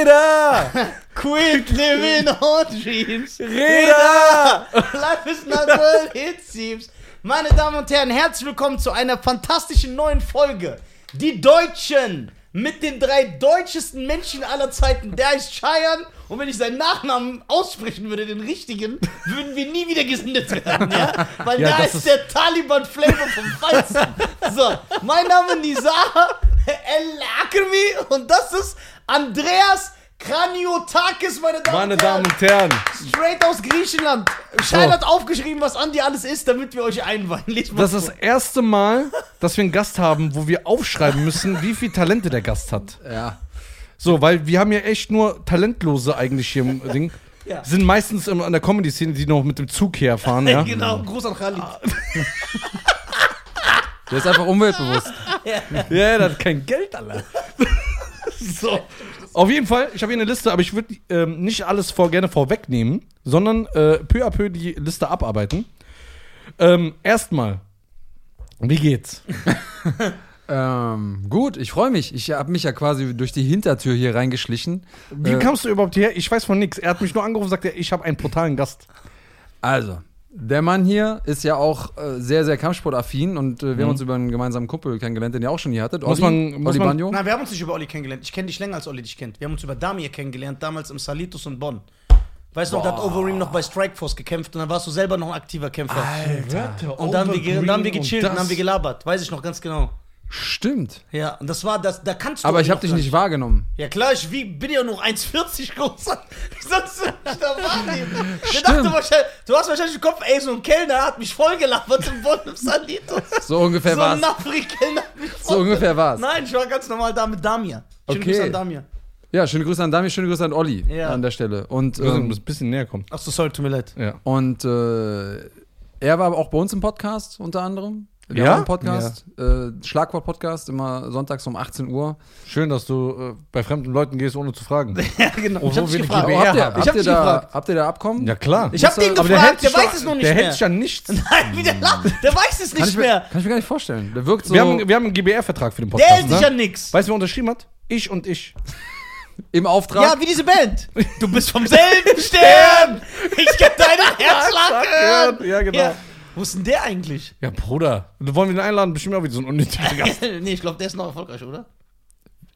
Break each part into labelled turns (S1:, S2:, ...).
S1: Reda!
S2: Quick, live in Hot Jeeps.
S1: Reda!
S2: Life is not what it seems. Meine Damen und Herren, herzlich willkommen zu einer fantastischen neuen Folge. Die Deutschen mit den drei deutschesten Menschen aller Zeiten. Der heißt Cheyenne. Und wenn ich seinen Nachnamen aussprechen würde, den richtigen, würden wir nie wieder gesendet werden. Ja? Weil
S1: Ja,
S2: da
S1: das
S2: ist,
S1: ist-
S2: der Taliban-Flavor vom Feinsten. So, mein Name ist Nizar El Akrami und das ist Andreas Kraniotakis, meine Damen
S1: Meine
S2: und Herren.
S1: Damen und Herren,
S2: Straight aus Griechenland. Schein hat aufgeschrieben, was Andi alles ist, damit wir euch einweihen. Lest mal
S1: das
S2: vor.
S1: ist das erste Mal, dass wir einen Gast haben, wo wir aufschreiben müssen, wie viel Talente der Gast hat.
S3: Ja.
S1: So, weil wir haben ja echt nur Talentlose eigentlich hier im Ding.
S2: Ja.
S1: Sind meistens im- an der Comedy-Szene, die noch mit dem Zug herfahren, ja?
S2: Genau, Gruß an Khalid.
S3: Der ist einfach umweltbewusst.
S1: Ja, der hat kein Geld, Alter. so. Auf jeden Fall, ich habe hier eine Liste, aber ich würde ähm, nicht alles vor, gerne vorwegnehmen, sondern äh, peu à peu die Liste abarbeiten. Ähm, Erstmal, wie geht's?
S3: Ähm, gut, ich freue mich. Ich habe mich ja quasi durch die Hintertür hier reingeschlichen.
S1: Wie
S3: Äh,
S1: kamst du überhaupt hierher? Ich weiß von nichts. Er hat mich nur angerufen und sagte, ich habe einen brutalen Gast.
S3: Also, der Mann hier ist ja auch äh, sehr, sehr kampfsportaffin und äh, wir haben uns über einen gemeinsamen Kumpel kennengelernt, den ihr auch schon hier hattet.
S1: Mhm. Muss man- muss
S3: Olli
S1: man-
S3: Bagno.
S2: Nein, wir haben uns nicht über Olli kennengelernt. Ich kenne dich länger als Olli dich kennt. Wir haben uns über Damir kennengelernt, damals im Salitus in Bonn. Weißt du noch, da hat Overeem noch bei Strikeforce gekämpft und dann warst du selber noch ein aktiver Kämpfer.
S1: Alter,
S2: und dann haben, wir, ge- dann haben wir gechillt,
S1: und
S2: dann haben wir gelabert. Weiß ich noch ganz genau.
S3: Stimmt.
S2: Ja, und das war das, da kannst du.
S3: Aber ich
S2: noch
S3: habe dich
S2: gar
S3: nicht wahrgenommen.
S2: Ja klar, ich wieg, bin ja nur 1,40 groß. Wie sollst du mich da wahrnehmen? Der
S3: Stimmt.
S2: dachte wahrscheinlich, du hast wahrscheinlich im Kopf, ey, so ein Kellner hat mich vollgelabert im Bonn im Salitos.
S3: So ungefähr
S2: so ein
S3: war's.
S2: Nafri-Kellner hat mich
S3: So ungefähr war's.
S2: Nein, ich war ganz normal da mit Damir. Schönen
S3: Okay.
S2: Grüße an Damir.
S3: Ja, schöne Grüße an Dami, schöne Grüße an Olli
S2: Ja.
S3: an der Stelle. Und,
S1: Wir müssen
S3: ähm,
S1: ein bisschen näher kommen.
S2: Achso, sorry, tut mir leid.
S1: Ja.
S3: und äh, er war aber auch bei uns im Podcast unter anderem. Wir
S1: Ja?
S3: haben einen Podcast, äh, Schlagwort-Podcast, immer sonntags um 18 Uhr.
S1: Schön, dass du äh, bei fremden Leuten gehst, ohne zu fragen.
S2: Ja, genau.
S1: Oh,
S2: ich
S1: so
S2: hab dich
S1: wenig
S2: gefragt.
S1: Liebe.
S3: Aber habt ihr,
S1: haben.
S2: Ich
S3: habt
S2: hab
S3: ihr
S2: dich
S3: da,
S2: gefragt.
S3: habt ihr da Abkommen?
S1: Ja, klar.
S2: Ich hab den
S1: Aber der hält
S2: gefragt, der
S1: sich
S2: weiß es noch nicht
S1: Der
S2: mehr.
S1: hält sich an nichts.
S2: Nein, wie der lacht. Der weiß es
S3: Kann
S2: nicht
S3: ich, mir,
S2: mehr.
S3: kann ich mir gar nicht vorstellen. Der wirkt so.
S1: Wir haben, wir haben einen GBR-Vertrag für den
S2: Der
S1: Podcast.
S2: hält sich
S1: ne?
S2: an nix.
S1: Weißt du, wer unterschrieben hat? Ich und ich.
S3: Im Auftrag.
S2: Ja, wie diese Band. Du bist vom selben Stern. Ich kann deinen Herzschlag hören.
S1: Ja, genau.
S2: Ja. Wo ist denn der eigentlich?
S1: Ja, Bruder. Wollen wir den einladen? Bestimmt auch wieder so ein unnötiger Gast.
S2: nee, ich glaube, der ist noch erfolgreich, oder?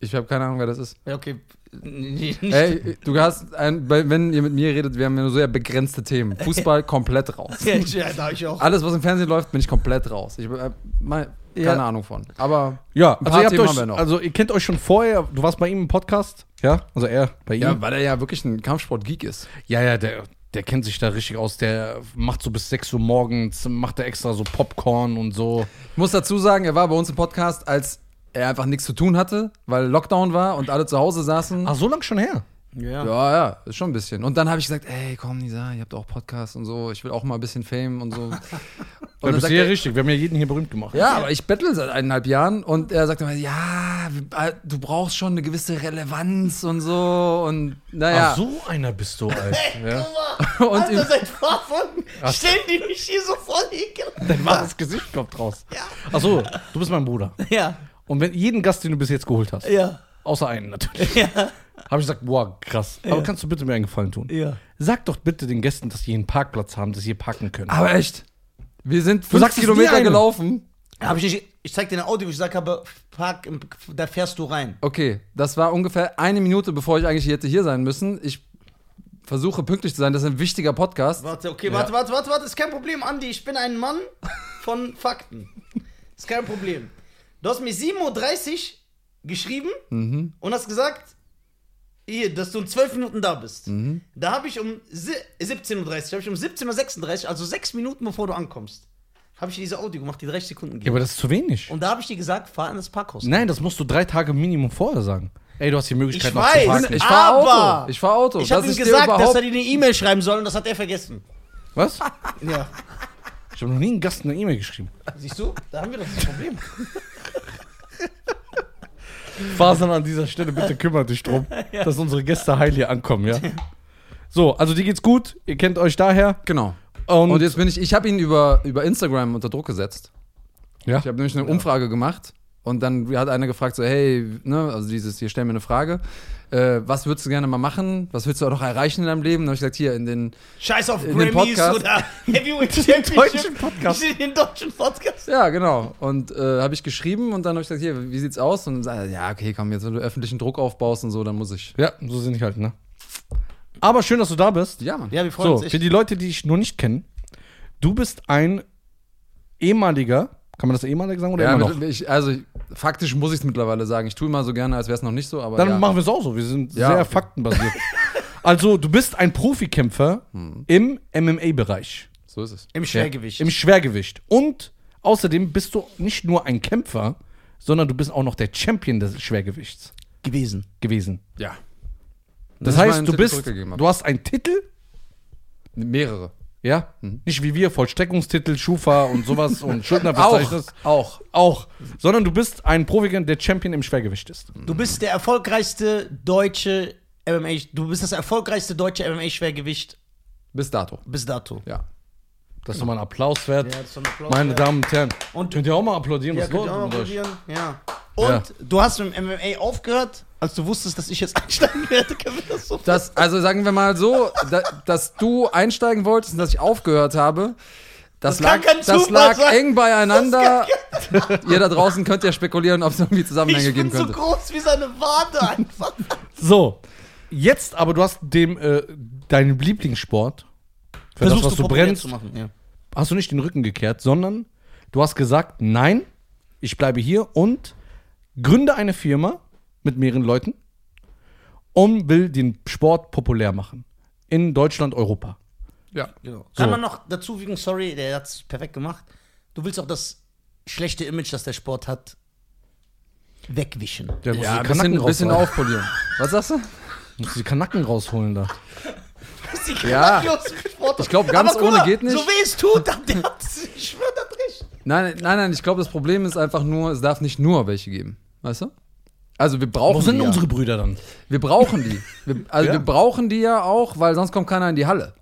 S3: Ich habe keine Ahnung, wer das ist.
S2: Ja, okay. Nee, nicht.
S3: Ey, du hast, ein, bei- wenn ihr mit mir redet, wir haben ja nur sehr begrenzte Themen. Fußball komplett raus.
S2: Ja, ich- ja, da hab ich auch.
S3: Alles, was im Fernsehen läuft, bin ich komplett raus. Ich habe keine
S1: Ja.
S3: Ahnung von. Aber
S1: Ja,
S3: Ein
S1: also
S3: paar
S1: ihr, habt
S3: Themen
S1: euch,
S3: haben wir noch.
S1: also ihr kennt euch schon vorher, du warst bei ihm im Podcast, ja? Also er bei ihm.
S3: ja, weil er ja wirklich ein Kampfsport-Geek ist.
S1: Ja, ja, der, der kennt sich da richtig aus. Der macht so bis 6 Uhr morgens, macht er extra so Popcorn und so.
S3: Ich muss dazu sagen, er war bei uns im Podcast, als er einfach nichts zu tun hatte, weil Lockdown war und alle zu Hause saßen.
S1: Ach, so lang schon her?
S2: Ja.
S3: Ja, ja, ist schon ein bisschen. Und dann habe ich gesagt, ey, komm, Nisa, ihr habt auch Podcast und so, ich will auch mal ein bisschen Fame und so. Und
S1: Und
S3: dann
S1: bist
S3: sagt
S1: du ja
S3: er,
S1: richtig, wir haben ja jeden hier berühmt gemacht.
S3: ja, aber ich bettel seit eineinhalb Jahren und er sagt immer, ja, wir- du brauchst schon eine gewisse Relevanz und so und naja.
S1: Ach, so einer bist du, Alter.
S2: Guck
S1: ja.
S2: mal,
S3: Und
S2: Alter,
S3: im-
S2: seid Verfolgen. Stellen die mich hier so voll ekelhaft.
S1: Dein wahres Gesicht kommt raus.
S2: Ja.
S1: Ach so, du bist mein Bruder.
S2: Ja,
S1: Und wenn jeden Gast, den du bis jetzt geholt hast,
S2: ja,
S1: außer einen natürlich,
S2: ja,
S1: habe ich gesagt, boah, krass. Aber kannst du bitte mir einen Gefallen tun?
S2: ja.
S1: Sag doch bitte den Gästen, dass sie hier einen Parkplatz haben, dass sie hier parken können.
S3: Aber echt, wir sind fünf
S1: sagst es nie
S3: Kilometer
S1: einem.
S3: gelaufen.
S2: Hab ich, nicht, ich zeig dir ein Audio, wo ich sag habe, park, im- da fährst du rein.
S3: Okay, das war ungefähr eine Minute, bevor ich eigentlich hätte hier sein müssen. Ich versuche pünktlich zu sein, das ist ein wichtiger Podcast.
S2: Warte, okay, warte, warte, warte, warte, ist kein Problem, Andi. Ich bin ein Mann von Fakten. Ist kein Problem. Du hast mir 7.30 Uhr geschrieben
S3: Mhm.
S2: und hast gesagt, hier, dass du in 12 Minuten da bist.
S3: Mhm.
S2: Da habe ich um si- 17.30 Uhr, habe ich um 17.36 Uhr, also 6 Minuten bevor du ankommst, habe ich dir diese Audio gemacht, die 30 Sekunden
S1: Ja,
S2: geht.
S1: aber das ist zu wenig.
S2: Und da habe ich dir gesagt, fahr in das Parkhaus.
S1: Nein, das musst du drei Tage Minimum vorher sagen. Ey, du hast die Möglichkeit
S2: Ich
S1: noch zu
S2: weiß.
S1: parken.
S3: Ich fahr
S2: Aber-
S3: Auto. Ich fahr Auto.
S2: Ich habe
S3: Dass
S2: ihm
S3: dir
S2: gesagt, dass
S3: überhaupt-
S2: er dir eine E-Mail schreiben soll und das hat er vergessen.
S1: Was?
S2: Ja.
S1: Ich habe noch nie einen Gast eine E-Mail geschrieben.
S2: Siehst du, da haben wir doch das Problem.
S1: Fasern an dieser Stelle, bitte kümmert dich drum, dass unsere Gäste heil hier ankommen, ja? So, also dir geht's gut, ihr kennt euch daher.
S3: Genau.
S1: Und,
S3: Und jetzt bin ich, ich habe ihn über, über Instagram unter Druck gesetzt.
S1: ja,
S3: Ich habe nämlich eine Umfrage gemacht Und dann hat einer gefragt, so, hey, ne, also dieses, hier stell mir eine Frage. Äh, was würdest du gerne mal machen? Was willst du auch noch erreichen in deinem Leben? Und habe ich gesagt, hier in den.
S2: Scheiß auf
S3: In den
S2: Grammys
S3: Podcast.
S2: oder Heavyweight
S1: deutschen
S2: Championship.
S1: Podcast.
S2: Den deutschen Podcast.
S3: Ja, genau. Und äh, habe ich geschrieben und dann habe ich gesagt, hier, wie sieht's aus? Und dann, sagt er, ja, okay, komm, jetzt, wenn du öffentlichen Druck aufbaust und so, dann muss ich.
S1: Ja, so sind ich halt, ne? Aber schön, dass du da bist.
S3: Ja, Mann.
S2: Ja, wir freuen
S1: So,
S2: uns echt.
S1: für die Leute, die ich nur nicht kenne, du bist ein ehemaliger, kann man das ehemalig sagen oder
S3: Ja,
S1: immer
S3: mit-
S1: noch?
S3: ich, also ich, faktisch muss ich es mittlerweile sagen. Ich tue immer so gerne, als wäre es noch nicht so, aber
S1: Dann
S3: ja.
S1: machen wir es auch so. Wir sind
S3: Ja,
S1: sehr
S3: okay.
S1: faktenbasiert. also, du bist ein Profikämpfer im MMA-Bereich,
S3: so ist es.
S2: Im Schwergewicht.
S1: im Schwergewicht. Und außerdem bist du nicht nur ein Kämpfer, sondern du bist auch noch der Champion des Schwergewichts
S2: gewesen.
S1: gewesen.
S3: Ja.
S1: Das,
S3: ist
S1: heißt,
S3: mein
S1: du
S3: Tipp
S1: bist,
S3: zurückgegeben habe.
S1: du hast einen Titel,
S3: mehrere.
S1: ja,
S2: Mhm.
S1: nicht wie wir Vollstreckungstitel, Schufa und sowas und Schuldnerverzeichnis.
S3: auch.
S1: Auch. Sondern du bist ein Profiker, der Champion im Schwergewicht ist.
S2: Du bist der erfolgreichste deutsche MMA. Du bist das erfolgreichste deutsche MMA-Schwergewicht
S3: Bis dato.
S2: bis dato.
S3: Ja.
S1: Das ist nochmal ein Applaus wert.
S2: das ist so ein Applaus
S1: Meine
S2: wert.
S1: Damen und Herren.
S2: Und-
S1: könnt ihr auch mal applaudieren,
S2: Ja,
S1: was
S2: könnt ihr auch
S1: los
S2: mal
S1: ist mit euch?
S2: probieren. Ja. Und du hast mit dem MMA aufgehört, als du wusstest, dass ich jetzt einsteigen werde. Können wir das so
S3: Das, also sagen wir mal so, da, dass du einsteigen wolltest und dass ich aufgehört habe, das,
S2: Das kann
S3: lag,
S2: kein
S3: das
S2: Zufall
S3: lag
S2: sein.
S3: eng beieinander. Ihr da draußen könnt ja spekulieren, ob es irgendwie Zusammenhänge
S2: Ich bin
S3: geben
S2: so
S3: könnte.
S2: groß wie seine Wade einfach.
S1: So. Jetzt aber, du hast dem, äh, deinen Lieblingssport, für das, was du
S2: populär
S1: brennst,
S2: zu machen. Ja.
S1: hast du nicht den Rücken gekehrt, sondern du hast gesagt, nein, ich bleibe hier und gründe eine Firma mit mehreren Leuten und will den Sport populär machen. In Deutschland, Europa.
S3: Ja.
S2: Genau.
S1: So.
S2: Kann man noch dazu fügen, sorry, der hat es perfekt gemacht. Du willst auch das schlechte Image, das der Sport hat, wegwischen.
S1: Der muss
S3: Ja,
S1: die
S3: ein
S1: Kanacken
S3: bisschen, ein bisschen
S1: rausholen.
S3: aufpolieren. Was sagst du?
S1: Muss die Kanacken rausholen da.
S2: Die
S3: Ja.
S2: grandiose Sportart.
S3: Ich glaub, ganz
S2: guck
S3: ohne geht nicht.
S2: So weh es tut, dann der hat's. Ich schwör, das recht.
S3: Nein, nein, nein, ich glaube, das Problem ist einfach nur, es darf nicht nur welche geben. Weißt du? Also wir brauchen
S1: Wo sind
S3: die
S1: unsere
S3: ja.
S1: Brüder dann?
S3: Wir brauchen die. Wir, also
S1: Ja.
S3: wir brauchen die ja auch, weil sonst kommt keiner in die Halle.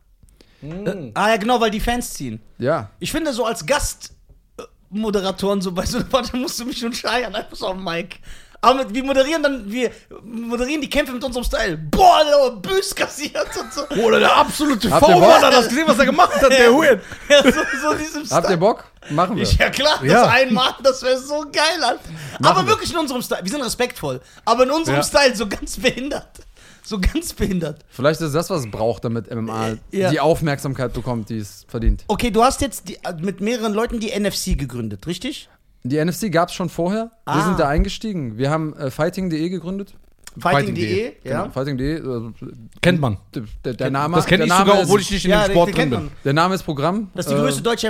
S2: Ah ja, genau, weil die Fans ziehen.
S3: Ja.
S2: Ich finde, so als Gastmoderatoren, so bei so einer Party musst du mich schon scheiern, einfach so am Mic. Aber mit- wir moderieren dann, wir moderieren die Kämpfe mit unserem Style. Boah, der hat Büß kassiert und so.
S3: Oh,
S1: Oder der absolute
S3: Habt ihr Bock?
S1: Vorwurf, das gesehen, was er gemacht hat, der Huren.
S2: Ja, so, so diesem Style.
S3: Habt ihr Bock? Machen wir.
S2: Ich, ja klar,
S1: Ja.
S2: das einmal, das wäre so geil, Alter. Aber
S3: wir.
S2: wirklich in unserem Style. Wir sind respektvoll, aber in unserem
S1: Ja.
S2: Style so ganz behindert. So ganz behindert.
S3: Vielleicht ist das, was es braucht, damit MMA
S2: Äh, Ja.
S3: die Aufmerksamkeit bekommt, die es verdient.
S2: Okay, du hast jetzt die, äh, mit mehreren Leuten die NFC gegründet, richtig?
S3: Die NFC gab es schon vorher.
S2: Ah.
S3: Wir sind da eingestiegen. Wir haben äh, Fighting.de gegründet.
S2: Fighting.de, ja.
S3: Genau, Fighting.de. Also,
S1: Kennt man.
S3: der, der, der Name.
S1: das kenne
S3: der
S1: ich
S3: Name
S1: sogar,
S3: ist,
S1: obwohl ich nicht in
S2: Ja,
S1: dem
S2: den-
S1: E Sport
S2: den
S1: drin
S2: kennt
S1: bin.
S2: man.
S3: Der Name ist Programm.
S2: Das ist die
S3: äh,
S2: größte deutsche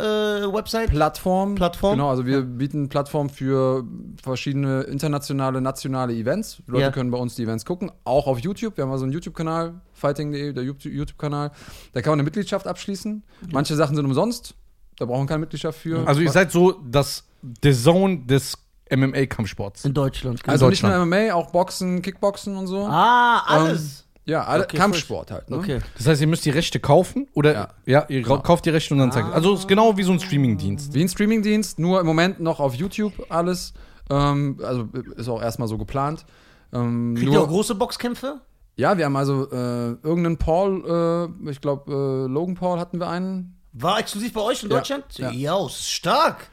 S2: MMA-Website.
S3: Plattform.
S2: Plattform.
S3: Genau, also wir bieten Plattform für verschiedene internationale, nationale Events. Leute
S2: Ja.
S3: können bei uns die Events gucken, auch auf YouTube. Wir haben also einen YouTube-Kanal, fighting.de, der YouTube- YouTube-Kanal. Da kann man eine Mitgliedschaft abschließen. Manche Sachen sind umsonst. Da brauchen wir keine Mitgliedschaft für.
S1: Also ihr seid so das The Zone des MMA-Kampfsports.
S2: in Deutschland. genau.
S3: Also nicht nur
S1: Deutschland.
S3: MMA, auch Boxen, Kickboxen und so.
S2: ah, alles.
S3: Ja, alle,
S2: Okay,
S3: Kampfsport halt. Ne?
S1: Das heißt, ihr müsst die Rechte kaufen oder ja,
S3: Ja. Genau.
S1: ihr ra- kauft die Rechte und dann zeigt ihr. Also es ist genau wie so ein Streamingdienst.
S3: Wie ein Streamingdienst, nur im Moment noch auf YouTube alles. Ähm, also ist auch erstmal so geplant. Ähm,
S2: Kriegt ihr auch große Boxkämpfe?
S3: Ja, wir haben also äh, irgendeinen Paul, äh, ich glaube, äh, Logan Paul hatten wir einen.
S2: War exklusiv bei euch in
S3: Ja,
S2: Deutschland?
S3: ja.
S2: ja stark.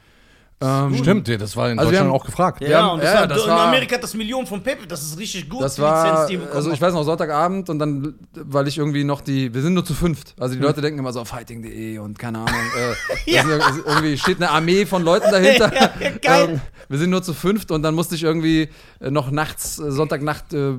S3: Ähm,
S1: Stimmt, ja, das war in
S3: Also wir
S1: Deutschland
S3: haben-
S1: auch gefragt.
S2: Ja,
S3: Wir haben-
S2: und das
S3: ja,
S2: war,
S3: das
S2: in
S3: war-
S2: Amerika hat das Millionen von Pepe, das ist richtig gut,
S3: Das war,
S2: die ihr bekommen
S3: also ich
S2: habt.
S3: weiß noch, Sonntagabend und dann, weil ich irgendwie noch die, wir sind nur zu fünft. Also die Leute denken immer so auf fighting.de und keine Ahnung. Äh,
S2: Ja.
S3: das ist irgendwie- irgendwie steht eine Armee von Leuten dahinter.
S2: Ja, ja, geil.
S3: Ähm, wir sind nur zu fünft und dann musste ich irgendwie äh, noch nachts, äh, Sonntagnacht äh,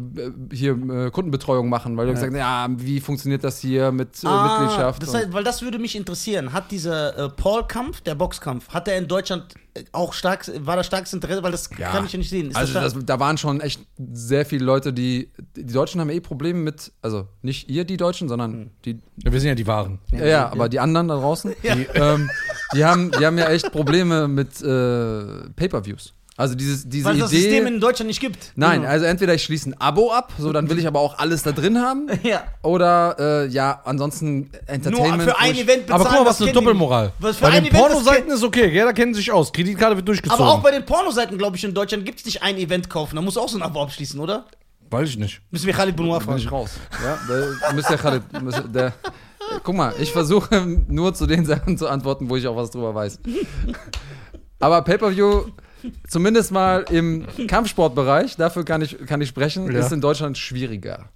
S3: hier äh, Kundenbetreuung machen, weil wir gesagt haben, ja, wie funktioniert das hier mit äh,
S2: Ah,
S3: Mitgliedschaft?
S2: Das
S3: und-
S2: heißt, weil das würde mich interessieren. Hat dieser äh, Paul-Kampf, der Boxkampf, hat er in Deutschland äh, auch stark, war da starkes Interesse? Weil das
S3: Ja.
S2: kann ich ja nicht sehen. Ist
S3: also
S2: das
S3: das,
S2: stark?
S3: da waren schon echt sehr viele Leute, die die Deutschen haben eh Probleme mit, also nicht ihr die Deutschen, sondern die
S1: Ja, wir sind ja die Waren.
S3: ja, ja, aber die anderen da draußen, die, ähm, die haben die haben ja echt Probleme mit äh, Pay-per-Views. Also dieses, diese
S2: Weil es
S3: Idee.
S2: das System in Genau. Deutschland nicht gibt.
S3: Nein, also entweder ich schließe ein Abo ab, so dann will ich aber auch alles da drin haben.
S2: Ja.
S3: Oder äh, ja, ansonsten Entertainment.
S2: für ein
S3: ruhig.
S2: Event bezahlen.
S1: Aber guck mal,
S2: das
S1: was für eine
S2: kennen die nicht.
S1: Doppelmoral.
S2: Was für
S1: Bei
S2: ein
S1: den
S2: Event, das
S1: Pornoseiten ist okay, ja, da kennen sie sich aus. Kreditkarte wird durchgezogen.
S2: Aber auch bei den Pornoseiten, glaube ich, in Deutschland gibt es nicht ein Event kaufen. Da musst du auch so ein Abo abschließen, oder?
S1: Weiß ich nicht.
S2: Müssen wir Khalid Benoit
S3: bin ich
S2: fragen.
S3: raus. Ja, da müsst ihr gerade. Müsst, ihr- der, guck mal, ich versuche nur zu den Sachen zu antworten, wo ich auch was drüber weiß. Aber Pay-Per-View, zumindest mal im Kampfsportbereich, dafür kann ich, kann ich sprechen,
S1: Ja.
S3: ist in Deutschland schwieriger.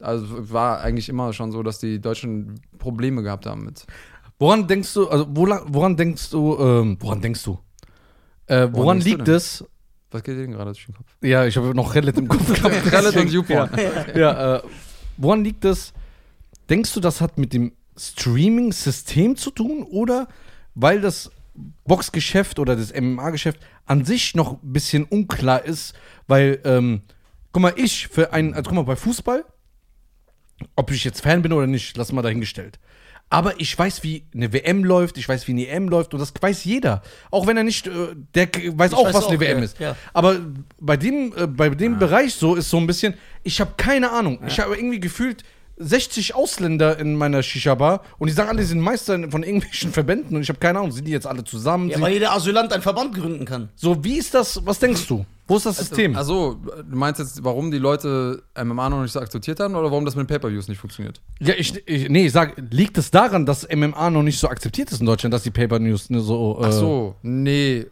S3: Also war eigentlich immer schon so, dass die Deutschen Probleme gehabt haben mit.
S1: Woran denkst du, also woran, woran denkst du, ähm, woran denkst du? Äh, woran,
S3: denkst du
S1: liegt
S3: denn?
S1: es?
S3: Was geht denen gerade durch den Kopf?
S1: Ja, ich habe noch Reddit im Kopf gehabt.
S3: Khaled und
S1: deswegen-
S3: YouPorn.
S1: Ja, äh, woran liegt es? Denkst du, das hat mit dem Streaming-System zu tun oder weil das Boxgeschäft oder das MMA-Geschäft an sich noch ein bisschen unklar ist, weil, ähm, guck mal, ich für einen, also guck mal, bei Fußball, ob ich jetzt Fan bin oder nicht, lass mal dahingestellt. Aber ich weiß, wie eine WM läuft, ich weiß, wie eine EM läuft und das weiß jeder. Auch wenn er nicht, äh, der k- weiß auch,
S2: weiß
S1: was
S2: auch,
S1: eine WM
S2: ja,
S1: ist.
S2: ja.
S1: Aber bei dem, äh, bei
S3: Ah.
S1: dem Bereich so ist so ein bisschen, ich habe keine Ahnung. Ich habe irgendwie gefühlt 60 Ausländer in meiner Shisha-Bar und die sagen alle, die sind Meister von irgendwelchen Verbänden und ich habe keine Ahnung, sind die jetzt alle zusammen?
S2: Ja,
S1: Sind-
S2: weil jeder Asylant einen Verband gründen kann.
S1: so, wie ist das, was denkst du? Wo ist das System?
S3: Also, du meinst jetzt, warum die Leute MMA noch nicht so akzeptiert haben oder warum das mit Pay-Per-Views nicht funktioniert?
S1: ja, ich, ich, nee, ich sag, liegt es daran, dass MMA noch nicht so akzeptiert ist in Deutschland, dass die Paper-News ne, so, äh,
S3: Ach so, nee. Äh,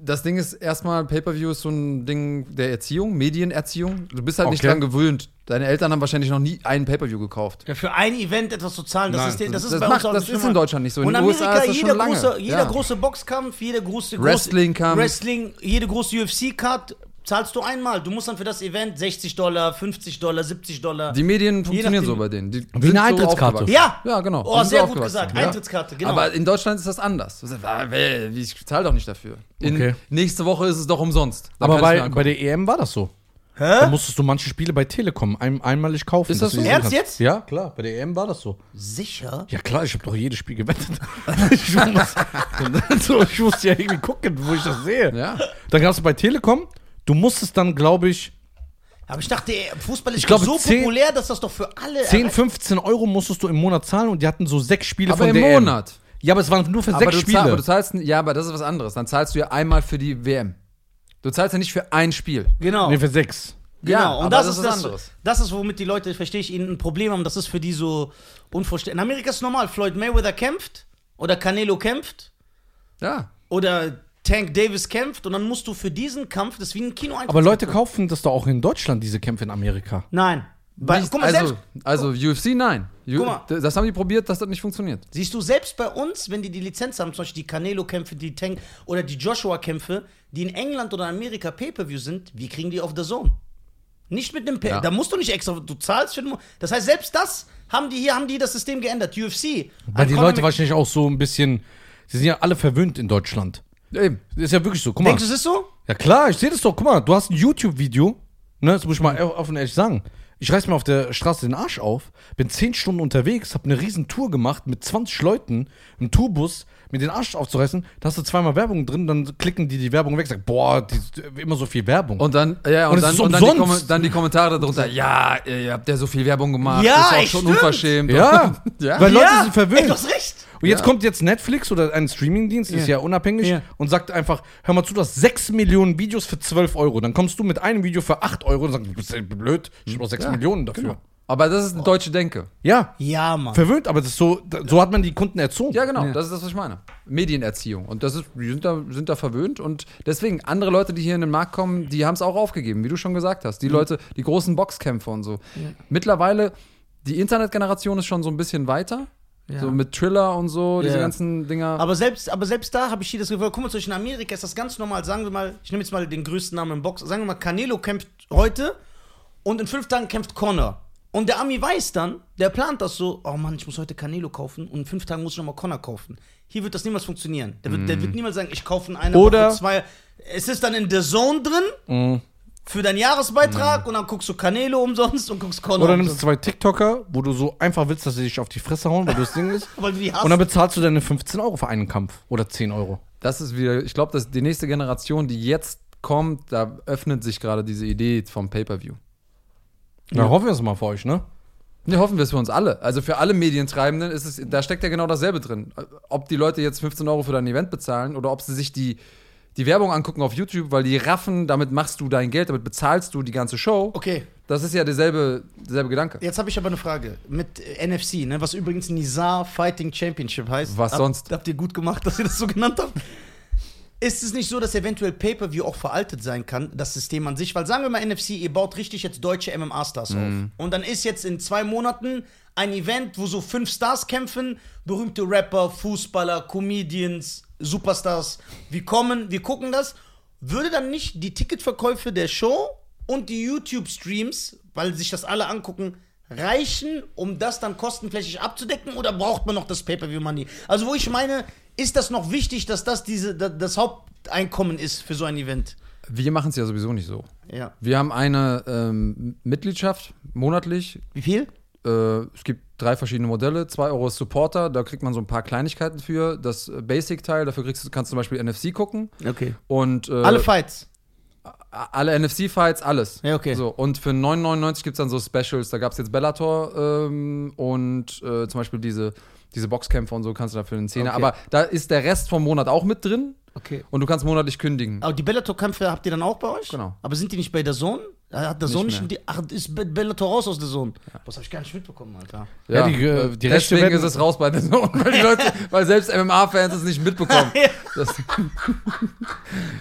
S3: Das Ding ist erstmal, Pay-Per-View ist so ein Ding der Erziehung, Medienerziehung. Du bist halt nicht
S1: Okay.
S3: dran gewöhnt. Deine Eltern haben wahrscheinlich noch nie einen Pay-Per-View gekauft.
S2: Ja, für ein Event etwas zu zahlen, das ist, das ist
S3: das
S2: bei uns
S3: macht-
S2: auch
S3: das
S2: nicht
S3: ist in
S2: normal.
S3: Deutschland nicht so. In
S2: Und in
S3: den
S2: Amerika,
S3: USA ist das
S2: jeder,
S3: schon lange.
S2: große, jeder
S3: Ja.
S2: große Boxkampf, jede große große-
S3: Wrestling-Kampf.
S2: Wrestling, jede große UFC-Card zahlst du einmal. Du musst dann für das Event 60 Dollar, 50 Dollar, 70 Dollar.
S3: Die Medien funktionieren
S2: nachdem-
S3: so bei denen. Die
S1: Wie eine Eintrittskarte.
S2: Ja.
S3: Ja, genau. Die
S2: Oh,
S3: sind so
S2: sehr gut
S3: aufgewachsen,
S2: gesagt.
S3: ja.
S2: Eintrittskarte, genau.
S3: Aber in Deutschland ist das anders. Du sagst, ah, well, Ich zahle doch nicht dafür. In,
S1: Okay.
S3: Nächste Woche ist es doch umsonst. Dann
S1: Aber
S3: kann ich's mir
S1: bei,
S3: angucken.
S1: bei der EM war das so. Da
S2: Hä?
S1: musstest du manche Spiele bei Telekom ein, einmalig kaufen.
S3: Ist
S1: dass
S3: das
S1: du
S3: so?
S1: die sehen
S2: Ernst
S1: kannst.
S2: jetzt?
S1: Ja, klar, bei der EM war das so.
S2: Sicher?
S1: Ja klar, ich habe doch jedes Spiel gewettet. ich, muss, so, ich musste ja irgendwie gucken, wo ich das sehe.
S3: Ja.
S1: Dann gab's bei Telekom, du musstest dann, glaube ich,
S2: Aber ich dachte, ey, Fußball ist
S1: Ich glaube,
S2: doch so
S1: zehn-
S2: populär, dass das doch für alle.
S1: 10, 15 Euro musstest du im Monat zahlen und die hatten so sechs Spiele
S3: Aber
S1: von
S3: im
S1: der EM.
S3: Monat.
S1: Ja, aber es waren nur für
S3: aber
S1: sechs
S3: du Zahl, aber du
S1: Spiele.
S3: zahlst, ja, aber das ist was anderes. Dann zahlst du ja einmal für die WM. Du zahlst ja nicht für ein Spiel.
S2: Genau.
S1: Nee, für sechs.
S2: Genau,
S3: Ja,
S2: und
S3: aber
S2: das,
S3: das
S2: ist
S3: ist
S2: das,
S3: anderes.
S2: das ist, womit die Leute, verstehe ich, ihnen ein Problem haben. Das ist für die so unvorstellbar. In Amerika ist es normal, Floyd Mayweather kämpft oder Canelo kämpft
S3: Ja.
S2: oder Tank Davis kämpft und dann musst du für diesen Kampf, das ist wie ein Kino
S1: Aber Leute kaufen das doch auch in Deutschland, diese Kämpfe in Amerika.
S2: Nein. Bei,
S3: Nicht-
S2: guck mal,
S3: also,
S2: selbst,
S3: also UFC, nein. Ju-
S2: Guck mal.
S3: d- Das haben die probiert, das hat nicht funktioniert.
S2: siehst du, selbst bei uns, wenn die die Lizenz haben, zum Beispiel die Canelo-Kämpfe, die Tank oder die Joshua-Kämpfe, die in England oder Amerika Pay-Per-View sind, wir kriegen die auf der Zone. Nicht mit einem Pay.
S3: Ja.
S2: Da musst du nicht extra, du zahlst für den Mo Das heißt, selbst das haben die hier, haben die das System geändert. UFC.
S1: Weil die
S2: Economic-
S1: Leute wahrscheinlich auch so ein bisschen, sie sind ja alle verwöhnt in Deutschland.
S3: Eben.
S1: Das ist ja wirklich so, guck mal.
S2: Denkst du, es ist so?
S1: Ja klar, ich sehe das doch. Guck mal, du hast ein YouTube-Video, ne, das muss ich mal
S3: Mhm.
S1: e- offen ehrlich sagen. Ich reiß mir auf der Straße den Arsch auf, bin 10 Stunden unterwegs, hab eine riesen Tour gemacht mit 20 Leuten, im Tourbus, mir den Arsch aufzureißen, da hast du zweimal Werbung drin, dann klicken die die Werbung weg, sagen, boah, die, immer so viel Werbung.
S3: Und dann, ja,
S1: Und
S3: und,
S1: es
S3: dann,
S1: ist
S3: und dann, die,
S1: umsonst.
S3: Kommen- dann die Kommentare darunter. Ja, ihr habt ja so viel Werbung gemacht.
S2: Ja,
S3: ist auch
S2: ey,
S3: schon
S2: stimmt.
S3: unverschämt.
S1: ja,
S3: ja.
S1: weil Leute
S2: Ja,
S1: sind verwöhnt.
S2: Ey, du hast recht.
S1: Und jetzt
S3: Ja.
S1: kommt jetzt Netflix oder ein Streamingdienst, ist ja,
S3: Ja.
S1: unabhängig,
S3: Ja.
S1: und sagt einfach, hör mal zu, du hast 6 Millionen Videos für 12 Euro. Dann kommst du mit einem Video für 8 Euro und sagst, du bist ja blöd, ich hab auch 6
S3: Ja, genau.
S1: Millionen dafür.
S3: Aber das ist eine deutsche Denke.
S1: Ja,
S2: Ja, Mann.
S1: verwöhnt, aber das ist so, da- so hat man die Kunden erzogen.
S3: Ja, genau, das ist das, was ich meine. Medienerziehung. Und das ist, die sind da, sind da verwöhnt. Und deswegen, andere Leute, die hier in den Markt kommen, die haben es auch aufgegeben, wie du schon gesagt hast. Die Leute, die großen Boxkämpfer und so. Mittlerweile, die Internetgeneration ist schon so ein bisschen weiter. So mit Thriller und so, diese
S2: Ja.
S3: ganzen Dinger.
S2: Aber selbst, aber selbst da habe ich hier das Gefühl, guck mal, zwischen Amerika ist das ganz normal. Sagen wir mal, ich nehme jetzt mal den größten Namen im Box. Sagen wir mal, Canelo kämpft heute und in fünf Tagen kämpft Connor. Und der Ami weiß dann, der plant das so, oh Mann, ich muss heute Canelo kaufen und in fünf Tagen muss ich nochmal Connor kaufen. Hier wird das niemals funktionieren. Der wird, der wird niemals sagen, ich kaufe in einer
S1: Mm. Oder- Mm.
S2: Woche zwei. Es ist dann in der Zone drin für deinen Jahresbeitrag und dann guckst du Canelo umsonst und guckst Connor
S1: Oder
S3: genau.
S1: nimmst
S2: umsonst,
S1: zwei TikToker, wo du so einfach willst, dass sie dich auf die Fresse hauen, weil du das Ding ist.
S2: weil du die hast.
S1: Und dann bezahlst du deine 15 Euro für einen Kampf oder 10 Euro.
S3: Das ist wieder, ich glaube, dass die nächste Generation, die jetzt kommt, da öffnet sich gerade diese Idee vom Pay-Per-View.
S1: Na, hoffen wir es mal für euch, ne?
S3: Ne, hoffen wir es für uns alle. Also für alle Medientreibenden ist es, da steckt ja genau dasselbe drin. Ob die Leute jetzt 15 Euro für dein Event bezahlen oder ob sie sich die, die Werbung angucken auf YouTube, weil die raffen, damit machst du dein Geld, damit bezahlst du die ganze Show.
S2: Okay,
S3: Das ist ja derselbe, derselbe Gedanke.
S2: jetzt habe ich aber eine Frage. Mit äh, NFC, ne, was übrigens Nizar Fighting Championship heißt.
S3: Was sonst?
S2: Habt ihr gut gemacht, dass ihr das so genannt habt? Ist es nicht so, dass eventuell Pay-Per-View auch veraltet sein kann, das System an sich? Weil sagen wir mal NFC, ihr baut richtig jetzt deutsche MMA-Stars
S3: Mhm.
S2: auf. Und dann ist jetzt in zwei Monaten ein Event, wo so fünf Stars kämpfen, berühmte Rapper, Fußballer, Comedians, Superstars. Wir kommen, wir gucken das. Würde dann nicht die Ticketverkäufe der Show und die YouTube-Streams, weil sich das alle angucken, reichen, um das dann kostenflächig abzudecken oder braucht man noch das Pay-Per-View-Money? Also wo ich meine, ist das noch wichtig, dass das diese, da- das Haupteinkommen ist für so ein Event?
S3: Wir machen es ja sowieso nicht so.
S2: Ja.
S3: Wir haben eine ähm, Mitgliedschaft monatlich.
S2: Wie viel?
S3: Äh, es gibt drei verschiedene Modelle. 2 Euro ist Supporter, da kriegt man so ein paar Kleinigkeiten für. Das äh, Basic-Teil, dafür kriegst du, kannst du zum Beispiel NFC gucken.
S2: Okay.
S3: Und, äh,
S2: Alle Fights.
S3: alle NFC-Fights, alles.
S2: Ja, okay.
S3: So, und für 9,99 gibt es dann so Specials. Da gab es jetzt Bellator ähm, und äh, zum Beispiel diese, diese Boxkämpfe und so kannst du dafür einen Zehner.
S2: Okay.
S3: Aber da ist der Rest vom Monat auch mit drin
S2: Okay.
S3: und du kannst monatlich
S1: Oh.
S3: kündigen.
S2: Aber die Bellator-Kämpfe habt ihr dann auch bei euch?
S3: Genau.
S2: Aber sind die nicht bei der Sohn? Hat der Sohn nicht, die, ach, ist Be- Bellator raus aus der Sohn? Was habe ich gar nicht mitbekommen, Alter?
S1: Ja, die, äh,
S3: äh,
S1: die Rechte
S3: deswegen
S1: werden-
S3: ist es raus bei den Sohn, weil, die Leute, weil selbst MMA-Fans es nicht mitbekommen. Das,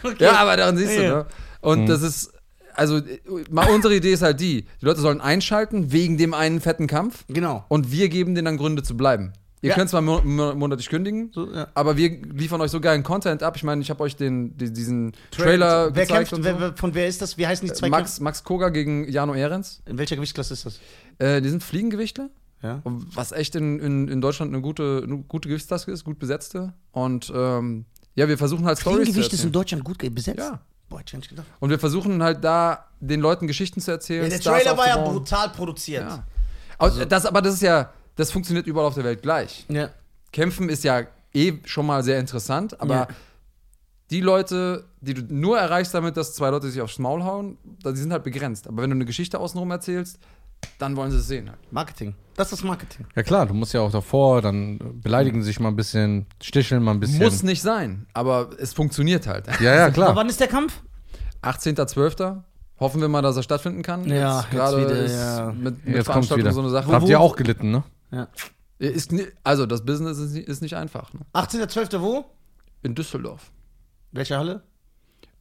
S2: Okay.
S3: ja, aber daran siehst du,
S2: Ja.
S3: ne? Und das ist, also, äh, mal unsere Idee ist halt die, die Leute sollen einschalten wegen dem einen fetten Kampf.
S2: Genau.
S3: Und wir geben denen dann Gründe zu bleiben. Ihr
S2: Ja.
S3: könnt zwar mon mon monatlich kündigen,
S2: So, ja.
S3: aber wir liefern euch so geilen Content ab. Ich meine, ich habe euch den, die, diesen
S2: Trailer
S3: Trailer
S2: wer
S3: gezeigt
S2: kämpft,
S3: und so.
S2: wer, wer, von wer ist das? Wie heißen die Äh, zwei
S3: Max, Max Koga gegen Jano Ehrens.
S2: Kämpfer? In welcher Gewichtsklasse ist das?
S3: Äh, die sind Fliegengewichtler,
S2: Ja.
S3: was echt in, in, in Deutschland eine gute, eine gute Gewichtsklasse ist, gut besetzte. Und ähm, ja, wir versuchen halt Storys zu
S2: Fliegengewicht ist in
S3: erzählen.
S2: Deutschland gut ge- besetzt?
S3: Ja.
S2: Boah, hätte ich gar nicht gedacht.
S3: Und wir versuchen halt da den Leuten Geschichten zu erzählen.
S2: der
S3: Stars
S2: Trailer war ja
S3: aufzubauen.
S2: brutal produziert.
S3: Ja. Aber das, aber das ist ja, das funktioniert überall auf der Welt gleich.
S2: Ja.
S3: Kämpfen ist ja eh schon mal sehr interessant, aber
S2: Ja.
S3: die Leute, die du nur erreichst damit, dass zwei Leute sich aufs Maul hauen, da- die sind halt begrenzt. Aber wenn du eine Geschichte außenrum erzählst, dann wollen sie es sehen. Halt.
S2: Marketing. Das ist Marketing.
S1: Ja klar, du musst ja auch davor, dann beleidigen sich mal ein bisschen, sticheln mal ein bisschen.
S3: Muss nicht sein, aber es funktioniert halt.
S1: Ja, ja,
S2: Aber
S1: klar.
S2: wann ist der Kampf?
S3: 18.12. Hoffen wir mal, dass er stattfinden kann.
S2: Ja, jetzt
S3: gerade
S2: wieder,
S3: ist
S2: ja.
S3: mit, mit
S1: Jetzt kommt
S3: Veranstaltungen
S1: wieder.
S3: so eine Sache.
S1: Habt ihr auch gelitten, ne?
S3: Ist, ni- also das Business ist nicht, ist nicht einfach. Ne?
S2: 18.12. wo?
S3: In Düsseldorf.
S2: Welche Halle?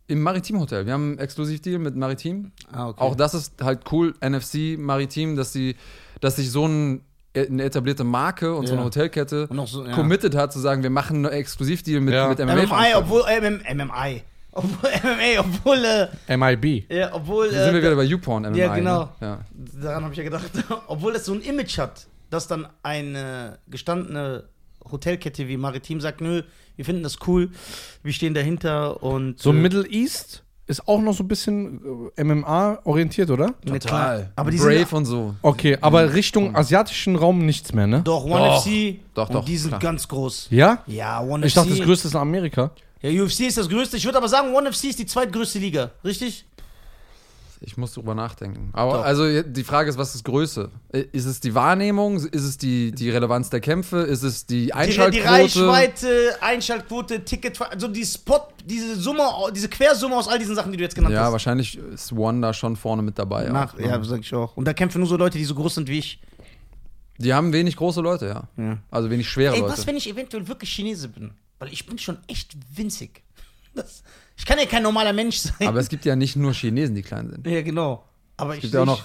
S3: Im Maritim Hotel. Wir haben einen Exklusivdeal mit Maritim.
S2: Ah, okay.
S3: Auch das ist halt cool, NFC, Maritim, dass sie, dass sich so ein, eine etablierte Marke und so eine
S2: Ja.
S3: Hotelkette
S2: Und auch so, ja.
S3: committed hat, zu sagen, wir machen einen Exklusivdeal mit,
S1: Ja.
S3: mit MMA.
S2: MMI,
S3: Veranstaltungen.
S2: obwohl, äh, MM, MMI. Obwohl, MMA, obwohl, äh,
S1: MIB.
S2: ja, obwohl,
S3: Da sind wir
S2: äh,
S3: wieder bei YouPorn MMA.
S2: Ja, genau.
S3: Ne? Ja.
S2: daran habe ich ja gedacht, obwohl das so ein Image hat, dass dann eine gestandene Hotelkette wie Maritim sagt, nö, wir finden das cool, wir stehen dahinter und.
S1: So
S2: äh,
S1: Middle East ist auch noch so ein bisschen äh, MMA-orientiert, oder?
S2: ne, klar. Aber die
S3: Brave
S2: sind
S3: und so.
S1: Okay, aber Richtung asiatischen Raum nichts mehr, ne?
S2: doch One
S3: Mhm. Doch.
S2: FC.
S3: Doch, doch,
S2: Und die sind
S3: klar.
S2: ganz groß.
S1: Ja?
S2: Ja, One
S1: Ich
S2: FC.
S1: dachte, das größte ist in Amerika.
S2: ja, UFC ist das größte. Ich würde aber sagen, One FC ist die zweitgrößte Liga, richtig?
S3: Ich muss drüber nachdenken. Aber
S2: Doch.
S3: also die Frage ist, was ist Größe? Äh, Ist es die Wahrnehmung? Ist es die, die Relevanz der Kämpfe? Ist es die
S2: Die, die
S3: Einschaltquote?
S2: Reichweite, Einschaltquote, Ticket, also die Spot, diese Summe, diese Quersumme aus all diesen Sachen, die du jetzt genannt
S3: ja,
S2: hast.
S3: wahrscheinlich ist One da schon vorne mit dabei. auch. ne?
S2: Nach, ja, sag ich auch. Und da kämpfen nur so Leute, die so groß sind wie ich.
S3: Die haben wenig große Leute, ja.
S2: Ja.
S3: Also wenig schwere
S2: Ey,
S3: Leute.
S2: was, wenn ich eventuell wirklich Chinese bin? Weil ich bin schon echt winzig. Das, ich kann ja kein normaler Mensch sein.
S3: Aber es gibt ja nicht nur Chinesen, die klein sind.
S2: ja, genau. Aber ich
S3: gibt ja auch
S2: seh-
S3: noch-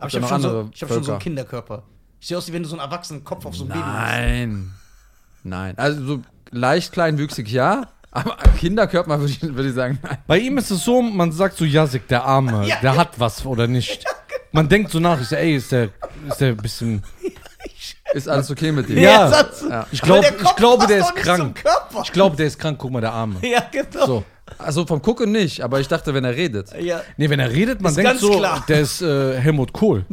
S2: aber ich
S3: gibt
S2: habe
S3: ja
S2: schon,
S3: noch
S2: so,
S3: andere
S2: ich hab schon so einen
S3: Völker.
S2: Kinderkörper. Ich sehe aus, wie wenn du so einen erwachsenen Kopf auf so ein Baby hast.
S3: Nein. Nein. Also so leicht kleinwüchsig, ja. Aber Kinderkörper würde ich, würde ich sagen, nein.
S1: Bei ihm ist es so, man sagt so, Jasik, der Arme,
S2: Ja. genau.
S1: der hat was oder nicht. Man denkt so nach, ich sag, ey, ist der, ist der ein bisschen.
S3: ist alles okay mit dir.
S1: Ja.
S2: Satz.
S3: Ja.
S1: Ich glaub-
S2: Aber der
S1: ich
S2: Kopf
S1: glaube,
S2: passt
S1: der
S2: doch
S1: ist
S2: nicht
S1: krank.
S2: Zum Körper.
S1: Ich glaube, der ist krank, guck mal, der Arme.
S2: ja, genau.
S1: So.
S3: Also vom Gucken nicht, aber ich dachte, wenn er redet.
S2: Ja,
S1: Nee, wenn er redet, man
S2: Ist
S1: denkt
S2: ganz
S1: so,
S2: klar.
S1: der ist äh, Helmut Kohl.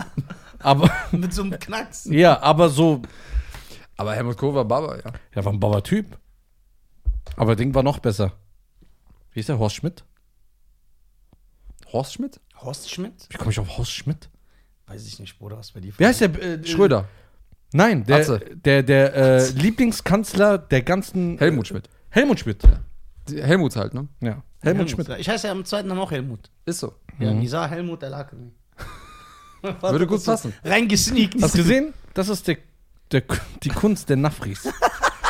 S1: Aber,
S2: mit so einem Knacks.
S1: ja, aber so,
S3: Aber Helmut Kohl war Baba, ja.
S1: der war ein bauer Typ. Aber Ding war noch besser. Wie ist der Horst Schmidt?
S3: Horst Schmidt?
S2: Horst Schmidt?
S1: Wie komme ich auf Horst Schmidt?
S2: Weiß ich nicht, Bruder, was bei dir
S1: Wer heißt der? Äh,
S3: Schröder.
S1: Nein, der,
S3: Atze.
S1: der, der äh, Lieblingskanzler der ganzen.
S3: Helmut Schmidt.
S1: Helmut Schmidt.
S3: Die- Helmut halt, ne?
S1: Ja. Helmut,
S2: Helmut
S1: Schmidt.
S2: Schmidt. Ich heiße ja am zweiten Namen auch Helmut.
S3: Ist so.
S2: Ja, Nisa Helmut El Akemi.
S3: Mhm. Würde gut passen.
S2: Reingesneakt.
S1: Hast du gesehen? Das ist der, der, die Kunst der Nafris.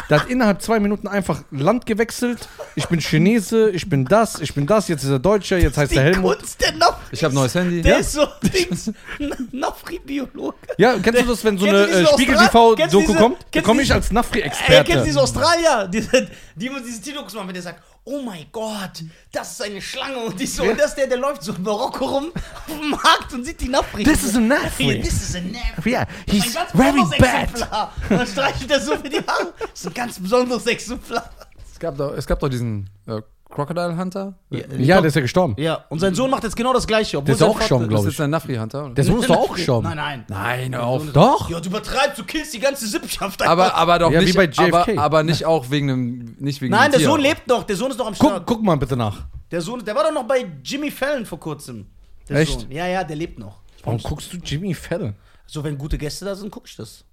S1: Der hat innerhalb zwei Minuten einfach Land gewechselt. Ich bin Chinese, ich bin das, ich bin das, jetzt ist er Deutscher, jetzt heißt er
S2: Die
S1: Helmut.
S2: Kunst der Nafri.
S3: Ich habe neues Handy.
S2: Der
S3: Ja?
S2: ist so Dings. N- Nafri-Biologe.
S1: Ja, kennst du das, wenn so
S2: Kennst
S1: eine
S2: du diese
S1: äh,
S2: Austral- kennst du
S1: Spiegel-TV-Doku
S2: diese-
S1: kommt? Da
S2: kennst du
S1: komme ich
S2: diese-
S1: als
S2: Ey, Äh, kennst du diese
S1: Nafri-Experte.
S2: Australier? Die, die muss diese Tinox machen, wenn der sagt, oh mein Gott, das ist eine Schlange und die so, und das ist der, der läuft so in Marokko rum auf dem Markt und sieht die Nafri.
S1: This is a Nafri.
S2: This is a Nafri.
S1: Yeah,
S2: Ein ganz besonderes Exemplar. Und dann streichelt er so für die Haare. Das ist ein ganz besonderes Exemplar.
S3: Es gab doch, es gab doch diesen äh, Crocodile Hunter.
S1: Ja, der ist ja gestorben.
S2: Ja, und sein Sohn macht jetzt genau das Gleiche. obwohl
S1: Der ist
S2: sein
S1: auch
S2: Vater-
S1: schon,
S3: Das
S1: glaube
S3: ist
S1: ich.
S3: ein Nafri Hunter.
S1: Der Sohn ist doch auch schon.
S2: Nein, nein.
S3: Nein, hör auf.
S1: Doch.
S2: Ja, du übertreibst, du killst die ganze Sippschaft.
S3: Aber, aber doch
S1: Ja, wie
S3: nicht,
S1: bei JFK.
S3: Aber, aber nicht auch wegen dem, nicht wegen
S2: Nein,
S3: dem
S2: der
S3: Tier.
S2: Sohn lebt noch, der Sohn ist noch am
S1: Guck,
S2: Start.
S1: guck mal bitte nach.
S2: Der Sohn, der war doch noch bei Jimmy Fallon vor kurzem. Der
S1: Echt?
S2: Sohn. Ja, ja, der lebt noch.
S1: Warum guckst du Jimmy Fallon?
S2: So, wenn gute Gäste da sind, guck ich das.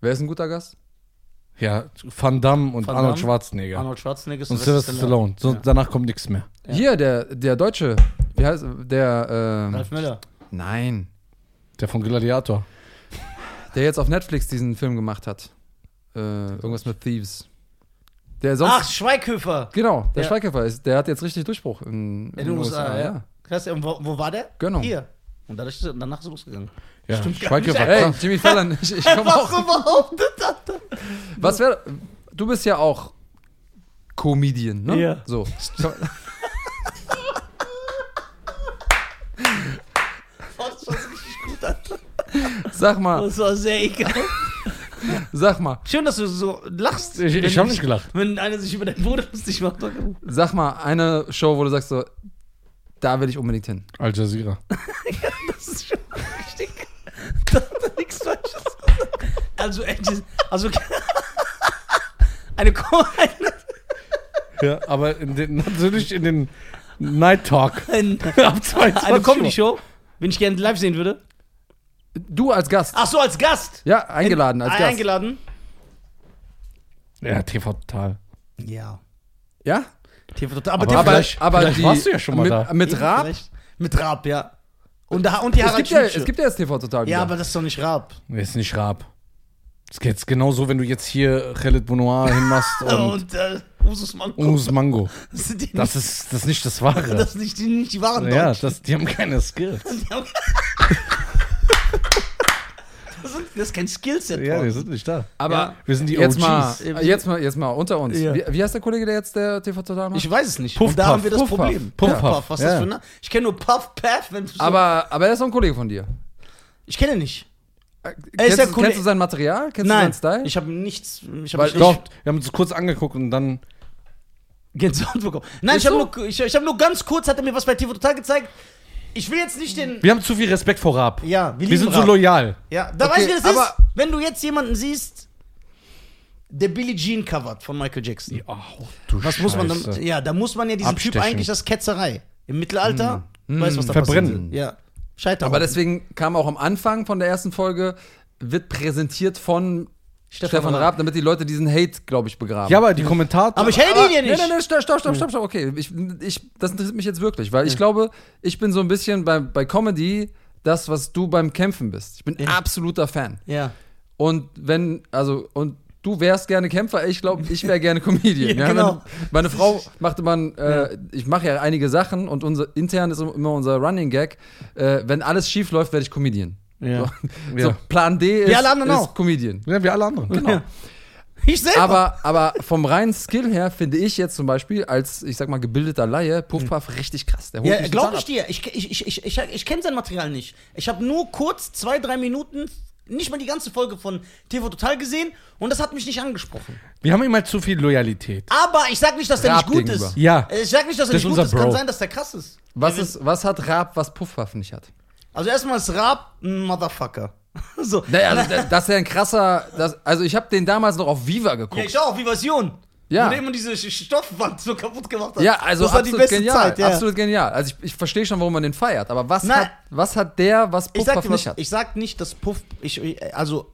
S3: Wer ist ein guter Gast?
S1: Ja, Van Damme und
S2: Van
S1: Arnold
S2: Damme,
S1: Schwarzenegger.
S2: Arnold Schwarzenegger
S1: und Sylvester Stallone. So, Danach kommt nichts mehr.
S3: Hier, der, der Deutsche. Wie heißt der?
S2: Ja.
S3: ähm,
S2: Ralf Möller.
S3: nein.
S1: Der von Gladiator.
S3: Der jetzt auf Netflix diesen Film gemacht hat. Äh, irgendwas mit Thieves. Der sonst.
S2: Ach, Schweighöfer.
S3: genau, der
S2: Ja.
S3: Schweighöfer ist. Der hat jetzt richtig Durchbruch in,
S2: In den USA, ja. Krass, und wo, wo war der?
S3: Genau.
S2: Hier. Und dadurch ist, er- danach ist er losgegangen.
S1: Ja, Stimmt,
S3: ja. Ey, Jimmy Fallon, ich, ich komme
S2: Was
S3: auch.
S2: so behauptet hat.
S3: Was wäre. Du bist ja auch Comedian, ne?
S2: Ja.
S3: So.
S2: Das war richtig gut, Alter.
S3: Sag mal,
S2: Das war sehr egal.
S3: sag mal,
S2: Schön, dass du so lachst.
S1: Ich, ich
S2: wenn-
S1: habe nicht gelacht.
S2: Wenn einer sich über deinen Bruder lustig macht. dann-
S3: sag mal eine Show, wo du sagst so, da will ich unbedingt hin.
S1: Al Jazeera.
S2: Das ist schon richtig. Da hat er nichts Falsches gesagt. Also, Angel, also eine, Ko-
S1: ja, aber in den, natürlich in den Night Talk.
S2: eine,
S1: Ab 22
S2: eine
S1: Uhr.
S2: Comedy-Show, wenn ich gerne live sehen würde.
S3: Du als Gast.
S2: Ach so, als Gast.
S3: Ja, eingeladen als
S2: Ah,
S3: Gast.
S2: Eingeladen.
S1: Ja, TV total.
S2: Ja.
S3: Ja?
S2: TV Total. Aber,
S1: Aber-
S2: TV
S3: Aber,
S1: Vielleicht-
S3: aber
S1: vielleicht
S3: die,
S1: warst du ja schon mal
S3: mit,
S1: da.
S3: Mit
S2: Eben,
S3: Raab.
S2: vielleicht. Mit Raab, ja. Und, da, und die
S3: Es
S2: Harald
S3: gibt, ja,
S2: Schmidt-Show.
S3: es gibt ja jetzt TV total wieder.
S2: Ja, aber das ist doch nicht Raab.
S1: Nee, Ist nicht Raab. Es geht jetzt genauso, wenn du jetzt hier Khaled Bonoir hinmachst und
S2: Und, äh, Usus Manko.
S1: Us Mango.
S2: Das sind die nicht,
S1: Das ist, das ist nicht das Wahre.
S2: das sind nicht, die, nicht die wahren
S1: ja,
S2: Deutschen.
S1: das, die haben keine Skills.
S2: Die haben- das, sind, das ist kein Skillset. Bro.
S1: sind nicht da.
S3: Aber
S2: Ja.
S1: Wir sind die
S3: jetzt,
S1: OGs.
S3: mal, jetzt, mal, jetzt mal unter uns.
S2: Ja.
S3: Wie, wie heißt der Kollege, der jetzt der TV total macht?
S2: Ich weiß es nicht.
S1: Puff
S2: und da
S1: Puff,
S2: haben wir das
S1: Puff Puff.
S2: Problem.
S1: Puff
S2: Puff,
S1: Puff,
S2: was
S1: ja.
S2: ist das für ein Ich kenne nur Puff Puff, wenn du so
S3: aber, aber er ist auch ein Kollege von dir.
S2: Ich kenne ihn nicht.
S3: Äh,
S2: Er ist
S3: Kennst,
S2: der
S3: du,
S2: Kollege-
S3: kennst du sein Material?
S2: Nein.
S3: Kennst du seinen Style?
S2: Ich habe nichts. Ich habe
S3: Weil-
S2: nicht
S1: Doch, wir haben uns kurz angeguckt und dann.
S2: Gänsehaut bekommen. Nein,
S3: Ist
S2: ich habe
S3: so?
S2: nur, ich, ich hab nur ganz kurz, hat er mir was bei TV Total gezeigt. Ich will jetzt nicht den.
S1: Wir haben zu viel Respekt vor Raab.
S2: Ja, wir lieben
S1: wir sind so
S2: Raab.
S1: loyal.
S2: Ja, da
S3: Okay,
S2: weißt du, wie das
S3: aber-
S2: ist. Wenn du jetzt jemanden siehst, der Billie Jean covert von Michael Jackson. Was muss man dann, ja, da muss man ja diesen Typ
S1: Abstechen.
S2: eigentlich das ist Ketzerei. Im Mittelalter, weißt du, was da
S1: Verbrennen.
S2: passiert. Ja. Scheiter.
S3: Hm. aber deswegen kam auch am Anfang von der ersten Folge, wird präsentiert von Stefan, Raab, damit die Leute diesen Hate, glaube ich, begraben.
S1: Ja, aber die Kommentatoren.
S2: Aber ich hate ihn ja
S3: Nee,
S2: nicht. Hm.
S3: nee, nee, stopp, stopp, stopp, stopp, stopp. Okay, ich, ich, das interessiert mich jetzt wirklich, weil ich glaube, ich bin so ein bisschen bei, bei Comedy das, was du beim Kämpfen bist. Ich bin absoluter Fan.
S2: Ja.
S3: Und wenn, also, und du wärst gerne Kämpfer, ich glaube, ich wäre gerne Comedian.
S2: Ja,
S3: ja,
S2: genau.
S3: wenn, meine Frau machte man, äh, ich mache ja einige Sachen und unser, intern ist immer unser Running Gag, äh, wenn alles schief läuft, werde ich Comedian.
S1: Ja.
S3: So,
S1: Ja.
S3: so Plan D ist,
S2: alle anderen
S3: ist
S2: auch.
S3: Comedian.
S1: Ja, wie alle anderen. genau.
S3: Genau.
S2: Ja. Ich selber.
S3: Aber, aber vom reinen Skill her finde ich jetzt zum Beispiel als, ich sag mal, gebildeter Laie, Puff Puff richtig krass. Der holt
S2: Hm. ja,
S3: mich
S2: glaube
S3: total
S2: ich dir. Ich, ich, ich, ich, ich, ich kenne sein Material nicht. Ich habe nur kurz zwei, drei Minuten, nicht mal die ganze Folge von TV Total gesehen und das hat mich nicht angesprochen.
S1: Wir haben immer zu viel Loyalität.
S2: Aber ich sag nicht, dass der
S3: Raab
S2: nicht gut
S3: gegenüber.
S2: ist.
S1: Ja.
S2: Ich sag nicht, dass er
S1: Das ist
S2: nicht gut
S1: unser
S2: ist. Kann
S1: Bro.
S2: sein, dass der krass ist.
S3: ab. Was, ist, was hat Raab, was Puff Puff nicht hat?
S2: Also erstmal ist Raab ein Motherfucker. So.
S3: also Naja, also, das ist ja ein krasser. Das, also, ich habe den damals noch auf Viva
S2: Ja,
S3: geguckt.
S2: ich auch, wie Vision.
S3: Ja.
S2: Wo der immer diese Sch- Stoffwand so kaputt gemacht hat.
S3: Ja, also
S2: das war die
S3: absolut
S2: beste
S3: genial.
S2: Zeit. Ja.
S3: Absolut genial. Also ich, ich verstehe schon, warum man den feiert, aber was,
S2: Nein.
S3: hat, was hat der, was
S2: Ich sag,
S3: Puffpuff
S2: dir
S3: nicht
S2: was,
S3: hat?
S2: ich sag nicht, dass Puff. Ich, ich- also,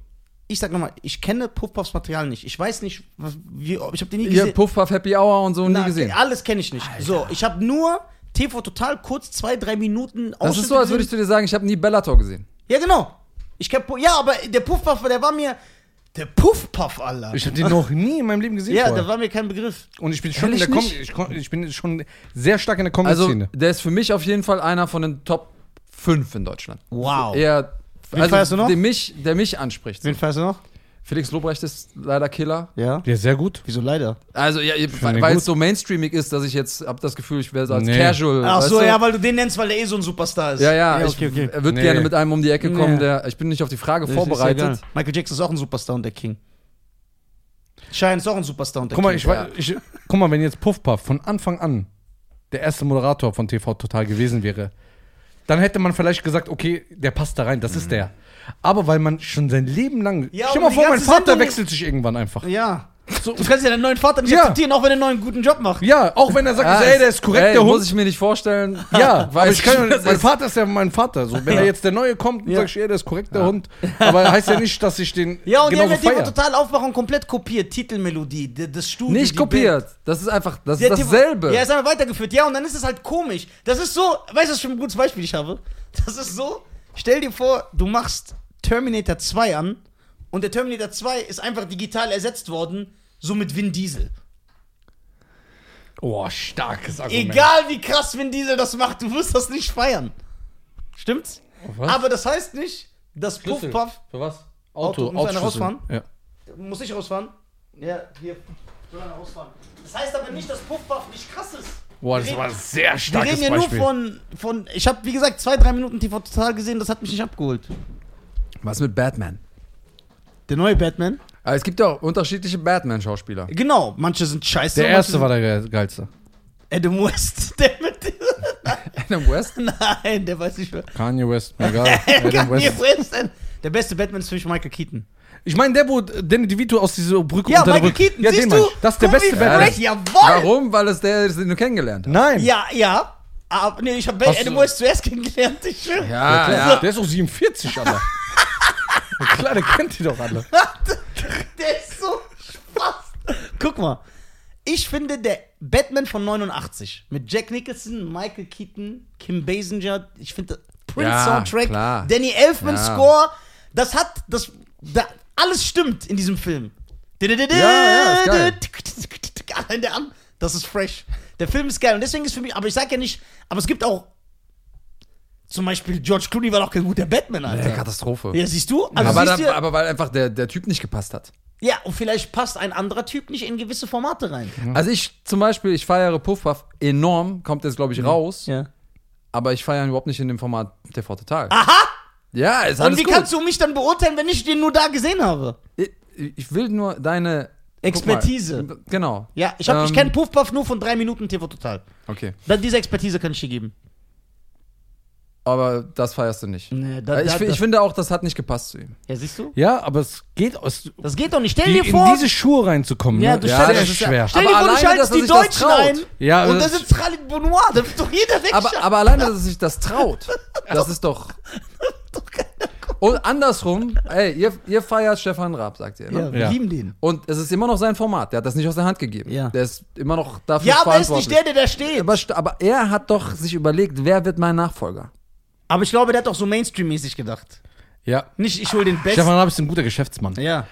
S2: ich sag nochmal, ich kenne Puffpuffs Material nicht. Ich weiß nicht, was, wie, ob- ich habe den nie
S3: Ihr
S2: gesehen.
S3: Puffpuff Happy Hour und so
S2: Na,
S3: nie gesehen.
S2: Alles kenne ich nicht. So, ich habe nur TV total kurz, zwei, drei Minuten
S3: Das ist so, als würde ich zu dir sagen, ich habe nie Bellator gesehen.
S2: Ja, genau. Ich kenn, Pu- ja, aber der Puffpuff, der war mir. Der Puffpuff, Alter.
S1: Ich habe den noch nie in meinem Leben gesehen.
S2: ja,
S1: vorher.
S2: der war mir kein Begriff.
S1: und ich bin schon in
S3: Ehrlich
S1: der Com
S3: nicht?
S1: ich, kon- ich bin schon sehr stark in der
S3: Also,
S1: Comedy-Szene.
S3: der ist für mich auf jeden Fall einer von den Top 5 in Deutschland.
S2: Wow.
S3: Er,
S2: Wen feierst du noch?
S3: Der also mich, der mich anspricht.
S2: Wen fährst du noch?
S3: Felix Lobrecht ist leider Killer.
S2: Ja.
S1: ja, sehr gut.
S2: Wieso leider?
S3: Also, ja,
S1: den
S3: weil
S1: gut.
S3: es so mainstreamig ist, dass ich jetzt habe das Gefühl, ich wäre so als
S1: Nee.
S3: Casual.
S2: Ach
S3: weißt
S2: so,
S3: du?
S2: ja, weil du den nennst, weil der eh so ein Superstar ist.
S3: Ja, ja,
S2: okay,
S3: ich,
S2: okay.
S3: er wird
S1: Nee.
S3: gerne mit einem um die Ecke kommen,
S2: Nee.
S3: der. Ich bin nicht auf die Frage
S2: Das ist ja
S3: vorbereitet.
S2: geil. Michael Jackson ist auch ein Superstar und der King. Shine ist auch ein Superstar und der
S1: Guck mal,
S2: King.
S1: ich, weiß- ich, guck mal, wenn jetzt Puffpuff von Anfang an der erste Moderator von TV Total gewesen wäre, dann hätte man vielleicht gesagt, okay, der passt da rein, das ist der. Aber weil man schon sein Leben lang.
S2: Mhm. Ja,
S1: stell mal
S2: aber die
S1: vor, mein
S2: ganze
S1: Vater
S2: Sendung-
S1: wechselt sich irgendwann einfach.
S2: Ja. du kannst ja deinen neuen Vater nicht
S1: Ja.
S2: akzeptieren, auch wenn er einen neuen guten Job macht.
S1: Ja, auch wenn er
S2: Ah,
S1: sagt,
S3: Ja,
S1: ey, der ist korrekt,
S3: Ah, ey,
S1: der
S3: muss
S1: Hund.
S3: ich mir nicht vorstellen.
S1: ja,
S3: weiß
S1: weil ich kann,
S3: das
S1: mein
S3: ist-
S1: Vater ist ja mein Vater. So, wenn
S2: Ja.
S1: er jetzt der Neue kommt, dann
S2: Ja.
S1: sag ich, ey, der ist korrekt, der Hund. Aber heißt ja nicht, dass ich den
S2: Ja, und die
S1: genauso
S2: haben ja TV
S1: feiere.
S2: total Aufmachung komplett kopiert. Titelmelodie, d- das Studio.
S3: Nicht
S2: die Band.
S3: kopiert. Das ist einfach, das
S2: Der
S3: ist
S2: TV
S3: dasselbe.
S2: Ja, ist einfach weitergeführt. Ja, und dann ist es halt komisch. Das ist so, weißt du, was für ein gutes Beispiel ich habe? Das ist so, stell dir vor, du machst Terminator 2 an und der Terminator 2 ist einfach digital ersetzt worden, so mit Vin Diesel.
S1: Oh, starkes Argument.
S2: Egal wie krass Vin Diesel das macht, du wirst das nicht feiern. Stimmt's?
S1: Was?
S2: Aber das heißt nicht, dass Puff
S1: Schlüssel.
S2: Puff.
S1: Für was?
S2: Auto, muss einer rausfahren?
S1: Ja.
S2: Muss ich rausfahren? Ja, hier. Soll einer rausfahren. Das heißt aber nicht, dass Puff Puff nicht krass ist.
S1: Boah,
S2: Wir
S1: das
S2: reden-
S1: war ein sehr
S2: Wir
S1: starkes
S2: reden ja nur
S1: Beispiel.
S2: von, von. Ich habe, wie gesagt, zwei, drei Minuten TV total gesehen, das hat mich nicht abgeholt.
S3: Was mit Batman?
S2: Der neue Batman?
S3: Aber es gibt ja auch unterschiedliche Batman-Schauspieler.
S2: Genau, manche sind scheiße.
S1: Der
S2: manche
S1: erste
S2: sind
S1: war der ge- geilste.
S2: Adam West, der mit.
S3: Adam West?
S2: Nein, der weiß nicht mehr.
S1: Kanye West, mir egal. Adam
S2: Kanye
S1: West.
S2: West. Der beste Batman ist für mich Michael Keaton.
S1: Ich meine, der, wo Danny DeVito aus dieser Brücke
S2: Ja,
S1: unter der
S2: Michael
S1: Brücke.
S2: Keaton,
S1: ja,
S2: siehst
S1: den
S2: du?
S1: meine ich. Das ist der
S2: Guck,
S1: beste
S2: wie
S1: Batman.
S2: korrekt, Jawohl!
S3: Warum? Weil es der ist, den du kennengelernt hast.
S1: Nein.
S2: Ja, ja. Aber, nee, ich habe
S1: Hast
S2: Adam
S1: du-
S2: West zuerst kennengelernt, ich schwöre.
S1: Ah, Ja,
S3: Ja,
S1: klar. Der ist auch 47, Alter. Ja, klar, der kennt die doch alle.
S2: Der ist so Spaß. Guck mal. Ich finde, der Batman von 89 mit Jack Nicholson, Michael Keaton, Kim Basinger, ich finde Prince
S3: Ja,
S2: Soundtrack,
S3: klar.
S2: Danny Elfman
S3: Ja.
S2: Score, das hat, das, da, alles stimmt in diesem Film.
S3: ja, ist geil.
S2: Allein der An- Das ist fresh. Der Film ist geil und deswegen ist für mich, aber ich sag ja nicht, aber es gibt auch, zum Beispiel George Clooney war doch kein guter Batman,
S3: Ey,
S2: Alter.
S3: Katastrophe.
S2: Ja, siehst du? Also
S3: Aber,
S2: siehst
S3: da, aber weil einfach der, der Typ nicht gepasst hat.
S2: ja, und vielleicht passt ein anderer Typ nicht in gewisse Formate rein.
S3: Also ich zum Beispiel, ich feiere Puffpuff enorm, kommt jetzt glaube ich raus,
S2: Mhm. Ja.
S3: aber ich feiere ihn überhaupt nicht in dem Format TV Total. Aha! Ja, ist
S2: Ah, Und
S3: alles
S2: wie
S3: gut.
S2: kannst du mich dann beurteilen, wenn ich den nur da gesehen habe?
S3: Ich, ich will nur deine guck mal.
S2: Expertise.
S3: Genau.
S2: Ja, ich, hab, ich
S3: Ähm.
S2: kenne Puffpuff nur von drei Minuten TV Total.
S3: Okay.
S2: Dann diese Expertise kann ich dir geben.
S3: Aber das feierst du nicht. Äh,
S2: Nee, da-
S3: ich,
S2: da-
S3: fi-
S2: da-
S3: ich finde auch, das hat nicht gepasst zu ihm.
S2: Ja, siehst du?
S1: Ja, aber es geht aus.
S2: Das geht doch nicht. Stell
S1: Die,
S2: dir
S1: in
S2: vor,
S1: diese Schuhe reinzukommen,
S2: Ja,
S1: ne?
S2: du
S1: ist
S2: stell-
S1: sehr
S2: das
S3: ist ja-
S1: schwer.
S2: stell dir
S3: Aber
S2: vor, du
S3: alleine,
S2: schaltest
S3: dass er
S2: die
S3: sich das
S2: Deutschen
S3: traut.
S2: ein
S1: Ja,
S2: und da
S1: das-
S2: sitzt Khalid Bonoir, da wird doch jeder
S3: Aber,
S2: wegschauen.
S3: aber alleine, dass es sich das traut, das ist doch. Und andersrum, ey, ihr, ihr feiert Stefan Raab, sagt ihr. Ne?
S2: ja, wir
S1: Ja.
S2: lieben den.
S3: Und es ist immer noch sein Format. Der hat das nicht aus der Hand gegeben.
S2: Ja.
S3: Der ist immer noch dafür
S2: Ja, aber er ist
S3: verantwortlich.
S2: nicht der, der da steht.
S3: aber, st- aber er hat doch sich überlegt, wer wird mein Nachfolger?
S2: Aber ich glaube, der hat auch so Mainstream-mäßig gedacht.
S1: Ja.
S2: Nicht, ich hol den Besten.
S1: Stefan Raab ist ein guter Geschäftsmann.
S2: Ja.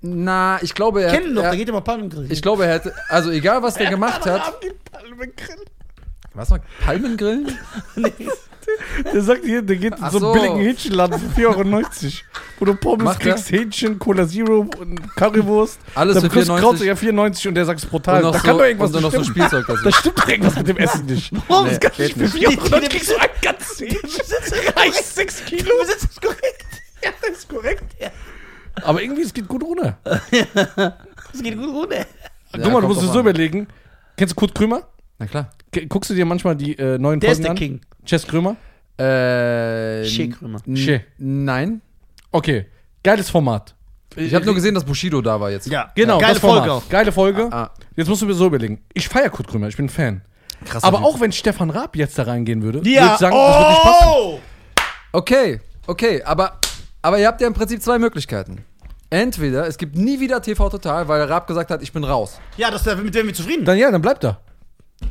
S3: Na, ich glaube, er.
S2: Kennen doch, da
S3: er
S2: geht immer Palmengrill.
S3: ich glaube, er hätte. Also, egal, was der gemacht hat.
S2: Palmengrill.
S3: Was war Palmengrillen?
S1: Der sagt hier, der geht in
S3: Ach
S1: so
S3: so.
S1: einen billigen Hähnchenladen für 4,90 Euro. Wo du Pommes
S3: Macht er?
S1: kriegst, Hähnchen, Cola Zero und Currywurst.
S3: Alles
S1: Dann
S3: für
S1: kriegst du
S3: 4,90.
S1: Krauts- ja 94 und der sagt es brutal.
S3: Und noch
S1: Da
S3: so-
S1: kann doch irgendwas
S3: und dann
S1: nicht
S3: noch so
S1: stimmen.
S3: Spielzeug dazu.
S1: Da stimmt doch irgendwas mit dem Essen nicht.
S2: Warum?
S3: Nee,
S2: das kann
S3: geht
S2: ich nicht.
S1: Für 400
S2: kriegst
S1: kriegst
S2: du
S1: du ein ganzes Hähnchen.
S2: reicht 6 Kilo. Du besitzt es korrekt. Ja, das ist korrekt. Ja.
S1: Aber irgendwie, es geht gut ohne.
S2: Das geht gut ohne.
S3: Ja,
S1: Guck mal,
S3: kommt
S1: du musst
S3: drauf
S1: es so
S3: an.
S1: überlegen. Kennst du Kurt Krömer?
S3: Na klar.
S1: K- Guckst du dir manchmal die äh, neuen
S2: Der ist
S1: Folgen
S2: der
S1: an?
S2: King.
S1: Chess Krömer?
S3: Äh.
S2: Schick, Römer.
S3: n-
S1: Schick.
S3: Nein.
S1: Okay, geiles Format.
S3: Ich habe nur gesehen, dass Bushido da war jetzt.
S2: Ja,
S1: Genau,
S2: geile
S1: das Format.
S2: Folge auch.
S1: Geile Folge.
S3: Ah, ah.
S1: Jetzt musst du mir so überlegen. Ich feiere Kurt Krömer, ich bin ein Fan.
S3: Krass.
S1: Aber auch wenn Stefan Raab jetzt da reingehen würde, würde ich sagen, das würde
S2: oh!
S1: nicht passen.
S3: Okay, okay, aber, aber ihr habt ja im Prinzip zwei Möglichkeiten. Entweder es gibt nie wieder TV Total, weil Raab gesagt hat, ich bin raus.
S2: Ja, das, mit dem wir zufrieden.
S1: Dann ja, dann bleib da.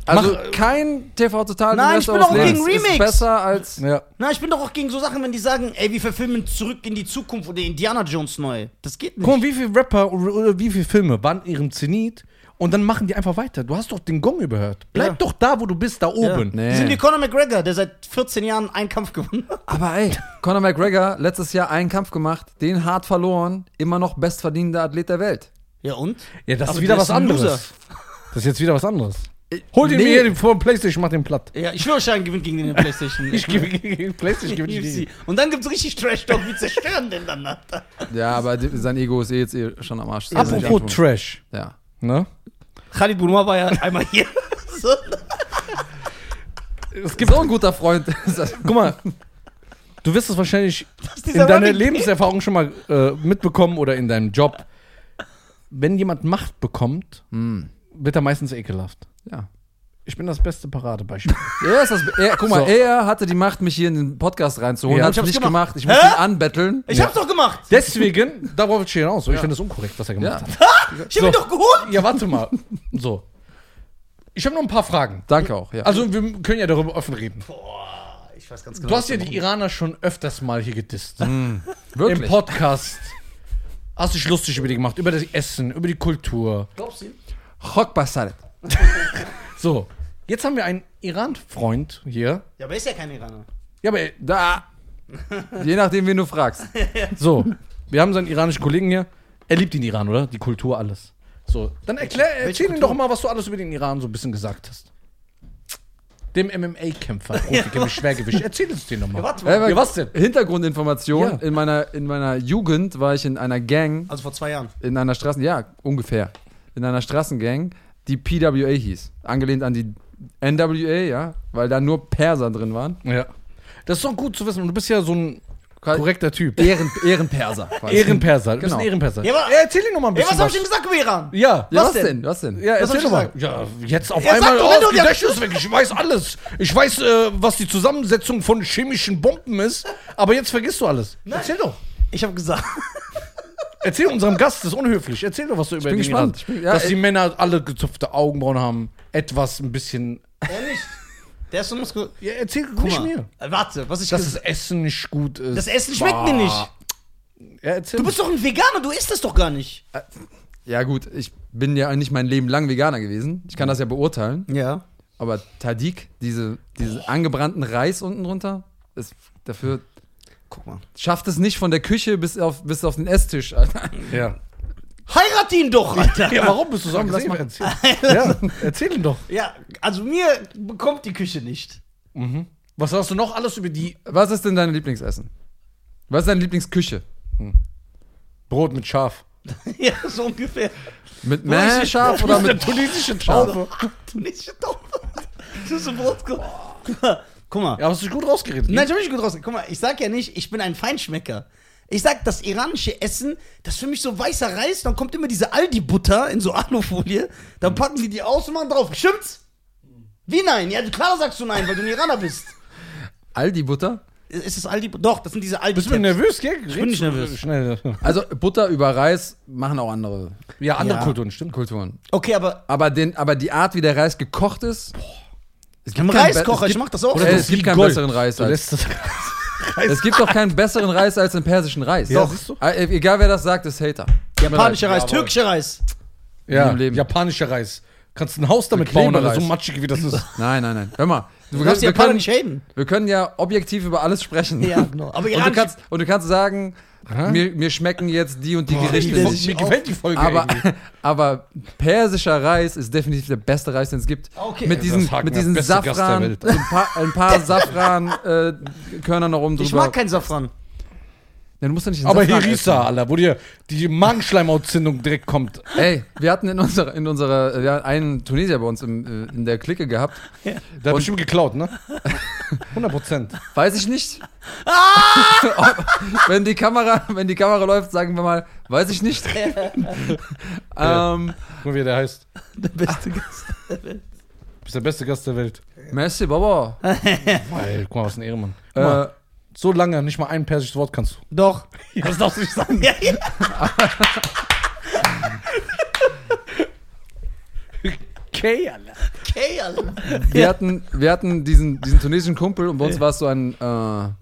S3: Also kein TV Total.
S2: Nein,
S3: den
S2: ich
S3: Rest
S2: bin
S3: eures
S2: auch gegen
S3: Lebens
S2: Remix.
S3: Ist besser als.
S1: Ja.
S2: Na, ich bin doch auch gegen so Sachen, wenn die sagen, ey, wir verfilmen zurück in die Zukunft oder Indiana Jones neu. Das geht nicht.
S1: Guck mal, wie viele Rapper oder oder wie viele Filme waren in ihrem Zenit und dann machen die einfach weiter. Du hast doch den Gong überhört. Bleib
S2: Ja.
S1: doch da, wo du bist, da
S2: ja.
S1: oben.
S3: Nee.
S2: Die sind wie Conor McGregor, der seit 14 Jahren einen Kampf gewonnen hat.
S3: Aber ey, Conor McGregor letztes Jahr einen Kampf gemacht, den hart verloren, immer noch bestverdienender Athlet der Welt.
S2: Ja, und?
S1: Ja, das
S2: Aber
S1: ist wieder
S2: der
S1: was
S2: ist ein
S1: anderes.
S2: Loser. Äh,
S1: Das ist jetzt wieder was anderes. Hol den
S3: nee.
S1: mir hier den- vom Playstation, mach den platt.
S2: Ja, ich will Schein gewinnt gegen den Playstation.
S1: Ich gebe gegen Playstation gebe ich die.
S2: UFC. Und dann gibt's richtig Trash-Talk, wie zerstören denn dann das?
S3: Ja, aber die- sein Ego ist eh jetzt eh schon am Arsch. Das ist nicht
S1: Apropos
S3: antun.
S1: Trash,
S3: Ja.
S1: ne?
S2: Khalid Bounoir war ja einmal hier. So.
S1: Es gibt
S3: So ein guter Freund. ist das.
S1: Guck mal, du wirst es wahrscheinlich
S2: ist
S1: in
S2: dieser
S1: deiner
S2: Running Gag.
S1: Lebenserfahrung schon mal äh, mitbekommen oder in deinem Job. Wenn jemand Macht bekommt, wird er meistens ekelhaft.
S3: ja.
S1: Hm. Ich bin das beste Paradebeispiel.
S3: Er ist das, er, guck mal,
S1: So.
S3: er hatte die Macht, mich hier in den Podcast reinzuholen.
S1: Ja.
S3: Hat
S1: Ich
S3: es
S2: hab's
S3: nicht
S2: gemacht.
S3: gemacht. Ich muss
S2: Hä?
S3: ihn anbetteln.
S2: Ich
S1: Ja.
S2: hab's doch gemacht.
S1: Deswegen, darauf ich hinaus. So, Ich finde das unkorrekt, was er
S3: Ja.
S1: gemacht
S2: Ich hab ihn
S1: So.
S2: doch geholt.
S1: hat. Ja, warte mal. So. Ich habe noch ein paar Fragen.
S3: Danke auch, ja.
S1: Also, wir können ja darüber offen reden.
S2: Boah, ich weiß ganz genau.
S1: Du hast ja die Iraner schon öfters mal hier gedisst. Im
S3: wirklich.
S1: Podcast. Hast dich lustig über die gemacht, über das Essen, über die Kultur.
S2: Glaubst du ihm?
S3: Rock Basalet.
S1: So, jetzt haben wir einen Iran-Freund hier.
S2: Ja, aber er ist ja kein Iraner.
S1: Ja, aber äh,
S3: Da. Je nachdem, wen du fragst.
S1: so, wir haben seinen iranischen Kollegen hier. Er liebt den Iran, oder? Die Kultur, alles. So, dann erklär, erzähl ihm
S2: Kultur?
S1: doch mal, was du alles über den Iran so ein bisschen gesagt hast. Dem MMA-Kämpfer, Profikämpfer, Schwergewicht. Erzähl es dir
S2: Ja,
S1: nochmal.
S2: warte
S3: Ey,
S2: mal.
S1: Ja, was denn?
S3: Hintergrundinformation.
S1: Ja.
S3: In, meiner, in meiner Jugend war ich in einer Gang,
S2: Also vor zwei Jahren.
S3: in einer Straßen, ja, ungefähr, in einer Straßengang, die PWA hieß. Angelehnt an die NWA, ja, weil da nur Perser drin waren.
S1: Ja. Das ist doch gut zu wissen. Du bist ja so ein korrekter Typ.
S3: Ehren, Ehrenperser. quasi.
S1: Ehrenperser. Du bist
S3: Genau.
S1: ein Ehrenperser.
S2: Ja, aber-
S1: erzähl ihm nochmal ein
S2: Ey, was
S1: bisschen.
S2: hab ich ihm gesagt über Iran?
S1: Ja,
S3: Ja,
S1: ja.
S3: was,
S2: Was
S3: denn?
S2: denn?
S3: Was denn?
S1: Ja,
S2: Was hab
S1: erzähl
S2: ich
S1: doch mal. Ja, jetzt auf
S2: Ja, sag
S1: einmal
S2: doch, wenn
S1: aus
S2: du dir-
S1: Gedächtnis weg. Ich weiß alles. Ich weiß, äh, was die Zusammensetzung von chemischen Bomben ist. Aber jetzt vergisst du alles. Erzähl doch.
S2: Ich hab gesagt.
S1: Erzähl unserem Gast, das ist unhöflich. Erzähl doch, was du über
S3: bin
S1: den
S3: gespannt.
S1: hast.
S3: Ich bin- ja,
S1: Dass
S3: ey.
S1: die Männer alle gezupfte Augenbrauen haben. Etwas, ein bisschen.
S2: Er nicht. Der ist so muskulös.
S1: Ja, erzähl nicht mir.
S2: Äh, Warte, was ich
S1: Dass
S2: gesagt
S1: das Essen nicht gut ist.
S2: Das Essen schmeckt mir nicht.
S1: Ja, erzähl
S2: Du bist doch ein Veganer, du isst das doch gar nicht.
S3: Ja, gut, ich bin ja nicht mein Leben lang Veganer gewesen. Ich kann das ja beurteilen.
S2: Ja.
S3: Aber Tadik, diese, diesen angebrannten Reis unten drunter, ist dafür
S2: Guck mal.
S3: schafft es nicht von der Küche bis auf, bis auf den Esstisch. Alter.
S1: ja.
S2: Heirat ihn doch, Alter.
S1: ja, warum bist du so am
S3: Lass
S1: Sehen?
S3: mal-
S1: Erzähl. Ja, erzähl ihm doch.
S2: ja, also mir bekommt die Küche nicht.
S1: Was hast du noch alles über die
S3: Was ist denn dein Lieblingsessen? Was ist deine Lieblingsküche?
S1: Hm. Brot mit Schaf?
S2: ja, so ungefähr.
S3: Mit
S2: Wo ist
S3: Mäh
S2: die-
S3: scharf oder mit
S1: tunesischen
S2: Also, tunesische Taufe. Du bist so Brot. Guck mal. Guck mal.
S1: Ja, hast du dich gut rausgeredet.
S2: Nein, ich hab mich gut raus. Guck mal, ich sag ja nicht, ich bin ein Feinschmecker. Ich sag, das iranische Essen, das ist für mich so weißer Reis, dann kommt immer diese Aldi-Butter in so Alufolie,
S3: Mhm.
S2: dann packen die die aus und machen drauf. Stimmt's? Wie nein? Ja, klar sagst du nein, weil du ein Iraner bist.
S3: Aldi-Butter?
S2: Ist es Aldi? Doch, das sind diese aldi
S1: Bist du nervös, gell? Ich
S2: bin nicht nervös.
S1: Schnell.
S3: Also Butter über Reis machen auch andere
S1: Ja, andere
S2: Ja.
S1: Kulturen, stimmt.
S3: Kulturen.
S2: Okay, aber
S3: Aber, den, aber die Art, wie der Reis gekocht ist, es
S2: im
S3: keinen be-
S2: Reiskocher, ich
S3: es gibt-
S2: mach das auch. Also
S3: Oder
S2: so.
S3: Äh, es gibt keinen besseren Reis
S1: Du
S3: als.
S1: lässt das
S3: Es gibt doch keinen besseren Reis als den persischen Reis.
S1: Ja,
S3: Doch.
S1: siehst du?
S3: Äh, Egal wer das sagt, ist Hater.
S2: Japanischer Reis,
S3: Jawohl.
S2: türkischer Reis.
S1: ja,
S3: im Leben.
S1: japanischer Reis. Kannst ein Haus damit bauen,
S3: Klebereis.
S1: Alter, so matschig wie das ist.
S3: Nein, nein, nein. Hör mal.
S2: Du darfst die
S3: wir,
S2: Japaner
S3: können,
S2: nicht haten.
S3: wir können ja objektiv über alles sprechen.
S2: Ja, genau. Aber
S3: und, du
S2: iranisch-
S3: kannst, und du kannst sagen, mir, mir schmecken jetzt die und die Gerichte
S2: ich-
S3: nicht.
S1: mir gefällt die Folge
S3: Aber,
S1: irgendwie.
S3: aber persischer Reis ist definitiv der beste Reis, den es gibt.
S2: Okay.
S3: Mit diesen,
S1: Das sagt
S3: mit
S1: mir,
S3: diesen
S1: beste Gast der
S3: Safran, ein
S1: Welt.
S3: paar, ein paar Safran-Körner noch oben drüber.
S2: Ich mag keinen Safran.
S3: Dann musst du nicht den
S1: Aber
S3: Saftladen essen.
S1: Herisa, Alter, wo dir die Magenschleimhautzündung direkt kommt.
S3: Ey, wir hatten in unserer, in unserer, äh, wir hatten einen Tunesier bei uns im, äh, in der Clique gehabt.
S1: Da hab ich bestimmt geklaut, ne? 100 Prozent.
S3: Weiß ich nicht.
S1: Ah!
S3: wenn die Kamera, wenn die Kamera läuft, sagen wir mal, weiß ich nicht. ähm,
S1: Guck mal, wie der heißt.
S2: Der beste Gast.
S1: Du bist der beste Gast der Welt.
S3: Merci, Baba.
S1: Weil, guck mal, was ein Ehrenmann. Guck mal,
S3: Äh,
S1: so lange nicht mal ein persisches Wort kannst du.
S2: Doch.
S1: Das darfst du nicht sagen.
S2: Ja, ja.
S1: Okay, Alter.
S2: Okay, Alter.
S3: wir hatten, wir hatten diesen, diesen tunesischen Kumpel und bei uns war es so ein, äh, so eine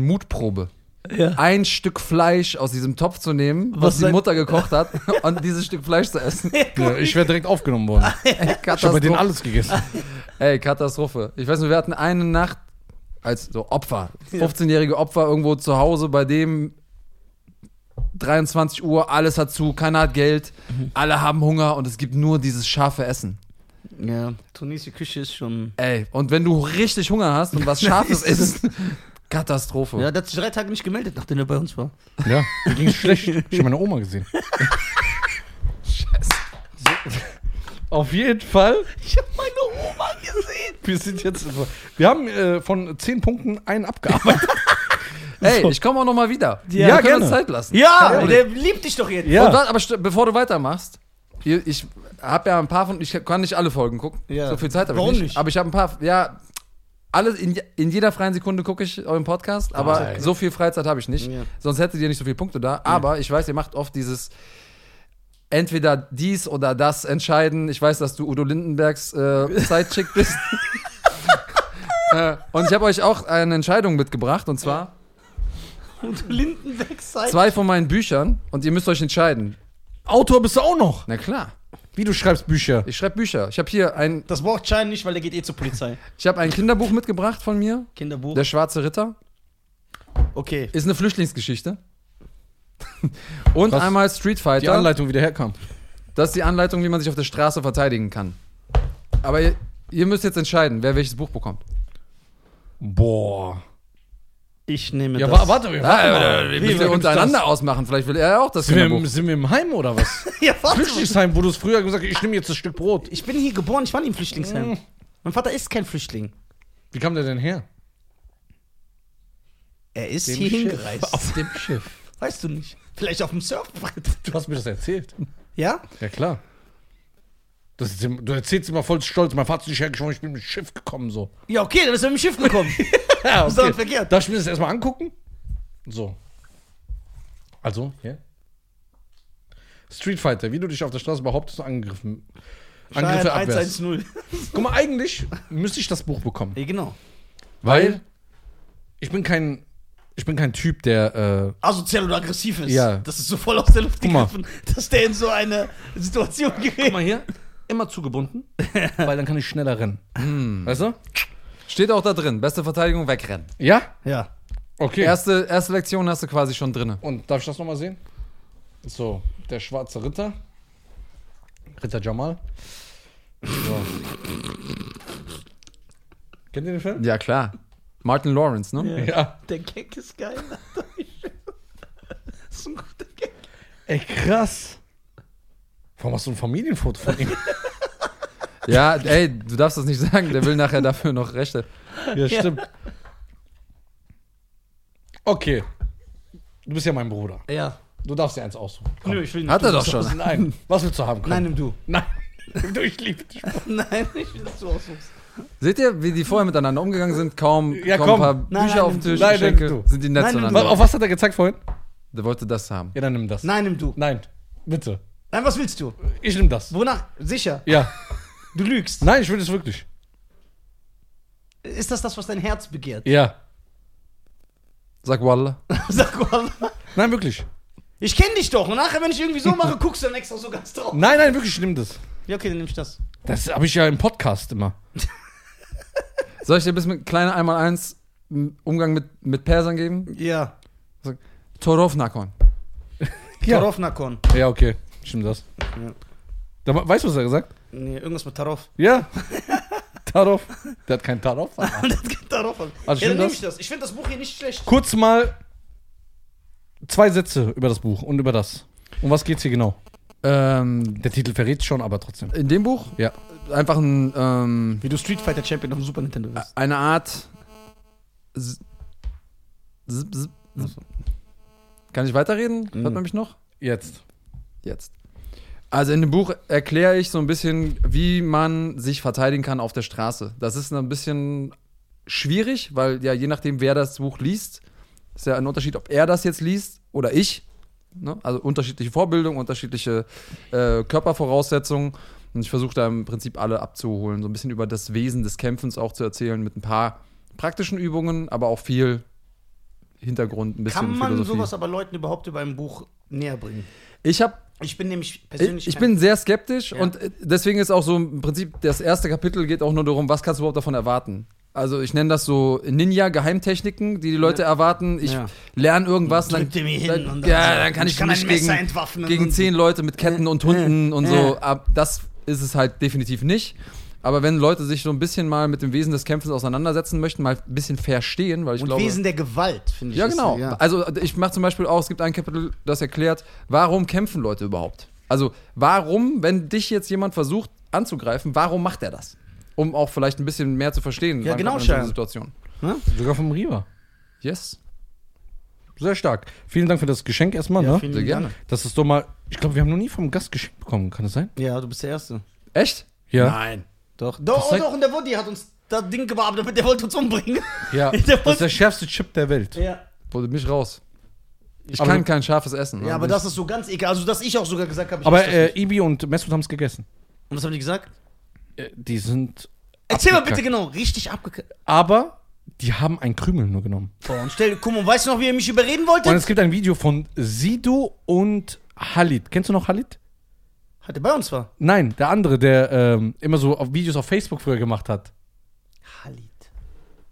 S3: Mutprobe.
S2: Ja.
S3: Ein Stück Fleisch aus diesem Topf zu nehmen, was,
S2: Was
S3: die
S2: sein-
S3: Mutter gekocht hat, und dieses Stück Fleisch zu essen.
S1: Ja, ich wäre direkt aufgenommen worden.
S3: Ey,
S1: Ich habe bei denen
S3: Katastrophe.
S1: alles gegessen.
S3: Ey, Katastrophe. Ich weiß nicht, wir hatten eine Nacht als so Opfer, 15-jährige Opfer irgendwo zu Hause, bei dem 23 Uhr, alles hat zu, keiner hat Geld, alle haben Hunger und es gibt nur dieses scharfe Essen.
S2: Ja, tunesische Küche ist schon.
S3: Ey, und wenn du richtig Hunger hast und was Scharfes isst, Katastrophe.
S2: Ja, der hat sich drei Tage nicht gemeldet, nachdem er bei uns war.
S1: Ja, mir ging schlecht. Ich habe meine Oma gesehen. Scheiße. So. Auf jeden Fall,
S2: Ich habe meine Oma gesehen.
S1: wir sind jetzt. Wir haben äh, von 10 Punkten einen abgearbeitet.
S3: Ey, ich komme auch nochmal wieder.
S1: Ja,
S3: wir können
S1: gerne.
S3: uns Zeit lassen.
S2: Ja,
S1: Kein
S2: der liebt dich doch jetzt.
S3: Und warte, aber st- bevor du weitermachst, hier, ich habe ja ein paar von, ich kann nicht alle Folgen gucken.
S2: Ja.
S3: So viel Zeit habe ich
S2: Warum
S3: nicht.
S2: nicht?
S3: Aber ich habe ein paar, ja, alles in, je- in jeder freien Sekunde gucke ich euren Podcast, aber
S1: Nein.
S3: so viel Freizeit habe ich nicht.
S2: Ah, Ja.
S3: Sonst hättet ihr nicht so viele Punkte da. Aber ich weiß, ihr macht oft dieses entweder dies oder das entscheiden. Ich weiß, dass du Udo Lindenbergs äh, Sidechick bist. äh, und ich habe euch auch eine Entscheidung mitgebracht und zwar
S2: Und Lindenberg sein.
S3: zwei von meinen Büchern und ihr müsst euch entscheiden.
S1: Autor bist du auch noch.
S3: Na klar.
S1: Wie du schreibst Bücher.
S3: Ich schreibe Bücher. Ich habe hier ein,
S2: Das braucht Schein nicht, weil der geht eh zur Polizei.
S3: ich hab ein Kinderbuch mitgebracht von mir.
S2: Kinderbuch.
S3: Der Schwarze Ritter.
S2: Okay.
S3: Ist eine Flüchtlingsgeschichte. Und
S1: Krass.
S3: einmal Street
S1: Die
S3: Fighter.
S1: Anleitung, wie der herkam.
S3: das ist die Anleitung, wie man sich auf der Straße verteidigen kann. Aber ihr, ihr müsst jetzt entscheiden, wer welches Buch bekommt.
S1: Boah.
S2: Ich nehme
S1: Ja,
S2: das.
S1: wa warte,
S3: Ah,
S1: wir warte mal.
S3: wir
S1: Wie,
S3: müssen
S1: wer gibt's
S3: untereinander
S1: das?
S3: ausmachen. Vielleicht will er ja auch das
S1: Sind wir, im,
S3: Kinderbuch.
S1: sind wir im Heim oder was?
S2: Ja, warte.
S1: Flüchtlingsheim, wo du es früher gesagt hast, ich nehme jetzt das Stück Brot.
S2: Ich bin hier geboren, ich war nie im
S1: Mm.
S2: Flüchtlingsheim. Mein Vater ist kein Flüchtling.
S1: Wie kam der denn her?
S2: Er ist
S1: Dem
S2: hier
S1: Schiff.
S2: hingereist.
S1: Auf dem Schiff.
S2: Weißt du nicht. Vielleicht auf dem Surfbrett.
S1: Du hast mir das erzählt.
S2: Ja?
S1: Ja, klar. Das ist, ihm- du erzählst immer voll stolz, mein Vater ist nicht hergeschwommen, ich bin mit dem Schiff gekommen, so.
S2: Ja, okay, dann ist er mit dem Schiff gekommen.
S1: Ja,
S2: Ist doch nicht verkehrt.
S1: Darf ich mir das erstmal angucken? So. Also, hier. Street Fighter, wie du dich auf der Straße behauptest und angegriffen. Angriffe
S2: Schein
S1: abwehrst.
S2: 110.
S1: Guck mal, eigentlich müsste ich das Buch bekommen.
S2: Ja, genau.
S1: Weil ich bin kein, ich bin kein Typ, der. Äh,
S2: Asozial oder Also, aggressiv ist.
S1: Ja.
S2: Das ist so voll aus der Luft
S1: Guck mal.
S2: gegriffen, dass der in so eine Situation gerät.
S1: mal hier, immer zugebunden, weil dann kann ich schneller rennen. Weißt du?
S3: Steht auch da drin. Beste Verteidigung, wegrennen.
S1: Ja?
S2: Ja.
S1: Okay.
S3: Erste, erste Lektion hast du quasi schon drin.
S1: Und darf ich das nochmal sehen? So, der schwarze Ritter. Ritter Jamal. So. Kennt ihr den Film?
S3: Ja, klar. Martin Lawrence, ne?
S1: Ja.
S2: Der Gag ist geil. Alter. Das ist ein guter Gag.
S1: Ey, krass. Warum hast du ein Familienfoto von ihm?
S3: Ja, ey, du darfst das nicht sagen. Der will nachher dafür noch Rechte.
S1: ja, stimmt. Okay. Du bist ja mein Bruder.
S2: Ja.
S1: Du darfst dir eins aussuchen. Komm.
S2: ich will nicht.
S3: Hat er doch
S1: Das
S3: schon.
S1: ist ein. Was willst du haben? Komm.
S2: Nein, nimm du.
S1: Nein. Also- Du, ich liebe dich.
S2: Nein, ich will, dass du aussuchst.
S3: Seht ihr, wie die vorher miteinander umgegangen sind? Kaum,
S1: Ja,
S3: kaum
S1: komm.
S3: ein paar
S2: nein,
S3: Bücher auf
S2: nimm
S3: dem
S2: du.
S3: Tisch,
S1: Nein, nimm
S3: Geschenke,
S1: du.
S3: sind die nett
S2: Nein, nimm
S3: zueinander.
S1: Wa- Auf was hat er gezeigt vorhin?
S3: Der wollte das haben.
S1: Ja, dann nimm das.
S2: Nein, nimm du.
S1: Nein. Bitte.
S2: Nein, was willst du?
S1: Ich nimm das.
S2: Wonach? Sicher.
S1: Ja.
S2: Du lügst.
S1: Nein, ich will es wirklich.
S2: Ist das das, was dein Herz begehrt?
S1: Ja.
S3: Sag Wallah.
S2: Sag mal.
S1: Nein, wirklich.
S2: Ich kenne dich doch. Und nachher, wenn ich irgendwie so mache, guckst du dann extra so ganz drauf.
S1: Nein, nein, wirklich, ich nimm das.
S2: Ja, okay, dann nehme ich das.
S1: Das habe ich ja im Podcast immer.
S3: Soll ich dir ein bisschen mit kleiner einmal eins Umgang mit, mit Persern geben?
S2: Ja.
S3: Sag, Torov Nakon.
S1: Ja.
S2: Tarofnakon.
S1: Ja, okay. Ich nimm das.
S2: Ja.
S1: Da, weißt du, was er gesagt hat?
S2: Nee, irgendwas mit Tarof.
S1: Ja. Tarov. Der hat keinen Tarov.
S2: das geht Tarof an.
S1: Also
S2: ja,
S1: stimmt
S2: dann nehme
S1: das?
S2: ich das. Ich finde das Buch hier nicht schlecht.
S1: Kurz mal zwei Sätze über das Buch und über das. Um was geht's hier genau?
S3: Ähm,
S1: Der Titel verrät schon, aber trotzdem.
S3: in dem Buch
S1: Ja.
S3: einfach ein, ähm,
S2: Wie du Street Fighter Champion auf dem Super Nintendo bist.
S3: eine Art. S- S- S- Kann ich weiterreden?
S1: Mhm.
S3: Hört man mich noch?
S1: Jetzt.
S3: Jetzt. Also in dem Buch erkläre ich so ein bisschen, wie man sich verteidigen kann auf der Straße. Das ist ein bisschen schwierig, weil ja je nachdem, wer das Buch liest, ist ja ein Unterschied, ob er das jetzt liest oder ich. Ne? Also unterschiedliche Vorbildung, unterschiedliche äh, Körpervoraussetzungen. Und ich versuche da im Prinzip alle abzuholen, so ein bisschen über das Wesen des Kämpfens auch zu erzählen, mit ein paar praktischen Übungen, aber auch viel Hintergrund, ein bisschen
S2: Kann man
S3: Philosophie.
S2: sowas aber Leuten überhaupt über ein Buch näher bringen?
S3: ich habe
S2: Ich bin nämlich persönlich.
S3: ich, ich
S2: kein-
S3: bin sehr skeptisch
S2: Ja.
S3: und äh, deswegen ist auch so im Prinzip das erste Kapitel geht auch nur darum, was kannst du überhaupt davon erwarten. Also ich nenne das so Ninja-Geheimtechniken, die die Leute erwarten. Ich
S2: Ja.
S3: lerne irgendwas, dann,
S2: Drückt ihr mir hin
S3: dann,
S2: und dann-
S3: ja, dann kann
S2: ich
S3: ich,
S2: kann
S3: mich
S2: ein Messer
S3: gegen,
S2: entwaffnen
S3: gegen
S2: und-
S3: zehn Leute mit Ketten und Hunden
S2: äh,
S3: und
S2: äh.
S3: so. Ab, das ist es halt definitiv nicht. Aber wenn Leute sich so ein bisschen mal mit dem Wesen des Kämpfens auseinandersetzen möchten, mal ein bisschen verstehen, weil ich
S2: und
S3: glaube
S2: Wesen der Gewalt, finde ich.
S3: ja,
S2: ist
S3: genau.
S2: Ja.
S3: Also ich mache zum Beispiel auch, es gibt ein Kapitel, das erklärt, warum kämpfen Leute überhaupt? Also warum, wenn dich jetzt jemand versucht anzugreifen, warum macht er das? Um auch vielleicht ein bisschen mehr zu verstehen.
S2: Ja,
S3: wann
S2: genau,
S3: kommt man in so eine
S2: Sharon.
S3: Situation.
S1: Sogar vom Riva.
S3: Yes.
S1: Sehr stark. Vielen Dank für das Geschenk erstmal.
S2: Ja,
S1: ne?
S2: vielen
S3: Sehr gerne.
S2: Dank.
S1: Das ist doch mal. Ich glaube, wir haben noch nie vom Gast Geschenk bekommen. Kann das sein?
S2: Ja, du bist der Erste.
S3: Echt?
S1: Ja.
S2: Nein. Doch. Doch,
S1: zeigt-
S2: doch, und der Woody hat uns das Ding gewarbt, damit der wollte uns umbringen.
S1: Ja. Das ist der schärfste Chip der Welt.
S2: Ja.
S3: Wurde mich raus. Ich
S1: Aber-
S3: kann kein scharfes Essen. ne?
S2: Ja, aber das ist so ganz egal. Also, dass ich auch sogar gesagt habe, ich
S1: Aber
S2: esse das
S1: äh,
S2: nicht.
S1: Ibi und Mesut haben es gegessen.
S2: Und was haben die gesagt?
S1: Äh, die sind.
S2: Erzähl mal
S1: abgekackt.
S2: bitte genau, richtig abgekackt.
S1: Aber die haben ein Krümel nur genommen.
S2: Boah, und stell, guck mal, weißt du noch, wie ihr mich überreden wolltet?
S1: Und es gibt ein Video von Sido und Halit. Kennst du noch Halit?
S2: Hat er bei uns war.
S1: Nein, der andere, der ähm, immer so auf Videos auf Facebook früher gemacht hat.
S2: Halit.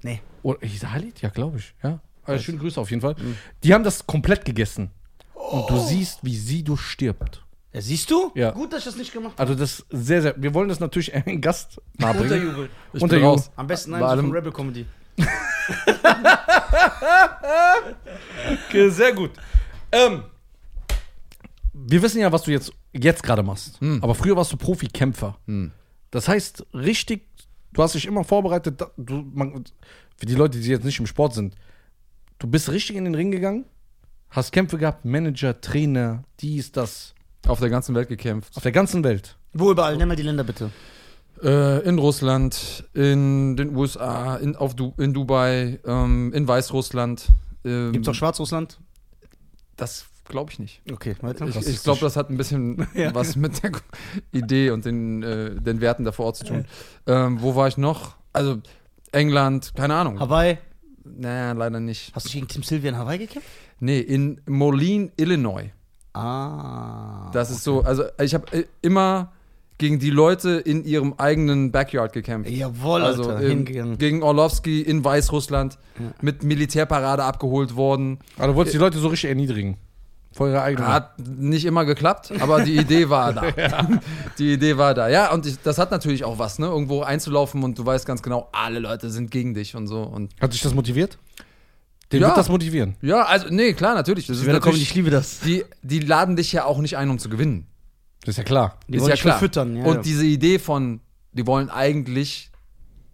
S2: Nee.
S1: Oder hieß er Halit? Ja, glaube ich. Ja. Also, schöne Grüße auf jeden Fall.
S2: Mhm.
S1: Die haben das komplett gegessen. Und du
S2: Oh.
S1: siehst, wie Sido stirbt.
S2: Ja, siehst du?
S1: Ja.
S2: Gut, dass ich das nicht gemacht habe.
S1: Also das ist sehr, sehr. Wir wollen das natürlich einen Gast nahebringen.
S2: Unterjubel.
S3: ich
S1: unter
S3: bin
S1: Jungs.
S3: raus.
S2: Am besten
S3: Bei
S2: nein, so
S3: allem-
S2: von Rebel Comedy.
S1: sehr gut. Ähm, wir wissen ja, was du jetzt, jetzt gerade machst.
S3: Hm.
S1: Aber früher warst du Profikämpfer. Das heißt, richtig, du hast dich immer vorbereitet. da- Du, man, für die Leute, die jetzt nicht im Sport sind, du bist richtig in den Ring gegangen, hast Kämpfe gehabt, Manager, Trainer, dies, das,
S3: Auf der ganzen Welt gekämpft.
S1: auf der ganzen Welt.
S2: Wo überall? Nenn mal die Länder bitte.
S3: Äh, in Russland, in den USA, in, auf du, in Dubai, ähm, in Weißrussland. Ähm,
S2: Gibt's auch Schwarzrussland?
S3: das glaube ich nicht.
S2: Okay, weiter.
S3: Ich,
S1: Rassistisch.
S3: ich glaube, das hat ein bisschen
S2: Ja.
S3: was mit der Idee und den, äh, den Werten da vor Ort zu tun. Ähm, wo war ich noch? Also England, keine Ahnung.
S2: Hawaii.
S3: naja, leider nicht.
S2: Hast du nicht gegen Tim Sylvia in Hawaii gekämpft?
S3: Nee, in Moline, Illinois.
S2: Ah.
S3: Das ist so, also ich habe äh, immer gegen die Leute in ihrem eigenen Backyard gekämpft.
S2: Jawohl,
S3: Also
S2: Alter.
S3: ähm,
S2: hingegangen.
S3: gegen Orlovsky in Weißrussland mit Militärparade abgeholt worden.
S1: Also du wolltest die Leute so richtig erniedrigen. Vor ihrer eigenen.
S3: Äh. Hat nicht immer geklappt, aber die Idee war da. Die Idee war da. Ja, und ich, das hat natürlich auch was, ne? Irgendwo einzulaufen und du weißt ganz genau, alle Leute sind gegen dich und so. Und
S1: Hat dich das motiviert? Den
S3: Ja.
S1: wird das motivieren.
S3: ja, also, nee, klar, natürlich. Das ist
S2: Willkommen,
S3: natürlich
S2: ich liebe das.
S3: die, die laden dich ja auch nicht ein, um zu gewinnen.
S1: Das ist ja klar.
S2: Die
S3: ist
S2: wollen
S3: ja
S2: dich
S3: klar.
S2: verfüttern, ja,
S3: und
S2: ja.
S3: diese Idee von, die wollen eigentlich,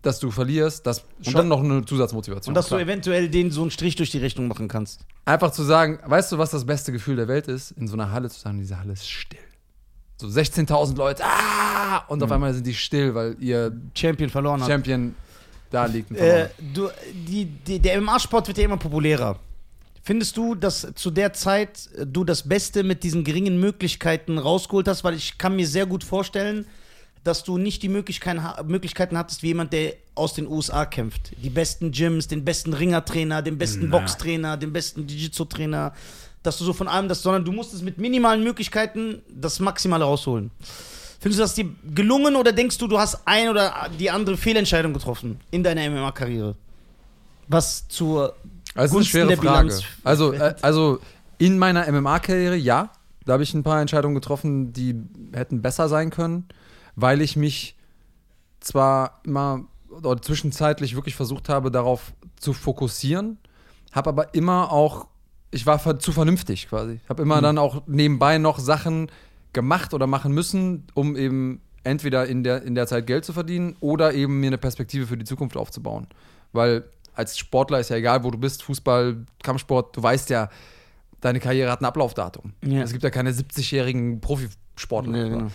S3: dass du verlierst, das ist schon noch eine Zusatzmotivation.
S2: Und dass
S3: klar.
S2: du eventuell denen so einen Strich durch die Rechnung machen kannst.
S3: Einfach zu sagen, weißt du, was das beste Gefühl der Welt ist? In so einer Halle zu sagen, diese Halle ist still. So 16.000 Leute, ah! Und auf einmal sind die still, weil ihr
S2: Champion verloren hat.
S3: Champion da liegt. und
S2: Äh,
S3: verloren.
S2: du, die, die, der MMA-Sport wird ja immer populärer. Findest du, dass zu der Zeit äh, du das Beste mit diesen geringen Möglichkeiten rausgeholt hast? Weil ich kann mir sehr gut vorstellen, dass du nicht die Möglichkeiten, ha- Möglichkeiten hattest wie jemand, der aus den USA kämpft. Die besten Gyms, den besten Ringertrainer, den besten Boxtrainer, den besten Jiu-Jitsu-Trainer. Dass du so von allem das, sondern du musstest mit minimalen Möglichkeiten das Maximale rausholen. Findest du das dir gelungen oder denkst du, du hast ein oder die andere Fehlentscheidung getroffen in deiner MMA-Karriere? Was zur.
S3: also es ist eine
S2: Gunsten der
S3: schwere Frage.
S2: Bilanz.
S3: Also, äh, also in meiner MMA-Karriere, ja, da habe ich ein paar Entscheidungen getroffen, die hätten besser sein können, weil ich mich zwar immer oder zwischenzeitlich wirklich versucht habe, darauf zu fokussieren, habe aber immer auch ich war ver zu vernünftig quasi. Habe immer dann auch nebenbei noch Sachen gemacht oder machen müssen, um eben entweder in der, in der Zeit Geld zu verdienen oder eben mir eine Perspektive für die Zukunft aufzubauen. Weil als Sportler ist ja egal, wo du bist, Fußball, Kampfsport, du weißt ja, deine Karriere hat ein Ablaufdatum.
S2: Ja.
S3: Es gibt ja keine 70-jährigen Profisportler.
S2: Ja, genau.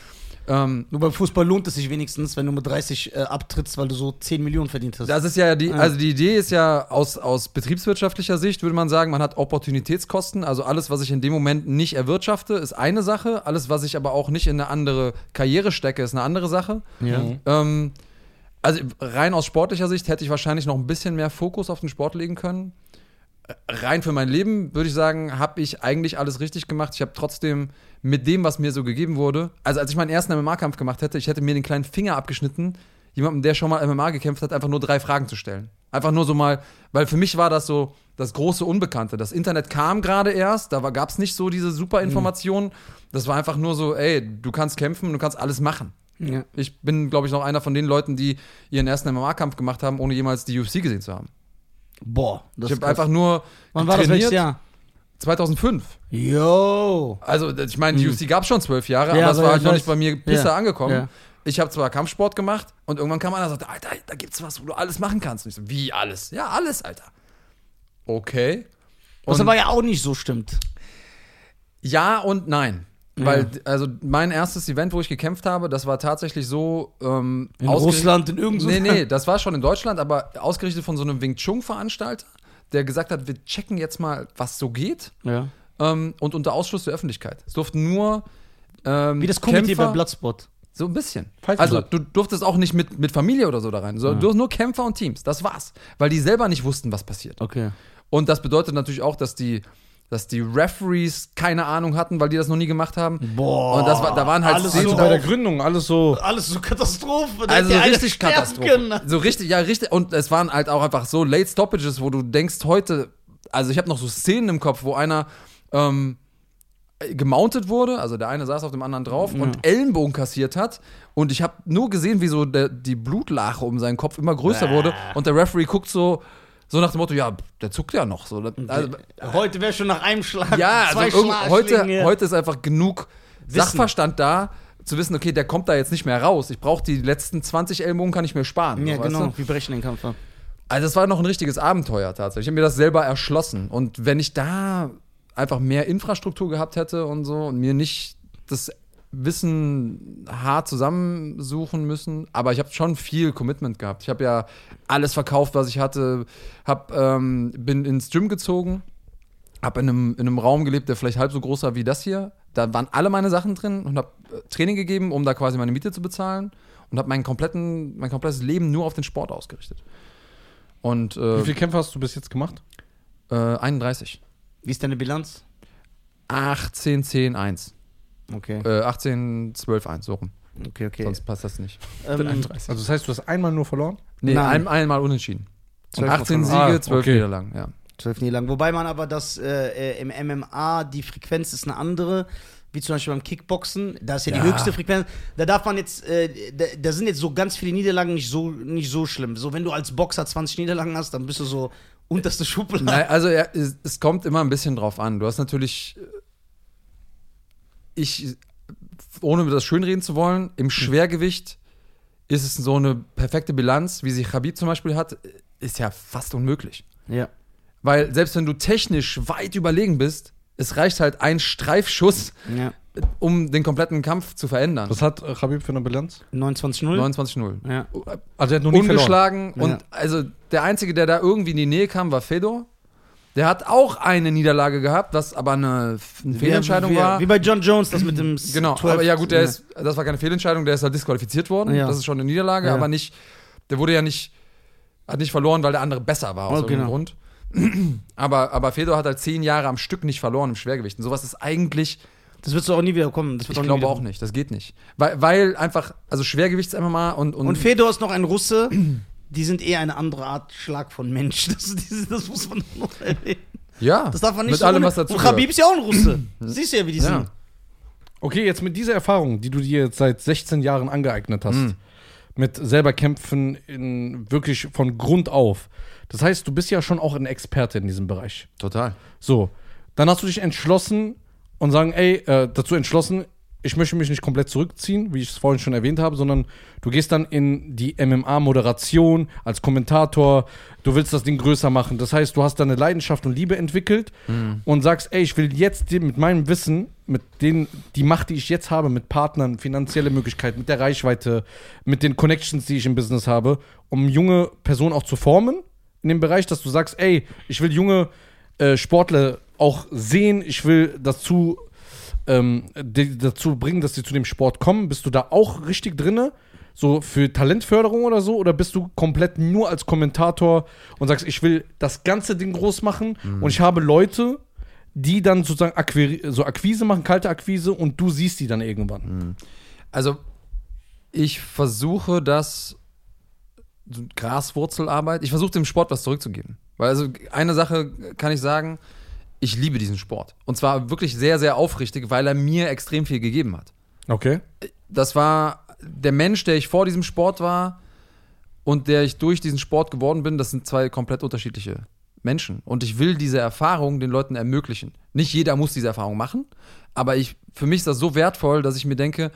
S3: ähm,
S2: Nur beim Fußball lohnt es sich wenigstens, wenn du mit 30 äh, abtrittst, weil du so 10 Millionen verdient hast.
S3: Das ist ja die, also die Idee ist ja aus, aus betriebswirtschaftlicher Sicht, würde man sagen, man hat Opportunitätskosten. Also alles, was ich in dem Moment nicht erwirtschafte, ist eine Sache. Alles, was ich aber auch nicht in eine andere Karriere stecke, ist eine andere Sache.
S1: Mhm.
S2: ja.
S3: Ähm, also rein aus sportlicher Sicht hätte ich wahrscheinlich noch ein bisschen mehr Fokus auf den Sport legen können. Äh, Rein für mein Leben würde ich sagen, habe ich eigentlich alles richtig gemacht. Ich habe trotzdem mit dem, was mir so gegeben wurde, also als ich meinen ersten MMA-Kampf gemacht hätte, ich hätte mir den kleinen Finger abgeschnitten, jemandem, der schon mal MMA gekämpft hat, einfach nur drei Fragen zu stellen. Einfach nur so mal, weil für mich war das so das große Unbekannte. Das Internet kam gerade erst, da gab es nicht so diese super Informationen. Das war einfach nur so, ey, du kannst kämpfen, du kannst alles machen.
S2: ja.
S3: Ich bin, glaube ich, noch einer von den Leuten, die ihren ersten MMA-Kampf gemacht haben, ohne jemals die UFC gesehen zu haben.
S2: Boah, das ist
S3: ich habe
S2: krass.
S3: einfach nur
S2: Wann war das welches
S3: trainiert.
S2: Jahr?
S3: 2005.
S2: Yo!
S3: Also, ich meine, die UFC gab es schon zwölf Jahre,
S2: Hm. Ja,
S3: aber das
S2: aber
S3: war
S2: ich
S3: halt noch
S2: weiß.
S3: nicht bei mir Pisse
S2: Ja.
S3: angekommen.
S2: Ja.
S3: Ich habe zwar Kampfsport gemacht und irgendwann kam einer und sagte, Alter, da gibt's was, wo du alles machen kannst. Und ich so, wie alles? Ja, alles, Alter. Okay.
S2: Was
S3: Und-
S2: aber ja auch nicht so stimmt.
S3: Ja und nein. Weil, also mein erstes Event, wo ich gekämpft habe, das war tatsächlich so ähm,
S2: In
S3: ausgeri-
S2: Russland, in irgend so-
S3: Nee, nee, das war schon in Deutschland, aber ausgerichtet von so einem Wing Chun-Veranstalter, der gesagt hat, wir checken jetzt mal, was so geht
S2: Ja.
S3: ähm, und unter Ausschluss der Öffentlichkeit. Es durften nur ähm,
S2: Wie das Komitee
S3: Kämpfer-
S2: bei Bloodspot.
S3: so ein bisschen.
S1: Falkenblatt.
S3: Also du durftest auch nicht mit, mit Familie oder so da rein, sondern du durfst nur Kämpfer und Teams. Das war's. Weil die selber nicht wussten, was passiert.
S2: Okay.
S3: Und das bedeutet natürlich auch, dass die, dass die Referees keine Ahnung hatten, weil die das noch nie gemacht haben.
S2: Boah.
S3: Und das war, da waren halt
S2: Alles
S3: zehn-
S1: Also
S2: so
S1: bei
S2: auf-
S1: der Gründung, alles so.
S2: Alles so Katastrophe. da
S3: also
S2: hätte
S3: so
S2: ja einer
S3: richtig
S2: sterben
S3: Katastrophe.
S2: können.
S3: So richtig, ja, richtig. Und es waren halt auch einfach so Late Stoppages, wo du denkst, heute, also ich habe noch so Szenen im Kopf, wo einer ähm, gemountet wurde, also der eine saß auf dem anderen drauf und Ellenbogen kassiert hat. Und ich habe nur gesehen, wie so der, die Blutlache um seinen Kopf immer größer wurde. Und der Referee guckt so, so nach dem Motto, ja, der zuckt ja noch. So, das- also,
S2: Heute wäre schon nach einem Schlag.
S3: ja,
S2: zwei
S3: also irgend- heute,
S2: Schlagschläge.
S3: heute ist einfach genug
S2: Wissen.
S3: Sachverstand da, zu wissen, okay, der kommt da jetzt nicht mehr raus. Ich brauche die letzten 20 Ellbogen, kann ich mir sparen.
S2: Ja,
S3: so,
S2: genau.
S3: weißt du?
S2: Wir brechen den Kampf ab.
S3: Also es war noch ein richtiges Abenteuer tatsächlich. Ich habe mir das selber erschlossen. Und wenn ich da einfach mehr Infrastruktur gehabt hätte und so und mir nicht das Wissen hart zusammensuchen müssen, aber ich habe schon viel Commitment gehabt. Ich habe ja alles verkauft, was ich hatte, hab, ähm, bin ins Gym gezogen, habe in einem, in einem Raum gelebt, der vielleicht halb so groß war wie das hier. Da waren alle meine Sachen drin und habe Training gegeben, um da quasi meine Miete zu bezahlen und habe mein komplettes Leben nur auf den Sport ausgerichtet. Und
S1: Wie
S3: äh,
S1: viele Kämpfe hast du bis jetzt gemacht?
S3: äh, 31.
S2: Wie ist deine Bilanz?
S3: 18, 10, 1.
S2: Okay.
S3: Äh, 18, 12, 1, so rum.
S2: Okay, okay.
S3: Äh, Sonst passt das nicht.
S2: ähm,
S1: Also das heißt, du hast einmal nur verloren?
S3: Nee,
S2: Nein.
S3: ein, einmal unentschieden. Und
S2: 12
S3: 18
S1: verloren.
S3: Siege,
S1: Ah,
S3: 12
S1: okay.
S3: Niederlagen, ja.
S2: Zwölf Niederlagen. Wobei man aber das äh, äh, im MMA, die Frequenz ist eine andere, wie zum Beispiel beim Kickboxen, da ist ja,
S3: Ja.
S2: die höchste Frequenz. Da darf man jetzt, äh, da, da sind jetzt so ganz viele Niederlagen nicht so, nicht so schlimm. So, wenn du als Boxer 20 Niederlagen hast, dann bist du so unterste Schublade.
S3: Nein, also ja, es, es kommt immer ein bisschen drauf an. Du hast natürlich, äh, ich, ohne das schönreden zu wollen, im Schwergewicht ist es so eine perfekte Bilanz, wie sie Khabib zum Beispiel hat, ist ja fast unmöglich.
S2: Ja.
S3: Weil selbst wenn du technisch weit überlegen bist, es reicht halt ein Streifschuss,
S2: ja.
S3: um den kompletten Kampf zu verändern.
S1: Was hat äh, Khabib für eine Bilanz?
S2: 29-0.
S3: 29-0.
S2: Ja.
S1: Also er hat noch
S3: ungeschlagen
S2: verloren.
S3: und also der einzige, der da irgendwie in die Nähe kam, war Fedor. Der hat auch eine Niederlage gehabt, was aber eine, F- eine Fehlentscheidung
S2: wie, wie,
S3: war.
S2: Wie bei John Jones, das mit dem S-
S3: genau,
S2: 12
S3: aber ja gut, der ist, das war keine Fehlentscheidung, der ist halt disqualifiziert worden.
S2: Ja.
S3: Das ist schon eine Niederlage,
S2: Ja.
S3: aber nicht, der wurde ja nicht, hat nicht verloren, weil der andere besser war aus
S2: Oh,
S3: irgendeinem
S2: genau.
S3: Grund. Aber, aber Fedor hat halt zehn Jahre am Stück nicht verloren im Schwergewicht. Und sowas ist eigentlich,
S2: Das wird so auch nie wieder kommen. Das wird
S3: ich
S2: nie
S3: glaube
S2: wieder
S3: auch nicht, das geht nicht. Weil, weil einfach, also Schwergewichts-MMA und, und,
S2: Und Fedor ist noch ein Russe. Die sind eher eine andere Art Schlag von Mensch. Das, das, das muss man noch erwähnen.
S3: ja,
S2: Das darf man nicht
S3: mit
S2: so
S3: allem,
S2: ohne-
S3: was dazu
S2: Und Khabib ist ja auch ein Russe. Siehst du ja, wie die
S3: Ja.
S2: sind.
S1: Okay, jetzt mit dieser Erfahrung, die du dir jetzt seit 16 Jahren angeeignet hast, mit selber kämpfen in, wirklich von Grund auf. Das heißt, du bist ja schon auch ein Experte in diesem Bereich.
S3: Total.
S1: So, Dann hast du dich entschlossen und sagen, ey, äh, dazu entschlossen, ich möchte mich nicht komplett zurückziehen, wie ich es vorhin schon erwähnt habe, sondern du gehst dann in die MMA-Moderation als Kommentator, du willst das Ding größer machen. Das heißt, du hast deine Leidenschaft und Liebe entwickelt und sagst, ey, ich will jetzt dir mit meinem Wissen, mit den, die Macht, die ich jetzt habe, mit Partnern, finanzielle Möglichkeiten, mit der Reichweite, mit den Connections, die ich im Business habe, um junge Personen auch zu formen in dem Bereich, dass du sagst, ey, ich will junge äh, Sportler auch sehen, ich will dazu ähm, die dazu bringen, dass sie zu dem Sport kommen? Bist du da auch richtig drinne? So für Talentförderung oder so? Oder bist du komplett nur als Kommentator und sagst, ich will das ganze Ding groß machen und ich habe Leute, die dann sozusagen Akquiri so Akquise machen, kalte Akquise und du siehst die dann irgendwann.
S3: Also, ich versuche das so Graswurzelarbeit, ich versuche dem Sport was zurückzugeben. Weil also eine Sache kann ich sagen, ich liebe diesen Sport. Und zwar wirklich sehr, sehr aufrichtig, weil er mir extrem viel gegeben hat.
S1: Okay.
S3: Das war der Mensch, der ich vor diesem Sport war und der ich durch diesen Sport geworden bin, das sind zwei komplett unterschiedliche Menschen. Und ich will diese Erfahrung den Leuten ermöglichen. Nicht jeder muss diese Erfahrung machen, aber ich, für mich ist das so wertvoll, dass ich mir denke,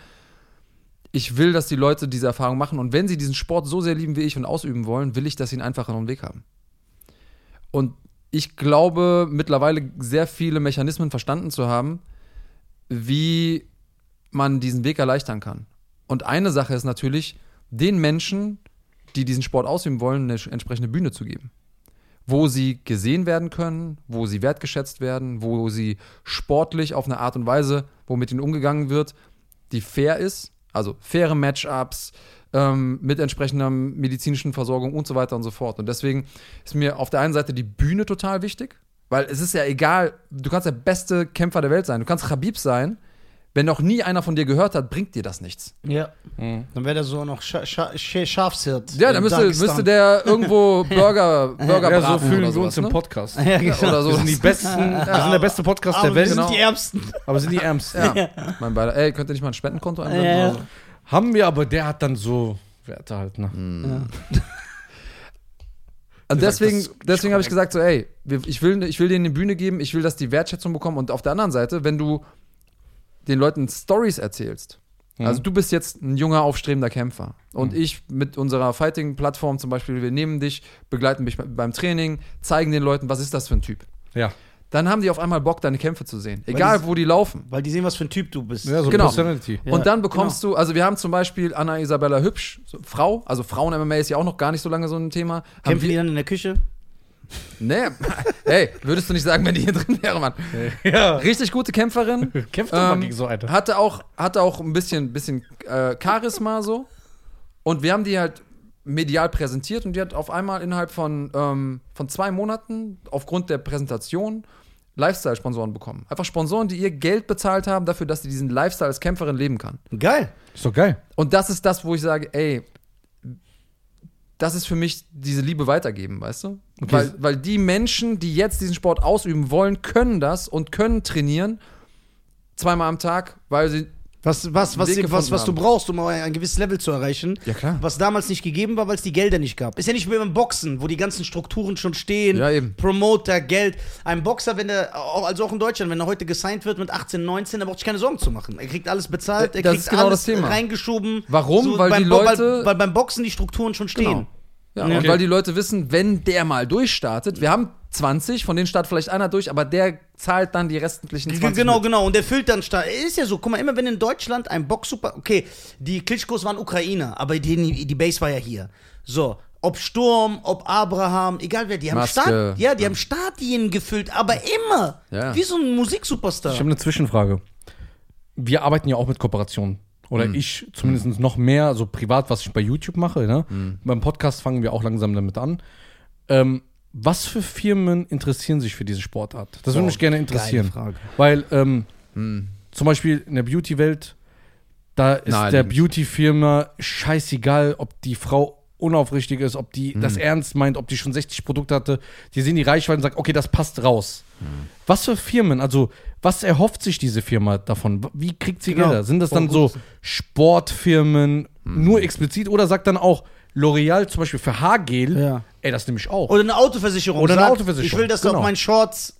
S3: ich will, dass die Leute diese Erfahrung machen. Und wenn sie diesen Sport so sehr lieben wie ich und ausüben wollen, will ich, dass sie einen einfacheren Weg haben. Und ich glaube, mittlerweile sehr viele Mechanismen verstanden zu haben, wie man diesen Weg erleichtern kann. Und eine Sache ist natürlich, den Menschen, die diesen Sport ausüben wollen, eine entsprechende Bühne zu geben. Wo sie gesehen werden können, wo sie wertgeschätzt werden, wo sie sportlich auf eine Art und Weise, wo mit ihnen umgegangen wird, die fair ist, also faire Matchups, ähm, mit entsprechender medizinischen Versorgung und so weiter und so fort. Und deswegen ist mir auf der einen Seite die Bühne total wichtig, weil es ist ja egal, du kannst der beste Kämpfer der Welt sein, du kannst Khabib sein, wenn noch nie einer von dir gehört hat, bringt dir das nichts.
S2: Ja. Dann wäre der so noch Scha Scha Scha Schafshirt.
S3: Mhm. Ja, dann müsste, müsste der irgendwo Burger, Burger
S1: Ja, so
S3: braten
S1: fühlen
S3: oder
S1: wir uns
S3: sowas,
S1: im
S3: ne?
S1: Podcast.
S2: Ja, genau.
S3: oder so.
S1: Wir sind die besten, wir sind der beste Podcast
S2: Aber
S1: der Welt,
S2: wir sind
S1: genau.
S2: Ah, die Ärmsten.
S1: aber sind die Ärmsten.
S3: Ja, mein Beider. Ey, könnt ihr nicht mal ein Spendenkonto einblenden?
S2: Ja, ja.
S3: oder
S1: Genau.
S3: so?
S1: Haben wir, aber der hat dann so Werte halt, ne?
S3: Und
S1: Gesagt,
S3: deswegen,
S1: das ist
S3: deswegen habe ich
S1: korrekt.
S3: gesagt, so, ey, wir- ich will, ich will denen eine Bühne geben, ich will, dass die Wertschätzung bekommen. Und auf der anderen Seite, wenn du den Leuten Stories erzählst, also du bist jetzt ein junger, aufstrebender Kämpfer. Und ich mit unserer Fighting-Plattform zum Beispiel, wir nehmen dich, begleiten mich beim Training, zeigen den Leuten, was ist das für ein Typ.
S1: Ja.
S3: Dann haben die auf einmal Bock, deine Kämpfe zu sehen. Egal,
S2: das-
S3: wo die laufen.
S2: Weil die sehen, was für ein Typ du bist.
S1: Ja, so
S3: Genau.
S1: Personality.
S2: Ja, genau.
S3: und dann bekommst du, also wir haben zum Beispiel Anna Isabella Hübsch, so Frau, also Frauen-MMA ist ja auch noch gar nicht so lange so ein Thema. Haben
S2: Kämpfen die
S3: wir,
S2: dann in der Küche?
S3: nee, hey, würdest du nicht sagen, wenn die hier drin wäre, Mann.
S1: Ja.
S3: Richtig gute Kämpferin.
S1: Kämpft doch mal
S3: Ähm,
S1: gegen so eine.
S3: Hatte auch, hatte auch ein bisschen, bisschen äh, Charisma so. Und wir haben die halt medial präsentiert und die hat auf einmal innerhalb von, ähm, von zwei Monaten aufgrund der Präsentation Lifestyle-Sponsoren bekommen. Einfach Sponsoren, die ihr Geld bezahlt haben dafür, dass sie diesen Lifestyle als Kämpferin leben kann.
S2: Geil.
S1: Ist doch geil.
S3: Und das ist das, wo ich sage, ey, das ist für mich diese Liebe weitergeben, weißt du? Weil, weil die Menschen, die jetzt diesen Sport ausüben wollen, können das und können trainieren zweimal am Tag, weil sie
S2: Was, was, was,
S3: Weg
S2: was,
S3: gefunden
S2: was, du
S3: haben.
S2: brauchst, um ein, ein gewisses Level zu erreichen.
S3: Ja, klar.
S2: Was damals nicht gegeben war, weil es die Gelder nicht gab. Ist ja nicht wie beim Boxen, wo die ganzen Strukturen schon stehen.
S3: Ja, eben.
S2: Promoter, Geld. Ein Boxer, wenn der, auch- also auch in Deutschland, wenn er heute gesigned wird mit 18, 19, da braucht sich keine Sorgen zu machen. Er kriegt alles bezahlt, er
S3: Das
S2: kriegt
S3: ist genau
S2: alles
S3: das Thema.
S2: reingeschoben.
S3: Warum? Weil
S2: beim,
S3: die
S2: Bo-
S3: Leute-
S2: Weil, weil beim Boxen die Strukturen schon stehen.
S3: Genau. Ja,
S2: Ja.
S3: Und weil die Leute wissen, wenn der mal durchstartet, wir haben 20, von denen startet vielleicht einer durch, aber der zahlt dann die restlichen 20.
S2: Genau,
S3: mit.
S2: genau. Und der füllt dann stark. Ist ja so. Guck mal, immer wenn in Deutschland ein Boxsuper. Okay, die Klitschkos waren Ukrainer, aber die, die Base war ja hier. So. Ob Sturm, ob Abraham, egal wer, die haben
S3: Maske.
S2: Stadt, ja, die haben Stadien gefüllt, aber immer.
S3: Ja.
S2: Wie so ein Musiksuperstar.
S1: Ich habe eine Zwischenfrage. Wir arbeiten ja auch mit Kooperationen. Oder ich zumindest noch mehr, so privat, was ich bei YouTube mache. Ne? Beim Podcast fangen wir auch langsam damit an. Ähm, was für Firmen interessieren sich für diese Sportart? Das würde mich gerne interessieren.
S2: Frage.
S1: Weil ähm, zum Beispiel in der Beauty-Welt, da ist
S3: Naheliegend.
S1: der Beauty-Firma scheißegal, ob die Frau unaufrichtig ist, ob die das ernst meint, ob die schon 60 Produkte hatte. Die sehen die Reichweite und sagen, okay, das passt raus. Was für Firmen, also was erhofft sich diese Firma davon? Wie kriegt sie
S2: Genau.
S1: Gelder? Sind das
S2: Voll
S1: dann
S2: gut.
S1: so Sportfirmen nur explizit oder sagt dann auch L'Oreal zum Beispiel für Haargel,
S2: Ja.
S1: ey, das nehme ich auch.
S2: Oder eine Autoversicherung.
S1: Oder eine
S2: Sag,
S1: Autoversicherung,
S2: Ich will, dass du
S1: genau.
S2: auf meinen Shorts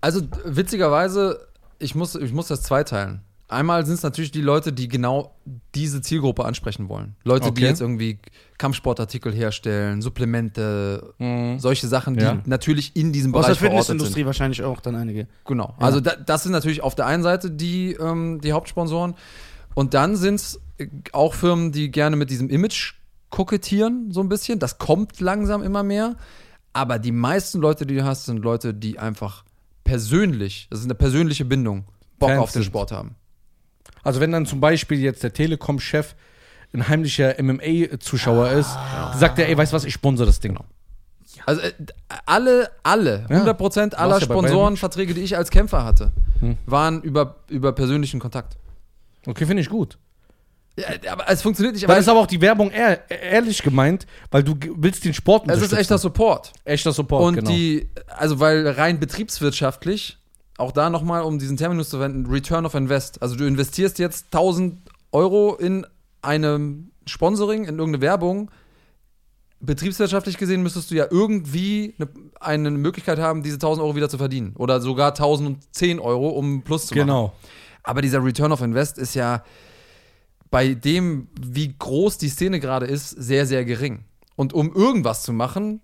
S3: Also d- witzigerweise, ich muss, ich muss das zweiteilen. Einmal sind es natürlich die Leute, die genau diese Zielgruppe ansprechen wollen. Leute, die
S1: Okay.
S3: jetzt irgendwie Kampfsportartikel herstellen, Supplemente, solche Sachen, die
S1: Mhm. Ja.
S3: natürlich in diesem
S2: Aus
S3: Bereich
S2: der
S3: verortet sind.
S2: Fitnessindustrie wahrscheinlich auch dann einige.
S3: Genau. Also da, das sind natürlich auf der einen Seite die, ähm, die Hauptsponsoren. Und dann sind es auch Firmen, die gerne mit diesem Image kokettieren, so ein bisschen. Das kommt langsam immer mehr. Aber die meisten Leute, die du hast, sind Leute, die einfach persönlich, das ist eine persönliche Bindung, Bock
S1: Fans
S3: auf den
S1: sind.
S3: Sport haben.
S1: Also wenn dann zum Beispiel jetzt der Telekom-Chef ein heimlicher MMA-Zuschauer ist, sagt er, ey, weißt du was, ich sponsor das Ding.
S3: Also äh, alle, alle,
S1: Ja.
S3: 100% aller
S1: Warst ja bei Bayern. Hm.
S3: Sponsorenverträge, die ich als Kämpfer hatte, waren über, über persönlichen Kontakt.
S1: Okay, finde ich gut.
S3: Ja, aber es funktioniert nicht.
S1: Da
S3: Aber
S1: ist aber auch die Werbung ehr ehrlich gemeint, weil du ge- willst den Sport
S3: es ist echter Support.
S1: echter Support. genau.
S3: und die, also weil rein betriebswirtschaftlich, auch da nochmal, um diesen Terminus zu verwenden, Return of Invest. Also du investierst jetzt 1000 Euro in einem Sponsoring, in irgendeine Werbung. Betriebswirtschaftlich gesehen müsstest du ja irgendwie eine, eine Möglichkeit haben, diese 1000 Euro wieder zu verdienen. Oder sogar 1010 Euro, um Plus zu machen.
S1: genau.
S3: Aber dieser Return of Invest ist ja bei dem, wie groß die Szene gerade ist, sehr, sehr gering. Und um irgendwas zu machen,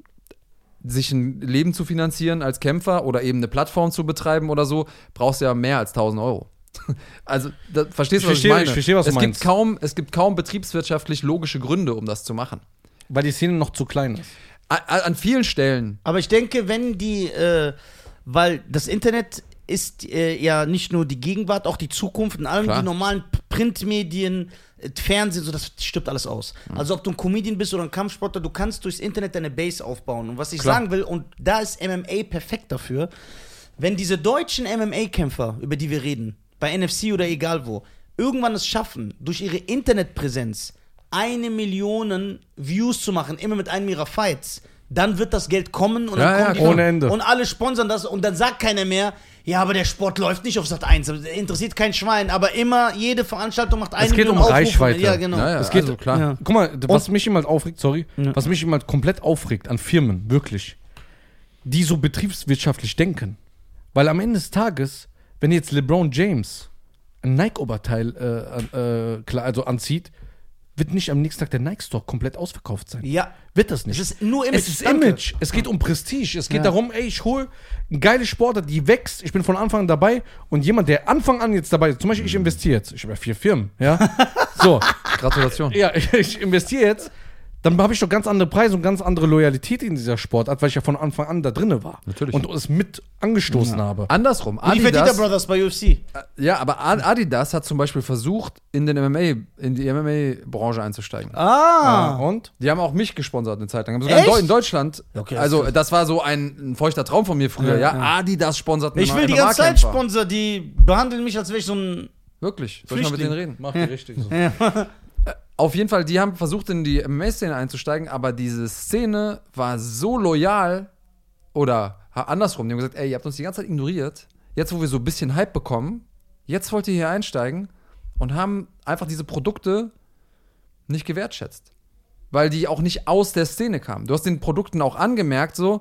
S3: sich ein Leben zu finanzieren als Kämpfer oder eben eine Plattform zu betreiben oder so, brauchst du ja mehr als 1000 Euro. Also, da, verstehst du,
S1: Ich
S3: was
S1: verstehe-
S3: ich meine?
S1: ich verstehe, was du
S3: es gibt
S1: meinst.
S3: kaum, Es gibt kaum betriebswirtschaftlich logische Gründe, um das zu machen.
S1: Weil die Szene noch zu klein ist.
S3: A- a- An vielen Stellen.
S2: Aber ich denke, wenn die, äh, weil das Internet ist äh, ja nicht nur die Gegenwart, auch die Zukunft und allem
S3: Klar.
S2: die normalen P- Printmedien, äh, Fernsehen, so das stirbt alles aus. Also ob du ein Comedian bist oder ein Kampfsportler, du kannst durchs Internet deine Base aufbauen. Und was ich
S3: Klar.
S2: sagen will, und da ist MMA perfekt dafür, wenn diese deutschen MMA-Kämpfer, über die wir reden, bei NFC oder egal wo, irgendwann es schaffen, durch ihre Internetpräsenz eine Million Views zu machen, immer mit einem ihrer Fights, dann wird das Geld kommen und
S3: Ja,
S2: dann
S3: ja,
S2: kommen
S3: klar.
S1: Ohne Ende.
S2: Und alle sponsern das und dann sagt keiner mehr, ja, aber der Sport läuft nicht auf Sat 1, interessiert kein Schwein, aber immer jede Veranstaltung macht eine
S1: geht um Reichweite.
S2: Ja, genau.
S3: Ja, ja,
S1: Es geht-
S3: also klar.
S2: Ja.
S1: Guck mal, was mich immer aufregt, sorry, was mich immer komplett aufregt an Firmen, wirklich, die so betriebswirtschaftlich denken. Weil am Ende des Tages, wenn jetzt LeBron James ein Nike-Oberteil äh, äh, klar- also anzieht, wird nicht am nächsten Tag der Nike-Store komplett ausverkauft sein.
S2: Ja.
S1: Wird das nicht.
S2: Es ist nur Image,
S1: Es ist
S2: danke.
S1: Image. Es geht um Prestige. Es geht
S2: Ja.
S1: darum, ey, ich hole eine geile Sportart, die wächst. Ich bin von Anfang an dabei. Und jemand, der Anfang an jetzt dabei ist, zum Beispiel ich investiere jetzt. Ich habe ja vier Firmen, ja. so.
S3: Gratulation.
S1: Ah, Ja, ich investiere jetzt. Dann habe ich doch ganz andere Preise und ganz andere Loyalität in dieser Sportart, weil ich ja von Anfang an da drinne war.
S3: Natürlich.
S1: Und es mit angestoßen habe.
S3: Andersrum.
S2: Wie die Fertitta
S3: Adidas,
S2: Brothers bei UFC.
S3: Ja, aber A- Adidas hat zum Beispiel versucht, in den MMA, in die MMA-Branche einzusteigen.
S2: Ah.
S1: Und?
S3: Die haben auch mich gesponsert eine Zeit lang. Haben sogar in
S2: Echt?
S3: Deu- in Deutschland.
S2: Okay, das
S3: also das war so ein, ein feuchter Traum von mir früher. Ja, Adidas sponsert
S2: Ich will die ganze Zeit Sponsor, die behandeln mich, als wäre ich so ein.
S3: Wirklich. Soll ich mal mit
S2: Flüchtling.
S3: denen reden?
S1: Mach die richtig so.
S3: Auf jeden Fall, die haben versucht, in die MMA-Szene einzusteigen, aber diese Szene war so loyal oder ha- andersrum. Die haben gesagt, ey, ihr habt uns die ganze Zeit ignoriert. Jetzt, wo wir so ein bisschen Hype bekommen, jetzt wollt ihr hier einsteigen und haben einfach diese Produkte nicht gewertschätzt. Weil die auch nicht aus der Szene kamen. Du hast den Produkten auch angemerkt, so,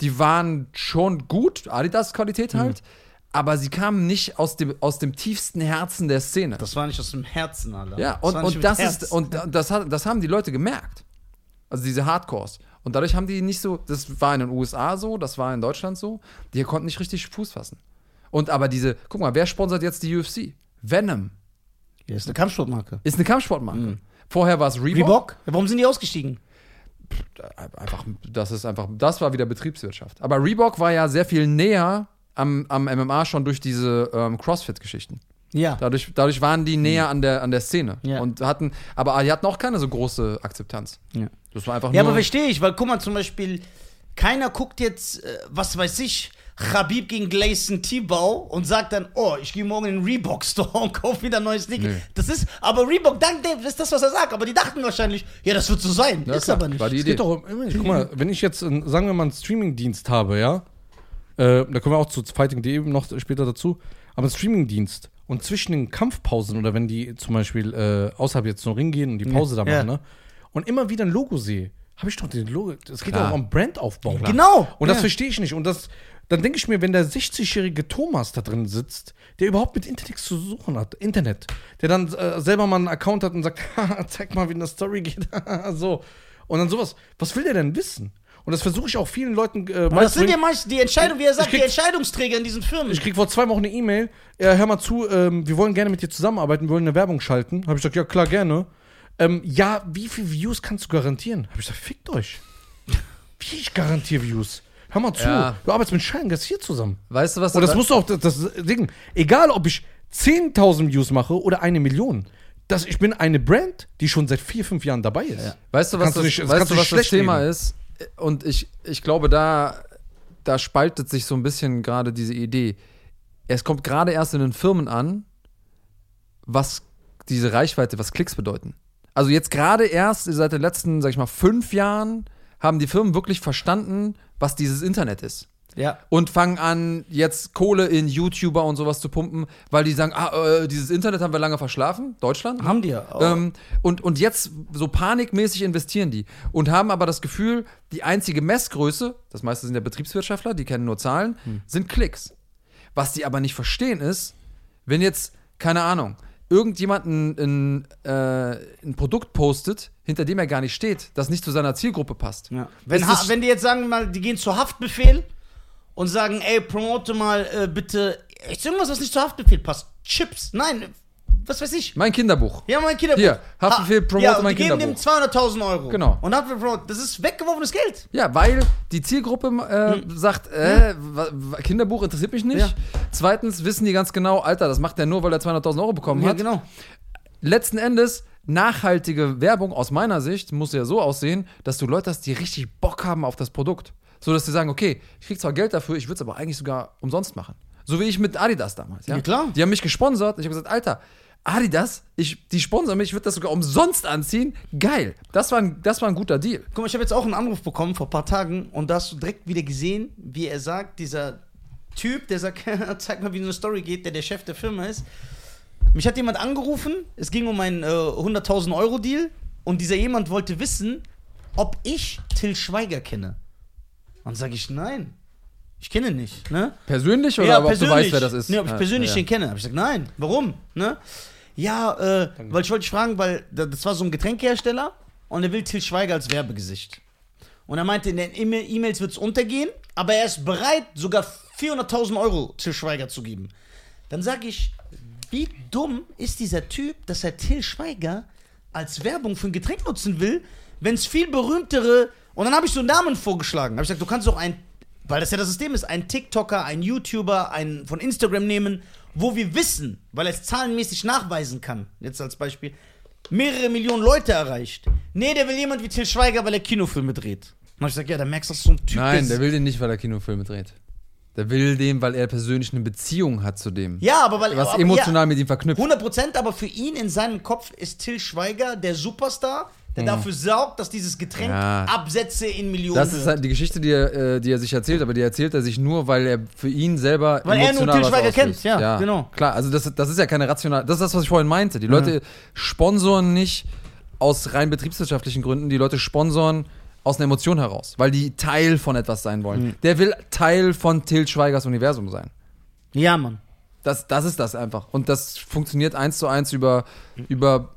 S3: die waren schon gut, Adidas-Qualität halt, aber sie kamen nicht aus dem, aus dem tiefsten Herzen der Szene.
S2: Das war nicht aus dem Herzen, Alter.
S3: Ja, und,
S2: war nicht
S3: und,
S2: mit
S3: das,
S2: Herz.
S3: ist, und da- das, hat, das haben die Leute gemerkt. Also diese Hardcores. Und dadurch haben die nicht so, das war in den USA so, das war in Deutschland so, die konnten nicht richtig Fuß fassen. Und aber diese, guck mal, wer sponsert jetzt die UFC? Venom.
S2: Das ist eine Kampfsportmarke.
S3: Ist eine Kampfsportmarke. Vorher war es Reebok.
S2: Mhm. Reebok? Ja, warum sind die ausgestiegen?
S3: Einfach, das ist einfach, das war wieder Betriebswirtschaft. Aber Reebok war ja sehr viel näher am, am MMA schon durch diese ähm, CrossFit-Geschichten.
S2: Ja.
S3: Dadurch, dadurch waren die näher an der, an der Szene.
S2: Mhm. Ja.
S3: Und hatten, aber die hatten auch keine so große Akzeptanz.
S2: Ja.
S3: Das war einfach
S2: Ja,
S3: nur.
S2: aber verstehe ich, weil guck mal zum Beispiel, keiner guckt jetzt, äh, was weiß ich, Khabib gegen Gleison Tibau und sagt dann, oh, ich gehe morgen in den Reebok Store und kaufe wieder neue Sneaker.
S3: Nee.
S2: Das ist, aber Reebok, dank dem, das ist das, was er sagt. Aber die dachten wahrscheinlich, ja, das wird so sein.
S3: Ja,
S2: ist
S3: klar,
S2: aber nicht.
S3: war die
S1: Es
S3: Idee.
S1: geht doch um Image. Guck mal, wenn ich jetzt, einen- sagen wir mal, einen Streamingdienst habe, ja, äh, da kommen wir auch zu Fighting.de noch später dazu, aber einen Streamingdienst und zwischen den Kampfpausen oder wenn die zum Beispiel äh, außerhalb jetzt zum Ring gehen und die Pause da
S2: Hm. Ja.
S1: machen, ne, und immer wieder ein Logo sehe, habe ich doch den Logo. Es geht
S3: Klar.
S1: auch um Brandaufbau.
S2: Genau.
S1: Und das
S2: Ja.
S1: verstehe ich nicht. Und das, dann denke ich mir, wenn der 60-jährige Thomas da drin sitzt, der überhaupt mit Internet zu suchen hat, Internet, der dann äh, selber mal einen Account hat und sagt, "Haha, zeig mal, wie eine Story geht, so. Und dann sowas. Was will der denn wissen? Und das versuche ich auch vielen Leuten äh,
S2: Das sind
S1: beizubringen.
S2: ja meist die Entscheidung, wie er sagt,
S1: krieg-
S2: die Entscheidungsträger in diesen Firmen.
S1: Ich krieg vor zwei Wochen eine E-Mail. Ja, hör mal zu, ähm, wir wollen gerne mit dir zusammenarbeiten, wir wollen eine Werbung schalten. Habe ich gesagt, ja klar, gerne. Ähm, ja, wie viel Views kannst du garantieren? Habe ich gesagt, fickt euch. Wie ich garantiere Views? Hör mal zu,
S3: Ja.
S1: du arbeitest mit Scheingast hier zusammen.
S3: Weißt du, was
S1: Und das
S3: da-
S1: musst du auch, das, das Ding, egal ob ich 10.000 Views mache oder eine Million, dass ich bin eine Brand, die schon seit vier, fünf Jahren dabei ist.
S3: Weißt du, was
S1: Kannst du
S3: das,
S1: nicht- das
S3: weißt
S1: kannst
S3: du,
S1: du
S3: was
S1: nicht
S3: das
S1: schlecht
S3: Thema
S1: reden.
S3: ist? Und ich, ich glaube, da, da spaltet sich so ein bisschen gerade diese Idee. Es kommt gerade erst in den Firmen an, was diese Reichweite, was Klicks bedeuten. Also jetzt gerade erst seit den letzten, sag ich mal, fünf Jahren haben die Firmen wirklich verstanden, was dieses Internet ist
S2: Ja.
S3: und fangen an, jetzt Kohle in YouTuber und sowas zu pumpen, weil die sagen, ah, äh, dieses Internet haben wir lange verschlafen, Deutschland.
S2: Haben die ja auch.
S3: Ähm, und, und jetzt so panikmäßig investieren die und haben aber das Gefühl, die einzige Messgröße, das meiste sind ja Betriebswirtschaftler, die kennen nur Zahlen,
S2: Hm.
S3: sind Klicks. Was die aber nicht verstehen ist, wenn jetzt, keine Ahnung, irgendjemand ein, ein, äh, ein Produkt postet, hinter dem er gar nicht steht, das nicht zu seiner Zielgruppe passt.
S2: Ja. Wenn,
S3: Ist
S2: ha
S3: es-
S2: wenn die jetzt sagen wir mal, die gehen zu Haftbefehl und sagen, ey, promote mal äh, bitte echt irgendwas, was nicht zu Haftbefehl passt. Chips, nein, was weiß ich.
S3: Mein Kinderbuch.
S2: Ja, mein Kinderbuch.
S3: Hier, Haftbefehl, promote
S2: ja, und
S3: mein
S2: die geben dem
S3: Kinderbuch.
S2: 200.000 Euro.
S3: Genau.
S2: Und Haftbefehl, promote, das ist weggeworfenes Geld.
S3: Ja, weil die Zielgruppe äh, sagt, äh, wa- wa- Kinderbuch interessiert mich nicht.
S2: Hm. Ja.
S3: Zweitens wissen die ganz genau, Alter, das macht der nur, weil er 200.000 Euro bekommen hat.
S2: genau.
S3: Letzten Endes, nachhaltige Werbung aus meiner Sicht muss ja so aussehen, dass du Leute hast, die richtig Bock haben auf das Produkt. So, dass sie sagen, okay, ich krieg zwar Geld dafür, ich würde es aber eigentlich sogar umsonst machen. So wie ich mit Adidas damals. Ja,
S2: Ja, klar.
S3: Die haben mich gesponsert. Ich habe gesagt, Alter, Adidas, ich, die sponsern mich, ich würde das sogar umsonst anziehen. Geil. Das war ein, das war ein guter Deal.
S2: Guck mal, ich habe jetzt auch einen Anruf bekommen vor ein paar Tagen und da hast du direkt wieder gesehen, wie er sagt, dieser Typ, der sagt, zeig mal, wie so eine Story geht, der der Chef der Firma ist. Mich hat jemand angerufen, es ging um einen äh, 100.000 Euro Deal und dieser jemand wollte wissen, ob ich Till Schweiger kenne. Und sage ich, nein, ich kenne ihn nicht, ne?
S3: Persönlich oder aber ob du weißt, wer das ist?
S2: Nee, ob ich
S3: Ja,
S2: persönlich
S3: ja.
S2: den kenne. Hab ich gesagt, nein, warum? Ne? Ja, äh, weil ich wollte dich fragen, weil da- das war so ein Getränkehersteller und er will Til Schweiger als Werbegesicht. Und er meinte, in den E-Mail- E-Mails wird es untergehen, aber er ist bereit, sogar 400.000 Euro Til Schweiger zu geben. Dann sage ich, wie dumm ist dieser Typ, dass er Til Schweiger als Werbung für ein Getränk nutzen will, wenn es viel berühmtere. Und dann habe ich so einen Namen vorgeschlagen. Habe ich gesagt, du kannst auch ein, weil das ja das System ist, einen TikToker, einen YouTuber, einen von Instagram nehmen, wo wir wissen, weil er es zahlenmäßig nachweisen kann, jetzt als Beispiel, mehrere Millionen Leute erreicht. Nee, der will jemand wie Til Schweiger, weil er Kinofilme dreht. Und hab ich gesagt, ja, da merkst du, dass so ein Typ
S3: Nein,
S2: ist.
S3: der will den nicht, weil er Kinofilme dreht. Der will den, weil er persönlich eine Beziehung hat zu dem.
S2: ja, aber weil
S3: was
S2: aber,
S3: emotional
S2: ja.
S3: mit ihm verknüpft.
S2: 100 Prozent, aber für ihn in seinem Kopf ist Till Schweiger der Superstar, der dafür sorgt, dass dieses Getränk
S3: Hm. Ja.
S2: Absätze in Millionen
S3: Das ist
S2: wird.
S3: halt die Geschichte, die er, äh, die er sich erzählt, aber die erzählt er sich nur, weil er für ihn selber
S2: Weil er nur
S3: emotional
S2: Til
S3: was
S2: Schweiger
S3: auslöst.
S2: kennt, ja, genau. Mhm.
S3: Klar, also das, das ist ja keine rationale, das ist das, was ich vorhin meinte. Die Leute sponsoren nicht aus rein betriebswirtschaftlichen Gründen, die Leute sponsoren aus einer Emotion heraus, weil die Teil von etwas sein wollen.
S2: Mhm.
S3: Der will Teil von Til Schweigers Universum sein.
S2: ja, Mann.
S3: Das, das ist das einfach. Und das funktioniert eins zu eins über,
S2: Mhm.
S3: über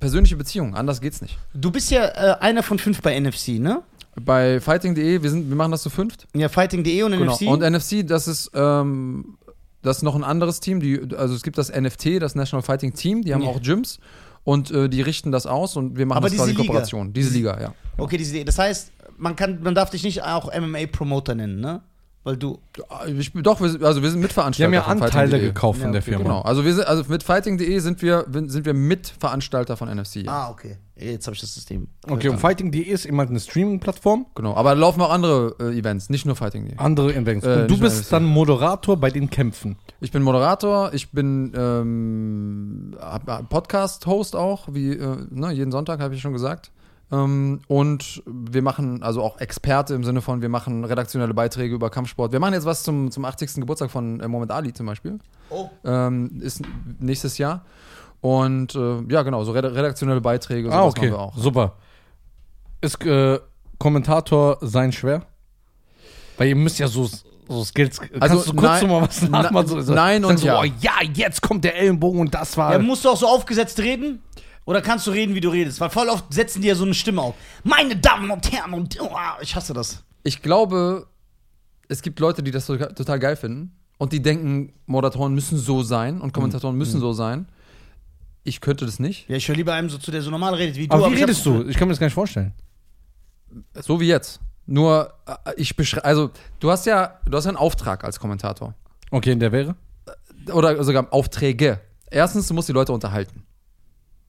S3: persönliche Beziehungen. Anders geht's nicht.
S2: Du bist ja äh, einer von fünf bei NFC, ne?
S3: Bei fighting.de, wir, sind, wir machen das zu fünft.
S2: Ja, Fighting.de und
S3: Genau.
S2: NFC.
S3: Und NFC, das ist, ähm, das ist noch ein anderes Team. Die, also es gibt das NFT, das National Fighting Team. Die haben
S2: Ja.
S3: auch Gyms. Und äh, die richten das aus und wir machen
S2: Aber
S3: das quasi
S2: diese Liga.
S3: Kooperation. Diese Liga, ja.
S2: okay, diese Idee. Das heißt, man, kann, man darf dich nicht auch MMA-Promoter nennen, ne? Weil du.
S3: Ich, bin- doch, wir, sind- also wir sind
S1: Die
S3: Mitveranstalter.
S1: haben ja
S3: von
S1: Anteile
S3: fighting.de.
S1: gekauft
S2: Ja,
S1: von der
S2: okay,
S1: Firma.
S3: Genau. Also, wir sind, also mit fighting.de sind wir, sind wir Mitveranstalter von NFC. Ja.
S2: Ah, okay. Jetzt habe ich das System.
S1: Okay, und Fighting.de ist eben halt eine Streaming-Plattform,
S3: Genau. Aber da laufen auch andere äh, Events, nicht nur fighting.de.
S1: andere Events.
S3: Äh,
S1: und du
S3: nicht nur
S1: bist dann Moderator bei den Kämpfen.
S3: Ich bin Moderator, ich bin ähm, hab- hab Podcast-Host auch, wie äh, ne, jeden Sonntag, habe ich schon gesagt. Ähm, und wir machen also auch Experte im Sinne von, wir machen redaktionelle Beiträge über Kampfsport. Wir machen jetzt was zum, zum 80. Geburtstag von äh, Mohamed Ali zum Beispiel.
S2: Oh.
S3: Ähm, ist n- nächstes Jahr. Und äh, ja, genau, so reda- redaktionelle Beiträge,
S1: Ah, okay.
S3: wir auch.
S1: Super. Ist äh, Kommentator sein schwer? Weil ihr müsst ja so, so Skills. kannst du kurz
S3: nein-
S1: nochmal was
S3: na-
S1: nachmachen? So, so,
S3: nein
S1: sagst
S3: und
S1: du,
S3: ja.
S1: Oh, ja, jetzt kommt der Ellenbogen und das war.
S2: Ja, musst du auch so aufgesetzt reden? Oder kannst du reden, wie du redest? Weil voll oft setzen die ja so eine Stimme auf. Meine Damen und Herren und oh, ich hasse das.
S3: Ich glaube, es gibt Leute, die das total total geil finden und die denken, Moderatoren müssen so sein und Kommentatoren müssen so sein. Ich könnte das nicht.
S2: Ja, ich höre lieber einem so zu, der so normal redet wie du.
S1: aber wie
S2: ich hab-
S1: redest du? Ich kann mir das gar nicht vorstellen.
S3: So wie jetzt. Nur, äh, ich beschreibe, also du hast ja, du hast ja einen Auftrag als Kommentator.
S1: Okay, und der wäre?
S3: Oder sogar Aufträge. Erstens, du musst die Leute unterhalten.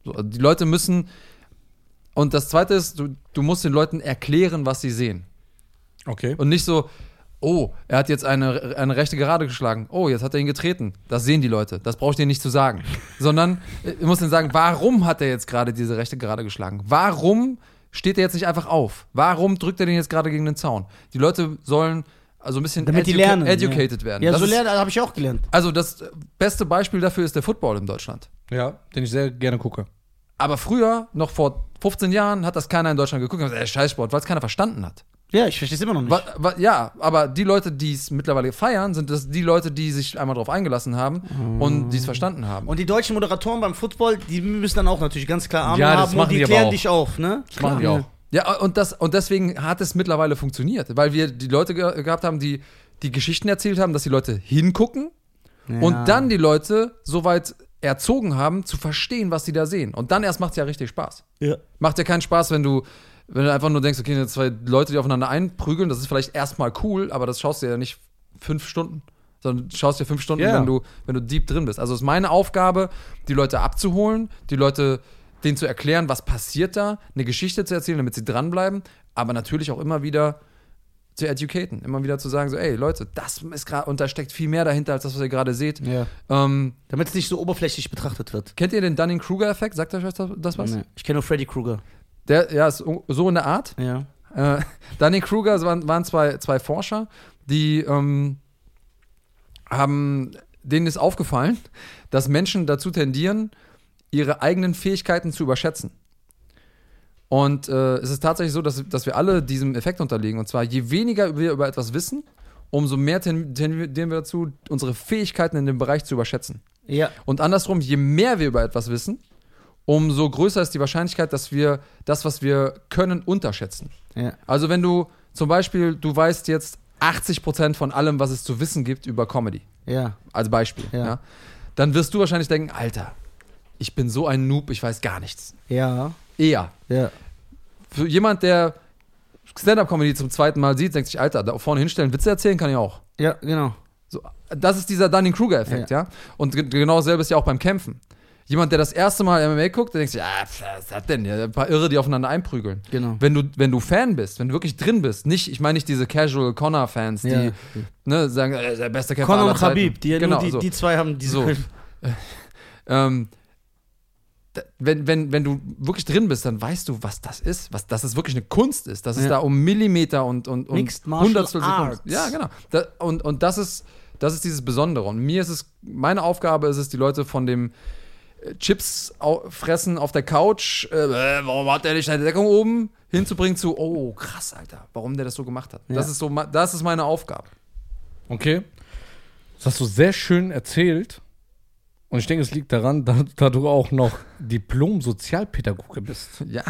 S3: So, also die Leute müssen, und das zweite ist, du, du musst den Leuten erklären, was sie sehen.
S1: Okay.
S3: Und nicht so, oh, er hat jetzt eine, eine rechte Gerade geschlagen. Oh, jetzt hat er ihn getreten. Das sehen die Leute. Das brauche ich denen nicht zu sagen. Sondern äh, ich muss denen sagen, warum hat er jetzt gerade diese rechte Gerade geschlagen? Warum steht er jetzt nicht einfach auf? Warum drückt er den jetzt gerade gegen den Zaun? Die Leute sollen also ein bisschen
S2: Damit die
S3: educa-
S2: lernen.
S3: educated
S2: ja.
S3: werden.
S2: Ja,
S3: das
S2: so
S3: ist,
S2: lernen, habe ich auch gelernt.
S3: also das äh, beste Beispiel dafür ist der Football in Deutschland.
S1: Ja, den ich sehr gerne gucke.
S3: Aber früher, noch vor 15 Jahren, hat das keiner in Deutschland geguckt und gesagt, ey, Scheißsport, weil es keiner verstanden hat.
S2: Ja, ich verstehe es immer noch nicht.
S3: Wa- wa- ja, aber die Leute, die es mittlerweile feiern, sind das die Leute, die sich einmal drauf eingelassen haben und die es verstanden haben.
S2: Und die deutschen Moderatoren beim Football, die müssen dann auch natürlich ganz klar Ahnung
S1: Ja, das
S2: haben und
S1: machen
S2: die
S1: die aber
S2: klären
S1: auch.
S2: dich auf, ne?
S1: Das machen die auch.
S3: ja, und, das, und deswegen hat es mittlerweile funktioniert, weil wir die Leute ge gehabt haben, die die Geschichten erzählt haben, dass die Leute hingucken
S2: Ja.
S3: und dann die Leute soweit erzogen haben, zu verstehen, was sie da sehen. Und dann erst macht es ja richtig Spaß.
S2: Ja.
S3: Macht ja keinen Spaß, wenn du, wenn du einfach nur denkst, okay, jetzt zwei Leute, die aufeinander einprügeln, das ist vielleicht erstmal cool, aber das schaust du ja nicht fünf Stunden, sondern du schaust dir fünf Stunden,
S1: Ja.
S3: wenn, du, wenn du deep drin bist. Also ist meine Aufgabe, die Leute abzuholen, die Leute, denen zu erklären, was passiert da, eine Geschichte zu erzählen, damit sie dranbleiben, aber natürlich auch immer wieder zu educaten, immer wieder zu sagen, so, ey Leute, das ist gerade, und da steckt viel mehr dahinter, als das, was ihr gerade seht.
S2: Ja.
S3: Ähm,
S2: Damit es nicht so oberflächlich betrachtet wird.
S3: kennt ihr den Dunning-Kruger-Effekt? Sagt euch das, das was?
S2: Nee. Ich kenne nur Freddy Krueger.
S3: Der, ja, ist so in der Art.
S2: Ja.
S3: Äh, Danny Kruger es waren, waren zwei, zwei Forscher, die ähm, haben, denen ist aufgefallen, dass Menschen dazu tendieren, ihre eigenen Fähigkeiten zu überschätzen. Und äh, es ist tatsächlich so, dass, dass wir alle diesem Effekt unterliegen. Und zwar, je weniger wir über etwas wissen, umso mehr ten- tendieren wir dazu, unsere Fähigkeiten in dem Bereich zu überschätzen.
S2: Ja.
S3: Und andersrum, je mehr wir über etwas wissen, umso größer ist die Wahrscheinlichkeit, dass wir das, was wir können, unterschätzen.
S2: ja.
S3: Also wenn du zum Beispiel, du weißt jetzt 80% von allem, was es zu wissen gibt über Comedy,
S2: Ja.
S3: als Beispiel,
S2: Ja.
S3: ja. dann wirst du wahrscheinlich denken, Alter, ich bin so ein Noob, ich weiß gar nichts.
S2: Ja.
S3: Eher.
S2: Ja.
S3: Für jemand, der Stand-Up-Comedy zum zweiten Mal sieht, denkt sich, Alter, da vorne hinstellen, Witze erzählen kann ich auch.
S2: Ja, genau.
S3: So, das ist dieser Dunning-Kruger-Effekt, ja. Und ge- genau dasselbe ist ja auch beim Kämpfen. Jemand, der das erste Mal MMA guckt, der denkt sich, ah, pf, was hat denn hier? Ein paar Irre, die aufeinander einprügeln.
S2: Genau.
S3: Wenn du, wenn du Fan bist, wenn du wirklich drin bist, nicht, ich meine nicht diese Casual Connor-Fans, die
S2: Ja.
S3: ne, sagen, er ist der beste Kämpfer
S2: Conor
S3: aller
S2: und
S3: Zeiten.
S2: Habib, die, ja
S3: genau,
S2: nur die,
S3: so.
S2: die zwei haben diese.
S3: So. Ähm, d- wenn, wenn, wenn du wirklich drin bist, dann weißt du, was das ist, was, dass es wirklich eine Kunst ist, dass es
S2: Ja.
S3: da um Millimeter und, und, und
S2: Mixed Martial
S3: Sekunden-
S2: Arts.
S3: Ja, genau. Da, und, und das ist, das ist dieses Besondere. Und mir ist es, meine Aufgabe ist es, die Leute von dem äh, Chips au fressen auf der Couch, äh, äh, warum hat der nicht eine Deckung oben, hinzubringen zu, oh krass, Alter, warum der das so gemacht hat. Das ist so, ma- das ist meine Aufgabe.
S1: Okay. Das hast du sehr schön erzählt. Und ich denke, es liegt daran, da, da du auch noch Diplom-Sozialpädagoge bist.
S3: Ja.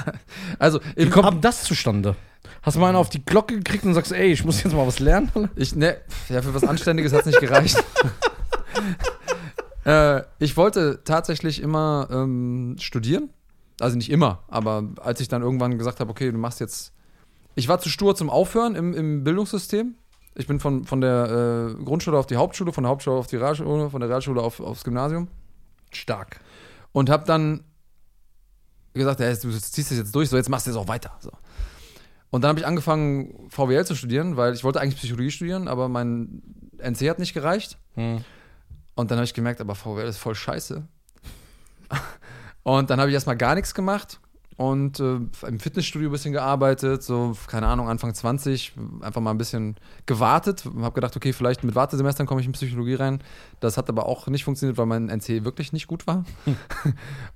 S3: Also,
S1: Wie kommt denn das zustande? Hast du mal einen auf die Glocke gekriegt und sagst, ey, ich muss jetzt mal was lernen?
S3: Ich, ne, pf, ja, für was Anständiges hat es nicht gereicht. äh, ich wollte tatsächlich immer ähm, studieren. Also nicht immer, aber als ich dann irgendwann gesagt habe, okay, du machst jetzt. Ich war zu stur zum Aufhören im, im Bildungssystem. Ich bin von, von der äh, Grundschule auf die Hauptschule, von der Hauptschule auf die Realschule, von der Realschule auf, aufs Gymnasium
S1: Stark.
S3: und habe dann gesagt, ey, du ziehst das jetzt durch, so jetzt machst du das auch weiter. So. Und dann habe ich angefangen, VWL zu studieren, weil ich wollte eigentlich Psychologie studieren, aber mein NC hat nicht gereicht.
S1: Hm.
S3: Und dann habe ich gemerkt, aber VWL ist voll scheiße. Und dann habe ich erstmal gar nichts gemacht und äh, im Fitnessstudio ein bisschen gearbeitet, so, keine Ahnung, Anfang 20, einfach mal ein bisschen gewartet. Habe gedacht, okay, vielleicht mit Wartesemestern komme ich in Psychologie rein. Das hat aber auch nicht funktioniert, weil mein NC wirklich nicht gut war.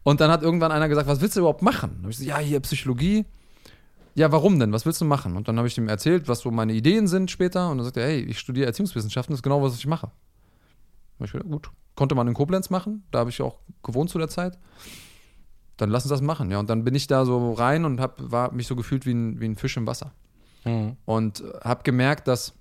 S3: Und dann hat irgendwann einer gesagt, was willst du überhaupt machen? Und ich so, ja, hier Psychologie. ja, warum denn? Was willst du machen? Und dann habe ich ihm erzählt, was so meine Ideen sind später. Und dann sagt er, hey, ich studiere Erziehungswissenschaften, das ist genau, was ich mache. Und ich gedacht, gut, konnte man in Koblenz machen, da habe ich auch gewohnt zu der Zeit. Dann lass uns das machen. Ja, und dann bin ich da so rein und hab, war mich so gefühlt wie ein, wie ein Fisch im Wasser.
S1: hm.
S3: Und habe gemerkt, dass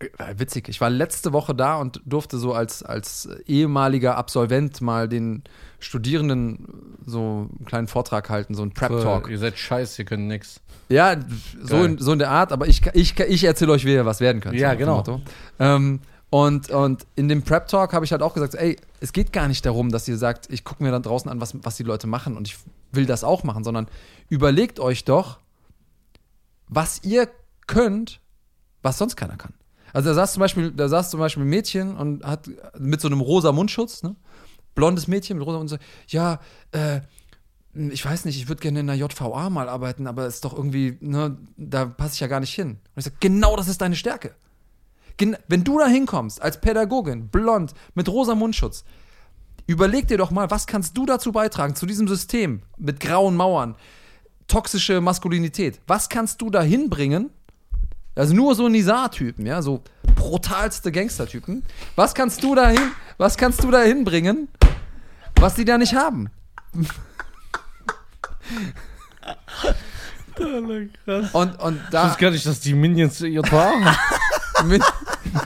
S3: äh, witzig, ich war letzte Woche da und durfte so als, als ehemaliger Absolvent mal den Studierenden so einen kleinen Vortrag halten, so einen Prep-Talk.
S1: Ihr seid scheiße, ihr könnt nix.
S3: Ja, so
S1: Geil.
S3: in, so in der Art, aber ich, ich, ich erzähle euch, wie ihr was werden könnt.
S1: Ja,
S3: so nach dem
S1: genau.
S3: Motto. Ähm, und, und in dem Prep Talk habe ich halt auch gesagt, ey, es geht gar nicht darum, dass ihr sagt, ich gucke mir dann draußen an, was, was die Leute machen und ich will das auch machen, sondern überlegt euch doch, was ihr könnt, was sonst keiner kann. Also da saß zum Beispiel, da saß zum Beispiel ein Mädchen und hat mit so einem rosa Mundschutz, ne? Blondes Mädchen mit rosa Mundschutz, ja, äh, ich weiß nicht, ich würde gerne in der JVA mal arbeiten, aber ist doch irgendwie, ne, da passe ich ja gar nicht hin. Und ich sage, genau das ist deine Stärke. Gen Wenn du da hinkommst, als Pädagogin, blond, mit rosa Mundschutz, überleg dir doch mal, was kannst du dazu beitragen, zu diesem System mit grauen Mauern, toxische Maskulinität. Was kannst du da hinbringen? Also nur so Nizar-Typen, ja, so brutalste Gangster-Typen. Was kannst du da hin, was kannst du da hinbringen, was die da nicht haben?
S1: Krass.
S3: Und, und
S1: Ich
S3: da.
S1: wusste gar nicht, dass die Minions JVA haben.
S3: Min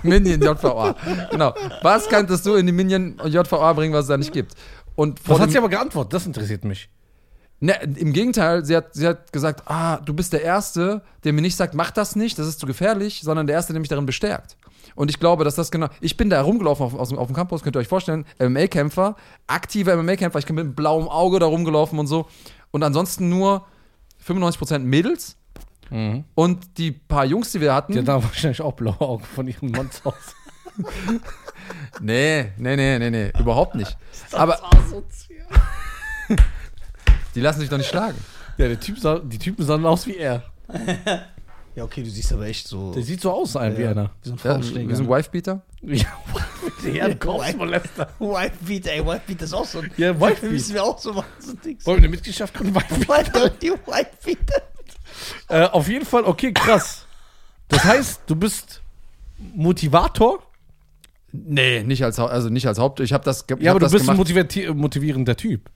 S3: Minion JVA. Genau. Was kanntest du in die Minion JVA bringen, was es da nicht gibt? Und vor
S1: Was hat
S3: dem-
S1: sie aber geantwortet? Das interessiert mich.
S3: Ne, Im Gegenteil, sie hat, sie hat gesagt, ah, du bist der Erste, der mir nicht sagt, mach das nicht, das ist zu gefährlich, sondern der Erste, der mich darin bestärkt. Und ich glaube, dass das genau. Ich bin da herumgelaufen auf, aus, dem- auf dem Campus, könnt ihr euch vorstellen, MMA-Kämpfer, aktiver MMA-Kämpfer, ich bin mit blauem Auge da rumgelaufen und so. Und ansonsten nur 95% Mädels. Und die paar Jungs, die wir hatten.
S1: Die hat Mhm. da wahrscheinlich auch blaue Augen von ihrem Mann zu Hause.
S3: Nee, nee, nee, nee, nee, überhaupt nicht. Aber die lassen sich doch nicht schlagen.
S1: Ja, der typ sah, die Typen sahen aus wie er.
S2: Ja, okay, du siehst aber echt so.
S1: Der sieht so aus ein, wie
S2: Ja.
S1: einer.
S2: Wie so ein ne?
S3: Ja,
S2: Faustschläger.
S3: wir sind Wifebeater.
S1: Ja, ja, ein Korpsmolester.
S2: Whitebeat, ey, Whitebeat ist auch so ein.
S1: Ja, Whitebeat.
S2: müssen wir auch so machen, so ein Ding.
S1: Wollen wir mitgeschafft haben?
S2: Whitebeat, die Whitebeat.
S1: Äh, auf jeden Fall, okay, krass. Das heißt, du bist Motivator?
S3: Nee, nicht als, Hau- also nicht als Haupt. Ich habe das ge- ich
S1: Ja,
S3: hab
S1: aber du
S3: das
S1: bist ein
S3: gemacht.
S1: motivati- äh, motivierender Typ.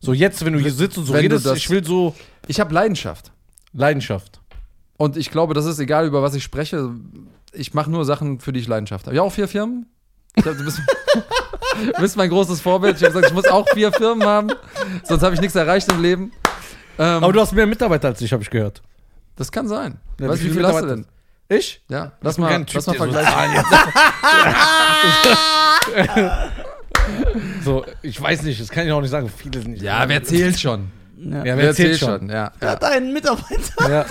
S1: So jetzt, wenn du hier sitzt und so
S3: Wenn du
S1: redest,
S3: das- Hm.
S1: ich will so
S3: Ich habe Leidenschaft.
S1: Leidenschaft.
S3: Und ich glaube, das ist egal, über was ich spreche. Ich mache nur Sachen, für die ich Leidenschaft habe. Ja, auch vier Firmen. Ich glaub, du, bist, du bist mein großes Vorbild. Ich habe gesagt, ich muss auch vier Firmen haben, sonst habe ich nichts erreicht im Leben. Ähm,
S1: Aber du hast mehr Mitarbeiter als ich, habe ich gehört.
S3: das kann sein.
S1: Ja,
S3: weißt du,
S1: wie
S3: wie
S1: viele
S3: viel hast du denn?
S1: Mitarbeiter- Ich?
S3: Ja, lass
S1: bin
S3: mal,
S1: kein Typ,
S3: lass mal
S1: der so-
S3: vergleichen.
S1: So, ich weiß nicht, das kann ich auch nicht sagen. Viele sind nicht.
S3: Ja, wer zählt schon?
S1: Ja,
S3: Wer, zählt schon? Ja,
S2: Er
S3: ja.
S2: hat einen Mitarbeiter.
S1: Ja.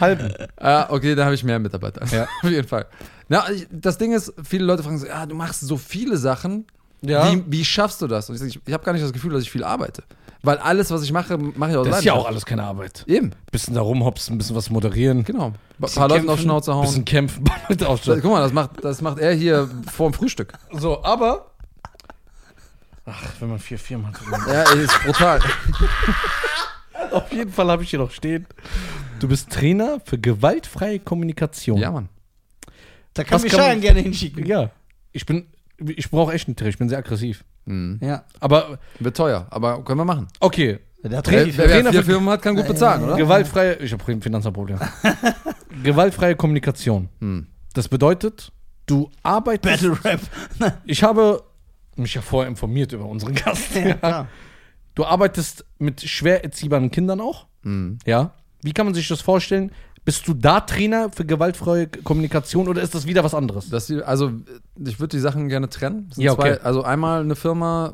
S1: Halben.
S3: Ah, okay, da habe ich mehr Mitarbeiter.
S1: Ja.
S3: Auf jeden Fall. Na, ich, das Ding ist, viele Leute fragen so, ja, du machst so viele Sachen.
S1: Ja.
S3: Wie, wie schaffst du das? Und ich, sag, ich, ich habe gar nicht das Gefühl, dass ich viel arbeite. Weil alles, was ich mache, mache ich aus
S1: Das ist ja
S3: Leidenschaft.
S1: auch alles keine Arbeit.
S3: Eben,
S1: Bisschen da rumhopsen, ein bisschen was moderieren.
S3: genau. Ein paar Leuten auf
S1: kämpfen,
S3: Schnauze hauen.
S1: Bisschen kämpfen, ein paar Leute auf
S3: Das,
S1: Schnauze.
S3: guck mal, das macht, das macht er hier vor dem Frühstück.
S1: So, aber. Ach, wenn man vier Firmen hat.
S3: Ja, ey, ist brutal.
S1: auf jeden Fall habe ich hier noch stehen. Du bist Trainer für gewaltfreie Kommunikation.
S3: ja, Mann.
S2: Da
S1: Was
S2: kann mich
S1: kann man-
S2: Schein gerne hinschicken.
S1: Ja. Ich bin. Ich brauche echt einen Trainer. Ich bin sehr aggressiv.
S2: Ja.
S1: Aber,
S3: Wird teuer, aber können wir machen.
S1: okay.
S2: Der hat
S1: Wer-
S2: richtig
S3: Wer,
S1: Trainer
S3: wer vier
S1: für-
S3: Firmen hat, kann gut bezahlen,
S1: Genau.
S3: oder?
S1: Gewaltfreie. Ich habe ein Finanzproblem. gewaltfreie Kommunikation.
S3: Hm.
S1: Das bedeutet, du arbeitest.
S2: Battle Rap.
S1: Ich habe mich ja vorher informiert über unseren Gast.
S2: Ja.
S1: Du arbeitest mit schwer erziehbaren Kindern auch.
S3: Hm.
S1: Ja. Wie kann man sich das vorstellen? Bist du da Trainer für gewaltfreie Kommunikation oder ist das wieder was anderes?
S3: Dass die, also, ich würde die Sachen gerne trennen. Das sind
S1: Ja, okay.
S3: zwei, also einmal eine Firma,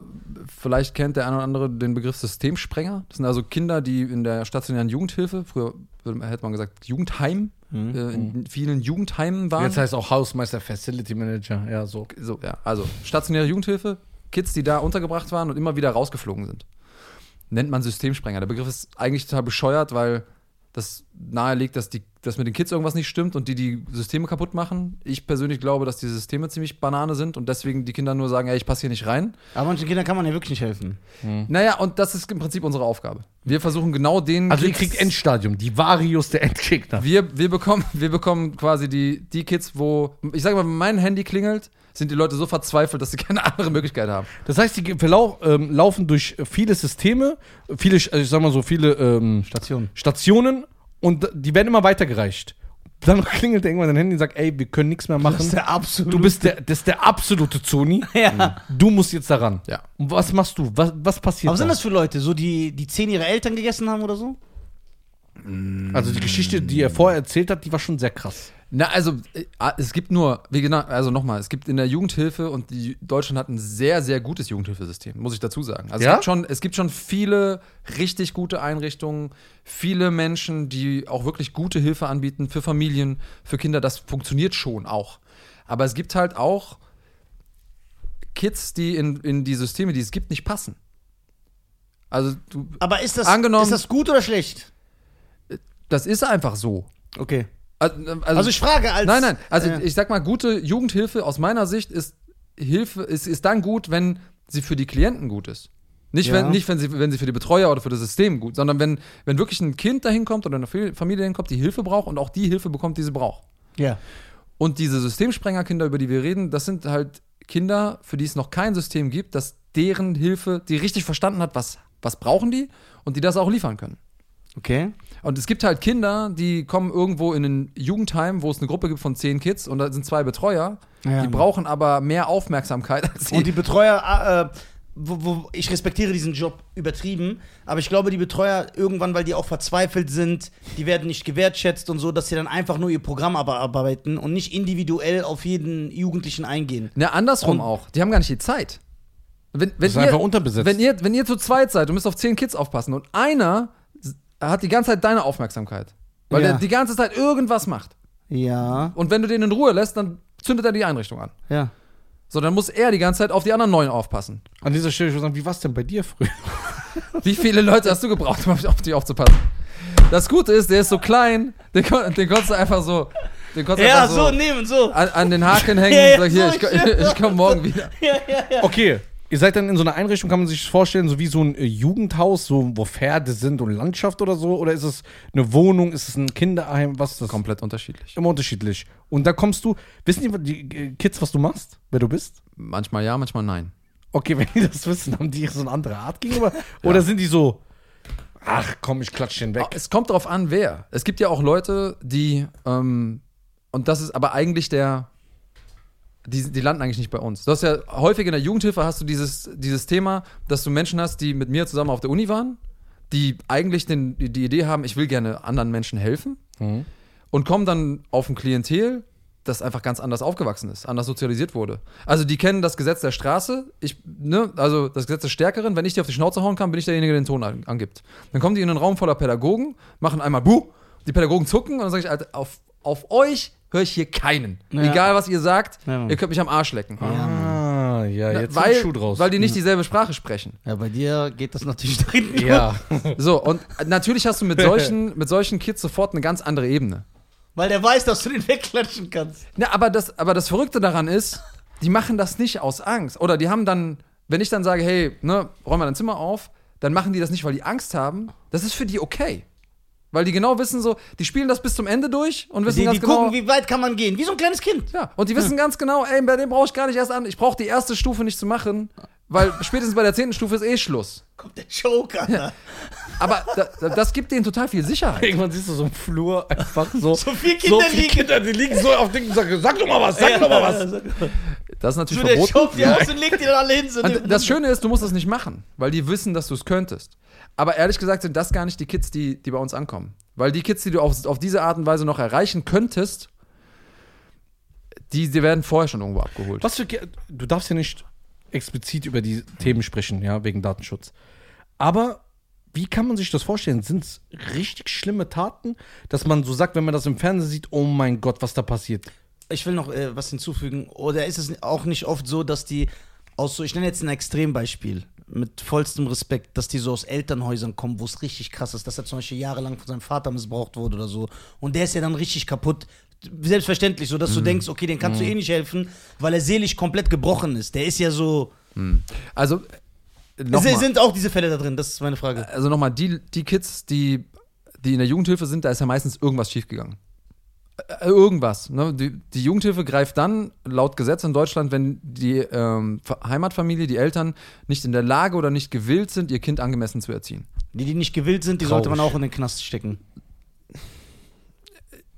S3: vielleicht kennt der eine oder andere den Begriff Systemsprenger. Das sind also Kinder, die in der stationären Jugendhilfe, früher würde- hätte man gesagt Jugendheim, äh, in vielen Jugendheimen waren.
S1: Mhm. Jetzt heißt auch Hausmeister, Facility Manager, ja, so.
S3: so, ja, also stationäre Jugendhilfe, Kids, die da untergebracht waren und immer wieder rausgeflogen sind. Nennt man Systemsprenger. Der Begriff ist eigentlich total bescheuert, weil das nahelegt, dass die dass mit den Kids irgendwas nicht stimmt und die die Systeme kaputt machen. Ich persönlich glaube, dass die Systeme ziemlich Banane sind und deswegen die Kinder nur sagen, ey, ich passe hier nicht rein.
S2: Aber manchen Kindern kann man ja wirklich nicht helfen.
S1: Mhm.
S3: Naja, und das ist im Prinzip unsere Aufgabe. Wir versuchen genau den
S1: Also ihr
S3: Kids-
S1: kriegt Endstadium, die Varius der Endgegner.
S3: wir, wir, bekommen, wir bekommen quasi die, die Kids, wo, ich sage mal, wenn mein Handy klingelt, sind die Leute so verzweifelt, dass sie keine andere Möglichkeit haben.
S1: Das heißt, die verlau ähm, laufen durch viele Systeme, viele, also ich sag mal so, viele ähm,
S2: Station.
S1: Stationen und die werden immer weitergereicht. Dann klingelt irgendwann dein Handy und sagt, ey, wir können nichts mehr machen.
S2: absolute.
S1: Du bist der, das ist der absolute Zoni.
S2: Ja.
S1: Du musst jetzt daran.
S3: Ja.
S1: Und was machst du? Was, was passiert?
S2: Aber sind
S1: da?
S2: das für Leute, so die, die zehn ihre Eltern gegessen haben oder so?
S1: also die Geschichte, die er vorher erzählt hat, die war schon sehr krass.
S3: Na, also, äh, es gibt nur, wie genau, also nochmal, es gibt in der Jugendhilfe und die, Deutschland hat ein sehr, sehr gutes Jugendhilfesystem, muss ich dazu sagen. Also,
S1: Ja?
S3: es, gibt schon, es gibt schon viele richtig gute Einrichtungen, viele Menschen, die auch wirklich gute Hilfe anbieten für Familien, für Kinder. Das funktioniert schon auch. Aber es gibt halt auch Kids, die in, in die Systeme, die es gibt, nicht passen. Also, du,
S2: Aber ist das,
S3: Angenommen-
S2: ist das gut oder schlecht?
S3: das ist einfach so.
S2: Okay.
S3: Also,
S2: Also ich frage als.
S3: Nein, nein. Also
S2: äh,
S3: ich sag mal, gute Jugendhilfe aus meiner Sicht ist Hilfe ist, ist dann gut, wenn sie für die Klienten gut ist. Nicht,
S2: Ja.
S3: wenn, nicht wenn, sie, wenn sie für die Betreuer oder für das System gut, sondern wenn, wenn wirklich ein Kind dahin kommt oder eine Fa- Familie hinkommt, die Hilfe braucht und auch die Hilfe bekommt, die sie braucht.
S2: ja.
S3: Und diese Systemsprengerkinder, über die wir reden, das sind halt Kinder, für die es noch kein System gibt, das deren Hilfe, die richtig verstanden hat, was, was brauchen die und die das auch liefern können.
S2: Okay.
S3: Und es gibt halt Kinder, die kommen irgendwo in ein Jugendheim, wo es eine Gruppe gibt von zehn Kids und da sind zwei Betreuer.
S2: Ja.
S3: Die brauchen aber mehr Aufmerksamkeit als
S2: Und
S3: die.
S2: die Betreuer, ah, äh, wo, wo, ich respektiere diesen Job übertrieben, aber ich glaube, die Betreuer irgendwann, weil die auch verzweifelt sind, die werden nicht gewertschätzt und so, dass sie dann einfach nur ihr Programm aber arbeiten und nicht individuell auf jeden Jugendlichen eingehen.
S3: Ne, andersrum
S2: Und-
S3: auch. Die haben gar nicht die Zeit. Wenn, wenn
S1: ist
S3: ihr,
S1: einfach unterbesetzt.
S3: Wenn ihr, wenn ihr zu zweit seid und müsst auf zehn Kids aufpassen und einer s- hat die ganze Zeit deine Aufmerksamkeit, weil
S2: Ja.
S3: der die ganze Zeit irgendwas macht.
S2: Ja,
S3: Und wenn du den in Ruhe lässt, dann zündet er die Einrichtung an.
S2: ja.
S3: So, dann muss er die ganze Zeit auf die anderen neun aufpassen.
S1: An dieser Stelle, ich würde sagen, wie war es denn bei dir früher?
S3: Wie viele Leute hast du gebraucht, um auf dich aufzupassen? Das Gute ist, der ist so klein, den, kon den konntest du einfach so, den konntest du
S2: Ja,
S3: einfach
S2: so
S3: so,
S2: nehmen, so.
S3: an, an den Haken hängen
S2: Ja, ja,
S3: und sag, hier,
S2: so,
S3: ich, ko-
S2: ich-
S3: ich komme morgen wieder.
S2: Ja, ja, ja.
S1: Okay, ihr seid dann in so einer Einrichtung, kann man sich vorstellen, so wie so ein äh, Jugendhaus, so, wo Pferde sind und Landschaft oder so? Oder ist es eine Wohnung, ist es ein Kinderheim, was ist das?
S3: Komplett unterschiedlich.
S1: Immer unterschiedlich. Und da kommst du, wissen die, die äh, Kids, was du machst, wer du bist?
S3: Manchmal ja, manchmal nein.
S1: Okay, wenn die das wissen, haben die so eine andere Art gegenüber? Oder sind die so, ach komm, ich klatsche den weg?
S3: Es kommt darauf an, wer. Es gibt ja auch Leute, die, ähm, und das ist aber eigentlich der, die, die landen eigentlich nicht bei uns. Du hast ja häufig in der Jugendhilfe hast du dieses, dieses Thema, dass du Menschen hast, die mit mir zusammen auf der Uni waren, die eigentlich den, die Idee haben, ich will gerne anderen Menschen helfen.
S1: Mhm.
S3: und kommen dann auf ein Klientel, das einfach ganz anders aufgewachsen ist, anders sozialisiert wurde. Also die kennen das Gesetz der Straße, ich, ne, also das Gesetz des Stärkeren, wenn ich dir auf die Schnauze hauen kann, bin ich derjenige, der den Ton an, angibt. Dann kommen die in einen Raum voller Pädagogen, machen einmal Buh, die Pädagogen zucken und dann sage ich, Alter, auf, auf euch höre ich hier keinen.
S2: Ja.
S3: Egal, was ihr sagt,
S2: Ja, Mann.
S3: ihr könnt mich am Arsch lecken.
S1: Ah, ja,
S3: Na,
S1: jetzt ist
S3: weil,
S1: ein Schuh draus.
S3: weil die nicht dieselbe Sprache sprechen.
S2: Ja, bei dir geht das natürlich nach hinten.
S1: ja.
S3: So, und natürlich hast du mit solchen, mit solchen Kids sofort eine ganz andere Ebene.
S2: Weil der weiß, dass du den wegklatschen kannst.
S3: Na, aber das, aber das Verrückte daran ist, die machen das nicht aus Angst. Oder die haben dann, wenn ich dann sage, hey, ne, räum mal dein Zimmer auf, dann machen die das nicht, weil die Angst haben. Das ist für die okay. Weil die genau wissen so, die spielen das bis zum Ende durch und wissen
S2: Die,
S3: ganz
S2: die
S3: genau.
S2: gucken, wie weit kann man gehen. Wie so ein kleines Kind.
S3: ja, und die wissen ganz genau, ey, bei dem brauche ich gar nicht erst an, ich brauche die erste Stufe nicht zu machen, weil spätestens bei der zehnten Stufe ist eh Schluss.
S2: Kommt der Joker. Ja.
S3: Aber da, da, das gibt denen total viel Sicherheit.
S1: Irgendwann siehst du so im Flur einfach so. so
S2: viele Kinder
S1: viele
S2: liegen.
S1: Kinder, die liegen so auf Dingen und sagen, sag doch mal was, sag doch mal was.
S3: Das ist natürlich
S2: Nur der
S3: verboten.
S2: schaut die aus und legt die dann alle hin. So
S3: Und das Schöne ist, du musst es nicht machen, weil die wissen, dass du es könntest. Aber ehrlich gesagt sind das gar nicht die Kids, die, die bei uns ankommen. Weil die Kids, die du auf, auf diese Art und Weise noch erreichen könntest, die, die werden vorher schon irgendwo abgeholt.
S1: Was für Ge- du darfst ja nicht explizit über die Themen sprechen, ja, wegen Datenschutz. Aber wie kann man sich das vorstellen? Sind es richtig schlimme Taten, dass man so sagt, wenn man das im Fernsehen sieht, oh mein Gott, was da passiert?
S2: ich will noch äh, was hinzufügen. Oder ist es auch nicht oft so, dass die aus so, ich nenne jetzt ein Extrembeispiel. mit vollstem Respekt, dass die so aus Elternhäusern kommen, wo es richtig krass ist, dass er zum Beispiel jahrelang von seinem Vater missbraucht wurde oder so. Und der ist ja dann richtig kaputt. Selbstverständlich, so dass
S3: Mhm.
S2: du denkst, okay, den kannst du eh nicht helfen, weil er seelisch komplett gebrochen ist. Der ist ja so.
S3: Also,
S2: Es
S3: nochmal,
S2: sind auch diese Fälle da drin, das ist meine Frage.
S3: also noch mal, die, die Kids, die, die in der Jugendhilfe sind, da ist ja meistens irgendwas schiefgegangen. Äh, Irgendwas. Ne? Die, die Jugendhilfe greift dann laut Gesetz in Deutschland, wenn die ähm, Ver- Heimatfamilie, die Eltern nicht in der Lage oder nicht gewillt sind, ihr Kind angemessen zu erziehen.
S2: Die, die nicht gewillt sind, die sollte man auch in den Knast stecken.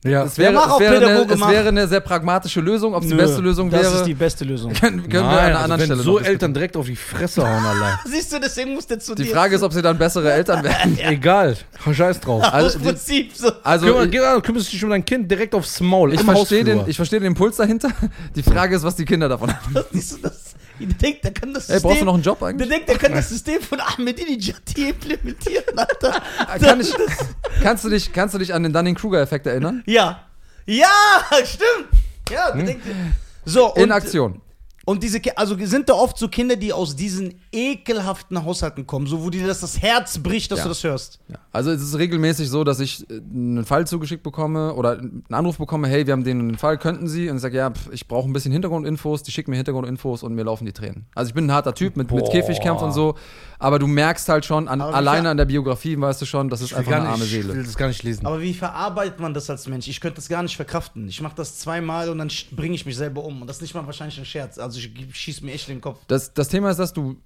S1: Ja.
S3: Es wäre,
S2: mach
S3: es
S2: auf
S3: wäre, eine,
S2: Pädagoge,
S3: es
S2: mach.
S3: wäre eine sehr pragmatische Lösung. Ob es die beste Lösung
S2: das
S3: wäre,
S2: ist die beste Lösung.
S3: können, können wir an
S1: Nein,
S3: einer
S1: also
S3: anderen
S1: wenn so
S3: Stelle noch diskutieren.
S1: Eltern direkt auf die Fresse hauen, Alter.
S2: Siehst du, deswegen musste zu
S3: Die
S2: dir.
S3: Frage ist, ob sie dann bessere Eltern werden.
S1: Egal, scheiß drauf.
S3: also
S2: aus
S3: die-
S2: Prinzip so.
S3: Also,
S1: Kümmer,
S3: ich,
S1: geh an, kümmerst dich um dein Kind direkt aufs Maul.
S3: ich
S1: im
S3: verstehe
S1: Hausflur.
S3: den, ich verstehe den Impuls dahinter. Die Frage ist, was die Kinder davon haben.
S2: Das, siehst du, das, der denkt, der kann das
S3: Ey,
S2: System.
S3: brauchst du noch einen Job eigentlich?
S2: der denkt, der kann das System von Ahmedinejad hier implementieren, Alter.
S3: Kann ich, kannst, du dich, kannst du dich an den Dunning-Kruger-Effekt erinnern?
S2: Ja. Ja, stimmt. Ja, der denkt. So, und,
S3: In Aktion.
S2: und diese, Ki- also sind da oft so Kinder, die aus diesen ekelhaften Haushalten kommen, so wo dir das, das Herz bricht, dass
S3: Ja.
S2: du das hörst.
S3: Ja. Also es ist regelmäßig so, dass ich äh, einen Fall zugeschickt bekomme oder einen Anruf bekomme, hey, wir haben den und den Fall, könnten Sie? Und ich sage, ja, pf, ich brauche ein bisschen Hintergrundinfos, die schicken mir Hintergrundinfos und mir laufen die Tränen. Also ich bin ein harter Typ mit, mit
S1: Boah.
S3: Käfigkampf und so, aber du merkst halt schon, an,
S2: Aber wie
S3: alleine
S2: ver-
S3: an der Biografie weißt du schon, das ist
S1: Ich will,
S3: einfach
S1: gar
S3: eine
S1: nicht,
S3: arme
S1: ich
S3: Seele.
S1: will das gar nicht lesen.
S2: Aber wie verarbeitet man das als Mensch? Ich könnte das gar nicht verkraften. Ich mache das zweimal und dann sch- bringe ich mich selber um. Und das ist nicht mal wahrscheinlich ein Scherz. Also ich schieß mir echt in den Kopf.
S3: Das, das Thema ist, dass du,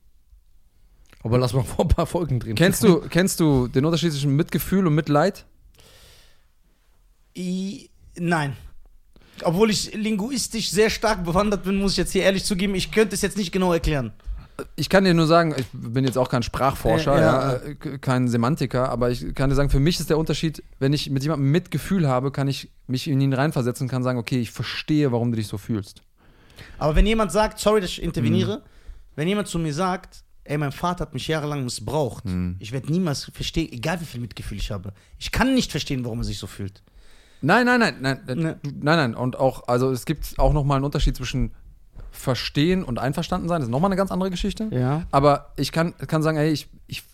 S1: Aber lass mal vor ein paar Folgen drehen.
S3: kennst du, kennst du den Unterschied zwischen Mitgefühl und Mitleid?
S2: I, nein. Obwohl ich linguistisch sehr stark bewandert bin, muss ich jetzt hier ehrlich zugeben, ich könnte es jetzt nicht genau erklären.
S3: Ich kann dir nur sagen, ich bin jetzt auch kein Sprachforscher,
S2: Äh,
S3: ja,
S2: ja.
S3: äh, k- kein Semantiker, aber ich kann dir sagen, für mich ist der Unterschied, wenn ich mit jemandem Mitgefühl habe, kann ich mich in ihn reinversetzen und kann sagen, okay, ich verstehe, warum du dich so fühlst.
S2: Aber wenn jemand sagt, sorry, dass ich interveniere, wenn jemand zu mir sagt, ey, mein Vater hat mich jahrelang missbraucht, ich werde niemals verstehen, egal wie viel Mitgefühl ich habe, ich kann nicht verstehen, warum er sich so fühlt.
S3: Nein, nein, nein, nein, äh,
S2: Ne.
S3: du- nein, nein. Und auch, also es gibt auch nochmal einen Unterschied zwischen verstehen und einverstanden sein. Das ist nochmal eine ganz andere Geschichte.
S2: Ja.
S3: Aber ich kann, kann sagen, ey, ich, ich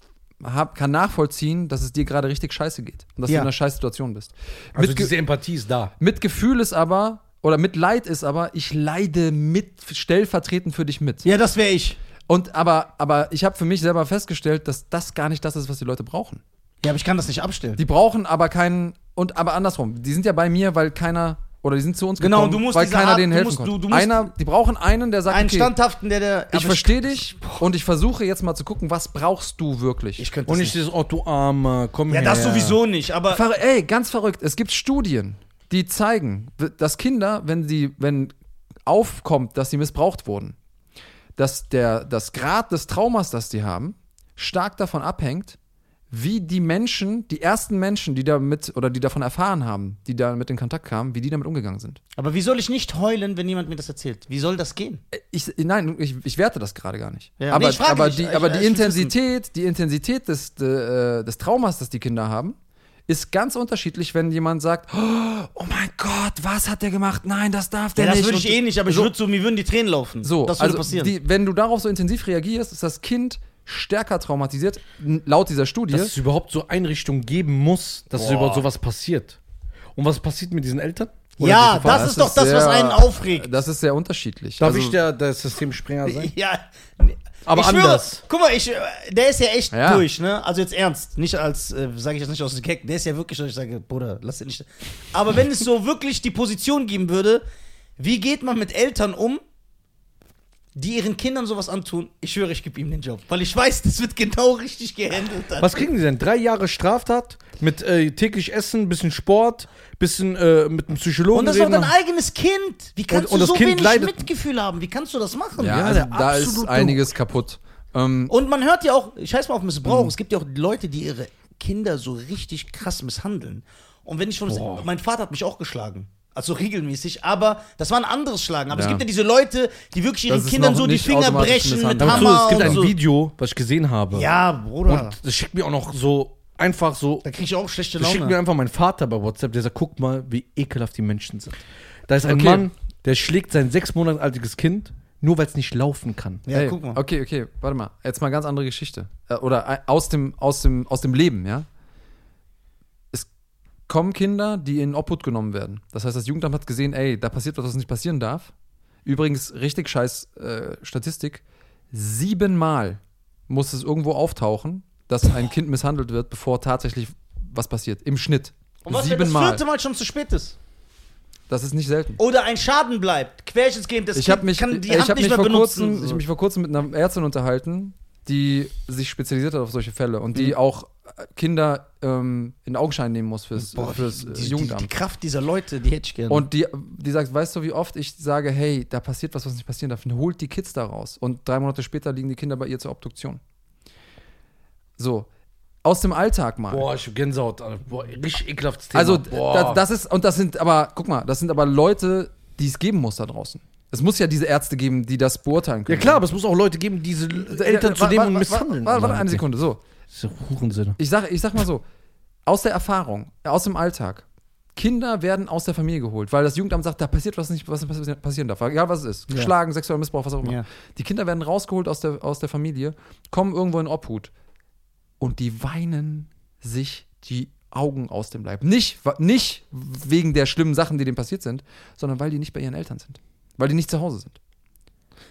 S3: hab, kann nachvollziehen, dass es dir gerade richtig scheiße geht und dass
S2: Ja.
S3: du in einer scheiß Situation bist.
S1: Also
S3: Mitge-
S1: diese Empathie ist da.
S3: Mitgefühl ist aber, oder Mitleid ist aber, ich leide mit, stellvertretend für dich mit.
S2: Ja, das wäre ich.
S3: Und aber, aber ich habe für mich selber festgestellt, dass das gar nicht das ist, was die Leute brauchen.
S2: Ja, aber ich kann das nicht abstellen.
S3: Die brauchen aber keinen, und aber andersrum, die sind ja bei mir, weil keiner, oder die sind zu uns gekommen,
S2: Genau, und du musst
S3: weil
S2: diese
S3: keiner
S2: Art-
S3: denen
S2: du
S3: helfen
S2: musst-
S3: konnte.
S2: du- du musst-
S3: einer, die brauchen einen, der sagt,
S2: Einen
S3: okay,
S2: Standhaften, der der. aber
S3: ich verstehe dich und ich versuche jetzt mal zu gucken, was brauchst du wirklich.
S2: Ich könnte
S1: Und nicht
S2: das nicht.
S1: dieses Otto Arme, komm
S2: Ja,
S1: her.
S2: das sowieso nicht, aber.
S3: Verr- Ey, ganz verrückt. Es gibt Studien, die zeigen, w- dass Kinder, wenn sie, wenn aufkommt, dass sie missbraucht wurden, dass der, das Grad des Traumas, das die haben, stark davon abhängt, wie die Menschen, die ersten Menschen, die damit oder die davon erfahren haben, die damit in Kontakt kamen, wie die damit umgegangen sind.
S2: Aber wie soll ich nicht heulen, wenn jemand mir das erzählt? Wie soll das gehen?
S3: Ich, nein, ich, ich werte das gerade gar nicht.
S2: Ja.
S3: Aber,
S2: Nee, ich frage
S3: aber
S2: nicht.
S3: die,
S2: Ich-
S3: aber
S2: ich
S3: die
S2: will's
S3: Intensität, die Intensität des, de, äh, des Traumas, das die Kinder haben, ist ganz unterschiedlich, wenn jemand sagt, oh oh mein Gott, was hat der gemacht? Nein, das darf der
S2: Ja, das
S3: nicht.
S2: würde ich
S3: Und-
S2: eh nicht, aber ich würde so, mir würden die Tränen laufen.
S3: so,
S2: das würde
S3: also
S2: passieren.
S3: Die, wenn du darauf so intensiv reagierst, ist das Kind stärker traumatisiert, n- laut dieser Studie.
S1: Dass es überhaupt so Einrichtungen geben muss, dass es überhaupt sowas passiert. Und was passiert mit diesen Eltern? Oder
S2: ja,
S1: diesen Ver-
S2: das ist doch das, was einen aufregt.
S3: Das ist sehr unterschiedlich.
S1: Darf
S3: Also-
S1: ich der, der Systemspringer sein?
S2: ja.
S1: Aber
S2: ich
S1: anders.
S2: Schwöre, guck mal, ich, äh, der ist ja echt
S3: Ja.
S2: durch, ne? Also jetzt ernst, nicht als, äh, sage ich jetzt nicht aus dem Gag, der ist ja wirklich, dass ich sage, Bruder, lass den nicht. Aber wenn es so wirklich die Position geben würde, wie geht man mit Eltern um, die ihren Kindern sowas antun? Ich schwöre, ich gebe ihm den Job, weil ich weiß, das wird genau richtig gehandelt. Alter.
S1: Was kriegen die denn? Drei Jahre Straftat mit äh, täglich Essen, bisschen Sport, bisschen äh, mit einem Psychologen
S2: Und das ist doch
S1: reden.
S2: dein eigenes Kind. Wie kannst
S1: und
S2: du
S1: das
S2: so
S1: Kind
S2: wenig
S1: leidet-
S2: Mitgefühl haben? Wie kannst du das machen?
S3: ja, also,
S1: der
S3: da ist
S1: absolute-
S3: einiges kaputt. Ähm,
S2: Und man hört ja auch, ich heiße mal auf Missbrauch,
S3: Mhm.
S2: es gibt ja auch Leute, die ihre Kinder so richtig krass misshandeln. Und wenn ich schon, mein Vater hat mich auch geschlagen. Also regelmäßig, aber das war ein anderes Schlagen. Aber es
S3: Ja.
S2: gibt ja diese Leute, die wirklich ihren
S3: ist
S2: Kindern
S3: noch
S2: so die
S3: nicht
S2: Finger
S3: automatisch
S2: brechen mit
S3: Misshandlung.
S1: Dazu,
S2: Hammer
S1: es gibt
S2: und
S1: ein
S2: so.
S1: Video, was ich gesehen habe.
S2: Ja, Bruder.
S1: Und das schickt mir auch noch so einfach so.
S2: da krieg ich auch schlechte
S1: Das schickt mir
S2: Laune.
S1: einfach mein Vater bei WhatsApp, der sagt, guck mal, wie ekelhaft die Menschen sind. Da ist ein
S3: Okay.
S1: Mann, der schlägt sein sechs Monate altes Kind nur weil es nicht laufen kann.
S2: Ja,
S3: Ey,
S2: guck mal.
S3: Okay, okay, warte mal. Jetzt mal ganz andere Geschichte. Äh, Oder äh, aus dem, aus, dem, aus dem Leben, ja. Es kommen Kinder, die in Obhut genommen werden. Das heißt, das Jugendamt hat gesehen, ey, da passiert was, was nicht passieren darf. Übrigens, richtig scheiß äh, Statistik. Siebenmal muss es irgendwo auftauchen, dass ein Kind misshandelt wird, bevor tatsächlich was passiert. Im Schnitt.
S2: Und was, wenn das
S3: Siebenmal.
S2: vierte Mal schon zu spät ist?
S3: Das ist nicht selten.
S2: Oder ein Schaden bleibt, querschnittsgehend, das
S3: Ich
S2: Kind
S3: habe mich,
S2: kann die
S3: ich
S2: Hand
S3: hab
S2: nicht
S3: mich
S2: mehr
S3: vor
S2: benutzen.
S3: kurzem, ich hab mich vor kurzem mit einer Ärztin unterhalten, die sich spezialisiert hat auf solche Fälle und
S2: Mhm.
S3: die auch äh, Kinder ähm, in Augenschein nehmen muss fürs, fürs äh,
S2: die, die,
S3: Jugendamt.
S2: die Kraft dieser Leute, die hätte ich gerne.
S3: und die, die sagt, weißt du, wie oft ich sage, hey, da passiert was, was nicht passieren darf, und holt die Kids da raus. Und drei Monate später liegen die Kinder bei ihr zur Obduktion. So, aus dem Alltag mal.
S1: Boah, ich hab Gänsehaut. Alter. Boah, richtig ekelhaftes Thema.
S3: Also,
S1: Boah.
S3: da, das ist, und das sind aber, guck mal, das sind aber Leute, die es geben muss da draußen. Es muss ja diese Ärzte geben, die das beurteilen können.
S1: ja klar, aber es muss auch Leute geben, die diese Eltern
S3: Ja,
S1: zu
S3: Äh, wa-
S1: dem
S3: wa-
S1: und
S3: wa-
S1: misshandeln.
S3: Warte, warte eine Sekunde. So,
S1: Diese Hurensinne.
S3: ich sag, ich sag mal so: Aus der Erfahrung, äh, aus dem Alltag, Kinder werden aus der Familie geholt, weil das Jugendamt sagt, da passiert was nicht, was nicht passieren darf. Egal was es ist. Geschlagen, sexueller Missbrauch, was auch immer.
S2: Ja.
S3: Die Kinder werden rausgeholt aus der, aus der Familie, kommen irgendwo in Obhut und die weinen sich die Augen aus dem Leib. Nicht, wa- nicht wegen der schlimmen Sachen, die denen passiert sind, sondern weil die nicht bei ihren Eltern sind. Weil die nicht zu Hause sind.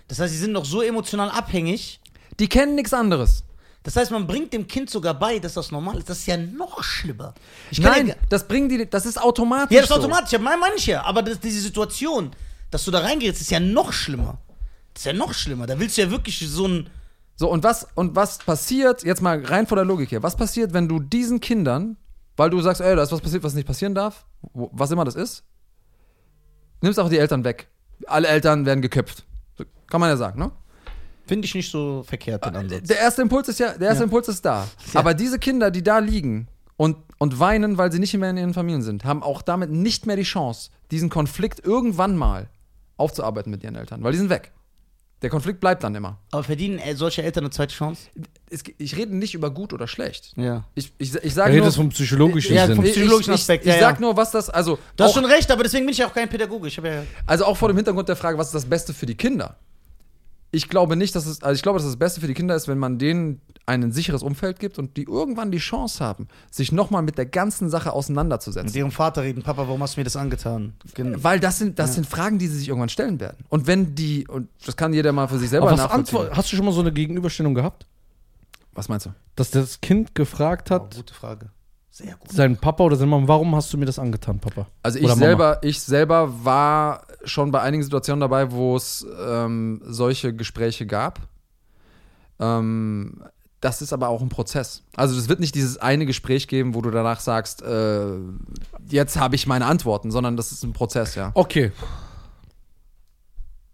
S2: das heißt, sie sind noch so emotional abhängig.
S3: Die kennen nichts anderes.
S2: Das heißt, man bringt dem Kind sogar bei, dass das normal ist. Das ist ja noch schlimmer. Ich kann
S3: Nein,
S2: Ja,
S3: das bringen die, das ist automatisch.
S2: ja, das ist
S3: so.
S2: automatisch. Ja, mein meine ich ja. Aber das, diese Situation, dass du da reingerätst, ist ja noch schlimmer. Das ist ja noch schlimmer. Da willst du ja wirklich so ein.
S3: So, und was, und was passiert, jetzt mal rein von der Logik her, was passiert, wenn du diesen Kindern, weil du sagst, ey, da ist was passiert, was nicht passieren darf, wo, was immer das ist, nimmst auch die Eltern weg. Alle Eltern werden geköpft. So, kann man ja sagen, ne?
S2: Finde ich nicht so verkehrt, den Ansatz.
S3: Der erste Impuls ist ja, der erste Impuls ist da. Aber diese Kinder, die da liegen und, und weinen, weil sie nicht mehr in ihren Familien sind, haben auch damit nicht mehr die Chance, diesen Konflikt irgendwann mal aufzuarbeiten mit ihren Eltern, weil die sind weg. Der Konflikt bleibt dann immer.
S2: Aber verdienen äh, solche Eltern eine zweite Chance?
S3: Es, ich rede nicht über gut oder schlecht.
S2: Ja.
S3: Ich, ich, ich
S1: Da
S3: sage
S1: redet
S3: nur,
S1: es vom psychologischen
S2: Ja,
S1: Sinn.
S2: vom-
S3: ich, ich,
S2: psychologischen
S3: ich,
S2: Aspekt,
S3: ich
S2: ja,
S3: sag
S2: ja.
S3: nur, was das, also
S2: Du hast
S3: auch,
S2: schon recht, aber deswegen bin ich ja auch kein Pädagoge. Ich habe ja.
S3: also auch vor dem Hintergrund der Frage, was ist das Beste für die Kinder? Ich glaube nicht, dass es, also ich glaube, dass das Beste für die Kinder ist, wenn man denen ein sicheres Umfeld gibt und die irgendwann die Chance haben, sich nochmal mit der ganzen Sache
S2: Mit
S3: auseinanderzusetzen.
S2: ihrem Vater reden, Papa, warum hast du mir das angetan? Genau.
S3: Weil das sind, das sind Fragen, die sie sich irgendwann stellen werden. Und wenn die, und das kann jeder mal für sich selber
S1: Aber was
S3: nachvollziehen.
S1: antwort, hast du schon mal so eine Gegenüberstellung gehabt?
S3: Was meinst du?
S1: Dass das Kind gefragt
S2: Oh,
S1: hat,
S2: gute Frage. Sehr gut.
S1: seinen Papa oder seine Mama, warum hast du mir das angetan, Papa?
S3: Also ich
S1: Oder Mama?
S3: selber, ich selber war schon bei einigen Situationen dabei, wo es ähm, solche Gespräche gab. Ähm, das ist aber auch ein Prozess. Also es wird nicht dieses eine Gespräch geben, wo du danach sagst, äh, jetzt habe ich meine Antworten, sondern das ist ein Prozess, ja.
S1: Okay.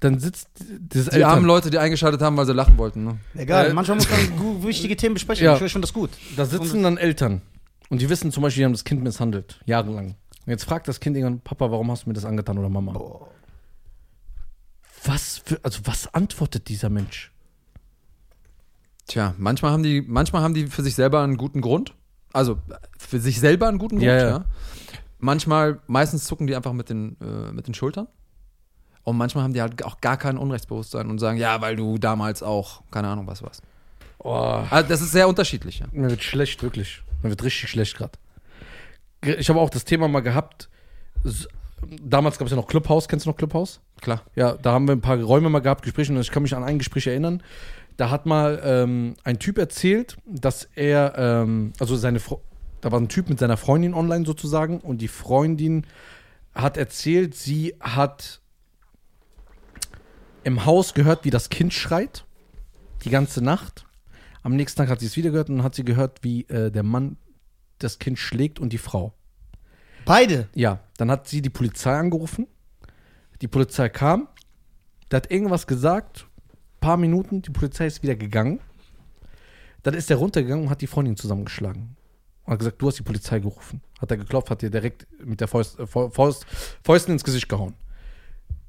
S1: Dann sitzt das
S3: Die armen Leute, die eingeschaltet haben, weil sie lachen wollten. Ne?
S2: Egal,
S1: Äh,
S2: manchmal muss man gu- wichtige Themen besprechen.
S1: Ja.
S2: Ich finde das gut.
S1: Da sitzen dann Eltern und die wissen zum Beispiel, die haben das Kind misshandelt, jahrelang. Und jetzt fragt das Kind irgendwann, Papa, warum hast du mir das angetan oder Mama? Was für, also was antwortet dieser Mensch?
S3: Tja, manchmal haben die, manchmal haben die für sich selber einen guten Grund. Also für sich selber einen guten Grund,
S1: Ja,
S3: ja.
S1: ja.
S3: Manchmal, meistens zucken die einfach mit den, äh, mit den Schultern. Und manchmal haben die halt auch gar kein Unrechtsbewusstsein und sagen, ja, weil du damals auch, keine Ahnung, was warst.
S1: Oh,
S3: Also das ist sehr unterschiedlich, ja.
S1: mir wird schlecht, wirklich. Mir wird richtig schlecht gerade. Ich habe auch das Thema mal gehabt. s- Damals gab es ja noch Clubhouse, kennst du noch Clubhouse?
S3: Klar.
S1: Ja, da haben wir ein paar Räume mal gehabt, Gespräche, und ich kann mich an ein Gespräch erinnern. Da hat mal ähm, ein Typ erzählt, dass er, ähm, also seine Fre da war ein Typ mit seiner Freundin online sozusagen, und die Freundin hat erzählt, sie hat im Haus gehört, wie das Kind schreit, die ganze Nacht. Am nächsten Tag hat sie es wieder gehört und dann hat sie gehört, wie äh, der Mann das Kind schlägt und die Frau.
S2: Beide.
S1: Ja, dann hat sie die Polizei angerufen. Die Polizei kam, der hat irgendwas gesagt, paar Minuten, die Polizei ist wieder gegangen. Dann ist er runtergegangen und hat die Freundin zusammengeschlagen. Und hat gesagt, du hast die Polizei gerufen. Hat er geklopft, hat ihr direkt mit der Faust, äh, Fau- Faust, Fäusten ins Gesicht gehauen.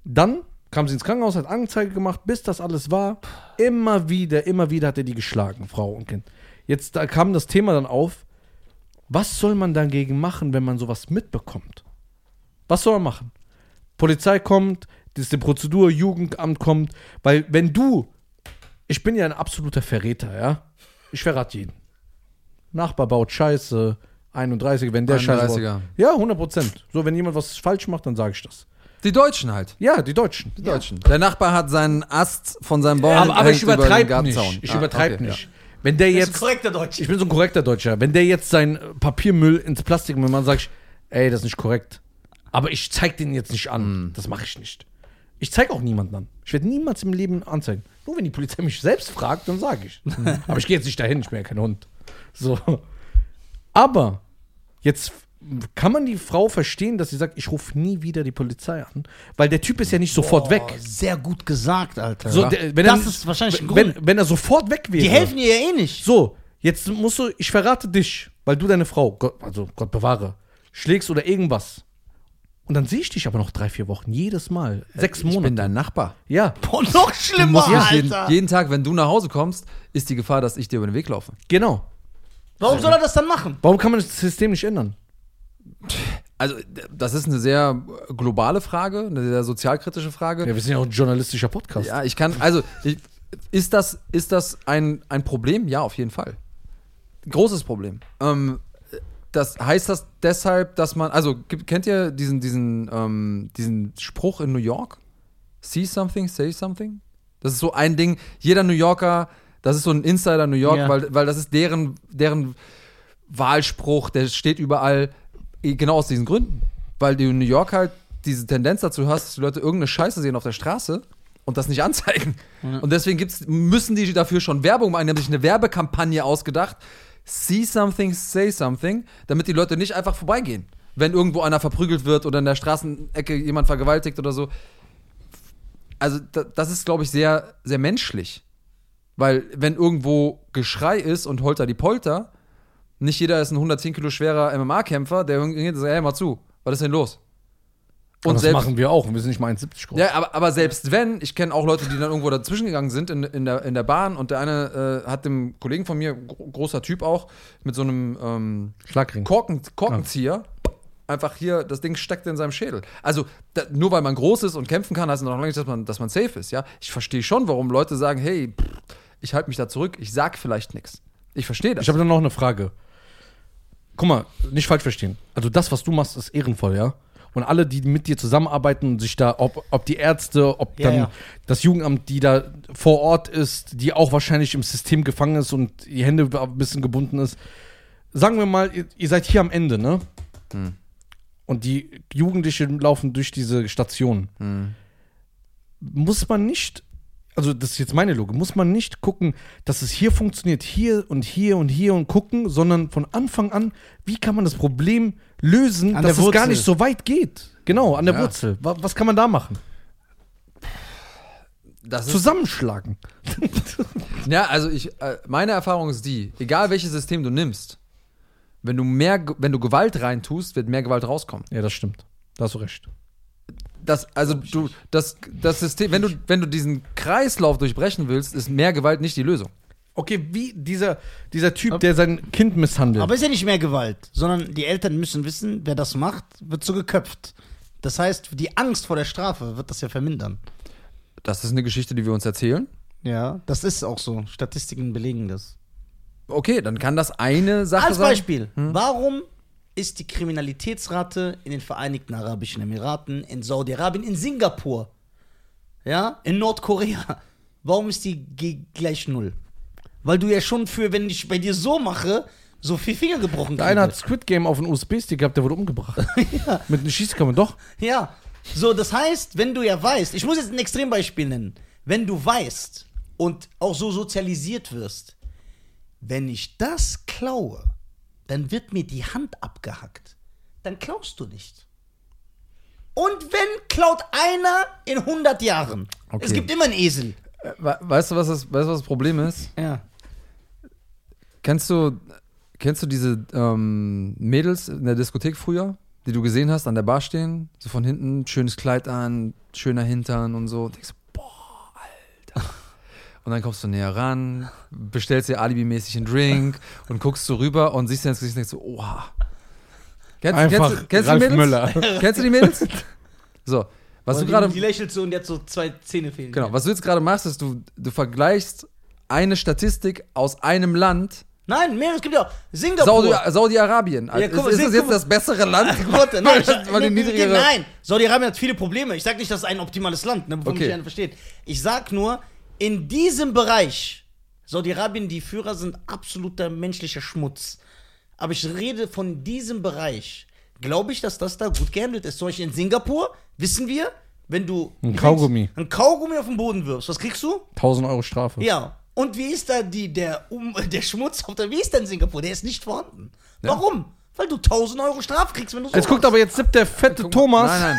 S1: Dann kam sie ins Krankenhaus, hat Anzeige gemacht, bis das alles war. Immer wieder, immer wieder hat er die geschlagen, Frau und Kind. Jetzt da kam das Thema dann auf, was soll man dagegen machen, wenn man sowas mitbekommt? Was soll man machen? Polizei kommt, das ist die Prozedur, Jugendamt kommt. Weil wenn du, ich bin ja ein absoluter Verräter, ja. Ich verrate jeden. Nachbar baut Scheiße, 31, wenn der Scheiße baut.
S3: 31er.
S1: Ja, 100 Prozent. So, wenn jemand was falsch macht, dann sage ich das.
S3: Die Deutschen halt.
S1: Ja, die Deutschen.
S3: Die Deutschen. Der Nachbar hat seinen Ast von seinem Baum
S1: aber, aber ich
S3: hängt über den
S1: übertreibe
S3: Gartenzaun.
S1: nicht. Ich
S3: Ah,
S1: übertreibe
S3: okay,
S1: nicht. Wenn der
S2: Das ist ein
S1: jetzt,
S2: korrekter Deutsch.
S1: ich bin so ein korrekter Deutscher, wenn der jetzt sein äh, Papiermüll ins Plastikmüll macht, sage ich, ey, das ist nicht korrekt. Aber ich zeig den jetzt nicht an.
S3: Hm.
S1: Das mache ich nicht. Ich zeige auch niemanden an. Ich werde niemals im Leben anzeigen. Nur wenn die Polizei mich selbst fragt, dann sage ich.
S3: Hm.
S1: Aber ich gehe jetzt nicht dahin, ich bin ja kein Hund. So. Aber jetzt kann man die Frau verstehen, dass sie sagt, ich rufe nie wieder die Polizei an, weil der Typ ist ja nicht sofort weg.
S2: Oh, sehr gut gesagt, Alter.
S1: So, der, wenn
S2: das
S1: er,
S2: ist wahrscheinlich ein
S1: wenn,
S2: Grund.
S1: wenn er sofort weg wäre.
S2: Die helfen ihr ja eh nicht.
S1: So, jetzt musst du, ich verrate dich, weil du deine Frau, Gott, also Gott bewahre, schlägst oder irgendwas. Und dann sehe ich dich aber noch drei, vier Wochen, jedes Mal.
S2: Äh,
S1: Sechs
S3: Ich bin
S1: Monate.
S3: dein Nachbar.
S1: Ja,
S2: Boah, noch
S3: Du
S2: schlimmer,
S3: musst nicht jeden,
S2: Alter.
S3: jeden Tag, wenn du nach Hause kommst, ist die Gefahr, dass ich dir über den Weg laufe.
S1: genau.
S2: Warum soll er das dann machen?
S1: Warum kann man das System nicht ändern?
S3: Also, d- das ist eine sehr globale Frage, eine sehr sozialkritische Frage.
S1: Ja, wir sind ja auch ein journalistischer Podcast.
S3: Ja, ich kann, also, ich, ist das, ist das ein, ein Problem? Ja, auf jeden Fall. Großes Problem. Ähm, das heißt das deshalb, dass man, also gibt- kennt ihr diesen, diesen, ähm, diesen Spruch in New York? See something, say something? Das ist so ein Ding, jeder New Yorker, das ist so ein Insider New York,
S2: Ja.
S3: weil, weil das ist deren, deren Wahlspruch, der steht überall, eh, genau aus diesen Gründen. Weil du in New York halt diese Tendenz dazu hast, dass die Leute irgendeine Scheiße sehen auf der Straße und das nicht anzeigen. Und deswegen gibt's, müssen die dafür schon Werbung machen. Die haben sich eine Werbekampagne ausgedacht. See something, say something, damit die Leute nicht einfach vorbeigehen. Wenn irgendwo einer verprügelt wird oder in der Straßenecke jemand vergewaltigt oder so. Also, da, das ist, glaube ich, sehr, sehr menschlich. Weil, wenn irgendwo Geschrei ist und Holter die Polter, nicht jeder ist ein 110 Kilo schwerer MMA-Kämpfer, der hingeht und sagt, ey, mal zu, was ist denn los?
S1: Und
S3: Und
S1: das
S3: selbst,
S1: machen wir auch. Wir sind nicht mal 1,70 groß.
S3: ja, aber, aber selbst wenn, ich kenne auch Leute, die dann irgendwo dazwischen gegangen sind in, in, der, in der Bahn und der eine äh, hat dem Kollegen von mir, gro großer Typ auch, mit so einem ähm,
S1: Schlagring.
S3: Korken, Korkenzieher, einfach hier, das Ding steckt in seinem Schädel. Also da, nur weil man groß ist und kämpfen kann, heißt das noch lange nicht, dass man, dass man safe ist, ja. Ich verstehe schon, warum Leute sagen, hey, pff, ich halte mich da zurück, ich sag vielleicht nichts. Ich verstehe das.
S1: Ich habe dann noch eine Frage. Guck mal, nicht falsch verstehen. Also das, was du machst, ist ehrenvoll, ja? Und alle, die mit dir zusammenarbeiten, sich da, ob, ob die Ärzte, ob
S2: Ja,
S1: dann
S2: ja.
S1: das Jugendamt, die da vor Ort ist, die auch wahrscheinlich im System gefangen ist und die Hände ein bisschen gebunden ist. Sagen wir mal, ihr, ihr seid hier am Ende, ne? Und die Jugendlichen laufen durch diese Station. Muss man nicht also das ist jetzt meine Logik, muss man nicht gucken, dass es hier funktioniert, hier und hier und hier und gucken, sondern von Anfang an, wie kann man das Problem lösen,
S2: An
S1: dass
S2: der
S1: es gar
S2: Wurzel.
S1: nicht so weit geht. Genau, an der
S3: Ja.
S1: Wurzel. Wa- Was kann man da machen?
S3: das ist
S1: Zusammenschlagen.
S3: Ja, also ich, äh, meine Erfahrung ist die, egal welches System du nimmst, wenn du mehr, Ge- wenn du Gewalt reintust, wird mehr Gewalt rauskommen.
S1: ja, das stimmt. Da hast du recht.
S3: Das, also du, das, das System, wenn du, wenn du diesen Kreislauf durchbrechen willst, ist mehr Gewalt nicht die Lösung.
S1: Okay, wie dieser, dieser Typ, der sein Kind misshandelt.
S2: Aber ist ja nicht mehr Gewalt, sondern die Eltern müssen wissen, wer das macht, wird so geköpft. Das heißt, die Angst vor der Strafe wird das ja vermindern.
S3: Das ist eine Geschichte, die wir uns erzählen.
S2: Ja, das ist auch so. Statistiken belegen das.
S3: Okay, dann kann das eine Sache
S2: Als
S3: sein. Hm?
S2: Beispiel, warum ist die Kriminalitätsrate in den Vereinigten Arabischen Emiraten, in Saudi-Arabien, in Singapur, ja, in Nordkorea, warum ist die g- gleich null? Weil du ja schon für, wenn ich bei dir so mache, so viel Finger gebrochen
S1: der eine hat Squid Game auf einen USB-Stick gehabt, der wurde umgebracht.
S2: ja.
S1: Mit einer Schießkammer, doch.
S2: ja. So, das heißt, wenn du ja weißt, ich muss jetzt ein Extrembeispiel nennen, wenn du weißt und auch so sozialisiert wirst, wenn ich das klaue, dann wird mir die Hand abgehackt. Dann klaust du nicht. Und wenn klaut einer in 100 Jahren?
S3: Okay.
S2: Es gibt immer einen Esel.
S3: Äh, we- Weißt du, was das, weißt du, was das Problem ist?
S2: Ja.
S3: Kennst du, kennst du diese ähm, Mädels in der Diskothek früher, die du gesehen hast, an der Bar stehen? So von hinten, schönes Kleid an, schöner Hintern und so. Und denkst, boah, Alter. Und dann kommst du näher ran, bestellst dir alibimäßig einen Drink und guckst so rüber und siehst dir ins Gesicht und denkst so, oha. Kennst,
S1: Einfach
S3: kennst, kennst
S1: Ralf
S3: du die Mädels? Kennst du die Mädels? So. Was
S2: Weil
S3: du gerade
S2: Die die lächelt so und die hat so zwei Zähne fehlen.
S3: genau, was du jetzt gerade machst, ist du du vergleichst eine Statistik aus einem Land
S2: Nein, mehr, es gibt ja auch Singapur.
S3: Saudi, Saudi-Arabien.
S2: Ja, guck mal,
S3: ist,
S2: sing- guck
S3: ist das jetzt
S2: mal.
S3: das bessere Land?
S2: Quote, nein,
S3: Weil die
S2: nein,
S3: niedrigere-
S2: nein. Saudi-Arabien hat viele Probleme. Ich sage nicht, das ist ein optimales Land, ne, bevor
S3: Okay.
S2: mich einer versteht. Ich sag nur, in diesem Bereich, Saudi-Arabien, die Führer sind absoluter menschlicher Schmutz. Aber ich rede von diesem Bereich. Glaube ich, dass das da gut gehandelt ist. Zum Beispiel in Singapur, wissen wir, wenn du
S1: Ein Kaugummi.
S2: ein Kaugummi auf den Boden wirfst, was kriegst du?
S1: 1000 Euro Strafe.
S2: Ja. Und wie ist da die, der, um, der Schmutz auf der, wie ist denn Singapur? Der ist nicht vorhanden. Warum? Weil du 1000 Euro Strafe kriegst, wenn du so
S1: Jetzt guckt aber jetzt sippt der fette Thomas,
S3: Nein, nein.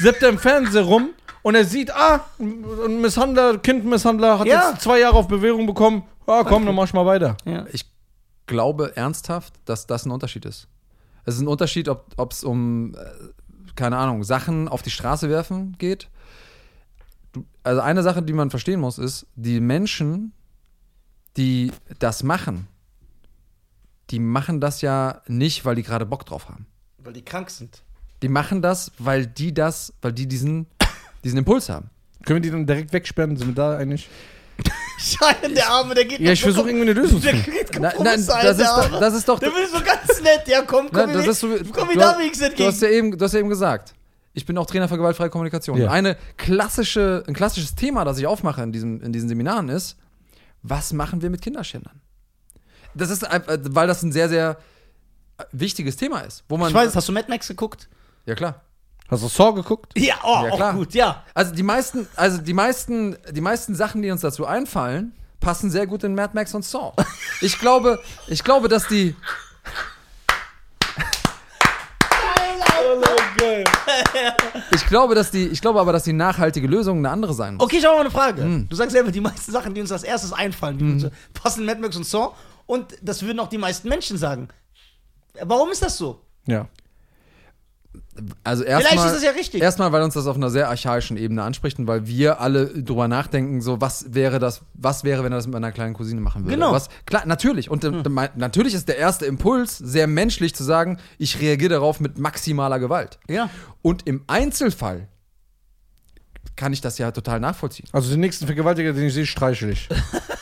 S1: sippt er im Fernseher rum und er sieht, ah, ein Misshandler, Kindmisshandler hat
S2: Ja.
S1: jetzt zwei Jahre auf Bewährung bekommen. Ah, komm, dann mach ich mal weiter.
S3: Ich glaube ernsthaft, dass das ein Unterschied ist. Es ist ein Unterschied, ob es um, äh, keine Ahnung, Sachen auf die Straße werfen geht. Du, also eine Sache, die man verstehen muss, ist, die Menschen, die das machen, die machen das ja nicht, weil die gerade Bock drauf haben.
S2: Weil die krank sind.
S3: Die machen das, weil die das, weil die diesen, diesen Impuls haben.
S1: Können wir die dann direkt wegsperren? Sind wir da eigentlich?
S2: Scheiße, der Arme, der geht
S1: Ja, ich versuche irgendwie eine Lösung zu
S2: Der
S1: finden.
S2: geht
S3: Nein, nein,
S2: Kompromiss ein,
S3: das
S2: der
S3: ist
S2: Arme.
S3: doch- das ist doch-
S2: Der will so ganz nett. Ja, komm, komm,
S3: Nein, Ne, das ist so, wie-
S2: komm, wie
S3: du,
S2: da
S3: hast-
S2: wenigstens
S3: du, hast
S2: entgegen.
S3: ja eben, du hast ja eben gesagt, ich bin auch Trainer für gewaltfreie Kommunikation.
S1: Ja.
S3: Und Eine klassische, ein klassisches Thema, das ich aufmache in, diesem, in diesen Seminaren ist, was machen wir mit Kinderschändern? Das ist, ein- äh, weil das ein sehr, sehr wichtiges Thema ist. Wo man,
S2: Ich weiß, hast du Mad Max geguckt?
S3: Ja, klar.
S1: Hast du Saw geguckt?
S2: Ja, oh,
S3: Ja,
S2: auch
S3: klar.
S2: gut, ja.
S3: Also die meisten, also die meisten, die meisten Sachen, die uns dazu einfallen, passen sehr gut in Mad Max und Saw. Ich glaube, ich glaube, dass die, ich glaube, dass die, ich glaube aber, dass die nachhaltige Lösung eine andere sein muss.
S2: Okay, ich habe mal eine Frage. Du sagst selber, die meisten Sachen, die uns als erstes einfallen, die uns passen Mad Max und Saw. Und das würden auch die meisten Menschen sagen. Warum ist das so?
S1: Ja.
S3: Also erstmal,
S2: Vielleicht ist das ja richtig.
S3: Erstmal, weil uns das auf einer sehr archaischen Ebene anspricht und weil wir alle drüber nachdenken, so was wäre das, was wäre, wenn er das mit meiner kleinen Cousine machen würde.
S2: Genau. Hm.
S3: Was, klar, natürlich. Und äh, mein- natürlich ist der erste Impuls sehr menschlich zu sagen, ich reagiere darauf mit maximaler Gewalt.
S2: Ja.
S3: Und im Einzelfall kann ich das ja total nachvollziehen.
S1: Also den nächsten Vergewaltiger, den ich sehe, streichel ich.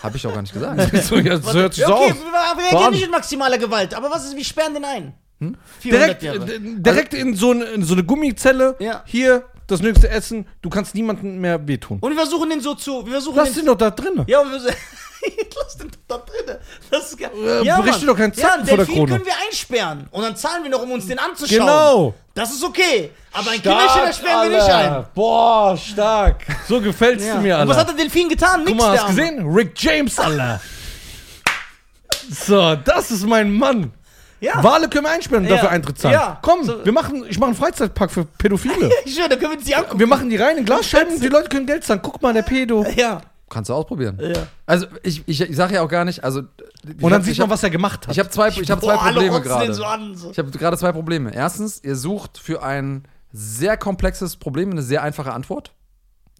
S3: Habe ich auch gar nicht gesagt.
S1: so, jetzt
S2: Warte,
S1: hört sich so
S2: okay,
S1: auf.
S2: wir
S1: Bahn.
S2: reagieren nicht mit maximaler Gewalt, aber was ist, wir sperren den ein. Hm?
S1: Direkt, d- direkt in, so eine, in so eine Gummizelle.
S2: Ja.
S1: Hier, das nächste Essen. Du kannst niemandem mehr wehtun.
S2: Und wir versuchen den so zu. Wir versuchen
S1: Lass
S2: den
S1: den doch da drinnen.
S2: Ja, aber wir sind. Lass den doch da drinnen. Das ist geil.
S1: Äh, bricht dir doch keinen Zacken
S2: einen
S1: vor der
S2: Delfin
S1: Krone.
S2: können wir einsperren. Und dann zahlen wir noch, um uns den anzuschauen.
S1: Genau.
S2: Das ist okay. Aber ein Kinderschänder sperren wir nicht ein.
S1: Alter. Boah, stark. So gefällst
S2: Ja.
S1: du mir,
S2: Und
S1: Alter.
S2: was hat der Delfin getan? Nix,
S1: Guck mal,
S2: der
S1: hast
S2: Arme.
S1: gesehen? Rick James, Alter. So, das ist mein Mann.
S2: Ja.
S1: Wale können wir einsperren und
S2: Ja.
S1: dafür Eintritt zahlen.
S2: Ja.
S1: Komm,
S2: So-
S1: wir machen, ich mache einen Freizeitpark für Pädophile.
S2: Ich schwöre, da können wir uns die angucken.
S1: wir machen die rein in Glasscheiben und die Leute können Geld zahlen. Guck mal, der Pedo.
S2: Ja.
S3: Kannst du ausprobieren.
S2: Ja.
S3: Also ich, ich, ich sage ja auch gar nicht, also ich
S1: Und dann
S3: hab-
S1: sieht
S3: ich
S1: man,
S3: hab-
S1: was er gemacht hat.
S3: Ich habe zwei, ich hab zwei
S2: Boah, alle
S3: Probleme
S2: rotzen
S3: gerade.
S2: den so an, so.
S3: Ich habe gerade zwei Probleme. Erstens, ihr sucht für ein sehr komplexes Problem eine sehr einfache Antwort,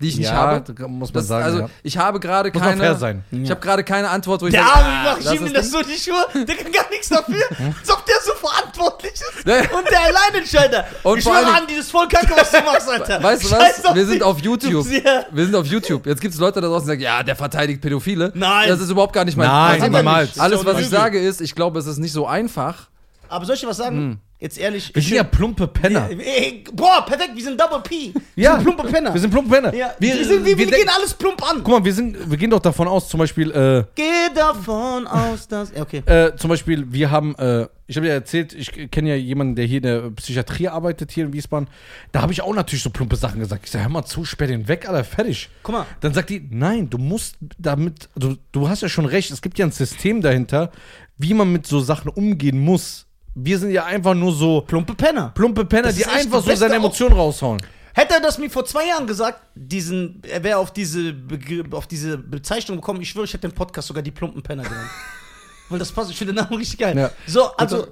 S3: die ich nicht
S1: Ja,
S3: habe.
S1: da muss man
S3: Das-
S1: sagen,
S3: Also
S1: ja.
S3: ich habe gerade
S1: Muss man
S3: keine.
S1: fair sein.
S3: Ich habe gerade keine Antwort, wo ich
S2: Der
S3: sag,
S2: Arme, wie mache ich
S3: Ah, das
S2: ihm
S3: ist Hm?
S2: denn das so die Schuhe? Der kann gar nichts dafür, als ob der so verantwortlich ist.
S3: Nee.
S2: Und der Alleinentscheider.
S3: Und
S2: ich
S3: vor
S2: schwöre
S3: allen
S2: an, dieses voll Kacke, was du machst, Alter.
S3: Weißt du
S2: Scheiß
S3: was? Wir
S2: dich.
S3: sind auf YouTube.
S2: Du- Ja.
S3: Wir sind auf YouTube. Jetzt gibt es Leute da draußen, die sagen, ja, der verteidigt Pädophile.
S2: Nein.
S3: Das ist überhaupt gar nicht mein
S1: Nein,
S3: mein Thema.
S1: niemals.
S2: Ist
S3: Alles,
S2: doch
S3: was
S2: eine
S3: ich
S2: Lüge.
S3: sage, ist, ich glaube, es ist nicht so einfach.
S2: Aber soll ich dir was sagen? Jetzt ehrlich.
S1: Hm. wir sind ja plumpe Penner.
S2: Ey, boah, perfekt, wir sind Double P. Wir sind plumpe Penner.
S1: Wir sind plumpe Penner.
S2: ja, wir, sind, wir, wir
S1: denken-
S2: gehen alles plump an.
S1: Guck mal, wir, sind, wir gehen doch davon aus, zum Beispiel, äh,
S2: Geh davon aus, dass. Ja, Okay.
S1: äh, zum Beispiel, wir haben, äh, ich habe ja erzählt, ich kenne ja jemanden, der hier in der Psychiatrie arbeitet, hier in Wiesbaden. Da habe ich auch natürlich so plumpe Sachen gesagt. Ich sage, hör mal zu, sperr den weg, Alter, fertig.
S2: Guck mal.
S1: Dann sagt die, nein, du musst damit, also, du hast ja schon recht, es gibt ja ein System dahinter, wie man mit so Sachen umgehen muss. Wir sind ja einfach nur so
S2: Plumpe Penner.
S1: plumpe Penner,
S2: Das
S1: die
S2: ist echt
S1: einfach
S2: die
S1: so
S2: beste
S1: seine
S2: Auf-
S1: Emotionen raushauen.
S2: Hätte er das mir vor zwei Jahren gesagt, diesen, er wäre auf diese, Begr- auf diese Bezeichnung gekommen, ich schwöre, ich hätte den Podcast sogar die plumpen Penner genannt. weil das passt, ich finde den Namen richtig geil.
S1: Ja.
S2: So, also,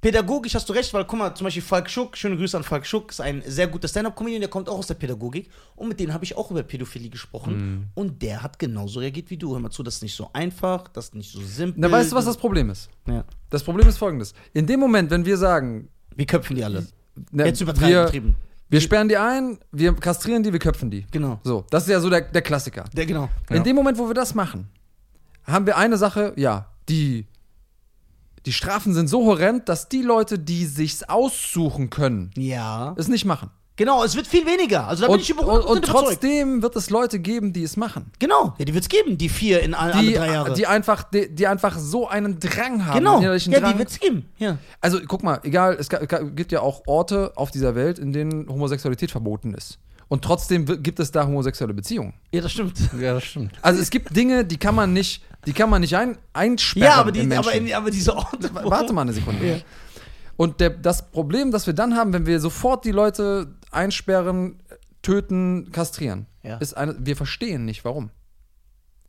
S2: pädagogisch hast du recht, weil guck mal, zum Beispiel Falk Schuck, schöne Grüße an Falk Schuck, ist ein sehr guter Stand-Up-Comedian, der kommt auch aus der Pädagogik und mit denen habe ich auch über Pädophilie
S3: Mhm.
S2: gesprochen und der hat genauso reagiert wie du. Hör mal zu, das ist nicht so einfach, das ist nicht so simpel.
S3: Na, weißt du, was das Problem ist?
S2: Ja.
S3: Das Problem ist folgendes. In dem Moment, wenn wir sagen,
S2: Wir köpfen die alle.
S3: ne,
S2: Jetzt übertreiben,
S3: wir,
S2: übertrieben.
S3: Wir sperren die ein, wir kastrieren die, wir köpfen die.
S2: Genau.
S3: So, das ist ja so der, der Klassiker.
S2: Der, genau.
S1: Ja.
S3: In dem Moment, wo wir das machen, haben wir eine Sache, ja, die, die Strafen sind so horrend, dass die Leute, die sich's aussuchen können,
S2: Ja.
S3: es nicht machen.
S2: Genau, es wird viel weniger. Also da bin
S3: Und,
S2: ich über
S3: und,
S2: 100%
S3: und
S2: überzeugt.
S3: trotzdem wird es Leute geben, die es machen.
S2: Genau, ja, die wird es geben, die vier in all, alle
S3: Die,
S2: drei Jahre.
S3: die, einfach, die, die einfach so einen Drang haben.
S2: genau,
S3: einen
S2: ja,
S3: innerlichen
S2: die
S3: Drang.
S2: wird es geben. Ja.
S3: Also guck mal, egal, es ga- ga- gibt ja auch Orte auf dieser Welt, in denen Homosexualität verboten ist. Und trotzdem w- gibt es da homosexuelle Beziehungen.
S2: ja, das stimmt.
S1: Ja, das stimmt.
S3: Also es gibt Dinge, die kann man nicht, die kann man nicht ein, einsperren.
S2: Ja, aber,
S3: im
S2: die,
S3: Menschen.
S2: aber, in, aber diese Orte. wo-
S3: Warte mal eine Sekunde.
S2: Ja.
S3: Und der, das Problem, das wir dann haben, wenn wir sofort die Leute einsperren, töten, kastrieren,
S2: Ja.
S3: ist eine, wir verstehen nicht, warum.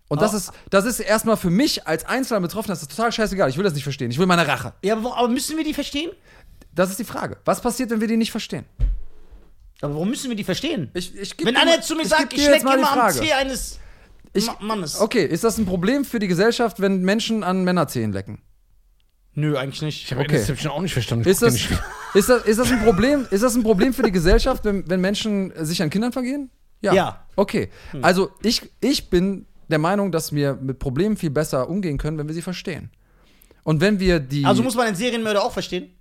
S3: Und das
S2: Ah.
S3: ist, das ist erstmal für mich als einzelner Betroffener, das ist total scheißegal. Ich will das nicht verstehen. Ich will meine Rache.
S2: Ja, aber, wo- aber müssen wir die verstehen?
S3: Das ist die Frage. Was passiert, wenn wir die nicht verstehen?
S2: Aber warum müssen wir die verstehen?
S3: Ich, ich geb
S2: Wenn
S3: dir
S2: einer
S3: mal-
S2: zu mir
S3: ich geb
S2: sagt,
S3: dir
S2: ich
S3: jetzt
S2: schlecke
S3: mal die
S2: immer am
S3: Frage.
S2: Zeh eines Ma- Mannes.
S3: Okay, ist das ein Problem für die Gesellschaft, wenn Menschen an Männerzehen lecken?
S2: Nö, eigentlich nicht.
S1: Okay.
S3: Okay.
S1: Das hab ich schon auch nicht verstanden. Ich
S3: Ist
S1: guck
S3: das,
S1: dir nicht-
S3: ist, das, ist, das ein Problem, ist das ein Problem für die Gesellschaft, wenn, wenn Menschen sich an Kindern vergehen?
S2: Ja. Hm.
S3: Okay. Also ich, ich bin der Meinung, dass wir mit Problemen viel besser umgehen können, wenn wir sie verstehen. Und wenn wir die.
S2: Also muss man den Serienmörder auch verstehen?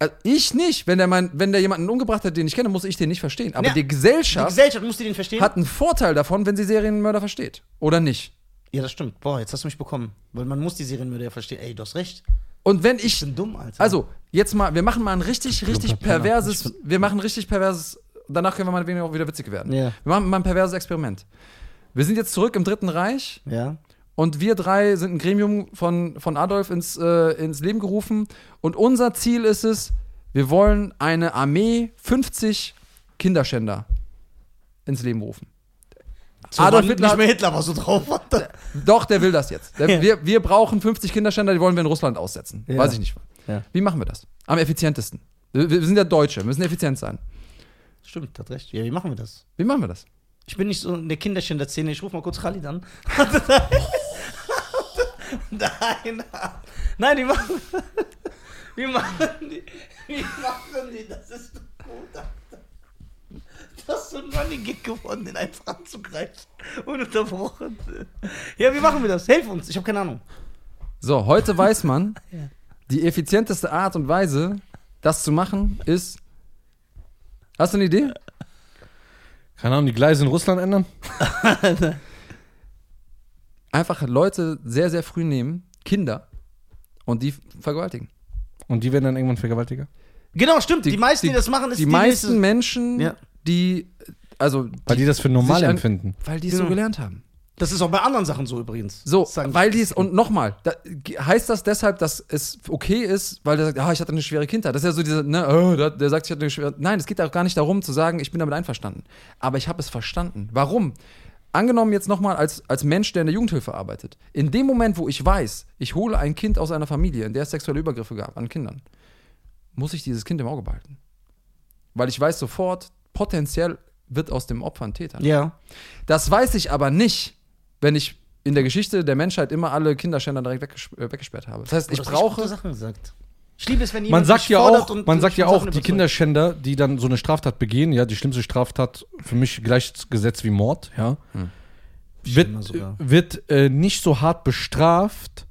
S3: Äh, ich nicht. Wenn der, mein, wenn der jemanden umgebracht hat, den ich kenne, muss ich den nicht verstehen. Aber
S2: Ja.
S3: die
S2: Die
S3: Gesellschaft
S2: Gesellschaft muss die den verstehen?
S3: hat einen Vorteil davon, wenn sie Serienmörder versteht. Oder nicht?
S2: ja, das stimmt. Boah, jetzt hast du mich bekommen. Weil man muss die Serienmörder ja verstehen. Ey, du hast recht.
S3: Und wenn ich.
S2: Ich bin dumm, Alter.
S3: Also, jetzt mal, wir machen mal ein richtig, richtig perverses, wir machen ein richtig perverses, danach können wir meinetwegen auch wieder witzig werden.
S2: Ja.
S3: Wir machen mal ein perverses Experiment. Wir sind jetzt zurück im Dritten Reich
S2: Ja.
S3: und wir drei sind ein Gremium von, von Adolf ins, äh, ins Leben gerufen und unser Ziel ist es, wir wollen eine Armee 50 Kinderschänder ins Leben rufen.
S2: So
S3: Adolf
S2: war
S3: Hitler
S2: Nicht
S3: hat-
S2: mehr Hitler war so drauf. Alter.
S3: Doch, der will das jetzt. Der,
S2: Ja.
S3: wir, wir brauchen 50 Kinderschänder, die wollen wir in Russland aussetzen.
S2: Ja.
S3: Weiß ich nicht.
S2: Ja.
S3: Wie machen wir das? Am effizientesten. Wir, wir sind ja Deutsche, wir müssen effizient sein.
S2: Stimmt, hat recht. Ja, wie machen wir das?
S3: Wie machen wir das?
S2: Ich bin nicht so in der Kinderschänder-Szene. Ich ruf mal kurz Khalid an.
S1: Oh.
S2: Nein, nein, die machen. Wie machen die? Wie machen die? Das ist doch gut, Alter. Das ist so ein Running Gig geworden, den einfach anzugreifen. Ununterbrochen. Ja, wie machen wir das? Helf uns, ich habe keine Ahnung.
S3: So, heute weiß man,
S2: Ja.
S3: die effizienteste Art und Weise, das zu machen, ist. Hast du eine Idee?
S1: Keine Ahnung, die Gleise in Russland ändern?
S3: Einfach Leute sehr, sehr früh nehmen, Kinder, und die vergewaltigen.
S1: Und die werden dann irgendwann Vergewaltiger?
S2: Genau, stimmt. Die,
S3: Die-
S2: meisten, die,
S3: die-
S2: das machen, ist
S3: die meisten
S2: nächste-
S3: Menschen,
S2: Ja.
S3: die. Also,
S1: Weil die das für normal
S3: sich an-
S1: empfinden.
S3: weil die es
S2: Genau.
S3: so gelernt haben.
S2: Das ist auch bei anderen Sachen so übrigens.
S3: So,
S2: Sagen-
S3: weil die es, und nochmal, da, ge- heißt das deshalb, dass es okay ist, weil der sagt, ah, ich hatte eine schwere Kindheit. Das ist ja so dieser, ne, oh, der, der sagt, ich hatte eine schwere. Nein, es geht auch gar nicht darum zu sagen, ich bin damit einverstanden. Aber ich habe es verstanden. Warum? Angenommen jetzt nochmal als, als Mensch, der in der Jugendhilfe arbeitet. In dem Moment, wo ich weiß, ich hole ein Kind aus einer Familie, in der es sexuelle Übergriffe gab an Kindern, muss ich dieses Kind im Auge behalten. Weil ich weiß sofort, potenziell wird aus dem Opfer ein Täter.
S2: Ja.
S3: Das weiß ich aber nicht, wenn ich in der Geschichte der Menschheit immer alle Kinderschänder direkt weggesp äh, weggesperrt habe. Das heißt, ich
S2: Oder
S3: brauche.
S2: gute Sachen gesagt. Ich liebe es, wenn
S1: Man
S2: jemand
S1: sagt
S2: mich
S1: ja
S2: fordert
S1: auch,
S2: und
S1: man sagt ja
S2: von
S1: auch,
S2: Sachen
S1: die
S2: überzeugt.
S1: Kinderschänder, die dann so eine Straftat begehen, ja, die schlimmste Straftat für mich gleichgesetzt wie Mord, ja,
S2: Schlimmer
S1: wird,
S2: sogar.
S1: wird äh, nicht so hart bestraft,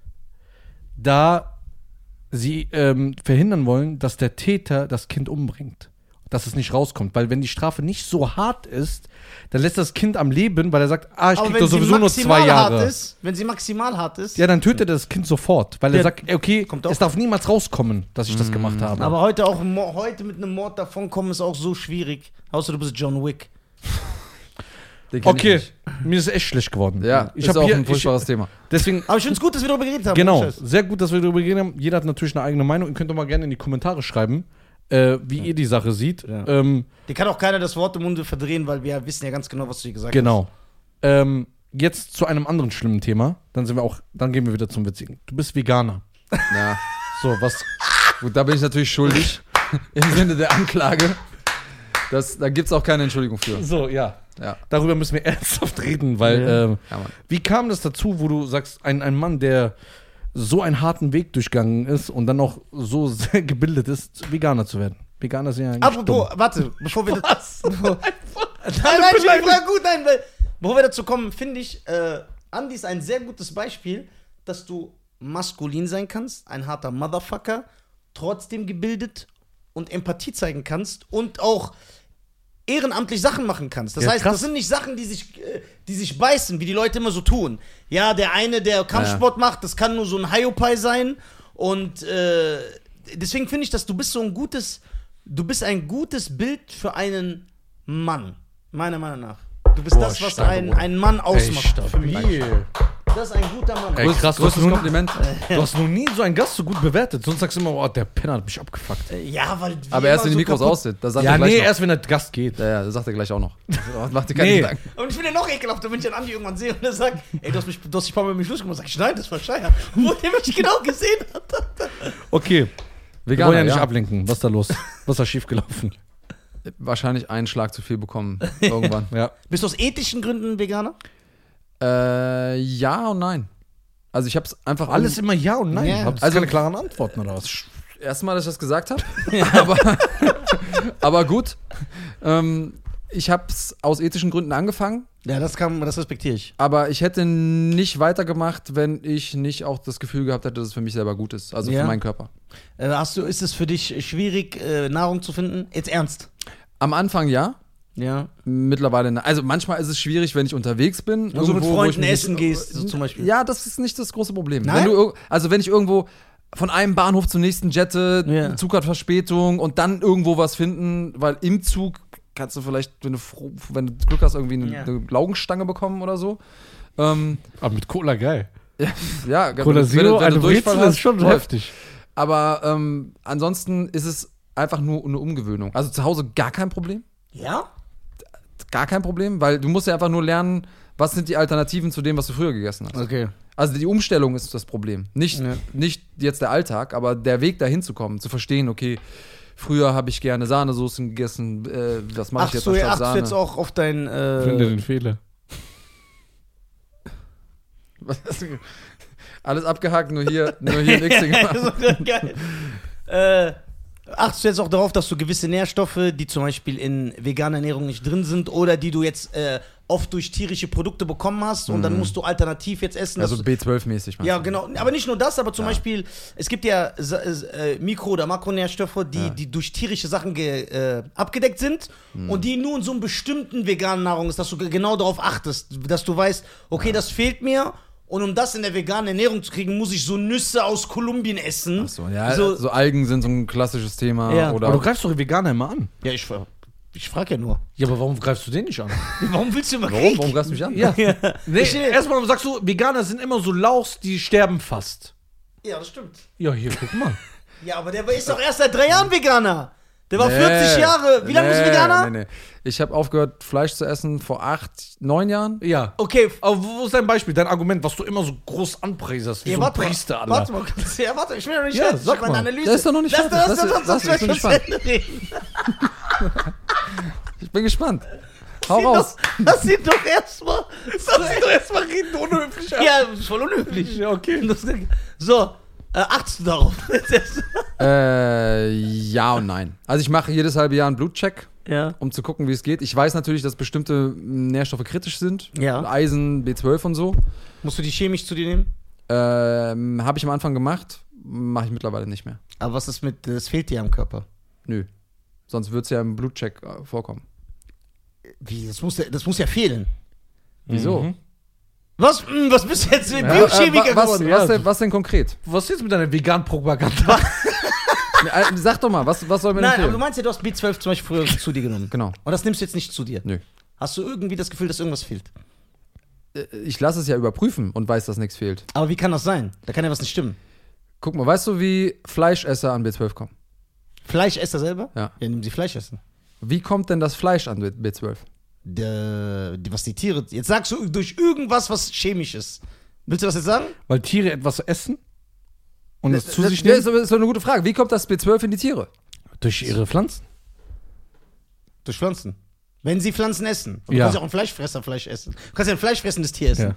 S1: da sie ähm, verhindern wollen, dass der Täter das Kind umbringt. Dass es nicht rauskommt, weil wenn die Strafe nicht so hart ist, dann lässt das Kind am Leben, weil er sagt, ah, ich
S2: Aber
S1: krieg
S2: wenn
S1: doch
S2: sie
S1: sowieso nur
S2: maximal
S1: zwei Jahre.
S2: Hart ist, wenn sie maximal hart ist.
S1: Ja, dann tötet er das Kind sofort, weil
S2: Ja,
S1: er sagt, ey, okay,
S2: kommt auch.
S1: es darf niemals rauskommen, dass ich das gemacht habe.
S2: Aber heute auch Mo- heute mit einem Mord davonkommen ist auch so schwierig. Außer du bist John Wick.
S3: Den kenn ich
S1: okay,
S3: nicht.
S1: mir ist echt schlecht geworden.
S3: Ja,
S1: ich
S3: ist
S1: habe
S3: auch
S1: hier
S3: ein furchtbares
S1: ich,
S3: Thema.
S1: deswegen
S2: Aber ich finde es gut, dass wir darüber geredet haben.
S1: genau,
S2: Ohne Scheiß.
S1: sehr gut, dass wir darüber geredet haben. Jeder hat natürlich eine eigene Meinung. Ihr könnt doch mal gerne in die Kommentare schreiben, äh, wie ihr die Sache seht.
S2: Ja.
S1: Ähm,
S2: Dir kann auch keiner das Wort im Munde verdrehen, weil wir wissen ja ganz genau, was du hier gesagt
S1: genau. Ähm, jetzt zu einem anderen schlimmen Thema. Dann sind wir auch, dann gehen wir wieder zum Witzigen. Du bist Veganer.
S3: Na,
S1: So, was?
S3: gut, da bin ich natürlich schuldig. Im Sinne der Anklage. Das, da gibt es auch keine Entschuldigung für.
S1: So, ja.
S3: Ja.
S1: Darüber müssen wir ernsthaft reden, weil ähm,
S3: Ja, Mann.
S1: Wie kam das dazu, wo du sagst, ein, ein Mann, der so einen harten Weg durchgegangen ist und dann noch so sehr gebildet ist, Veganer zu werden? Veganer sind ja eigentlich
S2: Apropos,
S1: dumm.
S2: warte, bevor wir.
S1: Was?
S2: Bevor, nein, nein, ich bin voll gut, nein, weil, bevor wir dazu kommen, finde ich, äh, Andi ist ein sehr gutes Beispiel, dass du maskulin sein kannst, ein harter Motherfucker, trotzdem gebildet und Empathie zeigen kannst und auch ehrenamtlich Sachen machen kannst. Das
S1: Ja,
S2: heißt,
S1: krass.
S2: das sind nicht Sachen, die sich, äh, die sich beißen, wie die Leute immer so tun. Ja, der eine, der Kampfsport macht, das kann nur so ein Hyopai sein. Und äh, deswegen finde ich, dass du bist so ein gutes, du bist ein gutes Bild für einen Mann, meiner Meinung nach. Du bist das, was
S3: starke
S2: ein,
S3: Worte.
S2: ein Mann ausmacht. für mich.
S1: Stabil.
S2: Das ist ein guter Mann.
S1: Ey, krass,
S3: Größtes
S1: du hast nun-
S3: Kompliment.
S1: Du hast noch nie so einen Gast so gut bewertet. Sonst sagst du immer, oh, der Penner hat mich abgefuckt.
S2: Ja, weil wir
S3: Aber erst, wenn die
S2: immer
S3: Mikros
S2: kaputt-
S3: aus sind. Das sagt
S1: ja,
S3: er gleich
S1: nee,
S3: noch.
S1: erst wenn der Gast geht.
S3: Ja, ja, das sagt er gleich auch noch. Mach dir keine
S1: Nee.
S3: Gedanken.
S2: Und ich bin ja noch ekelhafter, wenn ich dann Andi irgendwann sehe und er sagt, ey, du hast, mich, du hast dich ein paar Mal mit mir Schluss gemacht. Sag ich, nein, das war Scheier. Wo der mich genau gesehen hat.
S1: Okay. Wir
S3: Veganer,
S1: wollen ja nicht
S3: ja.
S1: ablenken. Was ist da los? Was ist da schiefgelaufen?
S3: Wahrscheinlich einen Schlag zu viel bekommen. Irgendwann.
S1: Ja.
S2: Bist du aus ethischen Gründen Veganer?
S3: äh, ja und nein. Also ich habe es einfach
S1: Alles immer Ja und Nein.
S2: Ja.
S1: Habt ihr
S3: Also-
S1: keine klaren Antworten oder was?
S3: erstmal, dass ich das gesagt habe. aber, aber gut. Ähm, ich habe es aus ethischen Gründen angefangen,
S2: Ja, das, kann, das respektiere ich.
S3: aber ich hätte nicht weitergemacht, wenn ich nicht auch das Gefühl gehabt hätte, dass es für mich selber gut ist, also
S2: Ja.
S3: für meinen Körper.
S2: Äh, Hast du, ist es für dich schwierig, äh, Nahrung zu finden? Jetzt ernst.
S3: Am Anfang ja,
S2: Ja.
S3: mittlerweile nein. Also manchmal ist es schwierig, wenn ich unterwegs bin.
S2: Also mit
S3: irgendwo, wo ich
S2: Freunden
S3: mich nicht-
S2: essen gehst, so zum Beispiel.
S3: Ja, das ist nicht das große Problem.
S2: Nein?
S3: Wenn du, irg- also wenn ich irgendwo von einem Bahnhof zum nächsten jette,
S2: Ja.
S3: Zug hat Verspätung und dann irgendwo was finden, weil im Zug kannst du vielleicht, wenn du, froh, wenn du Glück hast, irgendwie eine,
S2: Ja.
S3: eine Laugenstange bekommen oder so. Ähm,
S1: Aber mit Cola geil.
S3: ja,
S1: Cola
S3: wenn,
S1: Zero, also
S3: du- wenn
S1: eine
S3: du Durchfall
S1: Brezel
S3: hast,
S1: ist schon
S3: läuft.
S1: heftig.
S3: Aber ähm, ansonsten ist es einfach nur eine Umgewöhnung. Also zu Hause gar kein Problem.
S2: Ja?
S3: Gar kein Problem, weil du musst ja einfach nur lernen, was sind die Alternativen zu dem, was du früher gegessen hast.
S2: Okay.
S3: Also die Umstellung ist das Problem. Nicht,
S2: Ja.
S3: nicht jetzt der Alltag, aber der Weg dahin zu kommen, zu verstehen, okay, früher habe ich gerne Sahnesoßen gegessen, äh, das mache ich
S2: Ach,
S3: jetzt
S2: so,
S3: anstatt
S2: achtest du
S3: Sahne.
S2: jetzt auch auf dein.
S1: Finde
S2: Äh,
S1: den Fehler.
S3: Alles abgehakt, nur hier, nur hier nichts gemacht.
S2: Geil. äh, achtest du jetzt auch darauf, dass du gewisse Nährstoffe, die zum Beispiel in veganer Ernährung nicht drin sind oder die du jetzt äh, oft durch tierische Produkte bekommen hast und dann musst du alternativ jetzt essen? dass
S3: Mhm. Also
S2: du-
S3: B12-mäßig.
S2: Ja, genau. Aber nicht nur das, aber zum Beispiel, es gibt ja Sa- äh, Mikro- oder Makronährstoffe, die, die durch tierische Sachen ge, äh, abgedeckt sind
S3: Hm.
S2: und die nur in so einem bestimmten veganen Nahrung ist, dass du ge- genau darauf achtest, dass du weißt, okay, das fehlt mir. Und um das in der veganen Ernährung zu kriegen, muss ich so Nüsse aus Kolumbien essen. Also,
S3: Ach so, ja, also so, Algen sind so ein klassisches Thema.
S2: Ja.
S3: Oder
S1: Aber du greifst doch Veganer immer an.
S2: ja, ich, fra- ich frage ja nur.
S1: Ja, aber warum greifst du den nicht an?
S2: Warum willst du immer
S3: warum?
S2: Krieg?
S3: Warum greifst du mich an?
S1: Ja. Nee,
S2: Ich-
S1: erstmal sagst du, Veganer sind immer so Lauchs, die sterben fast.
S2: Ja, das stimmt.
S1: Ja, hier, guck mal.
S2: Ja, aber der ist doch erst seit drei Jahren Veganer. Der war
S3: Nee.
S2: 40 Jahre. Wie lange bist du
S3: Nee,
S2: Veganer?
S3: Nee, nee. Ich habe aufgehört, Fleisch zu essen vor acht, neun Jahren.
S1: Ja.
S2: Okay,
S1: Aber wo wo ist dein Beispiel, dein Argument, was du immer so groß anpreiserst, wie so ein
S2: warte mal,
S1: Priester, Alter?
S2: Warte mal, kurz. ja, warte, ich bin noch nicht
S1: Ja,
S2: fertig.
S1: sag
S2: ich hab meine
S1: mal.
S2: Analyse.
S3: Der ist doch noch nicht
S2: lass,
S3: fertig.
S2: Lass, lass, lass,
S3: Lass-
S2: lass,
S3: lass- ich bin
S2: lass, lass, lass, reden.
S3: Ich bin gespannt. Hau
S2: Lass ihn
S3: raus.
S2: doch- Lass ihn doch erstmal. Lass ihn doch erstmal reden, unhöflich. Ja, voll unhöflich.
S1: Ja, okay.
S2: Das- So, äh, achtest du darauf.
S3: Äh, ja und nein. Also ich mache jedes halbe Jahr einen Blutcheck,
S2: ja.
S3: um zu gucken, wie es geht. Ich weiß natürlich, dass bestimmte Nährstoffe kritisch sind.
S2: Ja.
S3: Eisen, B12 und so.
S2: Musst du die chemisch zu dir nehmen?
S3: Ähm, Habe ich am Anfang gemacht, mache ich mittlerweile nicht mehr.
S2: Aber was ist mit, das fehlt dir am Körper?
S3: Nö. Sonst würde es ja im Blutcheck äh, vorkommen.
S2: Wie, das muss, ja- das muss ja fehlen.
S3: Wieso?
S1: Mhm.
S2: Was, hm, was bist du jetzt für ein
S3: Ja, äh,
S2: Biochemiker
S3: wa- was,
S2: geworden?
S3: was, denn, was denn konkret?
S1: Was ist jetzt mit deiner Vegan-Propaganda?
S3: Nee, äh, Sag doch mal, was, was soll mir denn
S2: Nein, aber du
S3: fehlen?
S2: meinst ja, du hast B12 zum Beispiel früher zu dir genommen.
S3: Genau.
S2: Und das nimmst du jetzt nicht zu dir.
S3: Nö.
S2: Hast du irgendwie das Gefühl, dass irgendwas fehlt?
S3: Äh, Ich lasse es ja überprüfen und weiß, dass nichts fehlt.
S2: Aber wie kann das sein? Da kann ja was nicht stimmen.
S3: Guck mal, weißt du, wie Fleischesser an B12 kommen?
S2: Fleischesser selber?
S3: Ja.
S2: Ja, nehmen sie Fleischessen.
S3: Wie kommt denn das Fleisch an B12?
S2: Der, die, was die Tiere. Jetzt sagst du durch irgendwas, was chemisch ist. Willst du das jetzt sagen?
S1: Weil Tiere etwas essen und es zu
S3: das,
S1: sich
S3: das
S1: nehmen
S3: ist aber- ist doch eine gute Frage. Wie kommt das B12 in die Tiere?
S1: durch ihre Pflanzen.
S2: Durch Pflanzen. Wenn sie Pflanzen essen. Und Du
S1: Ja.
S2: kannst ja auch ein Fleischfresser Fleisch essen. Du kannst ja ein fleischfressendes Tier essen.
S1: Ja.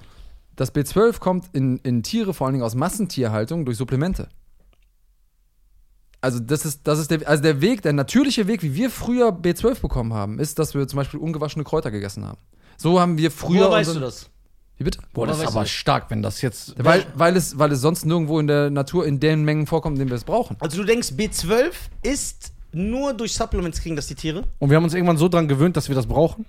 S3: Das B12 kommt in, in Tiere, vor allen Dingen aus Massentierhaltung, durch Supplemente. also das ist, das ist der, also der Weg, der natürliche Weg, wie wir früher B12 bekommen haben, ist, dass wir zum Beispiel ungewaschene Kräuter gegessen haben. So haben wir früher.
S2: Woher weißt du
S3: unseren-
S2: das?
S3: Wie bitte?
S1: Boah, das ist
S2: Oder
S1: aber
S2: weißt du-
S1: stark, wenn das jetzt.
S3: Weil, weil, es, weil es sonst nirgendwo in der Natur in den Mengen vorkommt, in denen wir es brauchen.
S2: Also du denkst, B12 ist nur durch Supplements kriegen das die Tiere?
S1: Und wir haben uns irgendwann so dran gewöhnt, dass wir das brauchen.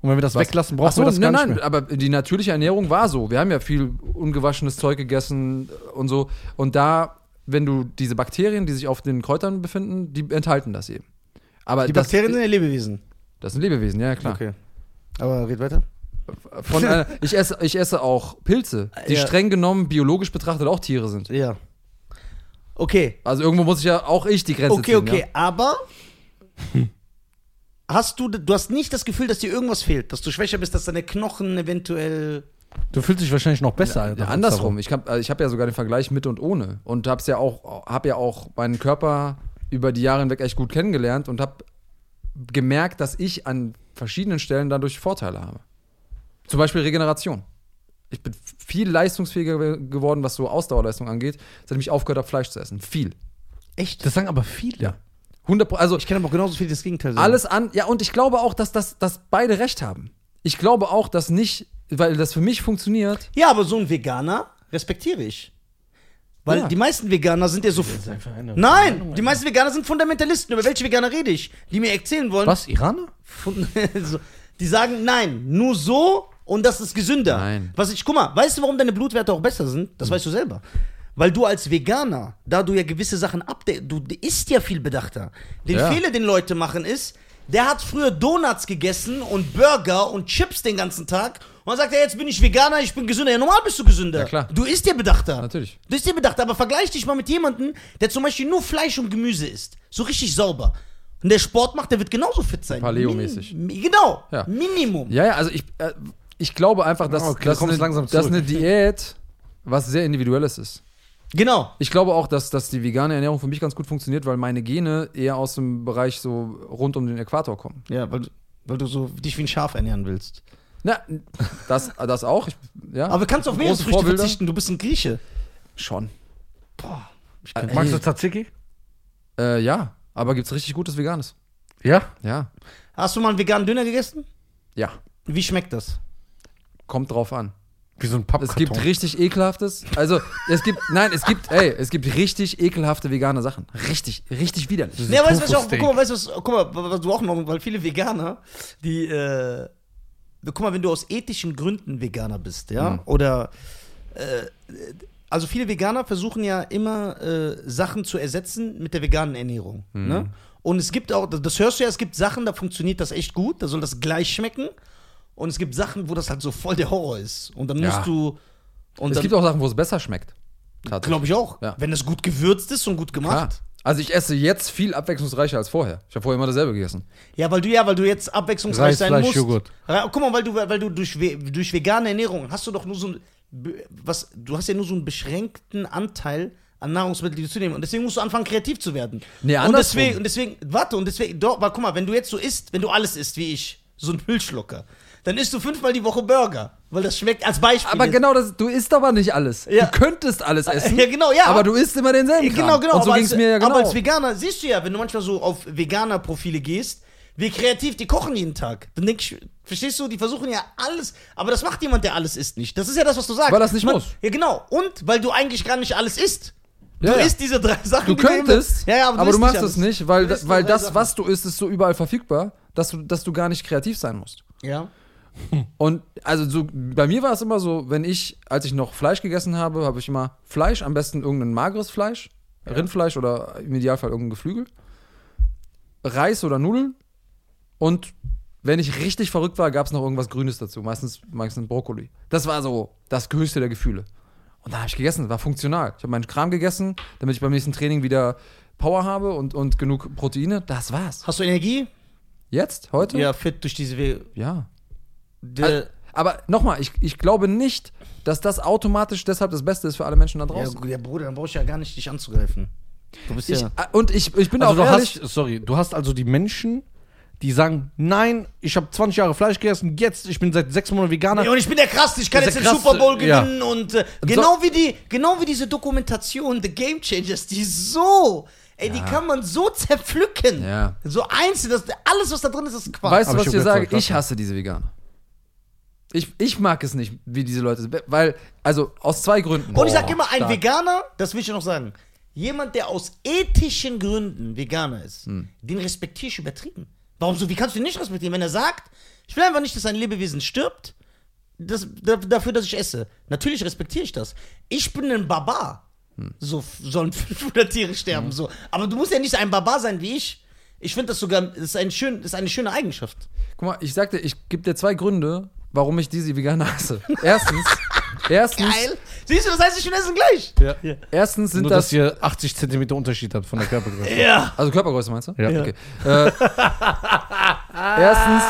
S1: Und wenn wir das weglassen, brauchen
S3: Ach so,
S1: wir das gar
S3: nein,
S1: nicht
S3: nein,
S1: mehr.
S3: aber die natürliche Ernährung war so. Wir haben ja viel ungewaschenes Zeug gegessen und so. Und da, wenn du diese Bakterien, die sich auf den Kräutern befinden, die enthalten das eben. Aber
S2: Die
S3: das,
S2: Bakterien sind ja Lebewesen.
S3: das sind Lebewesen, ja klar.
S2: Aber red weiter.
S3: Von, einer- ich, esse, ich esse auch Pilze, die
S2: Ja.
S3: streng genommen biologisch betrachtet auch Tiere sind.
S2: Ja. Okay.
S3: Also irgendwo muss ich ja auch ich die Grenze
S2: Okay,
S3: ziehen.
S2: okay,
S3: Ja? Hm.
S2: aber hast du, du hast nicht das Gefühl, dass dir irgendwas fehlt, dass du schwächer bist, dass deine Knochen eventuell.
S1: Du fühlst dich wahrscheinlich noch besser. Alter,
S3: Ja, andersrum. Ich habe ich hab ja sogar den Vergleich mit und ohne und habe ja auch habe ja auch meinen Körper über die Jahre hinweg echt gut kennengelernt und habe gemerkt, dass ich an verschiedenen Stellen dadurch Vorteile habe. Zum Beispiel Regeneration. Ich bin viel leistungsfähiger gew- geworden, was so Ausdauerleistung angeht, seitdem ich aufgehört habe, Fleisch zu essen. Viel.
S2: Echt?
S1: Das sagen aber viele.
S3: 100 Pro- also
S2: ich kann aber auch genauso viel das Gegenteil sagen.
S3: alles an. Ja, und ich glaube auch, dass, dass, dass beide recht haben. Ich glaube auch, dass nicht, weil das für mich funktioniert.
S2: Ja, aber so ein Veganer respektiere ich. Weil
S3: Ja.
S2: die meisten Veganer sind ja so.
S1: einfach eine-
S2: Nein, die meisten Veganer sind Fundamentalisten. Über welche Veganer rede ich? Die mir erzählen wollen.
S1: Was, Iraner?
S2: Fun- so. Die sagen, nein, nur so und das ist gesünder.
S3: Nein.
S2: Was ich, guck mal, weißt du, warum deine Blutwerte auch besser sind? Das weißt du selber. Weil du als Veganer, da du ja gewisse Sachen abdeckst, du isst ja viel bedachter. Den
S3: Ja.
S2: Fehler, den Leute machen, ist, der hat früher Donuts gegessen und Burger und Chips den ganzen Tag. Und dann sagt er, jetzt bin ich Veganer, ich bin gesünder. Ja, normal bist du gesünder.
S3: Ja, klar.
S2: Du isst ja bedachter.
S3: Natürlich.
S2: Du isst ja bedachter, aber vergleich dich mal mit jemandem, der zum Beispiel nur Fleisch und Gemüse isst. So richtig sauber. Und der Sport macht, der wird genauso fit sein.
S3: Paleo-mäßig.
S2: Min- mi- Genau.
S3: Ja.
S2: Minimum.
S3: Ja, ja, also ich, äh, ich glaube einfach, dass,
S1: Ah, okay,
S3: dass,
S1: du kommst
S3: eine,
S1: langsam
S3: dass
S1: zurück.
S3: eine Diät was sehr Individuelles ist.
S2: Genau.
S3: Ich glaube auch, dass, dass die vegane Ernährung für mich ganz gut funktioniert, weil meine Gene eher aus dem Bereich so rund um den Äquator kommen.
S2: Ja, weil, weil du so dich wie ein Schaf ernähren willst.
S3: Na, das, das auch. Ich, ja,
S2: Aber kannst auf
S3: Große
S2: Meeresfrüchte
S3: Vorbilder?
S2: verzichten, du bist ein Grieche.
S3: schon.
S2: Boah. Ich
S3: Äh,
S1: Magst du
S3: ey,
S1: Tzatziki?
S3: äh, ja, aber gibt's richtig gutes Veganes.
S1: Ja.
S3: Ja,
S2: Hast du mal einen veganen Döner gegessen?
S3: ja,
S2: Wie schmeckt das?
S3: kommt drauf an.
S1: Wie so ein Pappkarton.
S3: Es gibt richtig ekelhaftes. Also, es gibt, nein, es gibt, ey, es gibt richtig ekelhafte vegane Sachen. Richtig, richtig widerlich.
S2: Ja, weißt du, was ich auch, guck
S1: Tofu-Steak.
S2: mal, weißt du, was, guck mal, was du auch noch, weil viele Veganer, die, äh, guck mal, wenn du aus ethischen Gründen Veganer bist, ja,
S3: Mhm.
S2: oder, äh, also viele Veganer versuchen ja immer, äh, Sachen zu ersetzen mit der veganen Ernährung,
S3: Mhm.
S2: ne? Und es gibt auch, das- das hörst du ja, es gibt Sachen, da funktioniert das echt gut, da soll das gleich schmecken. Und es gibt Sachen, wo das halt so voll der Horror ist. Und dann
S3: Ja.
S2: musst du, und
S3: Es
S2: dann,
S3: gibt auch Sachen, wo es besser schmeckt. Tatsächlich.
S2: glaube ich auch,
S3: Ja.
S2: wenn das gut gewürzt ist und gut
S3: Klar.
S2: gemacht.
S3: Also ich esse jetzt viel abwechslungsreicher als vorher. Ich habe vorher immer dasselbe gegessen.
S2: Ja, weil du ja, weil du jetzt abwechslungsreich
S1: Reis,
S2: sein
S1: Fleisch,
S2: musst.
S1: Joghurt.
S2: Ra- Guck mal, weil du, weil du durch, ve- durch vegane Ernährung hast du doch nur so ein be- was, du hast ja nur so einen beschränkten Anteil an Nahrungsmitteln, die du zunehmen. Und deswegen musst du anfangen, kreativ zu werden.
S3: Nee,
S2: und
S3: andersrum.
S2: deswegen, und deswegen, warte, und deswegen, doch, weil, guck mal, wenn du jetzt so isst, wenn du alles isst wie ich, so ein Müllschlucker, dann isst du fünfmal die Woche Burger, weil das schmeckt als Beispiel.
S3: Aber
S2: jetzt.
S3: genau das, du isst aber nicht alles.
S2: Ja.
S3: Du könntest alles essen.
S2: Ja, genau, ja.
S3: Aber du isst immer denselben.
S2: Ja, Genau,
S3: Kram.
S2: genau.
S3: Und so
S2: aber
S3: ging es
S2: als-
S3: mir ja genau.
S2: Aber als Veganer siehst du ja, wenn du manchmal so auf Veganer-Profile gehst, wie kreativ die kochen jeden Tag. Dann denk ich, verstehst du, die versuchen ja alles, aber das macht jemand, der alles isst nicht. Das ist ja das, was du sagst.
S3: Weil das nicht
S2: Man-
S3: muss.
S2: Ja, genau. Und weil du eigentlich gar nicht alles isst. Du
S3: Ja, ja.
S2: isst diese drei Sachen.
S3: du
S2: die immer-
S3: könntest,
S2: Ja, ja,
S3: aber, du
S2: isst
S3: machst
S2: alles.
S3: es nicht, weil,
S2: Du isst
S3: weil
S2: nur drei
S3: das,
S2: Sachen.
S3: was du isst, ist so überall verfügbar, dass du, dass du gar nicht kreativ sein musst.
S2: Ja.
S3: Und also so, bei mir war es immer so, wenn ich, als ich noch Fleisch gegessen habe, habe ich immer Fleisch, am besten irgendein mageres Fleisch, Rindfleisch oder im Idealfall irgendein Geflügel, Reis oder Nudeln und wenn ich richtig verrückt war, gab es noch irgendwas Grünes dazu, meistens, meistens Brokkoli. Das war so das höchste der Gefühle. Und da habe ich gegessen, war funktional. Ich habe meinen Kram gegessen, damit ich beim nächsten Training wieder Power habe und, und genug Proteine. Das war's.
S2: Hast du Energie?
S3: Jetzt, heute?
S2: Ja, fit durch diese. We
S3: Ja.
S2: de
S3: Also, aber nochmal, ich, ich glaube nicht, dass das automatisch deshalb das Beste ist für alle Menschen da
S2: ja,
S3: draußen.
S2: gut, ja, Bruder, dann brauche ich ja gar nicht dich anzugreifen. Du bist ja.
S3: Ich, äh, und ich, ich bin
S1: Also
S3: auch
S1: du
S3: ehrlich,
S1: hast, sorry, du hast also die Menschen, die sagen, nein, ich habe 20 Jahre Fleisch gegessen, jetzt, ich bin seit sechs Monaten Veganer.
S2: Ja, und ich bin der krass, ich kann
S1: Das
S2: jetzt
S1: ist
S2: den
S1: der
S2: Super Bowl
S1: Krasse, ja.
S2: gewinnen und äh, genau wie die, genau wie diese Dokumentation The Game Changers, die so Ey, die kann man so zerpflücken.
S3: Ja.
S2: So einzeln, das, alles, was da drin ist, ist Quatsch.
S3: Weißt
S1: Hab
S3: du,
S1: ich
S3: was ich dir
S1: schon gehört,
S3: sage?
S1: voll
S3: Ich
S1: krass.
S3: hasse diese Veganer. Ich, ich mag es nicht, wie diese Leute sind. Weil, also aus zwei Gründen.
S2: Und ich sag
S3: Boah,
S2: immer, ein
S3: stark.
S2: Veganer, das will ich noch sagen, jemand, der aus ethischen Gründen Veganer ist,
S3: Hm.
S2: den respektiere ich übertrieben. Warum so? Wie kannst du ihn nicht respektieren, wenn er sagt, ich will einfach nicht, dass ein Lebewesen stirbt, das, da, dafür, dass ich esse? Natürlich respektiere ich das. Ich bin ein Barbar.
S3: Hm.
S2: So f- sollen 500 Tiere sterben. So. Aber du musst ja nicht ein Barbar sein wie ich. Ich finde das sogar, das ist, ein schön, das ist eine schöne Eigenschaft.
S3: Guck mal, ich sagte, ich gebe dir zwei Gründe, warum ich diese Veganer hasse. Erstens, erstens,
S2: Geil. Siehst du, das heißt, ich will essen gleich.
S1: Ja.
S3: erstens sind
S1: Nur,
S3: das.
S1: dass ihr 80 Zentimeter Unterschied habt von der Körpergröße.
S2: Ja.
S3: also Körpergröße meinst du?
S1: Ja.
S3: Okay. Äh, erstens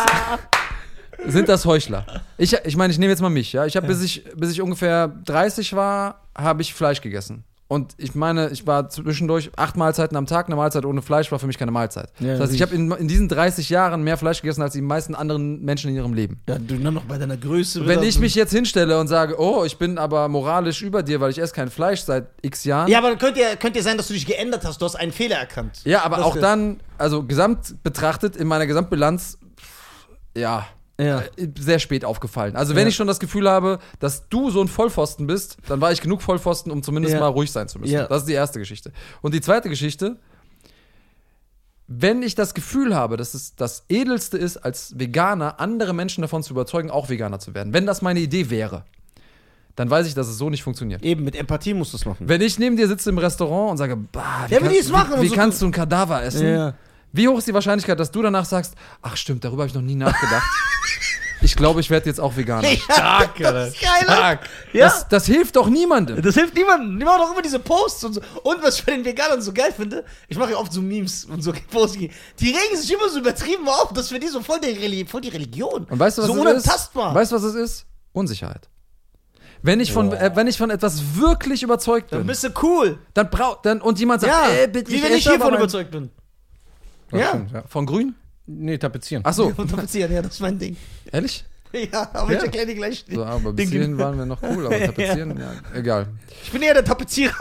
S3: sind das Heuchler. Ich, ich meine, ich nehme jetzt mal mich, ja. Ich habe, bis, ich, bis ich ungefähr 30 war, habe ich Fleisch gegessen. Und ich meine, ich war zwischendurch acht Mahlzeiten am Tag. Eine Mahlzeit ohne Fleisch war für mich keine Mahlzeit.
S1: Ja,
S3: das heißt, ich habe in, in diesen 30 Jahren mehr Fleisch gegessen als die meisten anderen Menschen in ihrem Leben.
S2: ja du nimm noch bei deiner Größe.
S3: Wenn ich mich jetzt hinstelle und sage, oh, ich bin aber moralisch über dir, weil ich esse kein Fleisch seit x Jahren.
S2: Ja, aber dann könnte ja, könnte ja sein, dass du dich geändert hast. Du hast einen Fehler erkannt.
S3: Ja, aber
S2: Das
S3: auch
S2: wär-
S3: dann, also gesamt betrachtet, in meiner Gesamtbilanz, pff, ja,
S2: Ja.
S3: äh, sehr spät aufgefallen. Also, wenn ich schon das Gefühl habe, dass du so ein Vollpfosten bist, dann war ich genug Vollpfosten, um zumindest
S2: Ja.
S3: mal ruhig sein zu müssen.
S2: Ja.
S3: Das ist die erste Geschichte. Und die zweite Geschichte, wenn ich das Gefühl habe, dass es das Edelste ist, als Veganer andere Menschen davon zu überzeugen, auch Veganer zu werden, wenn das meine Idee wäre, dann weiß ich, dass es so nicht funktioniert.
S2: Eben, mit Empathie musst du es machen.
S3: Wenn ich neben dir sitze im Restaurant und sage, bah, wie,
S2: Ja, wenn die es
S3: kannst,
S2: machen und
S3: wie, wie
S2: so-
S3: kannst du ein Kadaver essen?
S2: Ja.
S3: Wie hoch ist die Wahrscheinlichkeit, dass du danach sagst, ach stimmt, darüber habe ich noch nie nachgedacht. ich glaube, ich werde jetzt auch Veganer.
S1: Stark,
S2: das ist geil.
S1: Stark.
S2: Ja.
S3: Das, das hilft doch niemandem.
S2: Das hilft niemandem. Die machen doch immer diese Posts und so. Und was ich bei den Veganern so geil finde, ich mache ja oft so Memes und so Posts. Die regen sich immer so übertrieben auf, dass für die so voll, der Reli voll die Religion.
S3: Und weißt du, was
S2: so
S3: es ist?
S2: unantastbar.
S3: Weißt du, was es ist? Unsicherheit. Wenn ich, von, äh, wenn ich von etwas wirklich überzeugt
S2: dann
S3: bin,
S2: bist du cool.
S3: dann braucht dann und jemand sagt,
S2: Ja,
S3: äh, bitte,
S2: wie wenn
S3: esse
S2: ich hiervon
S3: aber mein-
S2: überzeugt bin. Ja.
S1: ja.
S3: Von Grün?
S1: Nee, tapezieren.
S3: Ach so,
S2: Und tapezieren, ja, das ist mein Ding.
S3: ehrlich?
S2: Oh. Ja, aber ich
S1: Ja.
S2: erkläre dir gleich.
S3: So, aber bis
S2: Den-
S3: hierhin waren wir noch cool, aber tapezieren, ja, egal.
S2: Ich bin eher der Tapezierer.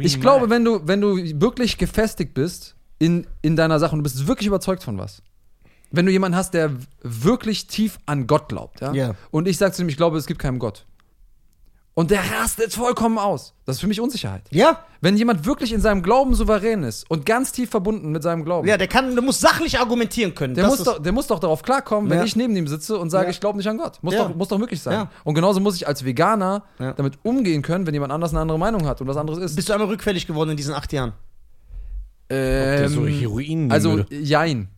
S3: Ich glaube, wenn du, wenn du wirklich gefestigt bist in, in deiner Sache und du bist wirklich überzeugt von was, wenn du jemanden hast, der w- wirklich tief an Gott glaubt, ja?
S2: Ja.
S3: Und ich sag zu ihm, ich glaube, es gibt keinen Gott. Und der rastet vollkommen aus. Das ist für mich Unsicherheit.
S2: Ja.
S3: Wenn jemand wirklich in seinem Glauben souverän ist und ganz tief verbunden mit seinem Glauben,
S2: Ja, der kann, der muss sachlich argumentieren können.
S3: der,
S2: Das
S3: muss
S2: ist-
S3: doch, der muss doch darauf klarkommen, wenn
S2: Ja.
S3: ich neben ihm sitze und sage,
S2: Ja.
S3: ich glaube nicht an Gott. Muss,
S2: Ja.
S3: doch, muss doch möglich sein.
S2: Ja.
S3: Und genauso muss ich als Veganer
S2: Ja.
S3: damit umgehen können, wenn jemand anders eine andere Meinung hat und was anderes ist.
S2: Bist du einmal rückfällig geworden in diesen acht Jahren?
S1: der so
S3: Ähm,
S1: Heroin nehmen
S3: Also
S1: würde.
S3: jein.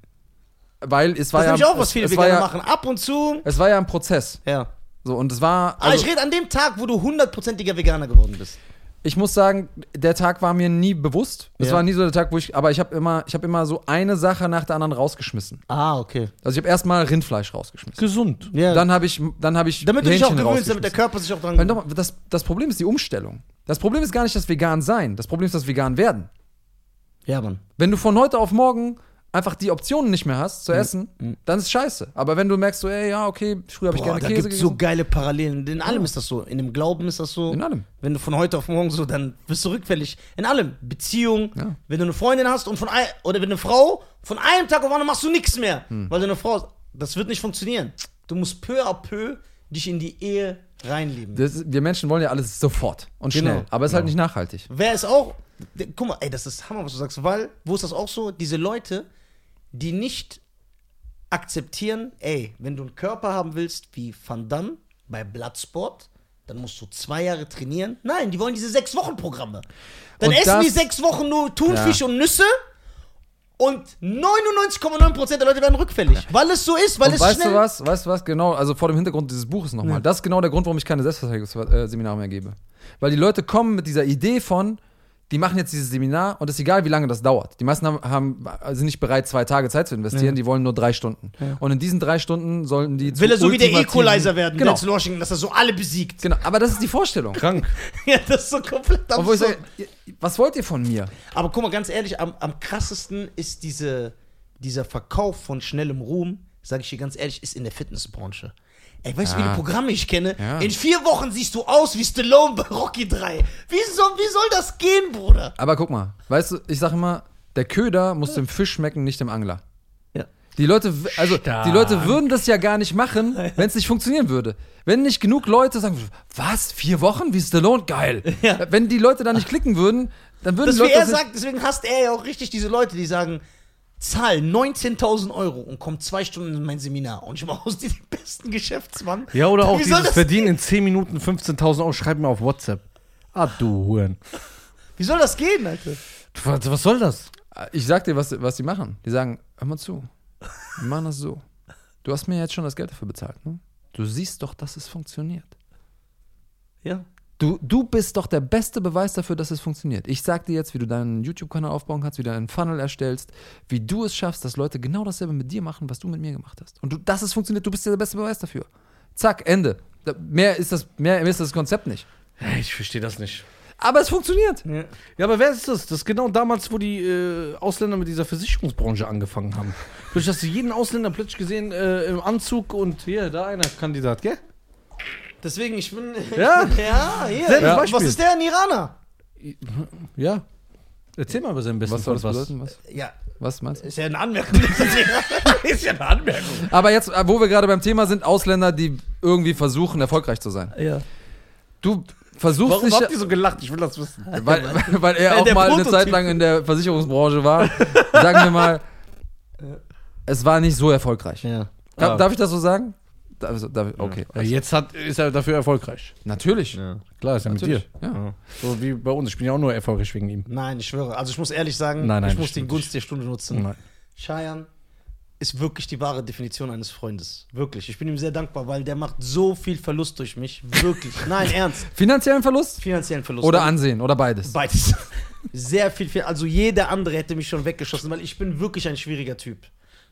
S3: Weil es war
S2: Das ist nämlich
S3: ja
S2: auch, was
S3: es,
S2: viele
S3: es war
S2: Veganer
S3: ja,
S2: machen. Ab und zu.
S3: Es war ja ein Prozess.
S2: Ja.
S3: So und es war
S2: Aber
S3: also,
S2: Ah, ich
S3: ich,
S2: rede an dem Tag, wo du hundertprozentiger Veganer geworden bist.
S3: muss sagen, der Tag war mir nie bewusst. Es
S2: Ja.
S3: war nie so der Tag, wo ich aber ich habe immer ich habe immer so eine Sache nach der anderen rausgeschmissen.
S2: Ah, okay.
S3: Also ich habe erstmal Rindfleisch rausgeschmissen.
S1: gesund.
S2: Ja.
S3: Dann habe ich dann habe ich
S2: damit du dich auch
S3: Hähnchen
S2: gewöhnst, damit der
S3: rausgeschmissen.
S2: Körper sich auch dran
S3: Weil nochmal, das, das Problem ist die Umstellung. Das Problem ist gar nicht das Vegan sein, das Problem ist das Vegan werden.
S2: Ja, Mann.
S3: Wenn du von heute auf morgen einfach die Optionen nicht mehr hast
S2: Hm.
S3: zu essen, dann ist scheiße. Aber wenn du merkst so, ey, ja, okay, früher habe ich
S2: Boah,
S3: gerne
S2: da
S3: Käse
S2: gibt es so
S3: gegessen.
S2: geile Parallelen. In allem ist das so. In dem Glauben ist das so.
S3: In allem.
S2: Wenn du von heute auf morgen so, dann bist du rückfällig. In allem. Beziehung. Wenn du eine Freundin hast und von ein, oder wenn eine Frau, von einem Tag auf den anderen machst du nichts mehr.
S3: Hm.
S2: Weil du eine Frau, das wird nicht funktionieren. Du musst peu à peu dich in die Ehe reinleben.
S3: Das, wir Menschen wollen ja alles sofort und
S2: Genau.
S3: schnell, aber es ist halt nicht nachhaltig.
S2: Wer ist auch. der- Guck mal, ey, das ist Hammer, was du sagst, weil, wo ist das auch so? Diese Leute, die nicht akzeptieren, ey, wenn du einen Körper haben willst wie Van Damme bei Bloodsport, dann musst du zwei Jahre trainieren. Nein, die wollen diese sechs Wochen Programme. Dann
S3: Und
S2: essen
S3: das-
S2: die sechs Wochen nur Thunfisch und Nüsse und 99,9% der Leute werden rückfällig, weil es so ist, weil
S3: Und
S2: es
S3: weißt
S2: schnell.
S3: du was? Weißt du was? Genau, also vor dem Hintergrund dieses Buches nochmal. Das ist genau der Grund, warum ich keine Selbstverteidigungsseminare mehr gebe. Weil die Leute kommen mit dieser Idee von, die machen jetzt dieses Seminar und es ist egal, wie lange das dauert. Die meisten haben, haben, sind nicht bereit, zwei Tage Zeit zu investieren, die wollen nur drei Stunden. Und in diesen drei Stunden sollen die zu
S2: Will er so wie der
S3: ultimativen-
S2: Equalizer werden,
S3: Genau,
S2: Denzel Washington, dass er so alle besiegt.
S3: genau. Aber das ist die Vorstellung.
S1: Krank.
S2: Ja, das ist so komplett
S3: Obwohl ich
S2: absurd.
S3: sage, ihr- was wollt ihr von mir?
S2: Aber guck mal, ganz ehrlich, am, am krassesten ist diese, dieser Verkauf von schnellem Ruhm, sage ich dir ganz ehrlich, ist in der Fitnessbranche. Ey, weißt du, wie
S3: Ja.
S2: viele Programme ich kenne?
S3: Ja.
S2: In vier Wochen siehst du aus wie Stallone bei Rocky 3. Wie soll, wie soll das gehen, Bruder?
S3: Aber guck mal, weißt du, ich sag immer, der Köder muss dem Fisch schmecken, nicht dem Angler.
S2: Ja.
S3: Die Leute, w- also die
S1: Stark.
S3: Leute würden das ja gar nicht machen, wenn es nicht funktionieren würde. Wenn nicht genug Leute sagen, was, vier Wochen, wie Stallone, geil.
S2: Ja.
S3: Wenn die Leute da nicht klicken würden, dann würden
S2: Das,
S3: die
S2: wie
S3: Leute
S2: er
S3: das nicht-
S2: sagt, deswegen hasst er ja auch richtig diese Leute, die sagen, zahl 19.000 Euro und komm zwei Stunden in mein Seminar und ich mache aus dir den besten Geschäftsmann.
S1: Ja, oder auch
S2: wie soll
S1: dieses
S2: das,
S1: Verdienen in 10 Minuten 15.000 Euro, schreib mir auf WhatsApp. Ah, du Huren.
S2: Wie soll das gehen, Alter?
S1: Was, was soll das?
S3: Ah, Ich sag dir, was, was die machen. Die sagen, hör mal zu, wir machen das so. Du hast mir jetzt schon das Geld dafür bezahlt, ne? Du siehst doch, dass es funktioniert.
S2: Ja.
S3: Du, du bist doch der beste Beweis dafür, dass es funktioniert. Ich sag dir jetzt, wie du deinen YouTube-Kanal aufbauen kannst, wie du deinen Funnel erstellst, wie du es schaffst, dass Leute genau dasselbe mit dir machen, was du mit mir gemacht hast. Und du, dass es funktioniert, du bist der beste Beweis dafür. Zack, Ende. Da, mehr, ist das, mehr ist das Konzept nicht.
S1: Ich verstehe das nicht.
S3: Aber es funktioniert.
S1: Ja, aber wer ist das? Das ist genau damals, wo die äh, Ausländer mit dieser Versicherungsbranche angefangen haben. Plötzlich hast du jeden Ausländer plötzlich gesehen äh, im Anzug und hier, da einer Kandidat, gell?
S2: Deswegen, ich bin.
S1: Ja.
S2: ja, hier.
S1: Selbes
S2: Ja.
S1: Beispiel.
S2: Was ist der ein Iraner?
S1: Ja. Erzähl mal über seinen besten
S3: Was soll das
S1: Freund
S3: bedeuten? Was,
S2: Ja,
S3: was meinst du?
S2: ist ja eine Anmerkung. ist ja eine Anmerkung.
S3: Aber jetzt, äh, wo wir gerade beim Thema sind, Ausländer, die irgendwie versuchen, erfolgreich zu sein.
S2: Ja.
S3: Du versuchst
S1: Warum
S3: dich ja-
S1: habt ihr so gelacht? Ich will das wissen.
S3: weil, weil, weil er
S2: Weil
S3: auch
S2: der
S3: mal
S2: Prototyp-
S3: eine Zeit lang in der Versicherungsbranche war. Sagen wir mal, es war nicht so erfolgreich.
S2: Ja.
S3: Darf,
S1: Ah.
S3: darf ich das so sagen? Darf, ich so- darf, ich- okay.
S1: Äh,
S3: Äh,
S1: Jetzt hat, ist er dafür erfolgreich.
S3: Natürlich.
S1: Klar, ist er mit
S3: Natürlich.
S1: dir.
S3: Ja.
S1: Ja. So wie bei uns. Ich bin ja auch nur erfolgreich wegen ihm.
S2: Nein, ich schwöre. Also ich muss ehrlich sagen,
S1: Nein, nein,
S2: ich muss
S1: das
S2: den
S1: stimmt
S2: Gunst der Stunde nutzen.
S1: Nein.
S2: Cheyenne ist wirklich die wahre Definition eines Freundes. Wirklich. Ich bin ihm sehr dankbar, weil der macht so viel Verlust durch mich. Wirklich. Nein, ernst.
S3: Finanziellen Verlust
S2: Finanziellen Verlust.
S3: oder Ansehen oder beides.
S2: Beides. Sehr viel, viel. Also jeder andere hätte mich schon weggeschossen, weil ich bin wirklich ein schwieriger Typ.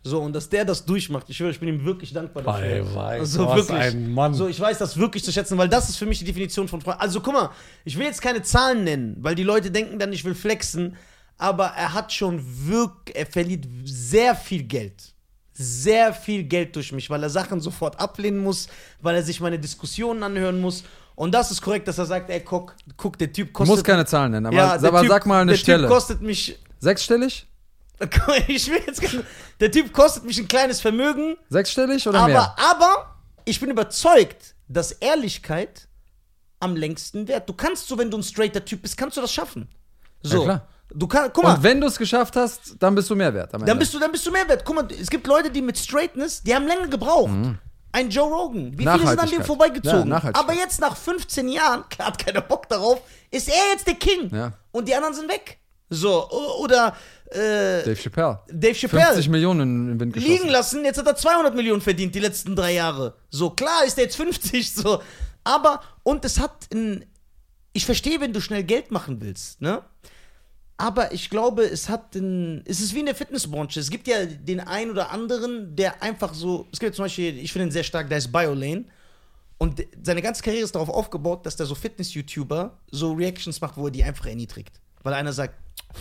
S2: So, und dass der das durchmacht, ich schwöre, ich bin ihm wirklich dankbar dafür.
S1: Bei Weib,
S2: so,
S1: was
S2: wirklich.
S1: ein Mann.
S2: So, ich weiß das wirklich zu schätzen, weil das ist für mich die Definition von Freund. Also guck mal, ich will jetzt keine Zahlen nennen, weil die Leute denken dann, ich will flexen, aber er hat schon wirklich, er verliert sehr viel Geld. Sehr viel Geld durch mich, weil er Sachen sofort ablehnen muss, weil er sich meine Diskussionen anhören muss. Und das ist korrekt, dass er sagt, ey, guck, guck der Typ
S3: Du
S2: kostet
S3: musst keine Zahlen nennen, aber,
S2: ja, der
S3: aber
S2: typ,
S3: sag mal eine
S2: der
S3: Stelle.
S2: Typ kostet mich.
S3: Sechsstellig?
S2: Ich will jetzt gar- Der Typ kostet mich ein kleines Vermögen,
S3: Sechsstellig oder
S2: aber,
S3: mehr?
S2: aber ich bin überzeugt, dass Ehrlichkeit am längsten wert. Du kannst so, wenn du ein straighter Typ bist, kannst du das schaffen. So.
S3: Ja, klar.
S2: Du kannst, guck mal,
S3: Und wenn du es geschafft hast, dann bist du mehr wert. Am Ende.
S2: dann bist du, dann bist du mehr wert. Guck mal, es gibt Leute, die mit Straightness, die haben länger gebraucht. Ein Joe Rogan. Wie viele sind an dem
S3: Mhm. Nachhaltigkeit. Ja,
S2: vorbeigezogen?
S3: Nachhaltigkeit.
S2: aber jetzt nach 15 Jahren, klar hat keiner Bock darauf, ist er jetzt der King.
S3: Ja.
S2: Und die anderen sind weg. So, o- oder äh,
S3: Dave Chappelle.
S2: Dave Chappelle
S3: 50 Millionen in den Wind geschossen.
S2: liegen lassen. Jetzt hat er 200 Millionen verdient die letzten drei Jahre. So, klar ist er jetzt 50, so. Aber, und es hat ein. Ich verstehe, wenn du schnell Geld machen willst, ne? Aber ich glaube, es hat den. Es ist wie in der Fitnessbranche. Es gibt ja den einen oder anderen, der einfach so. Es gibt zum Beispiel, ich finde ihn sehr stark, der ist Biolane. Und seine ganze Karriere ist darauf aufgebaut, dass der so Fitness-YouTuber so Reactions macht, wo er die einfach erniedrigt. Weil einer sagt,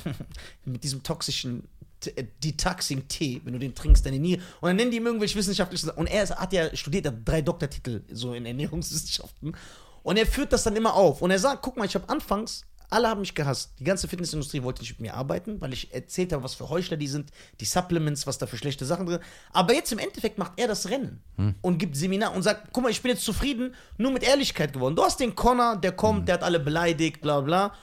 S2: mit diesem toxischen T- äh, Detoxing-Tee, wenn du den trinkst, deine Niere. Und dann nennen die ihm irgendwelche wissenschaftlichen Und er ist, hat ja studiert, er hat drei Doktortitel so in Ernährungswissenschaften. Und er führt das dann immer auf. Und er sagt, guck mal, ich habe anfangs, alle haben mich gehasst. Die ganze Fitnessindustrie wollte nicht mit mir arbeiten, weil ich erzählt habe, was für Heuchler die sind, die Supplements, was da für schlechte Sachen drin. Aber jetzt im Endeffekt macht er das Rennen und gibt Seminar und sagt, guck mal, ich bin jetzt zufrieden, nur mit Ehrlichkeit geworden. Du hast den Connor, der kommt, der hat alle beleidigt, bla bla.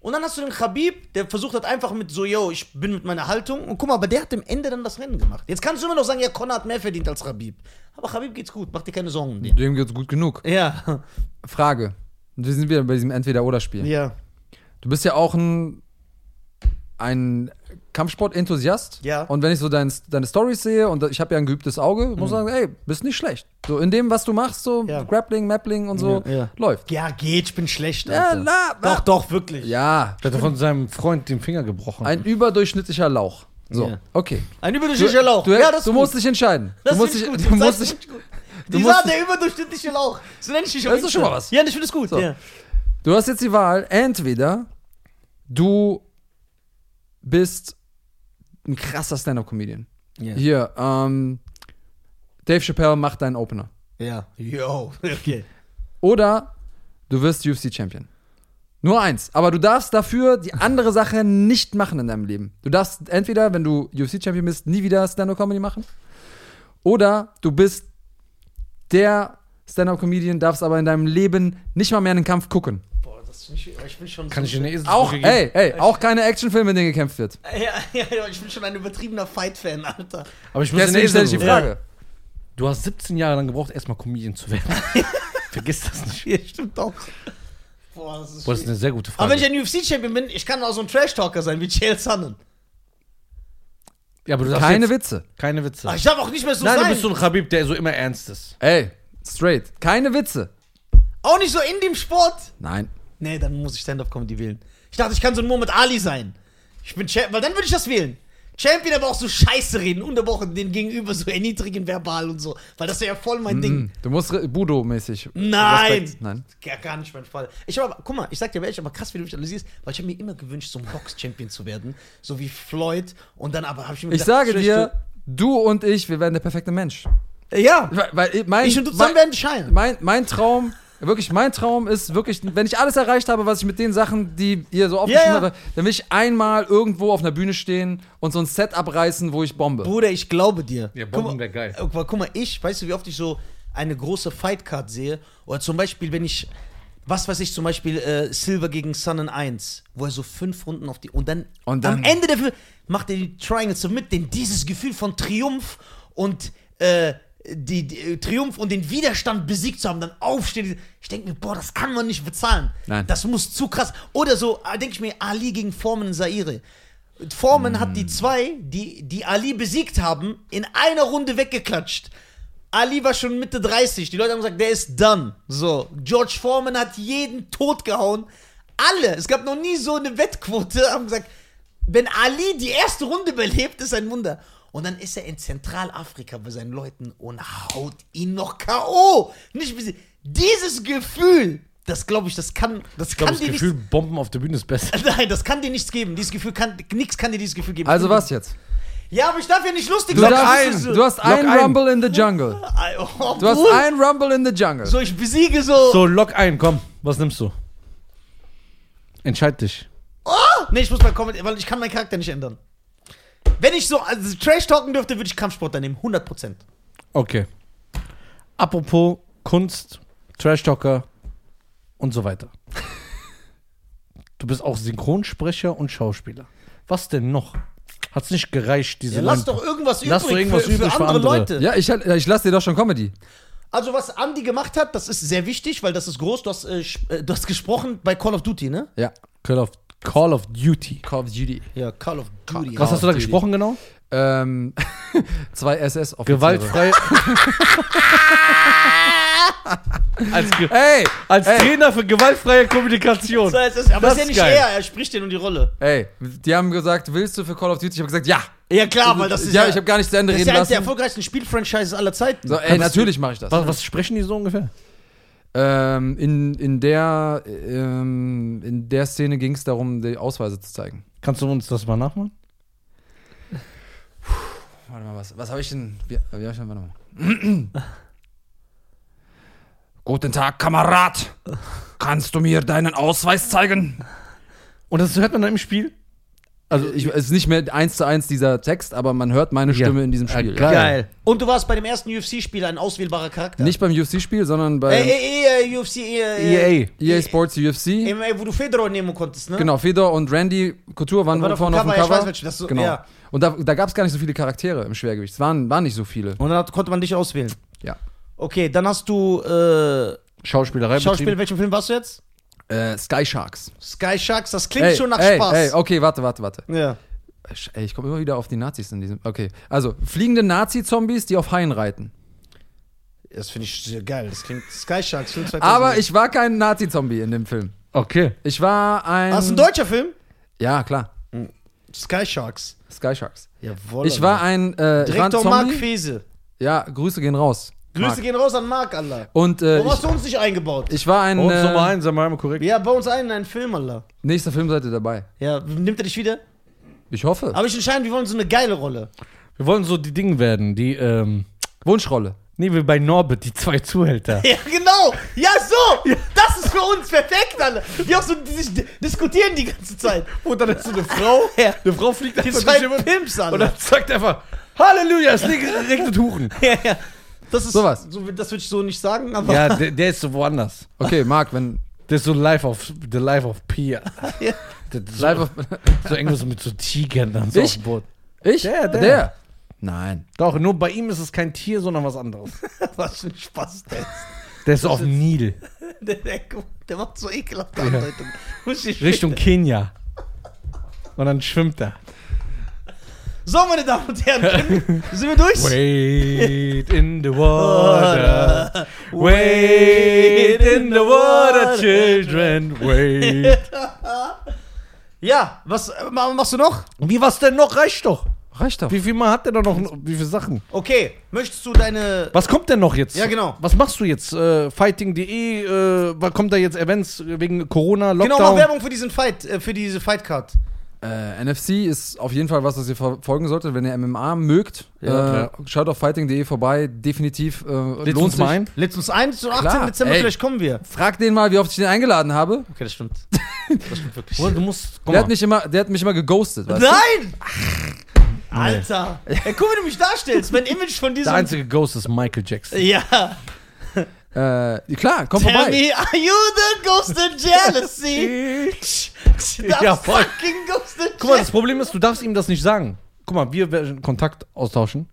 S2: Und dann hast du den Khabib, der versucht hat einfach mit so, yo, ich bin mit meiner Haltung. Und guck mal, aber der hat am Ende dann das Rennen gemacht. Jetzt kannst du immer noch sagen, ja, Connor hat mehr verdient als Khabib. Aber Khabib geht's gut, mach dir keine Sorgen. um den.
S3: Dem geht's gut genug.
S2: Ja,
S3: Frage. Wir sind wieder bei diesem Entweder-Oder-Spiel.
S2: ja,
S3: Du bist ja auch ein, ein Kampfsport-Enthusiast.
S2: Ja.
S3: Und wenn ich so dein, deine Stories sehe und ich habe ja ein geübtes Auge, muss ich sagen, ey, bist nicht schlecht. So in dem, was du machst, so
S2: Mhm. Ja.
S3: Grappling, Mappling und so,
S2: Ja, ja.
S3: läuft.
S2: ja, geht, ich bin schlecht.
S3: Ja,
S2: Alter.
S3: na, na.
S2: doch, doch, wirklich.
S3: Ja,
S1: Der hat von seinem Freund den Finger gebrochen.
S3: ein überdurchschnittlicher Lauch. So,
S2: Ja.
S3: okay.
S2: Ein überdurchschnittlicher Lauch.
S3: Du,
S2: ja, das
S3: du
S2: ist
S3: musst
S2: gut.
S3: dich entscheiden.
S2: Das
S3: du musst dich,
S2: finde ich
S3: du
S2: gut.
S3: musst
S2: Das
S3: dich,
S2: finde ich gut.
S3: du
S2: Die
S3: musst
S2: sah
S3: dich-
S2: der überdurchschnittliche Lauch. So nenne ich dich auf
S3: Das ist doch schon
S2: Insta.
S3: mal was.
S2: Ja, ich finde es gut.
S3: So.
S2: Ja.
S3: du hast jetzt die Wahl, entweder du bist ein krasser Stand-Up-Comedian. Hier, ähm, Dave Chappelle macht deinen Opener.
S2: Ja. Yo. Okay.
S3: Oder du wirst UFC-Champion. Nur eins. Aber du darfst dafür die andere Sache nicht machen in deinem Leben. Du darfst entweder, wenn du UFC-Champion bist, nie wieder Stand-Up-Comedy machen. Oder du bist der Stand-Up-Comedian, darfst aber in deinem Leben nicht mal mehr einen Kampf gucken.
S2: Boah, das ist nicht, ich bin schon.
S1: Kann ich
S2: so,
S1: dir eine Eselsbrücke
S3: Auch,
S1: geben?
S3: ey, ey, auch keine Actionfilme, in denen gekämpft wird.
S2: ja, ja, ja, ich bin schon ein übertriebener Fight-Fan, Alter.
S1: Aber ich muss dir eine
S3: Deswegen stelle ich die
S1: Eselsbrücke.
S3: Frage.
S1: Du hast 17 Jahre lang gebraucht, erstmal Comedian zu werden. Vergiss das nicht.
S2: Ja, stimmt auch. Boah, das ist.
S1: Boah, das ist eine sehr gute Frage.
S2: aber wenn ich ein UFC-Champion bin, ich kann auch so ein Trash-Talker sein wie Chael Sonnen.
S1: ja, aber du darfst
S3: Keine
S1: jetzt-
S3: Witze.
S1: keine Witze.
S2: Ach, ich darf auch nicht mehr so
S1: Nein,
S2: sein.
S1: du bist so ein Habib, der so immer ernst ist.
S3: Ey, straight. Keine Witze.
S2: auch nicht so in dem Sport.
S3: Nein.
S2: Nee, dann muss ich Stand-Up-Comedy wählen. Ich dachte, ich kann so ein Muhammad Ali sein. Ich bin Champion, weil dann würde ich das wählen. Champion aber auch so scheiße reden, unterbrochen den Gegenüber so erniedrigen verbal und so. Weil das wäre ja voll mein Ding.
S1: Hm.
S3: Mhm. Du musst re- Budo-mäßig.
S2: Nein!
S3: Respekt. Nein.
S2: Gar, gar nicht mein Fall. Ich habe aber, guck mal, ich sag dir welche, aber krass, wie du mich analysierst, weil ich habe mir immer gewünscht, so ein Box-Champion zu werden, so wie Floyd und dann aber habe ich mir
S3: Ich sage dir, du und ich, wir werden der perfekte Mensch.
S2: ja,
S3: Weil, weil mein,
S2: ich und du zusammen
S3: mein,
S2: werden scheinen.
S3: mein, mein Traum, wirklich, mein Traum ist wirklich, wenn ich alles erreicht habe, was ich mit den Sachen, die ihr so aufgeschrieben
S2: Ja, ja.
S3: habt, dann will ich einmal irgendwo auf einer Bühne stehen und so ein Set abreißen, wo ich bombe.
S2: Bruder, ich glaube dir.
S1: Ja,
S2: Guck mal,
S1: Bomben wär geil.
S2: Guck mal, guck mal, ich, weißt du, wie oft ich so eine große Fightcard sehe? Oder zum Beispiel, wenn ich, was weiß ich, zum Beispiel äh, Silver gegen Sonnen 1, wo er so fünf Runden auf die. Und dann,
S3: Und dann-
S2: am Ende der Film macht er die Triangle so mit, denn dieses Gefühl von Triumph und äh, die, die äh, Triumph und den Widerstand besiegt zu haben, dann aufstehen. Ich denke mir, boah, das kann man nicht bezahlen.
S3: Nein.
S2: Das muss zu krass. Oder so, ah, denke ich mir, Ali gegen Foreman Saire. Foreman hat die zwei, die, die Ali besiegt haben, in einer Runde weggeklatscht. Ali war schon Mitte 30. Die Leute haben gesagt, der ist done. So, George Foreman hat jeden totgehauen. Alle, es gab noch nie so eine Wettquote, haben gesagt, wenn Ali die erste Runde überlebt, ist ein Wunder. Und dann ist er in Zentralafrika bei seinen Leuten und haut ihn noch K.O. Nicht wie sie- Dieses Gefühl, das glaube ich, das kann, das
S1: Ich glaube,
S2: kann
S1: das
S2: dir
S1: Gefühl, Bomben auf der Bühne ist besser.
S2: nichts. Nein, das kann dir nichts geben. Dieses Gefühl kann, nichts kann dir dieses Gefühl geben.
S3: Also was jetzt?
S2: Ja, aber ich darf ja nicht lustig
S3: Du,
S1: Lock
S3: darfst,
S1: ein.
S3: du hast
S1: Lock
S3: einen
S1: ein.
S3: Rumble in the Jungle.
S2: Oh,
S3: Du hast
S2: Bruder.
S3: einen Rumble in the Jungle.
S2: So, ich besiege so.
S1: So, lock ein, komm. Was nimmst du? Entscheid dich.
S2: Nee, ich muss mal kommen, weil ich kann meinen Charakter nicht ändern. Wenn ich so also Trash talken dürfte, würde ich Kampfsport dann nehmen. 100%.
S1: Okay. Apropos Kunst, Trash-Talker und so weiter. Du bist auch Synchronsprecher und Schauspieler. Was denn noch? Hat's nicht gereicht, diese
S2: Ja, lass
S1: neuen-
S2: doch irgendwas übrig,
S1: Lass doch irgendwas
S2: für, für,
S1: übrig für
S2: andere,
S1: andere.
S2: Leute.
S3: Ja, ich, halt, ich lasse dir doch schon Comedy.
S2: Also, was Andy gemacht hat, das ist sehr wichtig, weil das ist groß. Du hast, äh, sch- äh, du hast gesprochen bei Call of Duty, ne?
S3: Ja.
S1: Call of, Call of Duty.
S3: Call of Duty.
S2: Ja, Call of Duty.
S1: Was
S3: Call
S1: hast du da
S3: of Duty.
S1: gesprochen genau?
S3: Ähm, zwei ss -Offiziere.
S1: Gewaltfrei. als Ge
S3: Ey,
S1: als
S3: ey,
S1: Trainer für gewaltfreie Kommunikation.
S2: So, es ist, aber
S1: Das
S2: das ist ja
S1: ist
S2: nicht
S1: geil.
S2: er, er spricht den und die Rolle.
S3: ey, die haben gesagt, willst du für Call of Duty? Ich habe gesagt, ja.
S2: Also, Ja, klar, weil das ist
S3: ja, ich habe gar nicht zu Ende
S2: das ist
S3: reden
S2: ja eines der
S3: lassen.
S2: erfolgreichsten Spielfranchises aller Zeiten.
S3: So, ey,
S1: Kannst du-
S3: natürlich mache ich das.
S1: Was, was sprechen die so ungefähr?
S3: Ähm, in, in, der, ähm, in der Szene ging es darum, die Ausweise zu zeigen.
S1: Kannst du uns das mal nachmachen?
S3: Warte mal, was, was habe ich denn? Wie, wie hab ich denn warte mal. Guten Tag, Kamerad. Kannst du mir deinen Ausweis zeigen?
S1: Und das hört man dann im Spiel?
S3: Also, ich, es ist nicht mehr eins zu eins dieser Text, aber man hört meine
S1: Ja.
S3: Stimme in diesem
S1: Ja,
S3: Spiel.
S1: klar.
S2: Geil. Und du warst bei dem ersten UFC-Spiel ein auswählbarer Charakter.
S3: Nicht beim UFC-Spiel, sondern bei
S2: Äh, äh, äh, UFC, äh, äh,
S1: EA.
S3: EA Sports UFC.
S2: MMA, wo du Fedor nehmen konntest, ne?
S3: Genau, Fedor und Randy Couture waren
S2: War
S3: vorne
S2: doch
S3: auf dem Cover.
S2: ja, Ich weiß, welche, das ist so,
S3: genau.
S2: ja.
S3: Und da, da gab es gar nicht so viele Charaktere im Schwergewicht. Es waren, waren nicht so viele.
S2: Und dann hat, konnte man dich auswählen.
S3: Ja.
S2: Okay, dann hast du äh,
S1: Schauspielerei.
S2: Schauspiel,
S1: betrieben.
S2: welchen Film warst du jetzt?
S3: Äh, Sky Sharks.
S2: Sky Sharks, das klingt schon nach
S3: ey,
S2: Spaß.
S3: Ey, okay, warte, warte, warte.
S2: Ja.
S3: Sch- Ey, ich komme immer wieder auf die Nazis in diesem. Okay. Also, fliegende Nazi-Zombies, die auf Haien reiten.
S2: Das finde ich sehr geil. Das klingt Sky Sharks. Film 2000.
S3: Aber ich war kein Nazi-Zombie in dem Film.
S1: Okay.
S3: Ich war ein.
S2: Das Ah, ist ein deutscher Film?
S3: Ja, klar.
S2: Sky Sharks.
S3: Sky Sharks.
S2: Jawohl.
S3: Ich war ein. Äh, ich war ein
S2: Direktor Marc
S3: Zombie.
S2: Fese.
S3: Ja, Grüße gehen raus.
S2: Grüße
S3: Marc.
S2: gehen raus an Marc, Allah.
S3: Und äh,
S2: Warum hast
S3: ich,
S2: du uns nicht eingebaut?
S3: ich war ein.
S1: Und
S3: Äh,
S1: Nummer eins, einmal einmal korrekt.
S2: ja, bei uns einen, einen Film, Allah.
S3: nächster Filmseite dabei.
S2: Ja, nimmt er dich wieder?
S3: Ich hoffe.
S2: Aber ich entscheide, wir wollen so eine geile Rolle. Also-
S1: Wir wollen so die Dinge werden, die, ähm,
S3: Wunschrolle.
S1: Nee, wie bei Norbert, die zwei Zuhälter.
S2: Ja, genau. Ja, so. Das ist für uns perfekt, Alter. Die auch so die sich di- diskutieren die ganze Zeit.
S1: Und dann ist so eine Frau,
S2: Ja.
S1: eine Frau fliegt
S2: Die
S1: einfach durch
S2: zwei
S1: jemanden
S2: Pimps,
S1: und dann
S2: Alter.
S1: sagt er einfach, Halleluja, es liegt- regnet Huren.
S2: Ja, ja. Das ist
S3: Sowas.
S2: So, das würde ich so nicht sagen, aber.
S1: Ja, der, der ist so woanders.
S3: Okay, Marc, wenn.
S1: Der ist so Life of, the Life of Pia.
S2: Ja.
S1: Der, so,
S3: Live auf,
S1: so irgendwas mit so Tigern dann so
S3: Ich?
S1: auf dem Boot.
S3: ich?
S1: Der, der.
S3: Nein.
S1: Doch, nur bei ihm ist es kein Tier, sondern was anderes.
S2: Was für ein Spaß der ist.
S1: Der ist so auf dem Nil,
S2: Der, der, der macht so ekelhafte Andeutungen. Muss ich-
S1: Richtung Kenia. Und dann schwimmt er.
S2: So, meine Damen und Herren, sind wir durch?
S1: Wait in the water. Wait in the water, children. Wait.
S2: Ja, was äh, ma- machst du noch?
S1: Wie was denn noch? Reicht doch.
S3: Reicht doch.
S1: Wie viel mal hat der da noch? Wie viele Sachen?
S2: Okay, möchtest du deine.
S1: Was kommt denn noch jetzt?
S2: Ja, genau.
S1: Was machst du jetzt? Äh, Fighting.de, äh, was kommt da jetzt Events wegen Corona, Lockdown?
S2: Genau, mach Werbung für diesen Fight, äh, für diese Fight-Card.
S3: Äh, NFC ist auf jeden Fall was, das ihr verfolgen solltet, wenn ihr MMA mögt.
S1: Ja,
S3: äh, Schaut auf fighting.de vorbei. Definitiv äh,
S1: Willst du
S3: lohnt
S1: uns
S3: sich.
S1: meinen?
S2: Letztens 1 und 18
S3: Klar,
S2: Dezember,
S3: ey.
S2: vielleicht kommen wir.
S3: Frag den mal, wie oft ich den eingeladen habe.
S2: Okay, das stimmt. Das stimmt wirklich.
S1: Oder du musst. Guck
S3: Der
S1: mal.
S3: hat, mich immer, der hat mich immer geghostet. Weißt du?
S2: Nein! Alter! Ey, guck, wie du mich darstellst. Mein Image von diesem.
S1: Der einzige Ghost ist Michael Jackson.
S2: Ja.
S3: Äh, klar, komm
S2: Tell
S3: vorbei.
S2: me, are you the ghost of jealousy? the
S1: Ja, voll.
S2: fucking ghost of
S1: Guck mal,
S2: jealousy.
S1: das Problem ist, du darfst ihm das nicht sagen. Guck mal, wir werden Kontakt austauschen.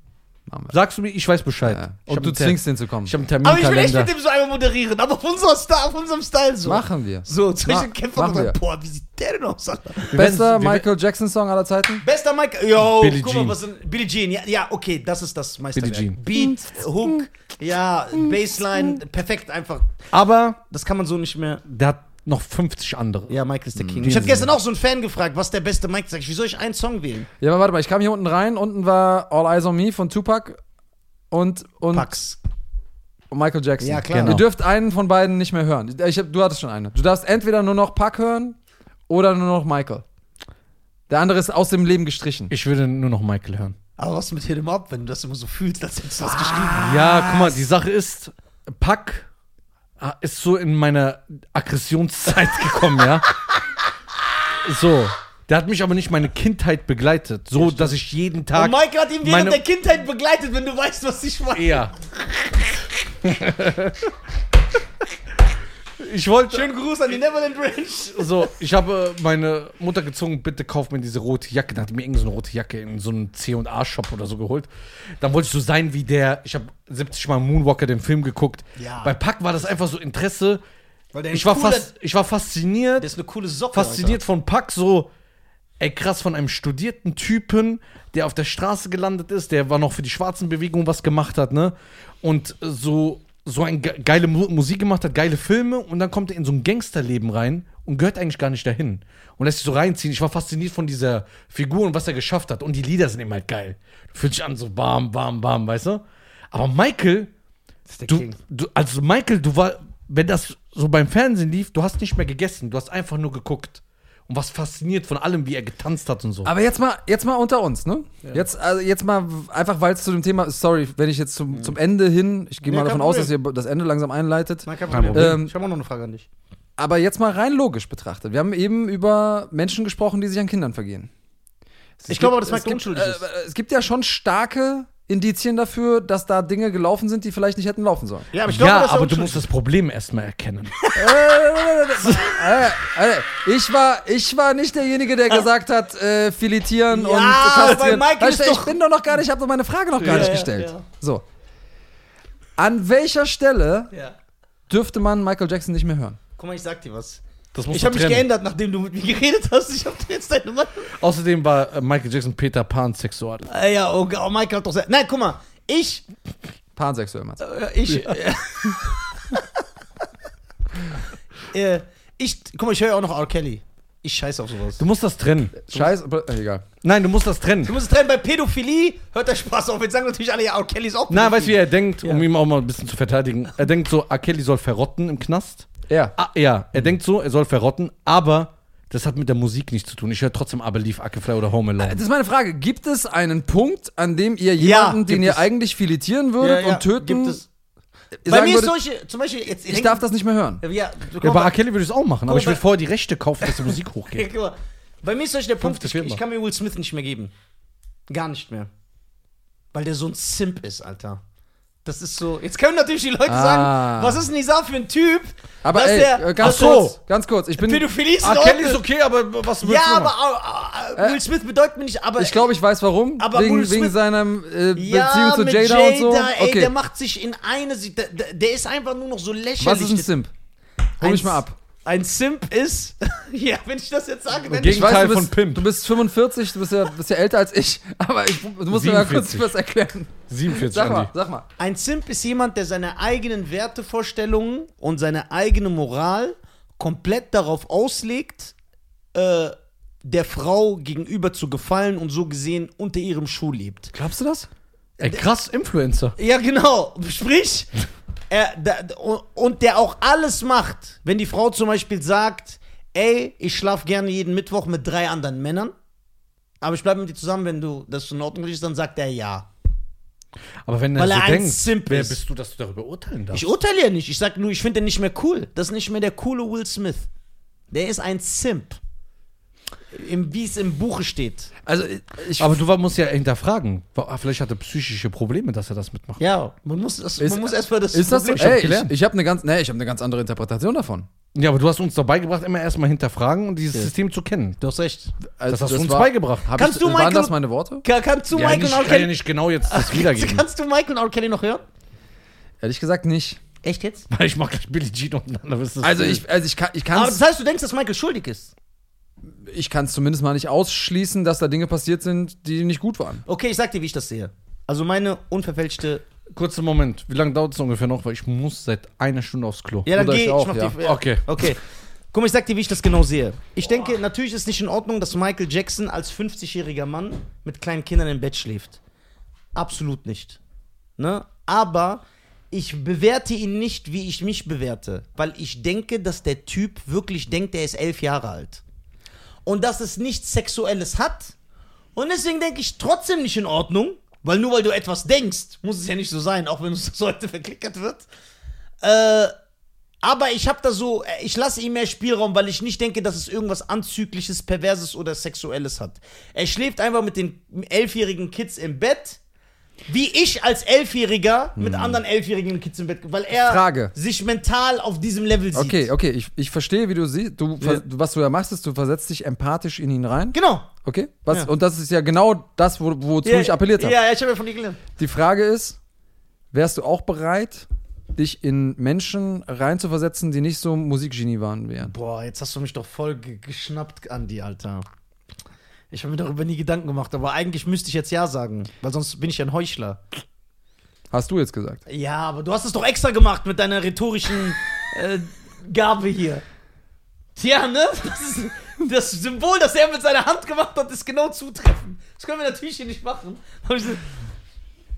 S3: Machen wir.
S1: Sagst du mir, ich weiß Bescheid.
S3: Ja.
S1: Ich hab
S3: Und du
S1: einen Ter-
S3: zwingst den zu kommen.
S1: Ich habe einen
S2: Aber ich will echt
S1: Terminkalender.
S2: mit dem so einmal moderieren, aber auf, unserer Star, auf unserem Style so.
S3: Machen wir.
S2: So, zwischen
S3: Ma-
S2: Kämpfer
S3: machen wir.
S2: und Boah, wie sieht der denn aus, Alter?
S1: Wir
S3: Bester
S1: werden's- wir-
S3: Michael Jackson Song aller Zeiten?
S2: Bester Mike. Yo,
S1: Billie
S2: guck
S1: Jean.
S2: mal, was sind. Billie Jean, ja, ja, okay, das ist das Meisterwerk.
S1: Billie Jean.
S2: Beat, Hook, ja, Bassline, perfekt einfach.
S1: Aber
S2: Das kann man so nicht mehr.
S1: der hat noch 50 andere.
S2: Ja, Mike ist der King. Ich hatte gestern auch so einen Fan gefragt, was der beste Mike sagt. Wie soll ich einen Song wählen?
S3: Ja, aber warte mal, ich kam hier unten rein. Unten war All Eyes on Me von Tupac und, und
S2: Pax.
S3: und Michael Jackson.
S2: Ja, klar.
S1: Genau.
S3: Ihr dürft einen von beiden nicht mehr hören. Ich hab, du hattest schon eine. Du darfst entweder nur noch Puck hören oder nur noch Michael. Der andere ist aus dem Leben gestrichen.
S1: Ich würde nur noch Michael hören.
S2: Aber was mit Hit'em Up, wenn du das immer so fühlst, als hättest du das geschrieben.
S1: Ja, guck mal, die Sache ist, Pack ah, ist so in meiner Aggressionszeit gekommen, ja. So. Der hat mich aber nicht meine Kindheit begleitet, so dass ich jeden Tag.
S2: Und Mike hat ihn während
S1: meine-
S2: der Kindheit begleitet, wenn du weißt, was ich meine.
S1: Ja. ich wollte
S2: Schönen Gruß an die Neverland Ranch.
S1: so, ich habe äh, meine Mutter gezwungen, bitte kauf mir diese rote Jacke. Dann hat die mir irgend so eine rote Jacke in so einem C&A-Shop oder so geholt. Dann wollte ich so sein wie der. Ich habe 70 Mal Moonwalker den Film geguckt.
S2: Ja.
S1: Bei Pack war das einfach so Interesse.
S2: Weil der
S1: Ich war,
S2: cooler-
S1: fast, ich war fasziniert,
S2: Der ist eine coole Socke.
S1: fasziniert von Pack so. Ey, krass, von einem studierten Typen, der auf der Straße gelandet ist, der war noch für die schwarzen Bewegung was gemacht hat, ne? Und äh, so, so eine ge geile Mu Musik gemacht hat, geile Filme und dann kommt er in so ein Gangsterleben rein und gehört eigentlich gar nicht dahin. Und lässt sich so reinziehen. Ich war fasziniert von dieser Figur und was er geschafft hat. Und die Lieder sind eben halt geil. Du fühlst dich an, so warm, warm, warm, weißt du? Aber Michael,
S2: Alter.
S1: Du, du, also Michael, du war, wenn das so beim Fernsehen lief, du hast nicht mehr gegessen, du hast einfach nur geguckt und warst fasziniert von allem, wie er getanzt hat und so.
S3: Aber jetzt mal, jetzt mal unter uns, ne? Jetzt, also jetzt mal, w- einfach weil es zu dem Thema, sorry, wenn ich jetzt zum, zum Ende hin, ich gehe
S2: Nee,
S3: mal
S2: kein
S3: davon aus, dass ihr
S2: Problem.
S3: das Ende langsam einleitet.
S2: Nein, kein
S1: Kein
S2: Problem.
S3: Problem.
S2: ich habe auch noch eine Frage an dich.
S3: Aber jetzt mal rein logisch betrachtet. Wir haben eben über Menschen gesprochen, die sich an Kindern vergehen. Es
S2: Ich glaube aber, dass
S3: es
S2: Michael unschuldig ist.
S3: Äh, es gibt ja schon starke Indizien dafür, dass da Dinge gelaufen sind, die vielleicht nicht hätten laufen sollen.
S2: Ja, aber ich
S1: ja,
S2: dass er
S1: aber du musst
S2: unschuldig
S1: das Problem erstmal erkennen.
S3: Äh, äh, ich, war, ich war nicht derjenige, der gesagt hat, äh, filetieren
S2: Ah. Ja,
S3: und
S2: aber bei
S3: kastrieren.
S2: Michael
S3: Weißt du,
S2: ist
S3: ich
S2: doch-
S3: bin doch noch gar nicht, ich habe doch meine Frage noch gar
S2: Ja,
S3: nicht
S2: ja,
S3: gestellt.
S2: ja.
S3: So. An welcher Stelle
S2: ist. Ja.
S3: dürfte man Michael Jackson nicht mehr hören?
S2: Guck mal, ich sag dir was.
S1: Das muss
S2: Ich
S1: man
S2: habe mich
S1: trennen.
S2: geändert, nachdem du mit mir geredet hast. Ich habe jetzt deine Meinung.
S1: Außerdem war äh, Michael Jackson Peter Pan sexual.
S2: Äh, ja, oh, oh, Michael hat doch. sehr- Nein, guck mal. Ich.
S3: Pansexuell meinst du?
S2: Äh, ich. Äh, ich. Guck mal, ich höre ja auch noch R. Kelly. Ich scheiße auf sowas.
S1: Du musst das trennen.
S3: Scheiß, äh, egal.
S1: Nein, du musst das
S2: Du
S1: trennen.
S2: musst es trennen. Bei Pädophilie hört der Spaß auf. Jetzt sagen natürlich alle, ja, R. Kelly ist auch.
S1: Na, weißt du, wie
S2: pädophil.
S1: er denkt, um ihm auch mal ein bisschen zu verteidigen? Er "Ah, denkt so, Akeli soll verrotten im Knast.
S3: Ja.
S2: Mhm.
S1: Ah, ja, er denkt so, er soll verrotten, aber Das hat mit der Musik nichts zu tun. Ich höre trotzdem I Believe, Acapella oder Home Alone.
S3: Das ist meine Frage. Gibt es einen Punkt, an dem ihr jemanden,
S2: gibt
S3: den ihr
S2: es.
S3: eigentlich filetieren würdet und töten,
S2: Gibt es.
S3: ihr
S2: Bei
S3: sagen
S2: mir ist
S3: würdet,
S2: solche, zum Beispiel jetzt.
S3: ich darf das nicht mehr hören?
S2: Ja, du
S1: Ja,
S2: komm,
S1: bei R. Kelly würde ich es auch machen, aber ich
S2: mal,
S1: würde
S2: bei-
S1: vorher die Rechte kaufen, dass die Musik hochgeht.
S2: guck mal. bei mir ist solche der Punkt,
S1: Fünfte
S2: ich,
S1: Firma.
S2: ich kann mir Will Smith nicht mehr geben. Gar nicht mehr. Weil der so ein Simp ist, Alter. Das ist so. Jetzt können natürlich die Leute
S3: Ah.
S2: sagen, was ist denn Nisa für ein Typ?
S3: Aber
S2: dass
S3: ey,
S2: der-
S3: äh, ganz
S2: Ach so.
S3: kurz, ganz kurz. Ich bin,
S2: Pädophilie ist
S1: R.
S2: Leute.
S1: Kelly ist okay, aber was willst
S2: Ja,
S1: du
S2: aber
S1: machen?
S2: äh, äh, Will Smith bedeutet mir nicht, aber.
S3: ich glaube, ich weiß warum.
S2: Aber Will
S3: wegen,
S2: Smith-
S3: wegen seiner äh,
S2: ja,
S3: Beziehung zu
S2: mit
S3: Jada, und so.
S2: Ey,
S3: okay.
S2: der macht sich in eine. Se- Der, der- der ist einfach nur noch so lächerlich.
S3: Was ist ein Simp? Hol mich mal ab.
S2: Ein Simp ist. ja, wenn ich das jetzt sage, dann.
S1: Gegen- Gegenteil
S3: du bist,
S1: von Pimp.
S3: Du bist 45, du bist ja, bist ja älter als ich, aber ich, du musst mir mal kurz
S1: 47.
S3: was erklären.
S1: 47,
S3: Sag mal,
S1: Andi.
S3: sag mal.
S2: Ein Simp ist jemand, der seine eigenen Wertevorstellungen und seine eigene Moral komplett darauf auslegt, äh, der Frau gegenüber zu gefallen und so gesehen unter ihrem Schuh lebt.
S3: Glaubst du das?
S1: Ey, krass, Influencer.
S2: Ja, genau. Sprich, er, da, und der auch alles macht, wenn die Frau zum Beispiel sagt, ey, ich schlafe gerne jeden Mittwoch mit drei anderen Männern, aber ich bleibe mit dir zusammen, wenn du das in Ordnung ist, dann sagt er ja.
S1: Aber wenn er
S2: Weil
S1: so
S2: er ein
S1: denkt,
S2: Simp
S1: wer
S2: ist.
S1: bist du, dass du darüber urteilen darfst?
S2: Ich urteile ja nicht. Ich sag nur, ich finde den nicht mehr cool. Das ist nicht mehr der coole Will Smith. Der ist ein Simp. Im, Wie es im Buche steht.
S3: Also, ich,
S1: aber du war- musst ja hinterfragen. Wa- ah, Vielleicht hat er psychische Probleme, dass er das mitmacht.
S2: Ja, man muss, das,
S3: Ist-
S2: man muss erstmal das.
S3: ist das so?
S2: Problem-
S1: hab
S3: Ey,
S1: gelernt.
S3: ich ich habe eine ganz, nee, ich hab eine ganz andere Interpretation davon.
S1: Ja, aber du hast uns dabei gebracht, immer erstmal hinterfragen und dieses System zu kennen.
S2: Du hast recht.
S3: Also,
S1: Das hast du uns
S3: war-
S1: beigebracht.
S3: hab
S2: Kannst
S3: ich,
S2: du
S3: waren
S2: Michael-
S3: das meine Worte?
S2: Ka- Kannst du
S1: ich
S2: Michael und R.
S1: kann ja
S2: Kelly.
S1: nicht genau jetzt das wiedergeben.
S2: Kannst du Michael und R. Kelly noch hören?
S3: Ehrlich gesagt nicht.
S2: Echt jetzt?
S1: Weil ich mag gleich Billie Jean untereinander. wisst ihr,
S3: Also
S1: was
S3: ich, also ich kann, ich
S2: Aber
S3: kann's,
S2: das heißt, du denkst, dass Michael schuldig ist.
S3: ich kann's zumindest mal nicht ausschließen, dass da Dinge passiert sind, die nicht gut waren.
S2: Okay, ich sag dir, wie ich das sehe. Also meine unverfälschte.
S1: Kurzer Moment. Wie lange dauert es ungefähr noch? Weil ich muss seit einer Stunde aufs Klo.
S2: Ja, dann
S3: Oder
S2: geh,
S3: ich
S2: ich,
S3: auch,
S2: mach
S3: ja.
S2: dir.
S1: Okay.
S2: Okay. Guck mal, ich sag dir, wie ich das genau sehe. Ich denke, natürlich ist nicht in Ordnung, dass Michael Jackson als 50-jähriger Mann mit kleinen Kindern im Bett schläft. Absolut nicht. Ne? Aber ich bewerte ihn nicht, wie ich mich bewerte, weil ich denke, dass der Typ wirklich denkt, er ist elf Jahre alt. Und dass es nichts Sexuelles hat. Und deswegen denke ich trotzdem nicht in Ordnung, weil nur weil du etwas denkst, muss es ja nicht so sein, auch wenn es heute verklickert wird. Äh, aber ich habe da so, äh, ich lasse ihm mehr Spielraum, weil ich nicht denke, dass es irgendwas Anzügliches, Perverses oder Sexuelles hat. Er schläft einfach mit den elfjährigen Kids im Bett, wie ich als Elfjähriger mit anderen elfjährigen Kids im Bett, weil er
S3: Hm. Frage.
S2: sich mental auf diesem Level sieht.
S3: Okay, okay, ich, ich verstehe, wie du siehst. Du, ver-
S2: Ja.
S3: du- was du ja machst, ist, du versetzt dich empathisch in ihn rein.
S2: Genau.
S3: Okay? Was,
S2: Ja.
S3: Und das ist ja genau das, wo, wozu ich appelliert habe.
S2: Ja, ja, ich habe ja von dir gelernt.
S3: Die Frage ist, wärst du auch bereit, dich in Menschen reinzuversetzen, die nicht so Musikgenie waren wären?
S2: Boah, jetzt hast du mich doch voll ge geschnappt, Andi, Alter. Ich habe mir darüber nie Gedanken gemacht, aber eigentlich müsste ich jetzt Ja sagen, weil sonst bin ich ja ein Heuchler.
S3: Hast du jetzt gesagt.
S2: Ja, aber du hast es doch extra gemacht mit deiner rhetorischen äh, Gabe hier. Tja, ne? Das, ist, das Symbol, das er mit seiner Hand gemacht hat, ist genau zutreffend. Das können wir natürlich hier nicht machen. Aber ich so-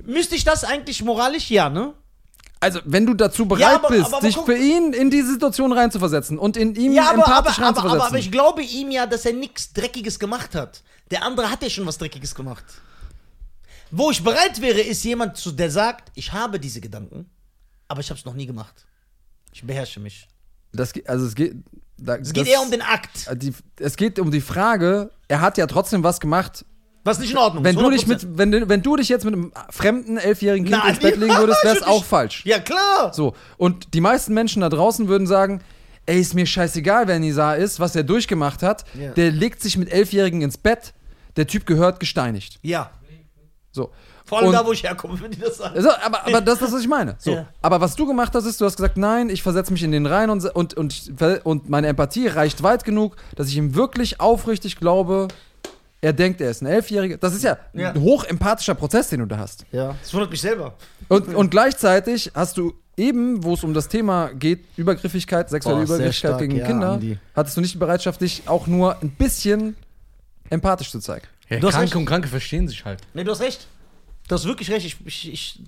S2: Müsste ich das eigentlich moralisch? Ja, ne?
S3: Also, wenn du dazu bereit
S2: aber-
S3: bist,
S2: aber- aber
S3: dich
S2: guck-
S3: für ihn in die Situation reinzuversetzen und in ihm
S2: Ja, aber, aber,
S3: empathisch
S2: aber,
S3: reinzuversetzen.
S2: aber, aber ich glaube ihm ja, dass er nichts Dreckiges gemacht hat. Der andere hat ja schon was Dreckiges gemacht. Wo ich bereit wäre, ist jemand, zu, der sagt, ich habe diese Gedanken, aber ich habe es noch nie gemacht. Ich beherrsche mich.
S3: das, ge- also, es geht. Da,
S2: Es geht eher um den Akt,
S3: Die, es geht um die Frage, er hat ja trotzdem was gemacht.
S2: was nicht in Ordnung
S3: Wenn
S2: ist.
S3: du, dich
S2: 100%.
S3: mit, wenn, du- wenn du dich jetzt mit einem fremden elfjährigen Kind
S2: Nein,
S3: ins Bett legen würdest, wär's
S2: ich würd
S3: auch
S2: nicht-
S3: falsch.
S2: Ja, klar.
S3: So, und die meisten Menschen da draußen würden sagen, ey, ist mir scheißegal, wer Nizar ist, was er durchgemacht hat.
S2: Ja.
S3: Der legt sich mit Elfjährigen ins Bett, der Typ gehört gesteinigt.
S2: Ja.
S3: So.
S2: Vor allem
S3: Und-
S2: da, wo ich herkomme, wenn die das sagen.
S3: also, aber, aber das ist, was ich meine. So.
S2: Ja.
S3: Aber was du gemacht hast, ist, du hast gesagt, nein, ich versetze mich in den rein und, und, und, ich ver- und meine Empathie reicht weit genug, dass ich ihm wirklich aufrichtig glaube, er denkt, er ist ein Elfjähriger. Das ist ja,
S2: Ja.
S3: ein hochempathischer Prozess, den du da hast.
S2: Ja. Das wundert mich selber.
S3: Und, und gleichzeitig hast du eben, wo es um das Thema geht, Übergriffigkeit, sexuelle
S2: Boah, sehr
S3: Übergriffigkeit
S2: stark,
S3: gegen
S2: ja,
S3: Kinder,
S2: Andi.
S3: hattest du nicht die Bereitschaft, dich auch nur ein bisschen empathisch zu zeigen.
S1: Ja,
S2: Du hast recht.
S1: Kranke und Kranke verstehen sich halt.
S2: Nee, du hast recht. Du hast wirklich recht. Ich, ich, ich,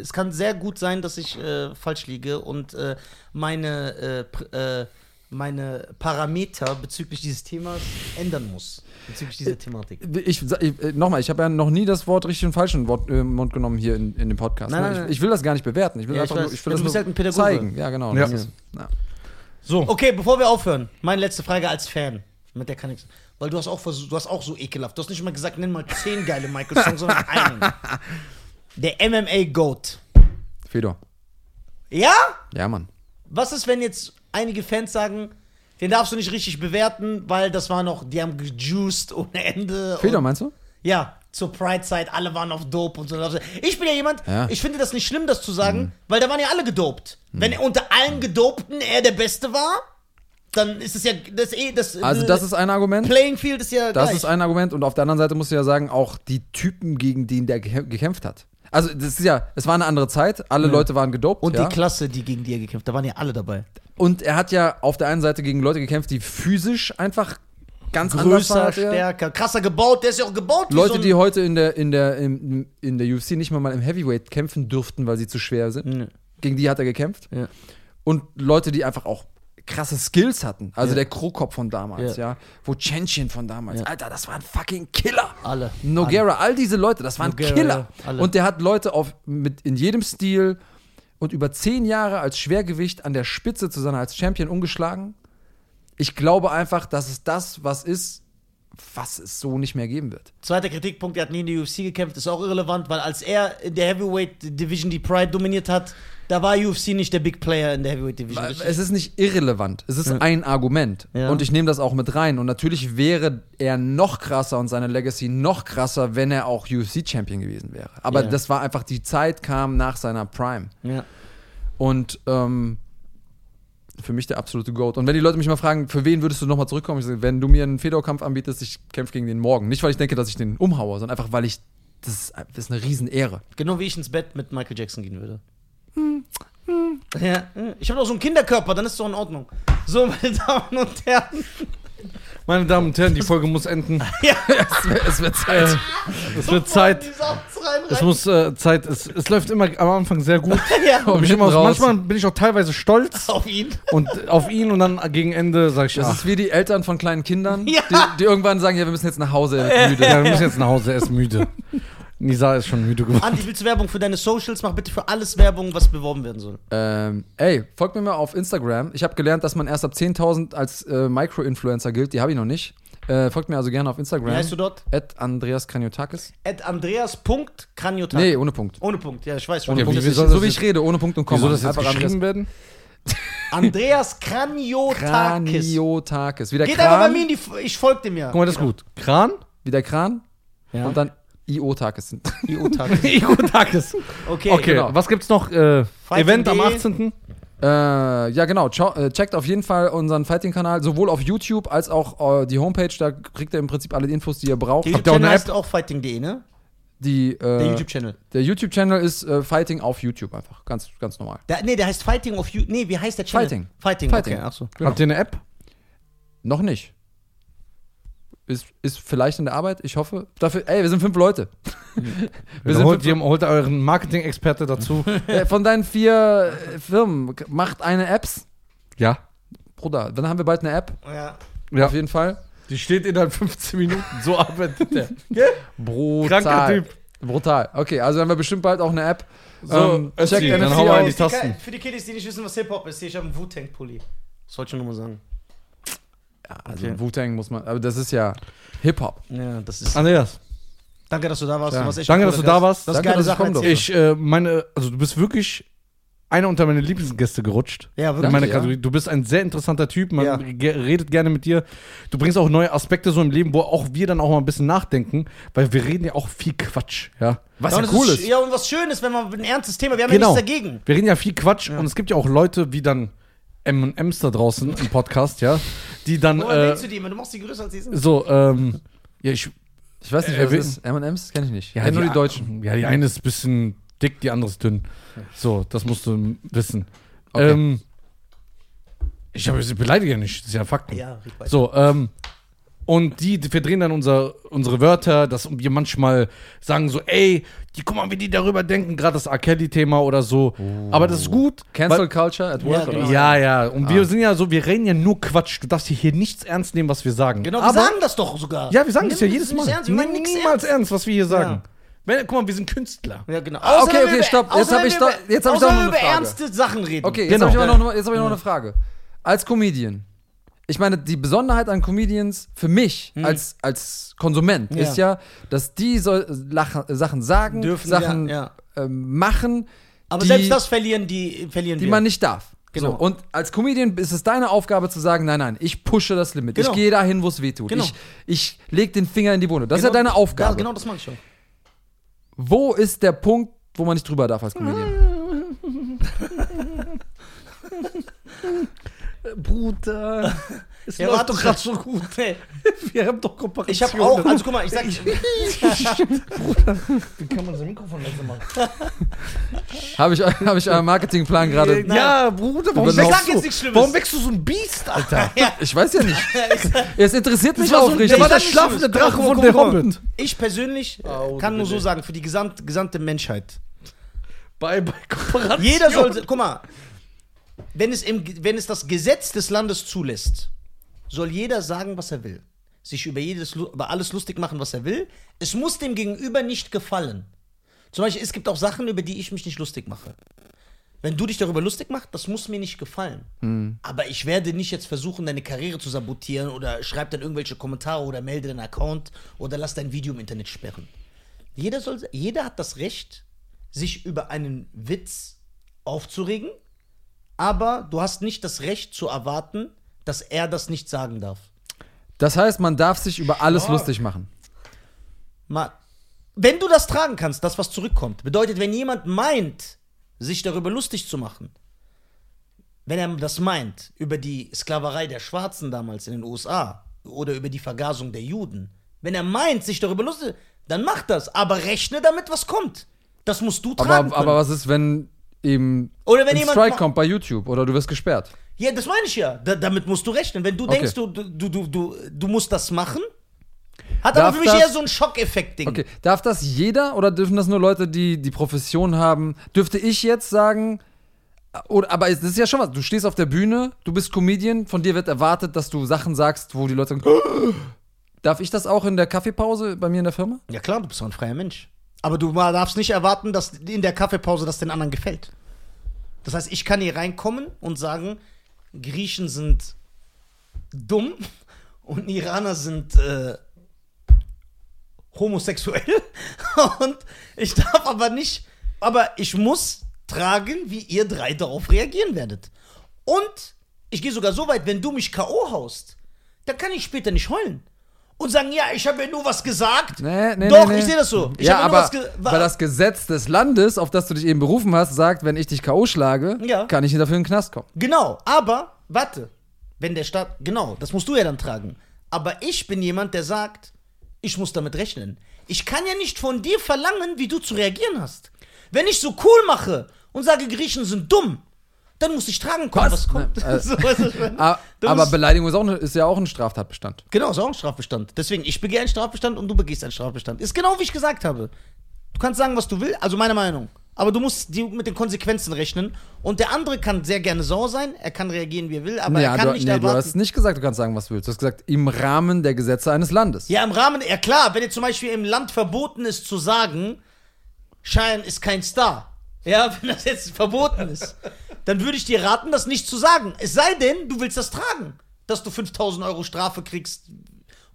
S2: es kann sehr gut sein, dass ich äh, falsch liege und äh, meine äh, pr- äh, meine Parameter bezüglich dieses Themas ändern muss. Bezüglich dieser Thematik.
S3: Ich, sa- ich äh, nochmal, ich habe ja noch nie das Wort richtig und falsch in den Wort, äh, im Mund genommen hier in, in dem Podcast.
S2: Nein,
S3: ne?
S2: nein, nein.
S3: ich, ich will das gar nicht bewerten. Ich will
S2: Ja, ich
S3: einfach
S2: weiß.
S3: nur, ich will
S2: Ja,
S3: das
S2: du bist
S3: nur
S2: halt ein Pädagoge.
S3: zeigen. Ja, genau.
S1: Ja.
S3: das ist- ja.
S1: So.
S2: Okay, bevor wir aufhören, meine letzte Frage als Fan. Mit der kann ich. Weil du hast auch versucht, du hast auch so ekelhaft. Du hast nicht mal gesagt, nenn mal zehn geile Michael Songs, sondern einen. Der MMA Goat.
S3: Fedor.
S2: Ja?
S3: Ja, Mann.
S2: Was ist, wenn jetzt einige Fans sagen, den darfst du nicht richtig bewerten, weil das war noch, die haben gejuiced ohne Ende.
S3: Fedor,
S2: und,
S3: meinst du?
S2: ja, zur Pride-Zeit, alle waren auf Dope und so. Ich bin ja jemand,
S3: Ja. Mhm.
S2: ich finde das nicht schlimm, das zu sagen, weil da waren ja alle gedopt. Wenn unter allen Gedopten er der Beste war, dann ist es ja, das eh, das,
S3: Also, das ist ein Argument.
S2: Playing Field ist ja
S3: Das
S2: gleich.
S3: ist ein Argument. Und auf der anderen Seite musst du ja sagen, auch die Typen, gegen den der gekä- gekämpft hat. Also, das ist ja, es war eine andere Zeit. Alle Leute waren gedopt.
S2: und
S3: ja.
S2: die Klasse, die gegen die er gekämpft, da waren ja alle dabei.
S3: Und er hat ja auf der einen Seite gegen Leute gekämpft, die physisch einfach ganz anders waren.
S2: Größer,
S3: als er.
S2: stärker, krasser gebaut, der ist ja auch gebaut wie so
S3: Leute,
S2: ein-
S3: die heute in der, in, der, in, in der UFC nicht mal, mal im Heavyweight kämpfen dürften, weil sie zu schwer sind.
S2: Nee.
S3: Gegen die hat er gekämpft.
S2: Ja.
S3: Und Leute, die einfach auch krasse Skills hatten. Also der Krokop von damals, ja.
S2: Ja.
S3: Wo Chenchen von damals. Alter, das war ein fucking Killer.
S2: Alle.
S3: Noguera, all diese Leute, das waren
S2: Nogueira,
S3: Killer.
S2: ja, alle.
S3: und der hat Leute auf, mit, in jedem Stil und über zehn Jahre als Schwergewicht an der Spitze zu sein, als Champion ungeschlagen. Ich glaube einfach, dass es das, was ist, was es so nicht mehr geben wird.
S2: Zweiter Kritikpunkt, er hat nie in der UFC gekämpft, ist auch irrelevant, weil als er in der Heavyweight Division die Pride dominiert hat, da war UFC nicht der Big Player in der Heavyweight Division. richtig?
S3: Äh, Es ist nicht irrelevant. Es ist ein Argument.
S2: Ja.
S3: Und ich nehme das auch mit rein. Und natürlich wäre er noch krasser und seine Legacy noch krasser, wenn er auch UFC-Champion gewesen wäre. Aber
S2: Ja.
S3: das war einfach, die Zeit kam nach seiner Prime.
S2: ja.
S3: Und ähm, für mich der absolute Goat. Und wenn die Leute mich mal fragen, für wen würdest du nochmal zurückkommen? Ich sage, wenn du mir einen Fedor-Kampf anbietest, ich kämpfe gegen den morgen. Nicht, weil ich denke, dass ich den umhaue, sondern einfach, weil ich. Das ist, das ist eine Riesenehre.
S2: Genau wie ich ins Bett mit Michael Jackson gehen würde.
S1: Hm,
S2: Ja. Ich habe doch so einen Kinderkörper, dann ist es doch in Ordnung. So, meine Damen und Herren.
S1: Meine Damen und Herren, die Folge muss enden.
S2: Ja,
S3: Es wird, es wird
S1: Äh,
S3: Zeit.
S1: es wird Zeit. Es
S2: Es
S1: muss äh, Zeit. Es, es läuft immer am Anfang sehr gut.
S2: ja,
S3: Und
S1: Mich immer
S3: um hinten
S1: aus,
S3: raus.
S1: manchmal bin ich auch teilweise stolz
S2: auf ihn.
S1: und auf ihn und dann gegen Ende sage ich,
S3: Das
S1: ach,
S3: ist wie die Eltern von kleinen Kindern,
S2: Ja.
S3: die, die irgendwann sagen, ja, wir müssen jetzt nach Hause, er wird müde.
S1: ja, wir müssen jetzt nach Hause, er ist müde. Nisa ist schon müde geworden.
S2: Andi, willst du Werbung für deine Socials? Mach bitte für alles Werbung, was beworben werden soll.
S3: ähm, ey, folgt mir mal auf Instagram. Ich habe gelernt, dass man erst ab 10.000 als äh, Micro-Influencer gilt. Die habe ich noch nicht. Äh, folgt mir also gerne auf Instagram.
S2: Wie heißt du dort?
S3: At Andreas Kraniotakis.
S2: At Andreas.kraniotak.
S3: Nee, ohne Punkt.
S2: Ohne Punkt, ja, ich weiß.
S1: Ohne
S2: Ohne
S1: Ja,
S2: Punkt.
S1: wie- wie
S3: so
S1: soll das
S3: wie
S1: jetzt-
S3: ich rede, ohne Punkt und Komma.
S1: Wieso das jetzt
S3: Einfach
S1: geschrieben werden?
S2: Andreas Kraniotakis.
S3: Kraniotakis. Wie der
S2: Geht einfach bei mir
S3: Kran,
S2: in die. F- Ich folge dem ja.
S1: Guck mal, das ist gut. Kran?
S3: wie der Kran
S2: Ja.
S3: und dann Iotakis.
S2: Iotakis.
S1: Ego-Tages.
S2: Okay.
S1: Okay,
S3: genau.
S1: was gibt's noch? Äh, Event am 18.
S3: äh, ja, genau. Ciao, äh, checkt auf jeden Fall unseren Fighting-Kanal, sowohl auf YouTube als auch äh, die Homepage. Da kriegt ihr im Prinzip alle Infos, die ihr braucht.
S2: Der
S1: Habt ihr auch eine
S2: YouTube-Channel heißt auch Fighting.de, ne?
S3: Die,
S2: Der
S3: äh,
S2: YouTube-Channel.
S3: der YouTube-Channel ist äh, Fighting auf YouTube einfach. Ganz, ganz normal.
S2: Der- Nee, der heißt Fighting of You. Nee, wie heißt der Channel?
S3: Fighting.
S2: Fighting,
S3: Fighting.
S2: okay, achso.
S3: Genau.
S1: Habt ihr eine App?
S3: Noch nicht. Ist, ist vielleicht in der Arbeit, ich hoffe. Dafür, ey, wir sind fünf Leute. wir sind
S1: holt,
S3: fünf,
S1: ihr, holt euren Marketing-Experte dazu.
S3: äh, von deinen vier äh, Firmen, k- macht eine Apps.
S1: ja.
S3: Bruder, dann haben wir bald eine App.
S2: Ja.
S1: Ja.
S3: Auf jeden Fall.
S1: Die steht innerhalb 15 Minuten. So arbeitet der.
S3: Brutal.
S1: Kranker Typ.
S3: Brutal. Okay, also haben wir bestimmt bald auch eine App. Ähm,
S1: Ötzi,
S3: check
S1: dann
S3: NFC
S1: hau mal in die
S3: aus.
S1: Tasten.
S2: Für die Kiddies, die nicht wissen, was Hip-Hop ist, hier, ich habe einen Wu-Tang-Pulli. Das wollte ich nur mal sagen.
S3: Ja, also Wu-Tang muss man, aber das ist ja Hip-Hop.
S2: Ja, das ist.
S1: Andreas,
S2: Danke, dass du da warst.
S3: Ja.
S2: Du warst echt
S1: Danke,
S2: ein
S1: dass du
S2: cooler
S1: da
S2: Gast.
S1: warst.
S2: Du hast
S3: Danke,
S2: geile
S3: dass ich
S2: Sachen
S3: kommen durfte.
S2: erzählt.
S1: ich, äh, meine, also du bist wirklich einer unter meine Lieblingsgäste gerutscht.
S2: Ja,
S1: In
S2: wirklich.
S1: meiner
S3: ja.
S1: Kategorie. Du bist ein sehr interessanter Typ, man
S2: Ja.
S1: ge- redet gerne mit dir. Du bringst auch neue Aspekte so im Leben, wo auch wir dann auch mal ein bisschen nachdenken, weil wir reden ja auch viel Quatsch, ja. Was
S2: Ja, und es ist, Ja, und was Schönes, wenn man ein ernstes Thema, wir haben
S1: Genau.
S2: ja nichts dagegen.
S1: Wir reden ja viel Quatsch und es gibt ja auch Leute wie dann M&M's da draußen im Podcast, ja, die dann
S2: Woher
S1: äh,
S2: willst du die immer? Du machst die größer als sie sind.
S1: so, ähm, ja, ich
S3: Ich weiß nicht,
S1: Äh,
S3: wer
S1: wir-
S3: das ist. M&M's kenne ich nicht. Ja, nur die
S1: a-
S3: Deutschen.
S1: Ja, die eine ist ein bisschen dick, die andere ist dünn. So, das musst du wissen.
S3: Okay.
S1: Ähm, ich habe sie beleidige ja nicht, das ist ja Fakten.
S2: Ja, ich weiß.
S1: So, ähm, Und die, die verdrehen dann unser, unsere Wörter, dass wir manchmal sagen so, ey, die, guck mal, wie die darüber denken, gerade das R. Kelly-Thema oder so. Aber das ist gut.
S3: Oh. Cancel Ah.
S1: weil-
S3: Culture at work.
S2: Ja,
S3: oder
S2: genau.
S3: was?
S1: Ja, ja. Und wir sind ja so, wir reden ja nur Quatsch. Du darfst hier nichts ernst nehmen, was wir sagen.
S2: Genau, wir
S1: Aber,
S2: sagen das doch sogar.
S1: Ja, wir sagen das ja
S2: nehmen
S1: jedes
S2: nicht
S1: Mal.
S2: Ernst, wir meinen
S1: Nie-
S2: nichts
S1: Niemals
S2: ernst.
S1: ernst. was wir hier sagen.
S2: Ja.
S1: Wenn, guck mal, wir sind Künstler.
S2: Ja, genau.
S3: Ah,
S2: Außer
S3: okay,
S2: wenn
S3: okay,
S2: wir über-
S3: stopp.
S2: außer
S3: Jetzt hab
S2: wenn
S3: ich
S2: wir
S3: doch-
S2: über-
S3: jetzt hab ich
S2: außer wenn
S3: doch noch
S2: wir
S3: eine
S2: über
S3: Frage.
S2: ernste Sachen reden.
S3: Okay, jetzt
S1: Genau.
S3: habe ich aber noch, jetzt hab ich noch eine Frage. Als Comedian. Ich meine, die Besonderheit an Comedians für mich als, als Konsument
S2: Hm. Ja.
S3: ist ja, dass die so, Lach, Sachen sagen,
S2: Dürfen,
S3: Sachen
S2: ja,
S3: ähm, machen,
S2: Aber
S3: die,
S2: selbst das verlieren die verlieren
S3: die
S2: wir.
S3: man nicht darf.
S2: Genau.
S3: So, und als Comedian ist es deine Aufgabe zu sagen, nein, nein, ich pushe das Limit.
S2: Genau.
S3: Ich gehe dahin, wo es weh tut.
S2: Genau.
S3: Ich, ich lege den Finger in die Wunde. Das
S2: Genau-
S3: ist ja deine Aufgabe.
S2: Ja, genau, das mache ich schon.
S3: Wo ist der Punkt, wo man nicht drüber darf als Comedian?
S1: Bruder. Es
S2: Äh, Ja, war doch gerade so gut. ey.
S1: Wir haben doch Kooperation.
S2: Ich habe auch, also guck mal, ich sag,
S1: Wie kann man sein Mikrofon leise machen?
S3: Habe ich, hab ich einen Marketingplan
S2: Äh,
S3: gerade?
S1: Ja, Bruder, warum
S3: Ich sag
S1: wächst,
S2: jetzt
S1: du,
S2: nichts Schlimmes.
S1: warum wächst du so ein Biest, Alter?
S3: Ich weiß ja nicht. es interessiert mich
S1: war so
S3: auch
S1: ein-
S3: richtig.
S1: der war das
S2: Ich sag nicht
S1: schlafende
S2: Schlimmes.
S1: Drache
S2: Guck
S1: von
S2: mal, guck
S1: der
S2: mal.
S1: Hobbit.
S2: ich persönlich äh,
S3: Ah, oh,
S1: Au,
S2: kann nur so
S1: bitte.
S2: sagen, für die gesamt, gesamte Menschheit.
S1: Bei, bei Kooperation.
S2: Jeder soll, guck mal, wenn es, im, wenn es das Gesetz des Landes zulässt, soll jeder sagen, was er will. Sich über, jedes, lu- über alles lustig machen, was er will. Es muss dem Gegenüber nicht gefallen. Zum Beispiel, es gibt auch Sachen, über die ich mich nicht lustig mache. Wenn du dich darüber lustig machst, das muss mir nicht gefallen. Aber ich werde nicht jetzt versuchen, deine Karriere zu sabotieren oder schreib dann irgendwelche Kommentare oder melde deinen Account oder lass dein Video im Internet sperren. Jeder, soll, jeder hat das Recht, sich über einen Witz aufzuregen, aber du hast nicht das Recht zu erwarten, dass er das nicht sagen darf.
S3: Das heißt, man darf sich über alles lustig machen.
S2: Mal, wenn du das tragen kannst, das, was zurückkommt, bedeutet, wenn jemand meint, sich darüber lustig zu machen, wenn er das meint, über die Sklaverei der Schwarzen damals in den USA oder über die Vergasung der Juden, wenn er meint, sich darüber lustig, dann mach das, aber rechne damit, was kommt. Das musst du tragen.
S3: Aber,
S2: können.
S3: aber was ist, wenn eben
S2: Oder wenn
S3: ein
S2: jemand
S3: Strike
S2: ma-
S3: kommt bei YouTube oder du wirst gesperrt?
S2: Ja, das meine ich ja. Da, damit musst du rechnen. Wenn du
S3: Okay.
S2: denkst, du, du, du, du, du musst das machen, hat
S3: Darf
S2: aber für mich
S3: das-
S2: eher so ein Schockeffekt-Ding.
S3: Okay, darf das jeder oder dürfen das nur Leute, die die Profession haben? Dürfte ich jetzt sagen, äh, oder, aber es- das ist ja schon was, du stehst auf der Bühne, du bist Comedian, von dir wird erwartet, dass du Sachen sagst, wo die Leute sagen, darf ich das auch in der Kaffeepause bei mir in der Firma?
S2: Ja klar, du bist auch ein freier Mensch. Aber du mal- darfst nicht erwarten, dass in der Kaffeepause das den anderen gefällt. Das heißt, ich kann hier reinkommen und sagen, Griechen sind dumm und Iraner sind äh, homosexuell. Und ich darf aber nicht, aber ich muss tragen, wie ihr drei darauf reagieren werdet. Und ich gehe sogar so weit, wenn du mich K.O. haust, dann kann ich später nicht heulen. Und sagen, ja, ich habe ja nur was gesagt.
S3: Nee, nee,
S2: Doch,
S3: nee, nee.
S2: ich sehe das so. Ich
S3: ja,
S2: habe nur
S3: aber
S2: was ge-
S3: weil das Gesetz des Landes, auf das du dich eben berufen hast, sagt, wenn ich dich K.O. schlage,
S2: Ja.
S3: kann ich dafür in den Knast kommen.
S2: Genau, aber warte, wenn der Staat, genau, das musst du ja dann tragen. Aber ich bin jemand, der sagt, ich muss damit rechnen. Ich kann ja nicht von dir verlangen, wie du zu reagieren hast. Wenn ich so cool mache und sage, Griechen sind dumm, dann muss ich tragen kommen, was,
S3: Was?
S2: kommt.
S3: Nein, äh,
S2: So, also, weißt du, was ich meine?
S3: A-
S2: Du
S3: aber
S2: musst-
S3: Beleidigung ist, auch, ne- ist ja auch ein Straftatbestand.
S2: genau, ist auch ein Strafbestand. Deswegen, ich begehe einen Strafbestand und du begehst einen Strafbestand. Ist genau wie ich gesagt habe. Du kannst sagen, was du willst, also meine Meinung. Aber du musst die, mit den Konsequenzen rechnen. Und der andere kann sehr gerne sauer sein, er kann reagieren, wie er will, aber er
S3: ja,
S2: kann
S3: du,
S2: nicht
S3: nee, du
S2: erwarten.
S3: hast nicht gesagt, du kannst sagen, was du willst. Du hast gesagt, im Rahmen der Gesetze eines Landes.
S2: Ja, im Rahmen, ja klar, wenn dir zum Beispiel im Land verboten ist zu sagen, Schein ist kein Star. Ja, wenn das jetzt verboten ist, dann würde ich dir raten, das nicht zu sagen. Es sei denn, du willst das tragen, dass du 5000 Euro Strafe kriegst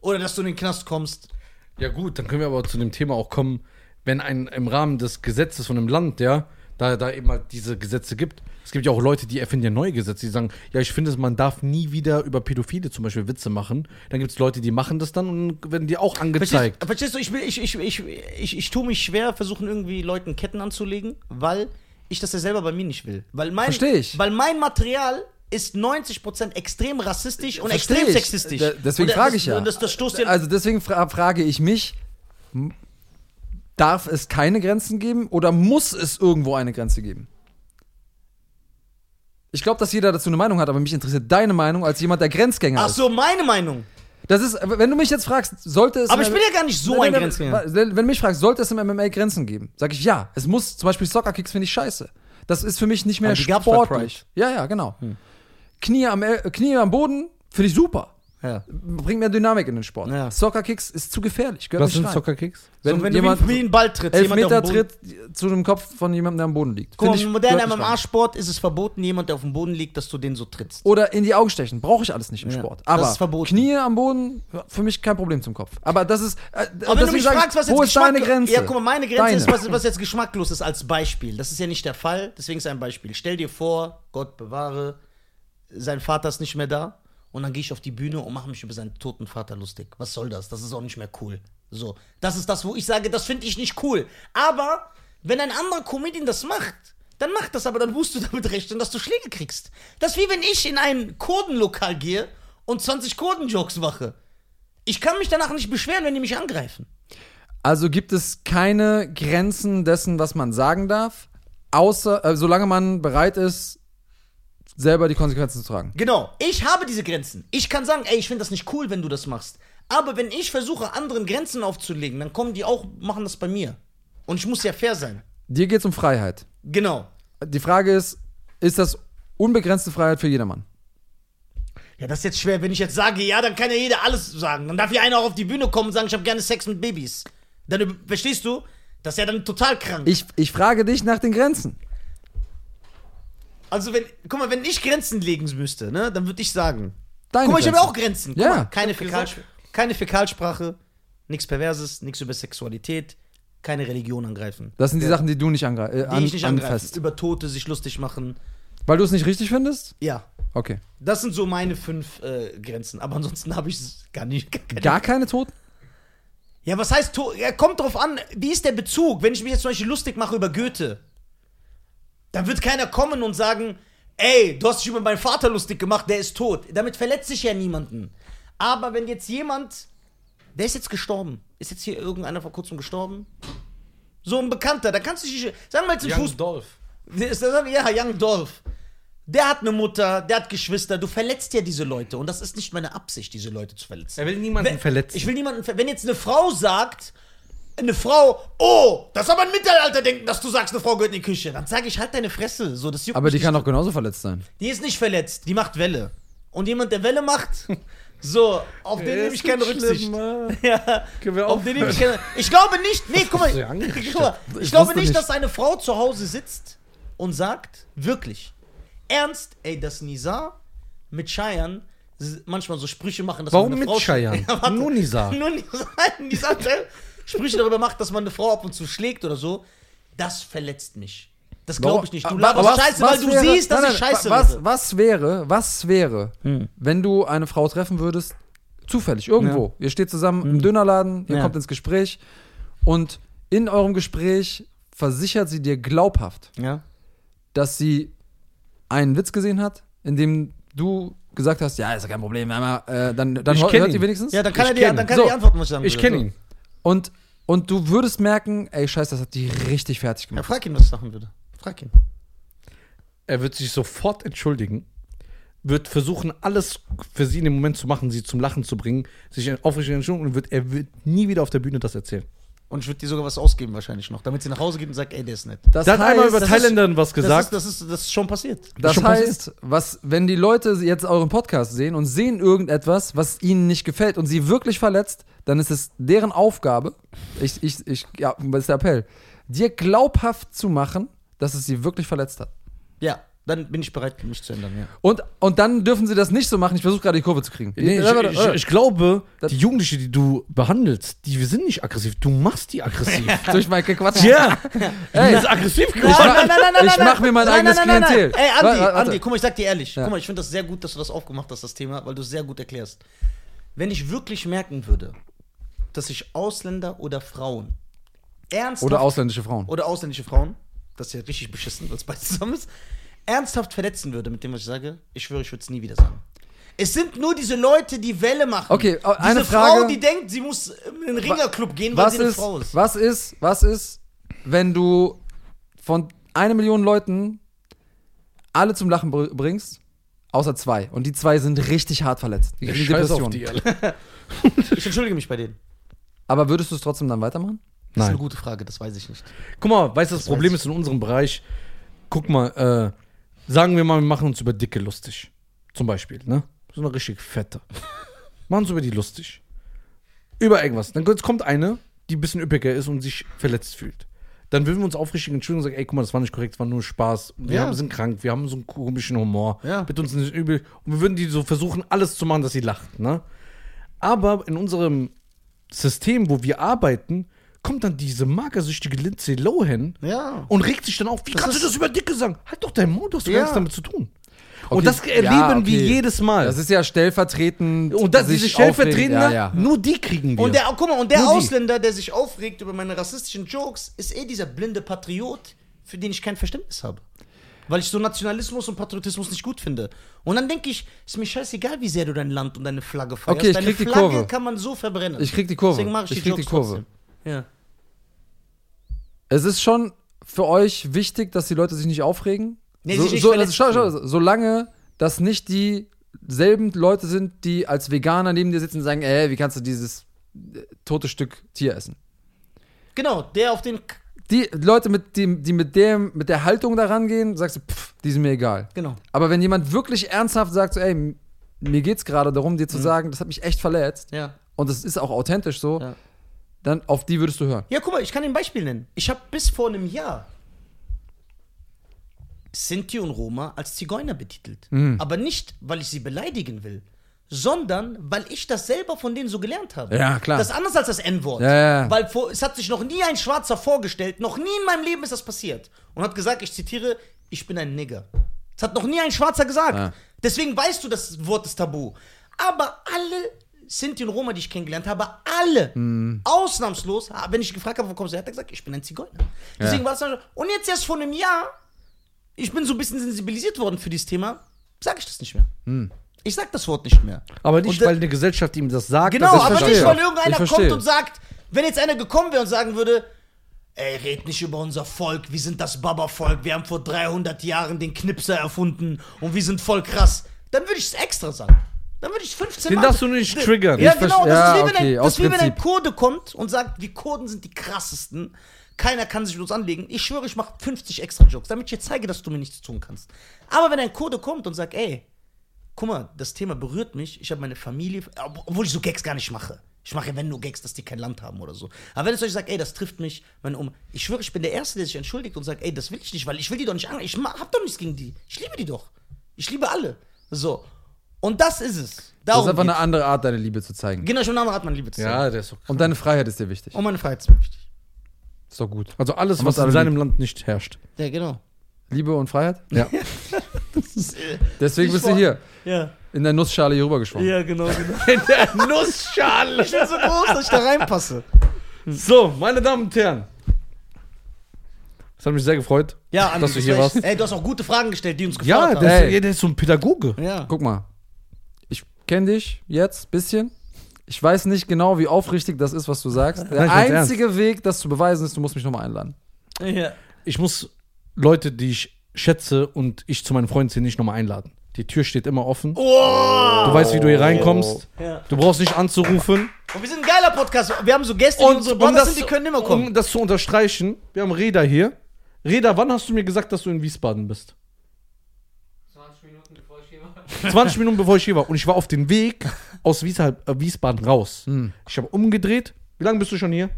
S2: oder dass du in den Knast kommst.
S1: Ja gut, dann können wir aber zu dem Thema auch kommen, wenn ein im Rahmen des Gesetzes von einem Land, ja, da, da eben halt diese Gesetze gibt. Es gibt ja auch Leute, die erfinden ja neue Gesetze, die sagen, ja, ich finde, man darf nie wieder über Pädophile zum Beispiel Witze machen. Dann gibt es Leute, die machen das dann und dann werden die auch
S2: Verstehst,
S1: angezeigt.
S2: verstehst du, ich, will, ich, ich, ich, ich, ich tue mich schwer, versuchen irgendwie Leuten Ketten anzulegen, weil ich das ja selber bei mir nicht will. Weil mein,
S3: Versteh ich.
S2: Weil mein Material ist 90% extrem rassistisch und
S3: Versteh
S2: extrem
S3: ich.
S2: sexistisch.
S3: Da- deswegen
S2: Und
S3: frage
S2: das-
S3: ich ja.
S2: Und das, das stoßt ja
S3: Also deswegen fra frage ich mich, m- darf es keine Grenzen geben oder muss es irgendwo eine Grenze geben? Ich glaube, dass jeder dazu eine Meinung hat, aber mich interessiert deine Meinung als jemand, der Grenzgänger
S2: Ach so, meine Meinung.
S3: ist. Das ist, wenn du mich jetzt fragst, sollte es.
S2: Aber
S3: im
S2: ich bin ja gar nicht so ein
S3: Nein, nein,
S2: Grenzgänger.
S3: nein, Wenn du mich fragst, sollte es im MMA Grenzen geben? Sag ich ja. Es muss, zum Beispiel Soccer-Kicks finde ich scheiße. Das ist für mich nicht mehr
S2: Aber die gab's bei Hm.
S3: sportlich. Ja, ja, genau. Knie, am, El- Knie am Boden finde ich super.
S2: Ja.
S3: Bringt mehr Dynamik in den Sport.
S2: Ja.
S3: Soccer-Kicks ist zu gefährlich. Gehört
S1: Was
S3: nicht
S1: sind
S3: rein.
S1: Soccer-Kicks?
S2: Wenn,
S3: Wenn,
S2: so, wenn
S3: jemand
S2: du wie einen Ball trittst,
S3: elf
S2: jemand der
S3: Meter
S2: auf dem Boden
S3: tritt zu dem Kopf von jemandem, der am Boden liegt.
S2: Guck
S3: Find
S2: mal, im modernen
S3: gehört nicht rein.
S2: MMA-Sport ist es verboten, jemand, der auf dem Boden liegt, dass du den so trittst.
S3: Oder in die Augen stechen. Brauche ich alles nicht im
S2: Ja,
S3: Sport.
S2: das
S3: Aber
S2: ist verboten.
S3: Knie am Boden, für mich kein Problem zum Kopf. Aber das ist. Äh,
S2: Aber wenn du mich fragst, was jetzt
S3: wo ist deine Grenze?
S2: Ja, guck mal, meine Grenze
S3: Deine.
S2: ist, was, was jetzt geschmacklos ist als Beispiel. Das ist ja nicht der Fall, deswegen ist ein Beispiel. Stell dir vor, Gott bewahre, sein Vater ist nicht mehr da und dann gehe ich auf die Bühne und mache mich über seinen toten Vater lustig. Was soll das? Das ist auch nicht mehr cool. So, das ist das, wo ich sage, das finde ich nicht cool. Aber wenn ein anderer Comedian das macht, dann mach das, aber dann musst du damit rechnen, dass du Schläge kriegst. Das ist wie wenn ich in ein Kurdenlokal gehe und 20 Kurdenjokes mache. Ich kann mich danach nicht beschweren, wenn die mich angreifen.
S3: Also gibt es keine Grenzen dessen, was man sagen darf, außer äh, solange man bereit ist, selber die Konsequenzen zu tragen.
S2: Genau. Ich habe diese Grenzen. Ich kann sagen, ey, ich finde das nicht cool, wenn du das machst. Aber wenn ich versuche, anderen Grenzen aufzulegen, dann kommen die auch, machen das bei mir. Und ich muss ja fair sein.
S3: Dir geht es um Freiheit.
S2: Genau.
S3: Die Frage ist, ist das unbegrenzte Freiheit für jedermann?
S2: Ja, das ist jetzt schwer. Wenn ich jetzt sage, ja, dann kann ja jeder alles sagen. Dann darf ja einer auch auf die Bühne kommen und sagen, ich habe gerne Sex mit Babys. Dann über- verstehst du? Das ist ja dann total krank.
S3: Ich, ich frage dich nach den Grenzen.
S2: also, wenn, guck mal, wenn ich Grenzen legen müsste, ne, dann würde ich sagen.
S3: Deine
S2: guck mal, ich habe ja
S3: Grenzen.
S2: auch Grenzen. Guck
S3: Ja.
S2: mal, keine, Fäkal,
S1: gesagt.
S2: keine Fäkalsprache, nichts Perverses, nichts über Sexualität, keine Religion angreifen.
S3: Das sind die Sachen, die du nicht angreifst. Äh,
S2: die
S3: an,
S2: ich nicht angreife.
S3: anfasst.
S2: Über Tote sich lustig machen.
S3: Weil du es nicht richtig findest?
S2: Ja.
S3: Okay.
S2: Das sind so meine fünf äh, Grenzen. Aber ansonsten habe ich s- gar nicht. Gar keine.
S3: Gar keine Toten?
S2: Ja, was heißt to ja, Kommt drauf an, wie ist der Bezug? Wenn ich mich jetzt zum Beispiel lustig mache über Goethe, dann wird keiner kommen und sagen, ey, du hast dich über meinen Vater lustig gemacht, der ist tot. Damit verletzt sich ja niemanden. Aber wenn jetzt jemand, der ist jetzt gestorben, ist jetzt hier irgendeiner vor kurzem gestorben? So ein Bekannter, da kannst du dich, sagen wir jetzt im Fußball.
S1: Dolph.
S2: Der ist der, ja, Young Dolph. Der hat eine Mutter, der hat Geschwister. Du verletzt ja diese Leute. Und das ist nicht meine Absicht, diese Leute zu verletzen.
S1: Er will niemanden verletzen.
S2: Ich will niemanden ver Wenn jetzt eine Frau sagt, eine Frau, oh, das soll man im Mittelalter denken, dass du sagst, eine Frau gehört in die Küche. Dann sage ich, halt deine Fresse. So, das juckt
S3: Aber
S2: mich
S3: die
S2: nicht.
S3: kann doch genauso verletzt sein.
S2: Die ist nicht verletzt, die macht Welle. Und jemand, der Welle macht, so, auf den nehme ich keine Rücksicht. Ja,
S1: Können wir
S2: auf den nehme ich keine Ich glaube nicht, nee, guck mal,
S1: hast du ja angerichtet.
S2: guck mal ich,
S3: Ich
S2: glaube
S3: wusste
S2: nicht,
S3: nicht.
S2: dass eine Frau zu Hause sitzt und sagt, wirklich, ernst, ey, dass Nizar mit Scheiern manchmal so Sprüche machen, dass
S1: Warum
S2: man eine
S1: mit
S2: Frau
S1: Scheiern?
S2: Ja, warte.
S1: Nur Nizar.
S2: Nur Nizar, Nizar selber äh, Sprüche darüber macht, dass man eine Frau ab und zu schlägt oder so, das verletzt mich. Das glaube ich nicht. Du
S3: Aber
S2: laberst
S3: Ah, was-
S2: Scheiße,
S3: was
S2: weil du
S3: wäre-
S2: siehst, dass
S3: nein,
S2: ich
S3: nein,
S2: Scheiße Hm. rede.
S3: was, was wäre, was wäre, wenn du eine Frau treffen würdest, zufällig, irgendwo. Ihr steht zusammen im Dönerladen, ihr
S2: Hm. Ja.
S3: kommt ins Gespräch und in eurem Gespräch versichert sie dir glaubhaft,
S2: Ja.
S3: dass sie einen Witz gesehen hat, in dem du gesagt hast, ja, ist ja kein Problem, einmal, äh, dann, dann
S1: Ich
S3: hör-
S1: kenn
S3: hört ihr
S1: ihn.
S3: wenigstens.
S2: Ja, dann kann
S1: Ich
S2: er die,
S1: kenn
S2: dann kann
S3: ihn.
S2: er die
S3: So.
S2: Antwort nicht sagen.
S1: Ich
S2: würde.
S1: kenne ihn.
S3: Und, und du würdest merken, ey, scheiße, das hat die richtig fertig
S2: Ja,
S3: gemacht.
S2: frag ihn, was ich machen würde. Frag ihn.
S1: Er wird sich sofort entschuldigen, wird versuchen, alles für sie in dem Moment zu machen, sie zum Lachen zu bringen, sich aufrichtig entschuldigen und wird, er wird nie wieder auf der Bühne das erzählen.
S2: Und ich würde dir sogar was ausgeben wahrscheinlich noch, damit sie nach Hause geht und sagt, ey, der ist nett.
S1: Da hat einmal über
S3: das ist-
S1: Thailänderinnen was gesagt.
S2: Das ist, das ist, das ist schon passiert.
S3: Das
S1: schon
S3: heißt, was, wenn die Leute jetzt euren Podcast sehen und sehen irgendetwas, was ihnen nicht gefällt und sie wirklich verletzt, dann ist es deren Aufgabe, ich, ich, ich, ja, das ist der Appell, dir glaubhaft zu machen, dass es sie wirklich verletzt hat.
S2: Ja, dann bin ich bereit, mich zu ändern, ja.
S3: Und, und dann dürfen sie das nicht so machen. Ich versuche gerade die Kurve zu kriegen.
S1: Nee,
S3: Warte,
S1: ich, ich,
S3: warte.
S1: ich glaube,
S3: Das-
S1: die Jugendlichen, die du behandelst, die sind nicht aggressiv. Du machst die aggressiv.
S3: Durch mein Gequatsch.
S1: Ja,
S3: Ey,
S1: die ist aggressiv
S2: Oh,
S3: mach-
S1: geworden.
S3: ich mach mir mein eigenes Klientel.
S2: Ey, Andi,
S3: Warte, warte.
S2: Andi, guck mal, ich sag dir ehrlich. Guck mal, ich finde das sehr gut, dass du das aufgemacht hast, das Thema, weil du es sehr gut erklärst. Wenn ich wirklich merken würde, dass ich Ausländer oder Frauen ernsthaft
S3: Oder ausländische Frauen.
S2: oder ausländische Frauen, das ist ja richtig beschissen, weil es beides zusammen ist, ernsthaft verletzen würde mit dem, was ich sage, ich schwöre, ich würde es nie wieder sagen. Es sind nur diese Leute, die Welle machen.
S3: Okay, äh,
S2: diese
S3: eine
S2: Frau,
S3: Frage.
S2: die denkt, sie muss in den Ringerclub gehen, weil
S3: was
S2: sie eine
S3: ist,
S2: Frau ist.
S3: was ist, was ist, wenn du von einer Million Leuten alle zum Lachen br- bringst, Außer zwei. Und die zwei sind richtig hart verletzt. Die kriegen Depressionen.
S1: alle.
S2: Ich entschuldige mich bei denen.
S3: Aber würdest du es trotzdem dann weitermachen?
S2: Das ist
S1: Nein.
S2: eine gute Frage, das weiß ich nicht.
S1: Guck mal, weißt du, das, Problem
S2: weiß
S1: ist in unserem Bereich, guck mal, äh, sagen wir mal, wir machen uns über Dicke lustig. Zum Beispiel, ne? So eine richtig fette. machen uns über die lustig. Über irgendwas. Dann jetzt kommt eine, die ein bisschen üppiger ist und sich verletzt fühlt. Dann würden wir uns aufrichtig entschuldigen und sagen, ey, guck mal, das war nicht korrekt, das war nur Spaß. Wir
S2: Ja.
S1: haben, sind krank, wir haben so einen komischen Humor.
S2: Ja.
S1: Bitte uns nicht übel. Und wir würden die so versuchen, alles zu machen, dass sie lacht, ne? Aber in unserem System, wo wir arbeiten, kommt dann diese magersüchtige Lindsay Lohan
S2: Ja.
S1: und regt sich dann auf. Wie kannst du
S2: ist-
S1: das über Dicke sagen? Halt doch dein Mund, du hast doch
S2: Ja.
S1: gar nichts damit zu tun.
S3: Okay,
S1: Und das erleben
S3: ja, okay.
S1: wir jedes Mal.
S3: Das ist ja stellvertretend.
S1: und das, diese
S3: sich
S1: Stellvertretende,
S3: aufregen. Ja, ja.
S1: nur die kriegen wir.
S2: Und der, oh, guck mal, und der
S1: Nur die.
S2: Ausländer, der sich aufregt über meine rassistischen Jokes, ist eh dieser blinde Patriot, für den ich kein Verständnis habe. Weil ich so Nationalismus und Patriotismus nicht gut finde. Und dann denke ich, ist mir scheißegal, wie sehr du dein Land und deine Flagge feierst.
S3: Okay, ich
S2: deine
S3: krieg die
S2: Flagge
S3: Kurve.
S2: kann man so verbrennen.
S3: Ich krieg die Kurve.
S2: Deswegen mache ich,
S3: Ich
S2: die
S3: krieg die
S2: Jokes
S3: Kurve.
S2: Trotzdem. Ja.
S3: Es ist schon für euch wichtig, dass die Leute sich nicht aufregen.
S2: Nee,
S3: so,
S2: sich nicht
S3: so,
S2: verletzt
S3: das, schau, schau, solange das nicht dieselben Leute sind, die als Veganer neben dir sitzen und sagen, ey, wie kannst du dieses äh, tote Stück Tier essen?
S2: Genau, der auf den. K
S3: Die Leute, mit dem, die mit, dem, mit der Haltung da rangehen, sagst du, pff, die sind mir egal.
S2: genau.
S3: Aber wenn jemand wirklich ernsthaft sagt, so, ey, m- mir geht's gerade darum, dir zu sagen, das hat mich echt verletzt
S2: Mhm. Ja.
S3: und das ist auch authentisch so,
S2: Ja.
S3: dann auf die würdest du hören.
S2: Ja, guck mal, ich kann dir ein Beispiel nennen. Ich habe bis vor einem Jahr Sinti und Roma als Zigeuner betitelt.
S3: Mhm.
S2: Aber nicht, weil ich sie beleidigen will, sondern weil ich das selber von denen so gelernt habe.
S3: Ja, klar.
S2: Das ist anders als das N-Wort.
S3: Ja, ja, ja.
S2: Weil vor, es hat sich noch nie ein Schwarzer vorgestellt, noch nie in meinem Leben ist das passiert. Und hat gesagt, ich zitiere, ich bin ein Nigger. Das hat noch nie ein Schwarzer gesagt.
S3: Ja.
S2: Deswegen weißt du, das Wort ist tabu. Aber alle Sinti und Roma, die ich kennengelernt habe, alle,
S3: Mhm.
S2: ausnahmslos, wenn ich gefragt habe, wo kommst du her, hat er gesagt, ich bin ein Zigeuner. Deswegen war es dann, und jetzt erst vor einem Jahr, ich bin so ein bisschen sensibilisiert worden für dieses Thema, sage ich das nicht mehr.
S3: Mhm.
S2: Ich sag das Wort nicht mehr.
S1: aber nicht,
S2: Und da-
S1: weil eine Gesellschaft ihm das sagt.
S2: Genau,
S1: das ist
S2: aber
S1: verstanden.
S2: nicht, weil
S3: Ich
S2: irgendeiner kommt
S3: verstehe.
S2: und sagt, wenn jetzt einer gekommen wäre und sagen würde, ey, red nicht über unser Volk, wir sind das Baba-Volk, wir haben vor 300 Jahren den Knipser erfunden und wir sind voll krass, dann würde ich es extra sagen. Dann würde ich 15
S1: Den
S2: Mal.
S1: darfst du nicht triggern.
S2: Ja,
S1: Ich
S2: genau, das
S3: verste- Ja,
S2: ist wie, wenn,
S3: okay,
S2: ein, das
S3: aus
S2: ist wie wenn ein
S3: Prinzip.
S2: Kurde kommt und sagt, wir Kurden sind die krassesten. Keiner kann sich mit uns anlegen. Ich schwöre, ich mache 50 extra Jokes, damit ich dir zeige, dass du mir nichts tun kannst. Aber wenn ein Kurde kommt und sagt, ey, guck mal, das Thema berührt mich. Ich habe meine Familie, ob- obwohl ich so Gags gar nicht mache. Ich mache ja, wenn nur Gags, dass die kein Land haben oder so. Aber wenn es euch sagt, ey, das trifft mich, meine um, ich schwöre, ich bin der Erste, der sich entschuldigt und sagt, ey, das will ich nicht, weil ich will die doch nicht an. Ich ma- hab doch nichts gegen die. Ich liebe die doch. Ich liebe alle. So. Und das ist es.
S3: Das
S2: Darum
S3: ist einfach eine
S2: geht's.
S3: andere Art, deine Liebe zu zeigen.
S2: Genau, schon andere Art, meine Liebe zu sagen.
S1: Ja, der ist doch
S3: Und deine Freiheit ist dir wichtig.
S2: Und meine Freiheit ist mir wichtig.
S3: Ist doch gut.
S1: Also alles,
S3: Man
S1: was
S3: muss
S1: in
S3: alle
S1: seinem Land nicht herrscht.
S2: Ja, genau.
S3: Liebe und Freiheit?
S1: Ja.
S3: Deswegen
S2: Ich
S3: bist du
S2: vor-
S3: hier
S2: Ja,
S3: in der Nussschale hier rübergeschwommen.
S2: ja genau, genau.
S1: In der Nussschale.
S2: Ich bin so groß, dass ich da reinpasse.
S1: So, meine Damen und Herren. Es hat mich sehr gefreut,
S2: Ja, Andi,
S1: dass du hier
S2: war echt-
S1: warst.
S2: Ey, du hast auch gute Fragen gestellt, die uns
S1: Ja
S2: gefordert haben.
S1: der, ist,
S3: Ey.
S1: ja, der ist so ein Pädagoge.
S2: Ja.
S3: Guck mal, ich kenne dich jetzt ein bisschen. Ich weiß nicht genau, wie aufrichtig das ist, was du sagst. Der
S1: ich mein's Genau.
S3: einzige Weg, das zu beweisen, ist, du musst mich nochmal einladen.
S2: ja.
S1: Ich muss Leute, die ich schätze und ich zu meinen Freunden ziehe, nicht nochmal einladen. Die Tür steht immer offen. Du weißt, wie du hier reinkommst.
S2: Ja.
S1: Du brauchst nicht anzurufen.
S2: Und wir sind ein geiler Podcast. Wir haben so Gäste, die unsere Brothers sind, die können immer kommen.
S1: um das zu unterstreichen, wir haben Reda hier. Reda, wann hast du mir gesagt, dass du in Wiesbaden bist?
S4: 20 Minuten bevor ich hier war.
S1: 20 Minuten bevor ich hier war. Und ich war auf dem Weg aus Wiesha- äh, Wiesbaden raus.
S2: Hm.
S1: Ich habe umgedreht. Wie lange bist du schon hier?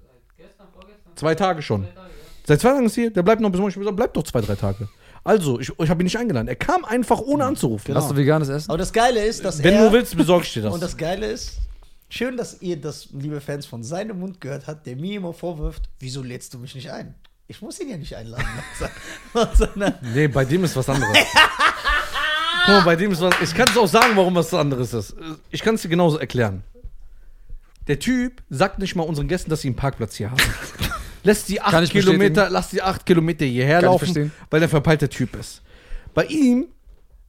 S4: Seit gestern, vorgestern,
S1: Zwei Tage schon.
S4: drei Tage, ja.
S1: Seit zwei Tagen ist hier. Der bleibt noch bis morgen. Ich hab gesagt, bleib doch zwei, drei Tage. Also, ich, ich habe ihn nicht eingeladen. Er kam einfach ohne anzurufen.
S2: Genau.
S3: Hast du veganes Essen?
S2: Aber das Geile ist, dass
S1: Wenn
S2: er.
S1: du willst, besorge ich dir das.
S2: Und das Geile ist, schön, dass ihr das, liebe Fans, von seinem Mund gehört habt, der mir immer vorwirft, wieso lädst du mich nicht ein? Ich muss ihn ja nicht einladen. Nach se- nach seiner-
S1: nee, bei dem ist was anderes. Guck mal, bei dem ist was. Ich kann es auch sagen, warum was anderes ist. Ich kann es dir genauso erklären. Der Typ sagt nicht mal unseren Gästen, dass sie einen Parkplatz hier haben. Lässt die
S3: Kann
S1: acht
S3: ich
S1: Kilometer, lass die acht Kilometer hierher
S3: Kann ich
S1: laufen,
S3: verstehen.
S1: weil der verpeilter Typ ist. Bei ihm,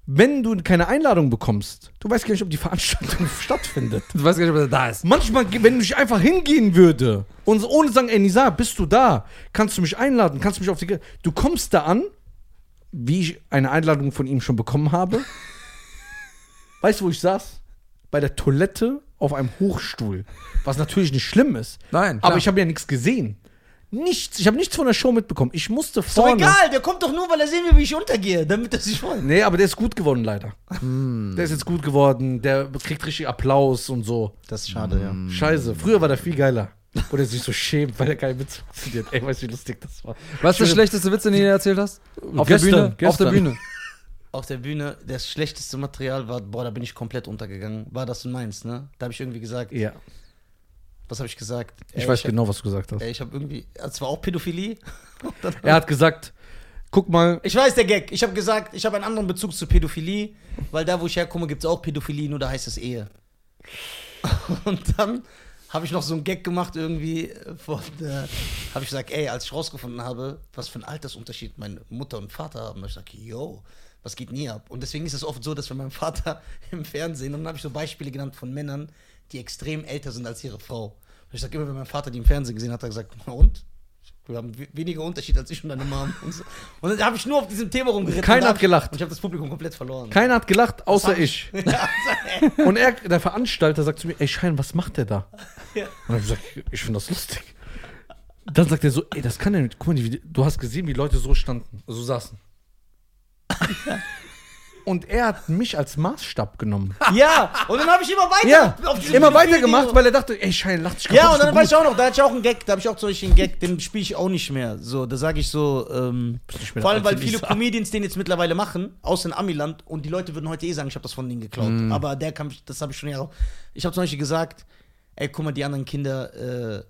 S1: wenn du keine Einladung bekommst, du weißt gar nicht, ob die Veranstaltung stattfindet.
S3: Du weißt gar nicht, ob er da ist.
S1: Manchmal, ge- wenn ich einfach hingehen würde und ohne zu sagen, ey Nisa, bist du da? Kannst du mich einladen? Kannst du mich auf die. Ge du kommst da an wie ich eine Einladung von ihm schon bekommen habe. weißt du, wo ich saß? Bei der Toilette auf einem Hochstuhl. Was natürlich nicht schlimm ist.
S3: Nein, klar.
S1: Aber ich habe ja nichts gesehen. Nichts. Ich habe nichts von der Show mitbekommen. Ich musste
S2: Ist doch
S1: vorne.
S2: egal, der kommt doch nur, weil er sehen will, wie ich untergehe, damit er sich freut.
S1: Nee, aber der ist gut geworden, leider.
S2: Hm.
S1: Der ist jetzt gut geworden. Der kriegt richtig Applaus und so.
S2: Das ist schade, ja.
S1: Scheiße. Früher war der viel geiler. Oder sich so schämt, weil er keinen Bezug zu dir hat. Ey, weißt du, wie lustig das war?
S3: Was ist der schlechteste Witz, den du dir erzählt hast? Auf
S1: Gestern,
S3: der Bühne. Auf der
S1: gestern.
S3: Bühne.
S2: Auf der Bühne, das schlechteste Material war, boah, da bin ich komplett untergegangen. War das du meinst, ne? Da habe ich irgendwie gesagt,
S1: Ja.
S2: was habe ich gesagt?
S1: Ich
S2: Äh,
S1: weiß
S2: hab-
S1: genau, was du gesagt hast.
S2: Äh, Ich habe irgendwie, es war auch Pädophilie. Und dann-
S1: Er hat gesagt, guck mal,
S2: Ich weiß, der Gag. Ich habe gesagt, ich habe einen anderen Bezug zu Pädophilie, weil da, wo ich herkomme, gibt es auch Pädophilie, nur da heißt es Ehe. Und dann habe ich noch so einen Gag gemacht irgendwie. Von, äh, habe ich gesagt, ey, als ich rausgefunden habe, was für ein Altersunterschied meine Mutter und Vater haben, habe ich gesagt, yo, was geht nie ab? Und deswegen ist es oft so, dass wenn mein Vater im Fernsehen, und dann habe ich so Beispiele genannt von Männern, die extrem älter sind als ihre Frau. Und ich sage immer, wenn mein Vater die im Fernsehen gesehen hat, hat er gesagt, "Na und? Wir haben we- weniger Unterschied als ich und deine Mom. Und, so. und dann habe ich nur auf diesem Thema rumgeritten.
S1: Keiner
S2: und
S1: hat
S2: hab-
S1: gelacht.
S2: Und ich habe das Publikum komplett verloren.
S1: keiner hat gelacht, außer
S2: hab
S1: ich.
S2: Ja, also, ey.
S1: Und er, der Veranstalter sagt zu mir, ey Schein, was macht der da?
S2: Ja.
S1: Und ich sag, ich finde das lustig. Dann sagt er so, ey, das kann er nicht. Guck mal, die- du hast gesehen, wie Leute so standen, so saßen. Und er hat mich als Maßstab genommen.
S2: ja, und dann habe ich immer weiter.
S1: Ja,
S2: auf diesem
S1: immer
S2: Video-
S1: weitergemacht,
S2: Video-
S1: weil er dachte, ey, Schein, lach dich kaputt.
S2: Ja, und dann
S1: ist
S2: weiß ich
S1: doch
S2: auch noch, da hatte ich auch einen Gag, da habe ich auch so einen Gag, den spiele ich auch nicht mehr. So, da sage ich so, ähm,
S1: nicht mehr
S2: vor allem,
S1: der
S2: weil
S1: alte
S2: viele
S1: Lisa.
S2: Comedians den jetzt mittlerweile machen, außer in Amiland, und die Leute würden heute eh sagen, ich habe das von denen geklaut. Aber der kam, das habe ich schon ja Ich habe zum Beispiel gesagt, ey, guck mal, die anderen Kinder, äh,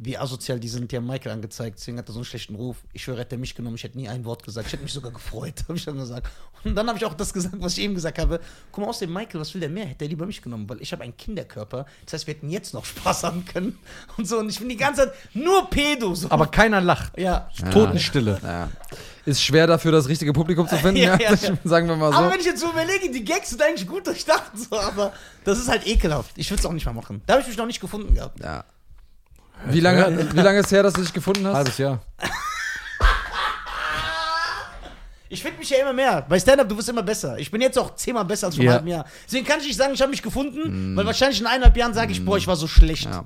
S2: wie asozial die sind, die haben Michael angezeigt, deswegen hat er so einen schlechten Ruf. Ich schwöre, hätte er mich genommen, ich hätte nie ein Wort gesagt. Ich hätte mich sogar gefreut, habe ich dann gesagt. Und dann habe ich auch das gesagt, was ich eben gesagt habe. Guck mal, aus dem Michael, was will der mehr? Hätte er lieber mich genommen, weil ich habe einen Kinderkörper. Das heißt, wir hätten jetzt noch Spaß haben können. Und so, und ich bin die ganze Zeit nur Pedo. So.
S1: gut. Aber keiner lacht.
S2: ja.
S1: Totenstille.
S3: Ja. Ist schwer dafür, das richtige Publikum zu finden,
S2: Ja,
S3: ja,
S2: ja, ja.
S3: sagen wir mal so.
S2: Aber wenn ich jetzt so überlege, die Gags sind eigentlich gut durchdacht, so, aber das ist halt ekelhaft. Ich würde es auch nicht mehr machen. Da habe ich mich noch nicht gefunden gehabt.
S3: Ja. Wie lange, wie lange ist her, dass du dich gefunden hast?
S1: Halbes Jahr.
S2: Ich finde mich ja immer mehr. Bei Stand-Up, du wirst immer besser. Ich bin jetzt auch zehnmal besser als vor
S1: Ja.
S2: einem halben Jahr. Deswegen kann ich nicht sagen, ich habe mich gefunden, weil wahrscheinlich in eineinhalb Jahren sage ich, boah, ich war so schlecht.
S3: Mm. Ja.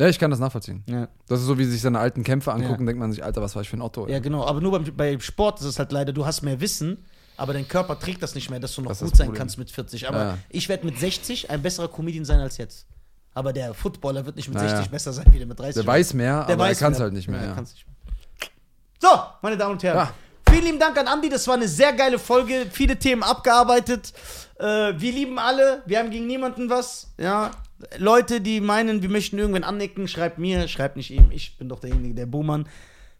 S3: ja, ich kann das nachvollziehen.
S2: Ja.
S3: Das ist so, wie sich seine alten Kämpfe angucken, denkt man sich, Alter, was war ich für ein Otto?
S2: Ja, genau. Aber nur beim, bei Sport ist es halt leider, du hast mehr Wissen, aber dein Körper trägt das nicht mehr, dass du noch
S3: Das ist
S2: gut
S3: das
S2: sein
S3: Problem.
S2: kannst mit 40. Aber
S3: Ja.
S2: ich werde mit 60 ein besserer Comedian sein als jetzt. Aber der Footballer wird nicht mit
S3: Naja.
S2: 60 besser sein, wie der mit 30.
S3: Der weiß
S2: Der
S3: mehr, aber er
S2: weiß
S3: kann es
S2: mehr.
S3: halt nicht mehr.
S2: Ja, er
S3: Ja.
S2: kann's nicht mehr. So, meine Damen und Herren.
S3: Ja.
S2: Vielen lieben Dank an Andi, das war eine sehr geile Folge, viele Themen abgearbeitet. Äh, wir lieben alle, wir haben gegen niemanden was. Ja, Leute, die meinen, wir möchten irgendwen annecken, schreibt mir, schreibt nicht ihm, ich bin doch derjenige, der Buhmann.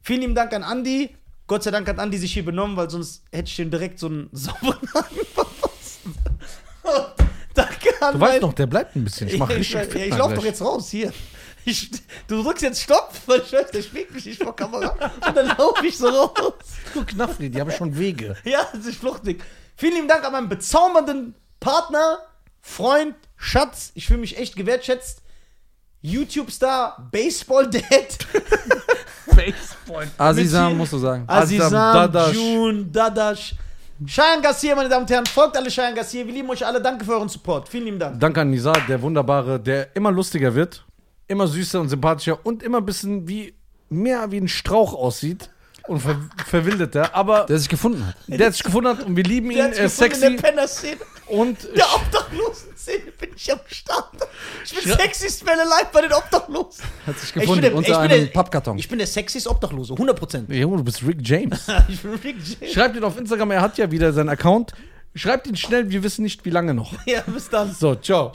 S2: Vielen lieben Dank an Andi. Gott sei Dank hat Andi sich hier benommen, weil sonst hätte ich dem direkt so einen sauberen Haken verpasst. Und Danke an
S1: Du weißt
S2: mein-
S1: noch, der bleibt ein bisschen. Ich mach
S2: ja,
S1: richtig
S2: ich, ja, ich
S1: Fitner
S2: lauf
S1: gleich.
S2: doch jetzt raus, hier. Ich, du drückst jetzt Stopp, weil ich weiß, der schlägt mich nicht vor Kamera. Und dann laufe ich so raus.
S1: Du Knaffri, die haben schon Wege.
S2: Ja, das ist fluchtig. Vielen lieben Dank an meinen bezaubernden Partner, Freund, Schatz. Ich fühle mich echt gewertschätzt. YouTube-Star, Baseball-Dad.
S3: Aziza,
S2: Mit-
S3: musst du sagen.
S2: Azizam,
S1: Azizam, Dadaş.
S2: June, Dadash. Cheyenne Gassier, meine Damen und Herren. Folgt alle Cheyenne Gassier. Wir lieben euch alle. Danke für euren Support. Vielen lieben Dank.
S1: Danke an Nizar, der Wunderbare, der immer lustiger wird, immer süßer und sympathischer und immer ein bisschen wie mehr wie ein Strauch aussieht und ver verwilderter. Aber der,
S3: Der sich gefunden hat.
S1: hat sich gefunden hat und wir lieben ihn,
S2: Der hat's
S1: er ist
S2: gefunden in
S1: sexy
S2: der Penner-Szene.
S1: und
S2: Der Obdachlosen-Szene bin ich am Start. Ich bin sexiest man alive bei den Obdachlosen.
S3: Hat sich
S2: Ich bin
S3: gefunden
S2: der- ich
S3: unter
S2: bin
S3: einem
S2: der-
S3: Pappkarton.
S2: Ich bin der sexiest Obdachlose, 100%.
S1: Junge, du bist Rick James.
S2: Ich bin Rick James.
S1: Schreibt ihn auf Instagram, er hat ja wieder seinen Account. Schreibt ihn schnell, wir wissen nicht wie lange noch.
S2: Ja, bis dann.
S1: So, ciao.